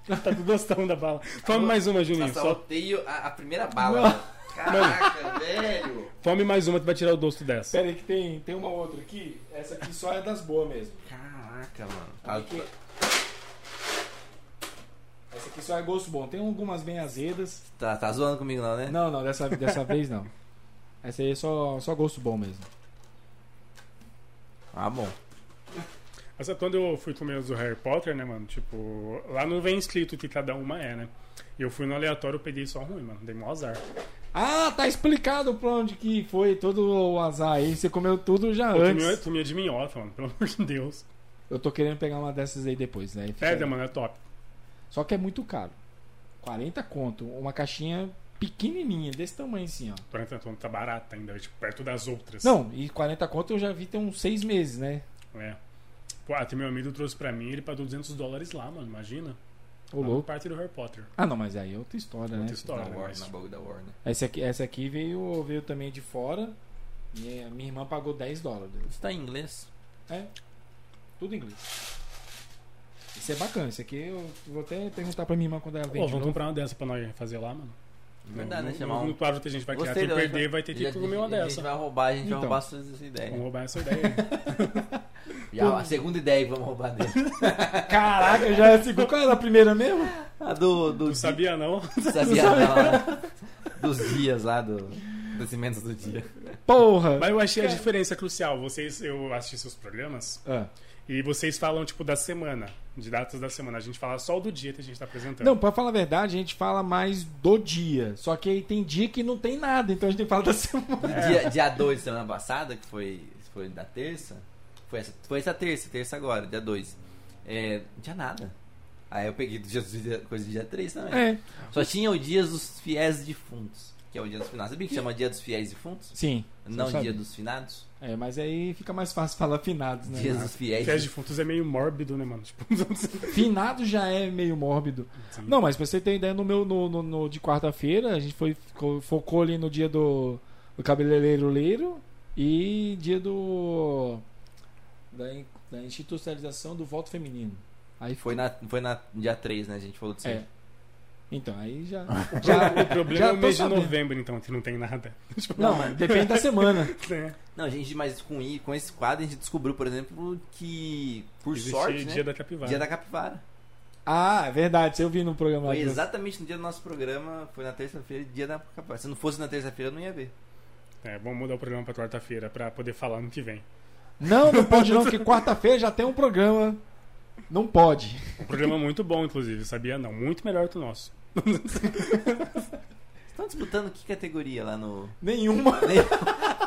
[SPEAKER 3] Tá do gostão da bala. Tome mais uma, Juninho.
[SPEAKER 2] Nossa,
[SPEAKER 3] só
[SPEAKER 2] odeio a, a primeira bala. velho. Caraca, velho.
[SPEAKER 3] tome mais uma que vai tirar o dosto dessa.
[SPEAKER 1] Pera aí que tem, tem uma outra aqui. Essa aqui só é das boas mesmo.
[SPEAKER 2] Caraca, mano. Tá-
[SPEAKER 1] Aqui. é- Essa aqui só é gosto bom. Tem algumas bem azedas.
[SPEAKER 2] tá, tá zoando comigo não, né?
[SPEAKER 1] Não, não, dessa, dessa vez não. Essa aí é só, só gosto bom mesmo.
[SPEAKER 2] Ah, bom.
[SPEAKER 3] Essa, é quando eu fui comer os do Harry Potter, né, mano? Tipo, lá não vem escrito que cada uma é, né? E eu fui no aleatório, eu peguei só ruim, mano. Dei mó azar.
[SPEAKER 1] Ah, tá explicado pra onde que foi todo o azar aí. Você comeu tudo já
[SPEAKER 3] Eu
[SPEAKER 1] Ah, antes.
[SPEAKER 3] comia- comia de minhoca, mano, pelo amor de Deus.
[SPEAKER 1] Eu tô querendo pegar uma dessas aí depois, né? Fica-
[SPEAKER 3] Pega, mano, é top.
[SPEAKER 1] Só que é muito caro. 40 conto. Uma caixinha pequenininha, desse tamanho assim, ó.
[SPEAKER 3] 40 tonto tá barata ainda, tipo, perto das outras.
[SPEAKER 1] Não, e 40 conto eu já vi tem uns 6 meses, né?
[SPEAKER 3] É. Pô, até meu amigo trouxe pra mim, ele pagou 200 dólares lá, mano, imagina.
[SPEAKER 1] Ô
[SPEAKER 3] Lá no
[SPEAKER 1] louco.
[SPEAKER 3] parque do Harry Potter.
[SPEAKER 1] Ah, não, mas aí é outra história, né?
[SPEAKER 2] Na
[SPEAKER 3] Outra história, né?
[SPEAKER 2] Warner,
[SPEAKER 3] Mas-
[SPEAKER 2] na bagulho da Warner.
[SPEAKER 1] Essa aqui, essa aqui veio, veio também de fora. E a minha irmã pagou 10 dólares.
[SPEAKER 2] Isso tá em inglês.
[SPEAKER 1] Tudo em inglês. Isso é bacana. Isso aqui eu vou até perguntar pra minha irmã quando ela vem.
[SPEAKER 3] Pô,
[SPEAKER 1] de
[SPEAKER 3] vamos
[SPEAKER 1] novo.
[SPEAKER 3] comprar uma dessa pra nós fazer lá, mano.
[SPEAKER 2] Verdade,
[SPEAKER 3] no,
[SPEAKER 2] né? Chamar
[SPEAKER 3] no,
[SPEAKER 2] um-
[SPEAKER 3] no quadro que a gente vai criar,
[SPEAKER 2] Gostei,
[SPEAKER 3] quem
[SPEAKER 2] não,
[SPEAKER 3] perder vai ter que
[SPEAKER 2] Já-
[SPEAKER 3] comer uma
[SPEAKER 2] A gente
[SPEAKER 3] dessa.
[SPEAKER 2] vai roubar, a gente
[SPEAKER 1] Então.
[SPEAKER 2] vai roubar suas ideias.
[SPEAKER 3] Vamos roubar essa ideia. aí.
[SPEAKER 2] Já, a segunda ideia que vamos roubar dele.
[SPEAKER 1] Caraca, já é a segunda. Qual era a primeira mesmo?
[SPEAKER 2] A do. do
[SPEAKER 3] Não sabia, não?
[SPEAKER 2] sabia lá, dos dias lá, do, dos cimentos do dia.
[SPEAKER 1] Porra!
[SPEAKER 3] Mas eu achei a diferença crucial. Vocês, eu assisti seus programas
[SPEAKER 1] Ah.
[SPEAKER 3] e vocês falam, tipo, da semana, de datas da semana. A gente fala só do dia que a gente tá apresentando.
[SPEAKER 1] Não, pra falar a verdade, a gente fala mais do dia. Só que aí tem dia que não tem nada, então a gente fala da semana.
[SPEAKER 3] É.
[SPEAKER 2] Dia- Dia 2 semana passada, que foi, foi da terça. Foi essa, foi essa terça, terça agora, dia 2. É, não tinha nada. Aí eu peguei do dia, do dia- coisa do dia 3 também.
[SPEAKER 1] É.
[SPEAKER 2] Só tinha o dia dos fiéis defuntos, que é o dia dos finados. Sabia que chama dia dos fiéis defuntos?
[SPEAKER 1] Sim.
[SPEAKER 2] Não
[SPEAKER 1] sabe.
[SPEAKER 2] dia dos finados?
[SPEAKER 1] É, mas aí fica mais fácil falar finados, né?
[SPEAKER 2] Dia dos fiéis.
[SPEAKER 3] Fiéis defuntos é meio mórbido, né, mano? Tipo,
[SPEAKER 1] Finado já é meio mórbido. Não, mas pra você ter ideia, no meu no, no- no de quarta-feira, a gente foi, ficou- focou ali no dia do, do cabeleireiro leiro e dia do. Da, in- da institucionalização do voto feminino. Aí foi.
[SPEAKER 2] Foi na, foi na dia 3, né? A gente falou disso.
[SPEAKER 1] É. Então, aí já.
[SPEAKER 3] o
[SPEAKER 1] já
[SPEAKER 3] problema
[SPEAKER 1] já
[SPEAKER 3] é o
[SPEAKER 1] tô
[SPEAKER 3] mês
[SPEAKER 1] sabendo.
[SPEAKER 3] de novembro, então, que não tem nada.
[SPEAKER 1] não, depende da semana.
[SPEAKER 3] Né?
[SPEAKER 2] Não, gente, mas com, i- com esse quadro a gente descobriu, por exemplo, que, por
[SPEAKER 3] Existe
[SPEAKER 2] sorte,
[SPEAKER 3] dia
[SPEAKER 2] né?
[SPEAKER 3] da capivara.
[SPEAKER 2] Dia da capivara.
[SPEAKER 1] Ah, é verdade, eu vi no programa lá.
[SPEAKER 2] Foi
[SPEAKER 1] que você-
[SPEAKER 2] exatamente no dia do nosso programa, foi na terça-feira, dia da capivara. Se não fosse na terça-feira, eu não ia ver.
[SPEAKER 3] É, vamos mudar o programa pra quarta-feira pra poder falar ano que vem.
[SPEAKER 1] Não, não pode não, porque quarta-feira já tem um programa. Não pode.
[SPEAKER 3] Um programa muito bom, inclusive, sabia? Não, muito melhor que o nosso.
[SPEAKER 2] Estão disputando que categoria lá no.
[SPEAKER 1] Nenhuma.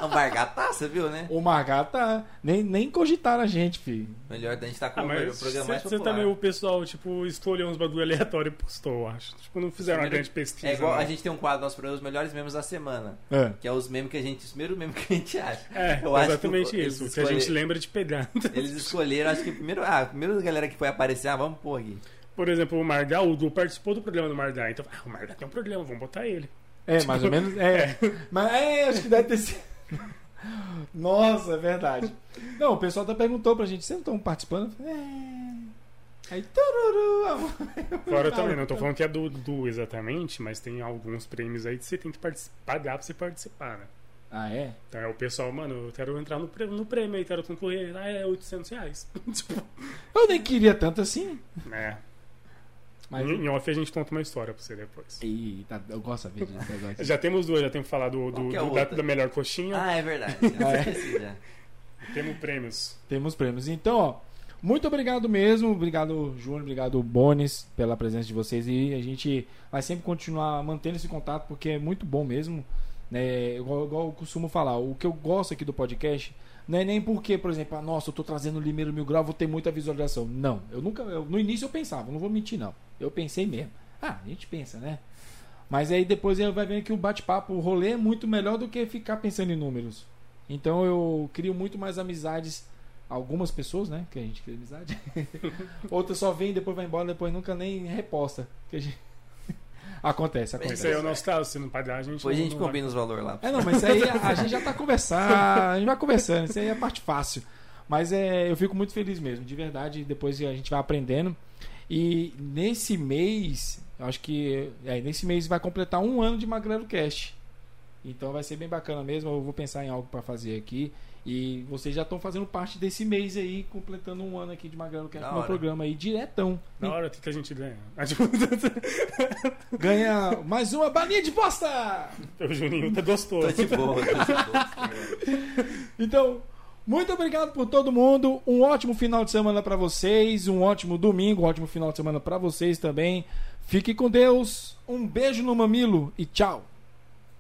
[SPEAKER 2] Ambargataça, viu, né?
[SPEAKER 1] O Margata nem, nem cogitaram a gente, filho.
[SPEAKER 2] Melhor da gente tá com
[SPEAKER 3] Ah,
[SPEAKER 2] o
[SPEAKER 3] mas
[SPEAKER 2] programa mais
[SPEAKER 3] você
[SPEAKER 2] popular.
[SPEAKER 3] também, o pessoal, tipo, escolheu uns bagulho aleatório e postou, eu acho. Tipo, não fizeram uma
[SPEAKER 2] Primeiro-
[SPEAKER 3] grande pesquisa.
[SPEAKER 2] É igual
[SPEAKER 3] não.
[SPEAKER 2] a gente tem um quadro nosso programa, os melhores memes da semana.
[SPEAKER 1] É.
[SPEAKER 2] Que é os memes que a gente. Os primeiros memes que a gente acha.
[SPEAKER 3] É,
[SPEAKER 2] Eu acho que
[SPEAKER 3] exatamente
[SPEAKER 2] eles
[SPEAKER 3] isso. Que a gente
[SPEAKER 2] escolhe-
[SPEAKER 3] lembra de pegar.
[SPEAKER 2] Eles escolheram, acho que primeiro. Ah, primeiro a galera que foi aparecer, ah, vamos pôr aqui.
[SPEAKER 3] Por exemplo, o Margar, o Du participou do programa do Margar. Então, ah, o Margar tem um problema, vamos botar ele.
[SPEAKER 1] É,
[SPEAKER 2] Tipo,
[SPEAKER 1] mais ou menos. É. Mas é, acho que deve ter sido. Nossa, é verdade. Não, o pessoal até perguntou pra gente, vocês não estão participando? Eu falei, É. Aí, tururu.
[SPEAKER 3] Agora eu também, não tô falando que é do Du exatamente, mas tem alguns prêmios aí que você tem que partici- pagar pra você participar, né?
[SPEAKER 1] Ah, é?
[SPEAKER 3] Então é o pessoal, mano, eu quero entrar no prêmio, no prêmio aí, quero concorrer. Ah, é 800 reais. tipo,
[SPEAKER 1] Eu nem queria tanto assim.
[SPEAKER 3] né?
[SPEAKER 1] Mas.
[SPEAKER 2] Uhum.
[SPEAKER 3] Em em off a gente conta uma história pra você depois.
[SPEAKER 1] Eita, eu gosto de saber disso. eu gosto.
[SPEAKER 3] Já temos duas, já temos que falar do,
[SPEAKER 2] Qual
[SPEAKER 3] do,
[SPEAKER 2] que é a
[SPEAKER 3] do- da,
[SPEAKER 2] outra?
[SPEAKER 3] da melhor coxinha.
[SPEAKER 2] Ah, é verdade. Eu esqueci já. Ah.
[SPEAKER 3] Temos prêmios.
[SPEAKER 1] Temos prêmios. Então, ó, muito obrigado mesmo. Obrigado, Júnior. Obrigado, Bones, pela presença de vocês. E a gente vai sempre continuar mantendo esse contato, porque é muito bom mesmo. Né? Igual, igual eu costumo falar, o que eu gosto aqui do podcast não é nem porque, por exemplo, ah, nossa, eu tô trazendo o Limeiro Mil Grau, vou ter muita visualização. Não, eu nunca. eu- no início eu pensava, não vou mentir, não. Eu pensei mesmo. Ah, a gente pensa, né? Mas aí depois eu- vai vendo que o bate-papo, o rolê é muito melhor do que ficar pensando em números. Então eu crio muito mais amizades algumas pessoas, né? Que a gente cria amizade. Outras só vem, depois vai embora, depois nunca nem reposta. Que a gente... Acontece,
[SPEAKER 2] Bem,
[SPEAKER 1] acontece.
[SPEAKER 3] Esse aí é o nosso caso, se não pagar, a gente.
[SPEAKER 2] Depois a
[SPEAKER 3] não-
[SPEAKER 2] gente
[SPEAKER 3] não vai-
[SPEAKER 2] combina os valores lá.
[SPEAKER 1] É, não, mas isso aí a, a gente já tá conversando, a gente vai conversando, isso aí é a parte fácil. Mas é, eu fico muito feliz mesmo, de verdade, depois a gente vai aprendendo. E nesse mês, eu acho que é, nesse mês vai completar um ano de Magrelo Cast. Então vai ser bem bacana mesmo, eu vou pensar em algo pra fazer aqui. E vocês já estão fazendo parte desse mês aí, completando um ano aqui de Magrelo Cast
[SPEAKER 2] Da
[SPEAKER 1] no meu
[SPEAKER 2] hora.
[SPEAKER 1] programa aí, diretão.
[SPEAKER 3] Na hora, o que, que a gente ganha? Tipo,
[SPEAKER 1] Ganha mais uma balinha de bosta!
[SPEAKER 3] o Juninho tá gostoso.
[SPEAKER 2] Tô de boa, tô de boa.
[SPEAKER 1] Então, muito obrigado por todo mundo. Um ótimo final de semana pra vocês, um ótimo domingo, um ótimo final de semana pra vocês também. Fique com Deus. Um beijo no mamilo e tchau.